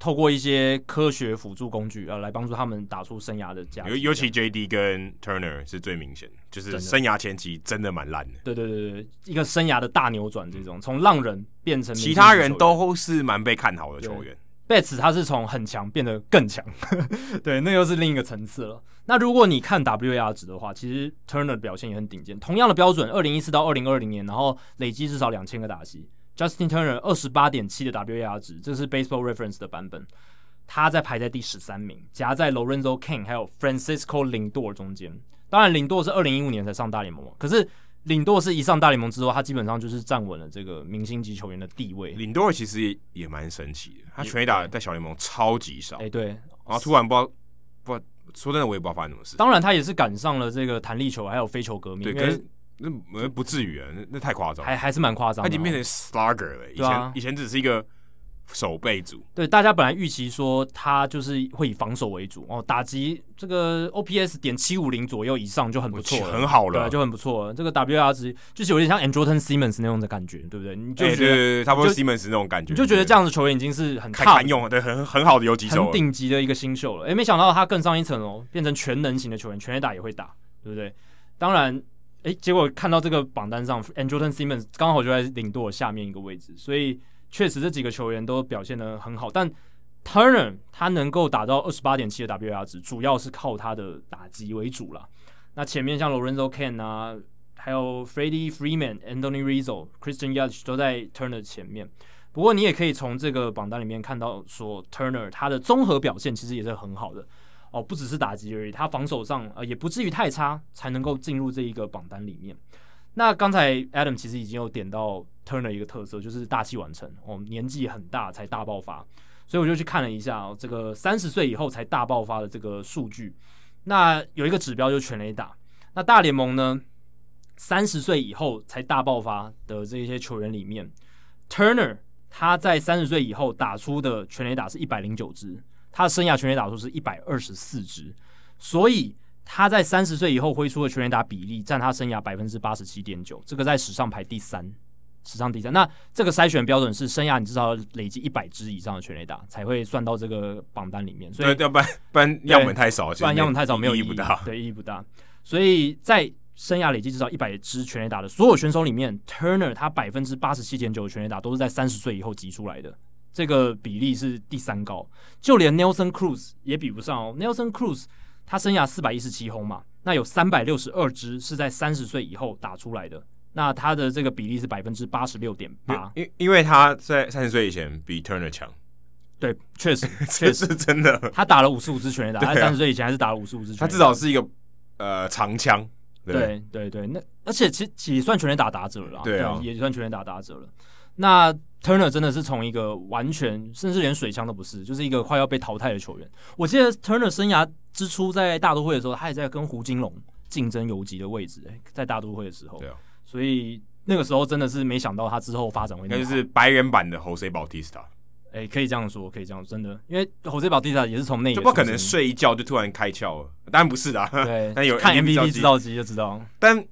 Speaker 1: 透过一些科学辅助工具啊，来帮助他们打出生涯的价值。
Speaker 2: 尤尤其 JD 跟 Turner 是最明显的，就是
Speaker 1: 真的
Speaker 2: 生涯前期真的蛮烂的。
Speaker 1: 对对对对，一个生涯的大扭转，这种从浪人变成明星
Speaker 2: 其他
Speaker 1: 球
Speaker 2: 人
Speaker 1: 员
Speaker 2: 都是蛮被看好的球员，
Speaker 1: Bets 他是从很强变得更强， 对，那又是另一个层次了。那如果你看 WAR 值的话，其实 Turner 的表现也很顶尖，同样的标准，二零一四到二零二零年，然后累积至少两千个打席。Justin Turner 二十八点七的 WAR 值，这是 Baseball Reference 的版本，他在排在第十三名，夹在 Lorenzo King 还有 Francisco Lindor 中间。当然，林多是二零一五年才上大联盟嘛，可是林多是一上大联盟之后，他基本上就是站稳了这个明星级球员的地位。
Speaker 2: 领队其实也也蛮神奇的，他全垒打在小联盟超级少，
Speaker 1: 哎、对，
Speaker 2: 然后突然不知道不知道，说真的我也不知道发生什么事。
Speaker 1: 当然，他也是赶上了这个弹力球还有飞球革命，
Speaker 2: 对，
Speaker 1: 因
Speaker 2: 可
Speaker 1: 为
Speaker 2: 是那那不至于啊，那那太夸张了
Speaker 1: 还。还是蛮夸张的哦。
Speaker 2: 他已经变成 slugger 了，以
Speaker 1: 对
Speaker 2: 前、
Speaker 1: 啊
Speaker 2: 以前只是一个守备组，
Speaker 1: 对大家本来预期说他就是会以防守为主哦，打击这个 OPS 点七五零左右以上就很不错了，
Speaker 2: 很好
Speaker 1: 对啊、
Speaker 2: 了，
Speaker 1: 就很不错了。这个 WR 值就是有点像 Andrelton Simmons 那种的感觉，对不对？你就
Speaker 2: 哎
Speaker 1: 觉得、
Speaker 2: 对对对，差不
Speaker 1: 你
Speaker 2: 多 Simmons 那种感觉，
Speaker 1: 你就觉得这
Speaker 2: 样
Speaker 1: 样的球员已经是很
Speaker 2: 太
Speaker 1: 踏
Speaker 2: 堪用了，对，很很好的游击手
Speaker 1: 很
Speaker 2: 了，
Speaker 1: 顶级的一个新秀了。哎、没想到他更上一层哦，变成全能型的球员，全垒打也会打，对不对？当然，哎、结果看到这个榜单上 a n d r e w t o n Simmons 刚好就在领舵下面一个位置，所以确实这几个球员都表现得很好，但。Turner 他能够打到二十八点七的 WAR 值，主要是靠他的打击为主啦。那前面像 Lorenzo Can 啊，还有 Freddie Freeman、Anthony Rizzo、Christian Yelich 都在 Turner 前面。不过你也可以从这个榜单里面看到，说 Turner 他的综合表现其实也是很好的哦，不只是打击而已，他防守上呃也不至于太差，才能够进入这一个榜单里面。那刚才 Adam 其实已经有点到 Turner 一个特色，就是大器晚成哦，年纪很大才大爆发，所以我就去看了一下、哦、这个三十岁以后才大爆发的这个数据。那有一个指标就是全垒打，那大联盟呢，三十岁以后才大爆发的这些球员里面，Turner 他在三十岁以后打出的全垒打是一百零九支，他的生涯全垒打数是一百二十四支，所以他在三十岁以后挥出的全垒打比例占他生涯百分之八十七点九，这个在史上排第三。史上第三，那这个筛选标准是生涯你至少要累积一百支以上的全垒打才会算到这个榜单里面，所以
Speaker 2: 对，要不然不然样本太少，
Speaker 1: 不然样本太少，没有
Speaker 2: 意
Speaker 1: 意
Speaker 2: 义
Speaker 1: 义
Speaker 2: 不大。
Speaker 1: 对，意义不大。所以在生涯累计至少一百支全垒打的所有选手里面，Turner 他百分之八十七点九的全垒打都是在三十岁以后集出来的，这个比例是第三高，就连 Nelson Cruz 也比不上哦。Nelson Cruz 他生涯四百一十七轰嘛，那有三百六十二支是在三十岁以后打出来的，那他的这个比例是百分之八十六点八，
Speaker 2: 因因为他在三十岁以前比 Turner 强，
Speaker 1: 对，确实 确
Speaker 2: 这
Speaker 1: 实
Speaker 2: 是。真的，
Speaker 1: 他打了五十五支全垒打，
Speaker 2: 对啊
Speaker 1: 他三十岁以前还是打了五十五支全垒打，
Speaker 2: 他至少是一个呃长枪，对不对
Speaker 1: 对对对，那而且其实也算全垒打打者了啦，
Speaker 2: 对啊
Speaker 1: 也算全垒打打者了。那 Turner 真的是从一个完全甚至连水枪都不是，就是一个快要被淘汰的球员。我记得 Turner 生涯之初在大都会的时候，他也在跟胡金龙竞争游击的位置、欸在大都会的时候，
Speaker 2: 对啊
Speaker 1: 所以那个时候真的是没想到他之后发展会
Speaker 2: 应
Speaker 1: 那
Speaker 2: 该
Speaker 1: 么
Speaker 2: 就
Speaker 1: 好
Speaker 2: 是白人版的 Jose Bautista，
Speaker 1: 哎、可以这样说，可以这样说，真的，因为侯塞保蒂塔也是从那
Speaker 2: 就不可能睡一觉就突然开窍了，当然不是啦，，
Speaker 1: 对
Speaker 2: 但有
Speaker 1: 看
Speaker 2: MVP 造
Speaker 1: MVP
Speaker 2: 机
Speaker 1: 制造机就知道，
Speaker 2: 但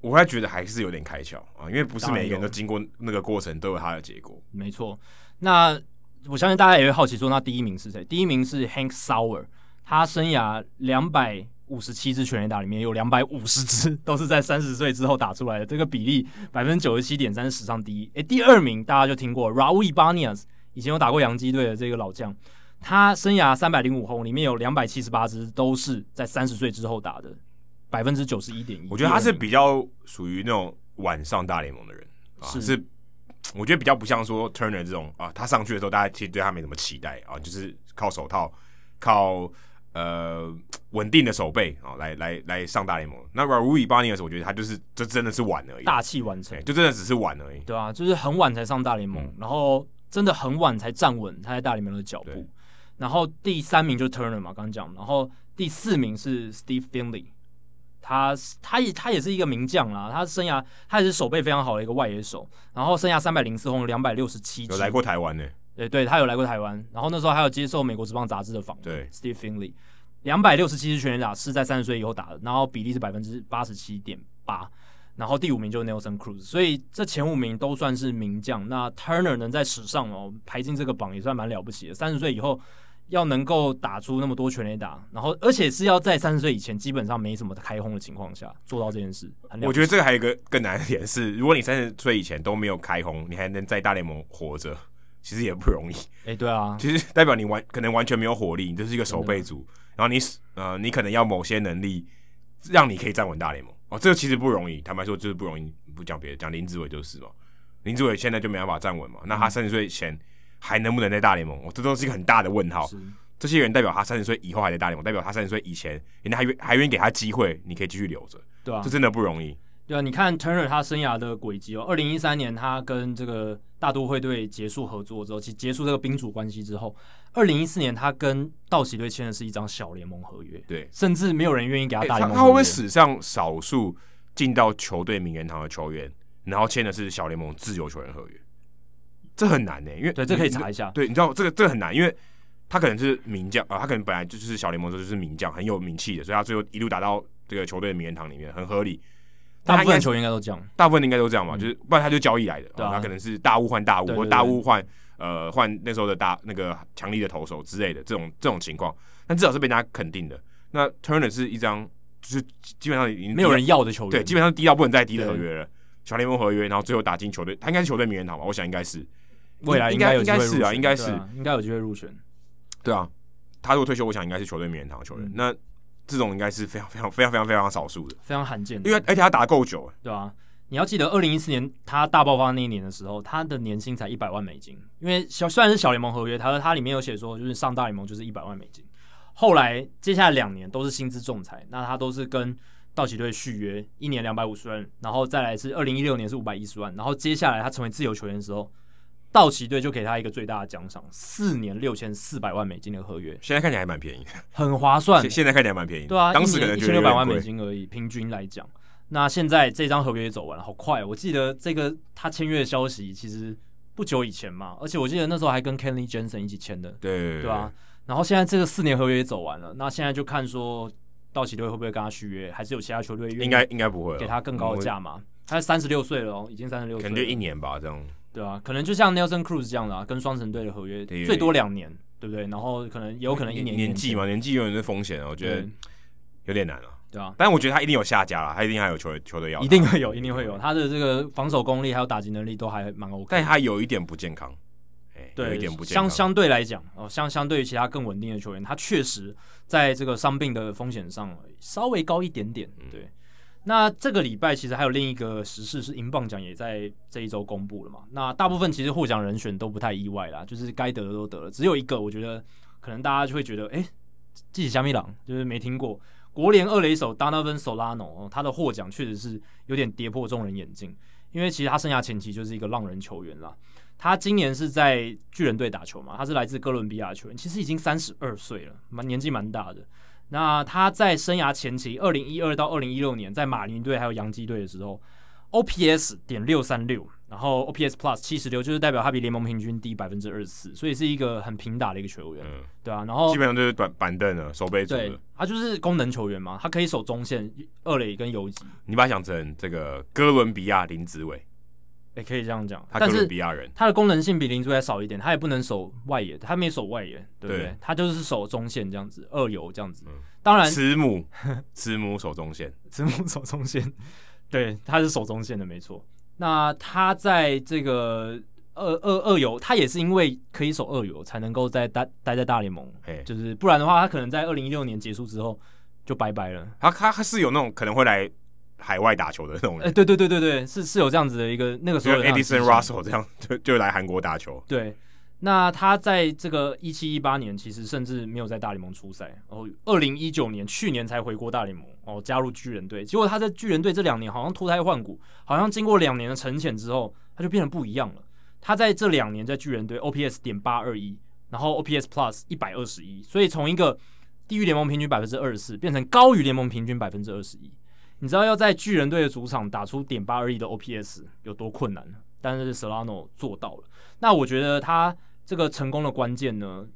Speaker 2: 我还觉得还是有点开窍啊，因为不是每个
Speaker 1: 当然
Speaker 2: 人都
Speaker 1: 有
Speaker 2: 经过那个过程都有他的结果。
Speaker 1: 没错。那我相信大家也会好奇说，那第一名是谁？第一名是 Hank Sauer，他生涯两百五十七支全垒打里面有两百五十支 都是在三十岁之后打出来的，这个比例百分之九十七点三是史上第一。诶，第二名大家就听过 Raul Ibanez，以前有打过洋基队的这个老将。他生涯三百零五轰，里面有两百七十八支都是在三十岁之后打的，百分之九十一点一。
Speaker 2: 我觉得他是
Speaker 1: 第二名
Speaker 2: 比较属于那种晚上大联盟的人啊，
Speaker 1: 是
Speaker 2: 是我觉得比较不像说 Turner 这种啊，他上去的时候大家其实对他没什么期待啊，就是靠手套、靠呃稳定的手背啊来来来上大联盟。那 Raul b a n e 我觉得他就是这真的是晚而已，
Speaker 1: 大器晚成
Speaker 2: 对，。就真的只是晚而已。
Speaker 1: 对啊，就是很晚才上大联盟，
Speaker 2: 嗯
Speaker 1: 然后真的很晚才站稳他在大联盟的脚
Speaker 2: 对
Speaker 1: 步。然后第三名就是 Turner 嘛，刚刚讲，然后第四名是 Steve Finley，他他也他也是一个名将啦，他生涯他也是手背非常好的一个外野手，然后生涯三百零四轰，两百六十七
Speaker 2: 有来过台湾呢、
Speaker 1: 对对，他有来过台湾，然后那时候还有接受美国职棒杂志的访问。
Speaker 2: 对
Speaker 1: ，Steve Finley，两百六十七支全垒打是在三十岁以后打的，然后比例是百分之八十七点八。然后第五名就是 Nelson Cruz，所以这前五名都算是名将。那 Turner 能在史上哦排进这个榜也算蛮了不起的，三十岁以后要能够打出那么多全垒打，然后而且是要在三十岁以前基本上没什么开轰的情况下做到这件事，很了不起
Speaker 2: 我觉得这个还有一个更难的点是， 如果你三十岁以前都没有开轰，你还能在大联盟活着，其实也不容易。
Speaker 1: 哎、对啊，
Speaker 2: 其实代表你完可能完全没有火力，你就是一个守备组，然后你呃你可能要某些能力，让你可以站稳大联盟。哦，这个其实不容易，坦白说就是不容易。不讲别的，讲林志伟就是嘛，林志伟现在就没办法站稳嘛，那
Speaker 1: 嗯
Speaker 2: 他三十岁前还能不能在大联盟？哦，这都是一个很大的问号。
Speaker 1: 是
Speaker 2: 这些人代表他三十岁以后还在大联盟，代表他三十岁以前，人家还愿还愿意给他机会，你可以继续留着，
Speaker 1: 对啊，
Speaker 2: 这真的不容易。
Speaker 1: 对啊，你看 Turner 他生涯的轨迹哦，二零一三年他跟这个大都会队结束合作之后，其结束这个宾主关系之后，二零一四年他跟道奇队签的是一张小联盟合约，
Speaker 2: 对
Speaker 1: 甚至没有人愿意给他
Speaker 2: 欸
Speaker 1: 啊大
Speaker 2: 他
Speaker 1: 联盟合约、
Speaker 2: 他会不会史上少数进到球队名人堂的球员，然后签的是小联盟自由球员合约？这很难呢、因为
Speaker 1: 对，这可以查
Speaker 2: 一
Speaker 1: 一下。
Speaker 2: 对，你知道这个这个很难，因为他可能是名将啊、他可能本来就是小联盟就是名将，很有名气的，所以他最后一路打到这个球队的名人堂里面，很合理。
Speaker 1: 大部
Speaker 2: 但他应
Speaker 1: 分
Speaker 2: 该
Speaker 1: 球员应该都这样。
Speaker 2: 大部分应该都这样嘛，
Speaker 1: 嗯
Speaker 2: 就是不然他就交易来的，
Speaker 1: 对啊
Speaker 2: 哦他可能是大物换大物，
Speaker 1: 对对
Speaker 2: 或
Speaker 1: 对
Speaker 2: 大物换呃换那时候的大那个强力的投手之类的这种这种情况，但至少是被大家肯定的。那 Turner 是一张就是基本上已经
Speaker 1: 没有人要的球员，
Speaker 2: 对，基本上低到不能再低的合约了，小联盟合约，然后最后打进球队，他应该是球队名人堂吧？我想应该是，
Speaker 1: 未来
Speaker 2: 应
Speaker 1: 该
Speaker 2: 该
Speaker 1: 有
Speaker 2: 应
Speaker 1: 机会
Speaker 2: 该
Speaker 1: 入选
Speaker 2: 是啊，应该是
Speaker 1: 对啊应该有机会入选。
Speaker 2: 对啊，他如果退休，我想应该是球队名人堂的球员。
Speaker 1: 嗯
Speaker 2: 那这种应该是非常非常非常非常非常少数的，
Speaker 1: 非常罕见的，
Speaker 2: 因为而且他打得够久，
Speaker 1: 对啊，你要记得，二零一四年他大爆发那一年的时候，他的年薪才一百万美金，因为小虽然是小联盟合约，他他里面有写说，就是上大联盟就是一百万美金。后来接下来两年都是薪资仲裁，那他都是跟道奇队续约，一年两百五十万，然后再来是二零一六年是五百一十万，然后接下来他成为自由球员的时候，道奇队就给他一个最大的奖赏，四年六千四百万美金的合约，
Speaker 2: 现在看起来还蛮便宜，
Speaker 1: 很划算
Speaker 2: 现。现在看起来蛮便宜的，
Speaker 1: 对啊，
Speaker 2: 当时可能
Speaker 1: 一
Speaker 2: 觉
Speaker 1: 千六
Speaker 2: 得有点
Speaker 1: 百万美
Speaker 2: 贵
Speaker 1: 金而已，平均来讲。那现在这张合约也走完了，好快、哦！我记得这个他签约的消息其实不久以前嘛，而且我记得那时候还跟 Kenley Jensen 一起签的，
Speaker 2: 对对
Speaker 1: 对吧、啊然后现在这个四年合约也走完了，那现在就看说道奇队会不会跟他续约，还是有其他球队愿意
Speaker 2: 应该嗯应该不会了
Speaker 1: 给他更高的，价码？他三十六岁了哦，已经三十六
Speaker 2: 嗯可
Speaker 1: 岁
Speaker 2: 能就一
Speaker 1: 了，
Speaker 2: 年吧，这样
Speaker 1: 对啊，可能就像 Nelson Cruz 这样的、啊，跟双城队的合约
Speaker 2: 对
Speaker 1: 最多两年，对不对？然后可能也有可能一年一嗯
Speaker 2: 年纪
Speaker 1: 签，
Speaker 2: 嘛，年纪有点是风险啊，我觉
Speaker 1: 对
Speaker 2: 得有点难啊。
Speaker 1: 对啊，
Speaker 2: 但我觉得他一定有下家啦，他一定还有球球队要他，嗯
Speaker 1: 一定会有，一定会有。他的这个防守功力还有打击能力都还蛮 OK，
Speaker 2: 但他有一点不健康，哎，有
Speaker 1: 对
Speaker 2: 一点不健
Speaker 1: 相
Speaker 2: 康，
Speaker 1: 相对来讲，哦，相相对于其他更稳定的球员，他确实在这个伤病的风险上稍微高一点点
Speaker 2: 嗯。
Speaker 1: 对，那这个礼拜其实还有另一个时事是英镑奖也在这一周公布了嘛。那大部分其实获奖人选都不太意外啦，就是该得的都得了，只有一个我觉得可能大家就会觉得，哎、记起加米朗就是没听过。国联二垒手 Donovan Solano，哦他的获奖确实是有点跌破众人眼镜，因为其实他生涯前期就是一个浪人球员啦。他今年是在巨人队打球嘛，他是来自哥伦比亚的球员，其实已经三十二岁了，蛮年纪蛮大的。那他在生涯前期，二零一二到二零一六年，在马林队还有洋基队的时候，OPS 点六三六，然后 OPS Plus 七十六，就是代表他比联盟平均低百分之二十四，所以是一个很平打的一个球员，
Speaker 2: 嗯，
Speaker 1: 对啊，然后
Speaker 2: 基本上就是短板凳了，守备组
Speaker 1: 对
Speaker 2: 了。
Speaker 1: 他就是功能球员嘛，他可以守中线、二垒跟游击，
Speaker 2: 你把它想成这个哥伦比亚林子伟，
Speaker 1: 也可以这样讲。
Speaker 2: 他哥
Speaker 1: 但
Speaker 2: 伦
Speaker 1: 是
Speaker 2: 比亚人，
Speaker 1: 他的功能性比林书还少一点，他也不能守外野，他没守外野，对不对？
Speaker 2: 对
Speaker 1: 他就是守中线这样子，二游这样子。
Speaker 2: 嗯
Speaker 1: 当然，
Speaker 2: 慈母，慈母手中线，
Speaker 1: 子母守中线， 对，他是守中线的，没错。那他在这个二二二游，他也是因为可以守二游，才能够在待待在大联盟，
Speaker 2: 嘿，
Speaker 1: 就是不然的话，他可能在二零一六年结束之后就拜拜了。
Speaker 2: 他他他是有那种可能会来海外打球的那种
Speaker 1: 哎、
Speaker 2: 人，
Speaker 1: 对对对对对，是是有这样子的一个那个时
Speaker 2: 就
Speaker 1: 候有这样的
Speaker 2: Edison
Speaker 1: 迹象
Speaker 2: Russell 这样就就来韩国打球，
Speaker 1: 对，那他在这个一七一八年其实甚至没有在大联盟出赛，然后二零一九年去年才回国大联盟，哦，加入巨人队。结果他在巨人队这两年好像脱胎换骨，好像经过两年的沉潜之后，他就变得不一样了。他在这两年在巨人队 OPS 点八二一，然后 OPS Plus 一百二十一，所以从一个低于联盟平均百分之二十四变成高于联盟平均百分之二十一。你知道要在巨人队的主场打出点八二一的 OPS 有多困难？但是 Solano 做到了。那我觉得他这个成功的关键呢，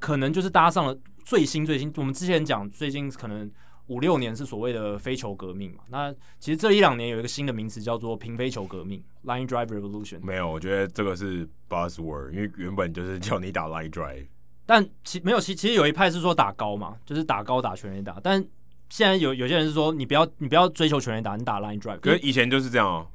Speaker 1: 可能就是搭上了最新最新，我们之前讲最近可能五六年是所谓的非球革命嘛。那其实这一两年有一个新的名词叫做平非球革命 （Line Drive Revolution）。
Speaker 2: 没有，我觉得这个是 buzzword，因为原本就是 叫你打 line
Speaker 1: 嗯
Speaker 2: drive。
Speaker 1: 但其没有其其实有一派是说打高嘛，就是打高打全垒打，但现在有有些人是说你不要你不要追求全垒打，你打 line drive。
Speaker 2: 可是以前就是这样哦，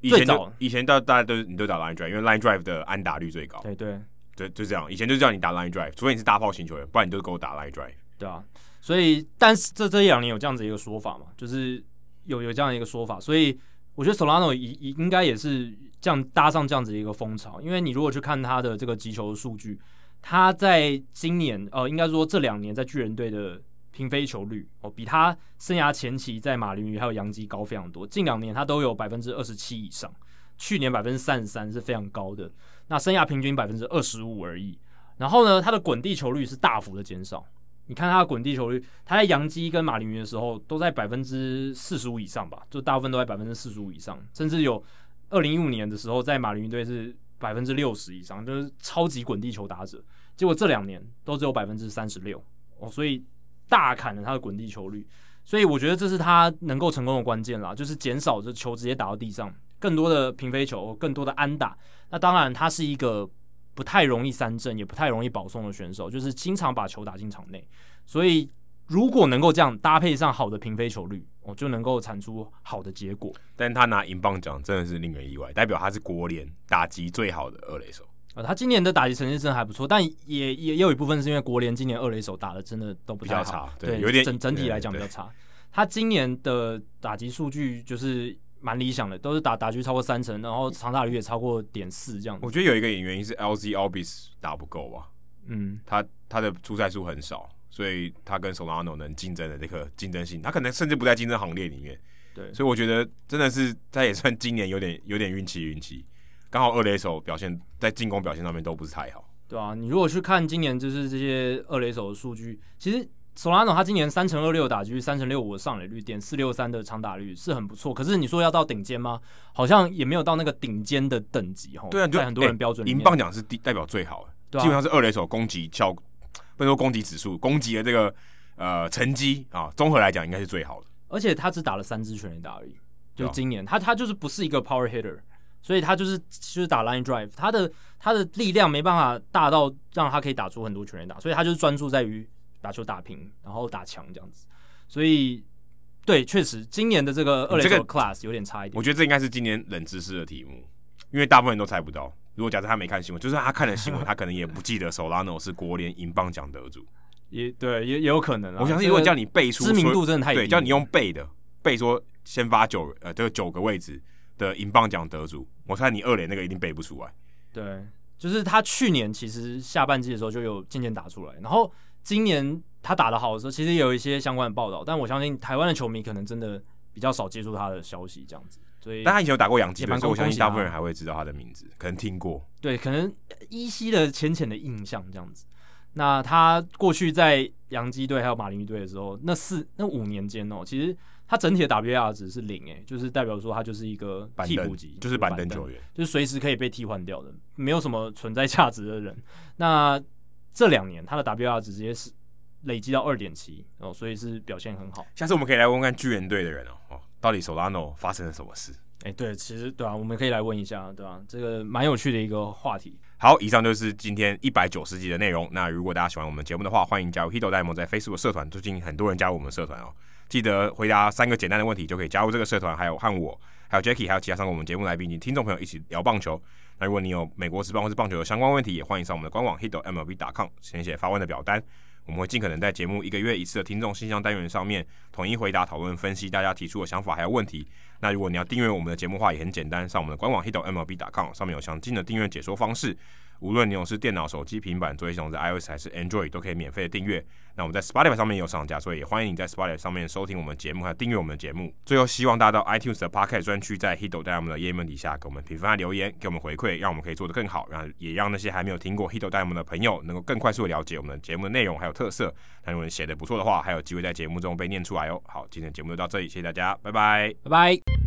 Speaker 2: 以前
Speaker 1: 最
Speaker 2: 就
Speaker 1: 早
Speaker 2: 以前到大家都你都打 line drive，因为 line drive 的安打率最高。
Speaker 1: 对对
Speaker 2: 对，就这样，以前就叫你打 line drive，除非你是大炮型球员，不然你就给我打 line drive。
Speaker 1: 对啊，所以但是这这一两年有这样子一个说法嘛，就是有有这样一个说法，所以我觉得 Solano 也也应该也是这样搭上这样子一个风潮，因为你如果去看他的这个击球数据，他在今年呃应该说这两年在巨人队的平飞球率哦，比他生涯前期在马林鱼还有洋基高非常多，近两年他都有百分之二十七以上，去年百分之三十三是非常高的，那生涯平均百分之二十五而已。然后呢，他的滚地球率是大幅的减少，你看他的滚地球率，他在洋基跟马林鱼的时候都在百分之四十五以上吧，就大部分都在百分之四十五以上，甚至有二零一五年的时候在马林鱼队是百分之六十以上，就是超级滚地球打者。结果这两年都只有百分之三十六哦，所以大砍了他的滚地球率。所以我觉得这是他能够成功的关键啦，就是减少这球直接打到地上，更多的平飞球，更多的安打。那当然，他是一个不太容易三振，也不太容易保送的选手，就是经常把球打进场内。所以如果能够这样搭配上好的平飞球率，哦，就能够产出好的结果。
Speaker 2: 但他拿银棒奖真的是令人意外，代表他是国联打击最好的二垒手。
Speaker 1: 啊、他今年的打击成绩真的还不错，但也也也有一部分是因为国联今年二垒手打的真的都不太
Speaker 2: 比较
Speaker 1: 好
Speaker 2: 差，对
Speaker 1: 对，
Speaker 2: 有点
Speaker 1: 整整体来讲比
Speaker 2: 对
Speaker 1: 较差。他今年的打击数据就是蛮理想的，都是打打击超过三成，然后长打率也超过点四这样子
Speaker 2: 我。觉得有一个原因是 LZ Albis 打不够吧，
Speaker 1: 嗯，
Speaker 2: 他他的出赛数很少，所以他跟 Solano 能竞争的这个竞争性，他可能甚至不在竞争行列里面。
Speaker 1: 对，
Speaker 2: 所以我觉得真的是他也算今年有点有点运气运气，刚好二垒手表现在进攻表现上面都不是太好。
Speaker 1: 对啊，你如果去看今年就是这些二垒手的数据，其实 Solano 他今年三乘二六打击率、三乘六五的上垒率、点四六三的长打率是很不错，可是你说要到顶尖吗？好像也没有到那个顶尖的等级哦。
Speaker 2: 对啊，你就
Speaker 1: 在很多人标准里
Speaker 2: 银、
Speaker 1: 面，
Speaker 2: 棒奖是第代表最好的，
Speaker 1: 对啊
Speaker 2: 基本上是二垒手攻击效，不能说攻击指数，攻击的这个呃成绩啊，综合来讲应该是最好的。
Speaker 1: 而且他只打了三支全垒打而已，
Speaker 2: 对
Speaker 1: 就
Speaker 2: 啊
Speaker 1: 今年他他就是不是一个 power hitter，所以他就是就是打 line drive，他的他的力量没办法大到让他可以打出很多全垒打，所以他就是专注在于打球打平，然后打强这样子，所以。对，确实，今年的这个二垒
Speaker 2: 这个
Speaker 1: 手 class 有点差一点。
Speaker 2: 我觉得这应该是今年冷知识的题目，因为大部分人都猜不到。如果假设他没看新闻，就算他看了新 闻，他可能也不记得 Solano 是国联银棒奖得主。
Speaker 1: 也对，也也有可能啊。
Speaker 2: 我相信，
Speaker 1: 这
Speaker 2: 如
Speaker 1: 个
Speaker 2: 果叫你背出
Speaker 1: 知名
Speaker 2: 所有
Speaker 1: 度真的太低了，
Speaker 2: 对，叫你用背的背说先发九呃这个九个位置的银棒奖得主，我猜你二垒那个一定背不出来。
Speaker 1: 对，就是他去年其实下半季的时候就有渐渐打出来，然后今年他打得好的时候，其实也有一些相关的报道，但我相信台湾的球迷可能真的比较少接触他的消息，这样子，所以
Speaker 2: 但他以前有打过洋基
Speaker 1: 也
Speaker 2: 队，
Speaker 1: 蛮
Speaker 2: 所以我相
Speaker 1: 恭
Speaker 2: 信
Speaker 1: 喜
Speaker 2: 大
Speaker 1: 他
Speaker 2: 部分人还会知道他的名字，可能听过。
Speaker 1: 对可能依稀的浅浅的印象这样子。那他过去在洋基队还有马林鱼队的时候，那四那五年间哦，其实他整体的 WAR 值是零，诶，就是代表说他就是一个
Speaker 2: 板
Speaker 1: 替
Speaker 2: 凳
Speaker 1: 补级，
Speaker 2: 就是板凳球员，
Speaker 1: 就是随时可以被替换掉的，没有什么存在价值的人。那这两年他的 WR 值直接是累积到二点七哦，所以是表现很好。
Speaker 2: 下次我们可以来问问看巨人队的人哦，哦，到底 Solano 发生了什么事？
Speaker 1: 哎、对，其实对啊，我们可以来问一下，对啊，这个蛮有趣的一个话题。
Speaker 2: 好，以上就是今天一百九十集的内容。那如果大家喜欢我们节目的话，欢迎加入 Hito 戴蒙在 Facebook 社团，最近很多人加入我们社团哦。记得回答三个简单的问题就可以加入这个社团，还有和我、还有 Jacky，还有其他上过我们节目来宾以及听众朋友一起聊棒球。那如果你有美国职棒或是棒球的相关问题，也欢迎上我们的官网 hito mlb.com 填写发问的表单，我们会尽可能在节目一个月一次的听众信箱单元上面统一回答、讨论、分析大家提出的想法还有问题。那如果你要订阅我们的节目的话，也很简单，上我们的官网 hito mlb.com 上面有详尽的订阅解说方式。无论你用是电脑、手机、平板作业系统是 iOS 还是 Android，都可以免费的订阅。那我们在 Spotify 上面也有上架，所以也欢迎你在 Spotify 上面收听我们的节目，还有订阅我们的节目。最后，希望大家到 iTunes 的 Podcast 专区，在 Hito 带我们的页面底下给我们评分和留言，给我们回馈，让我们可以做得更好，让也让那些还没有听过 Hito 带我们的朋友能够更快速的了解我们的节目的内容还有特色。那如果你写的不错的话，还有机会在节目中被念出来哦。好，今天的节目就到这里，谢谢大家，拜拜。
Speaker 1: 拜拜。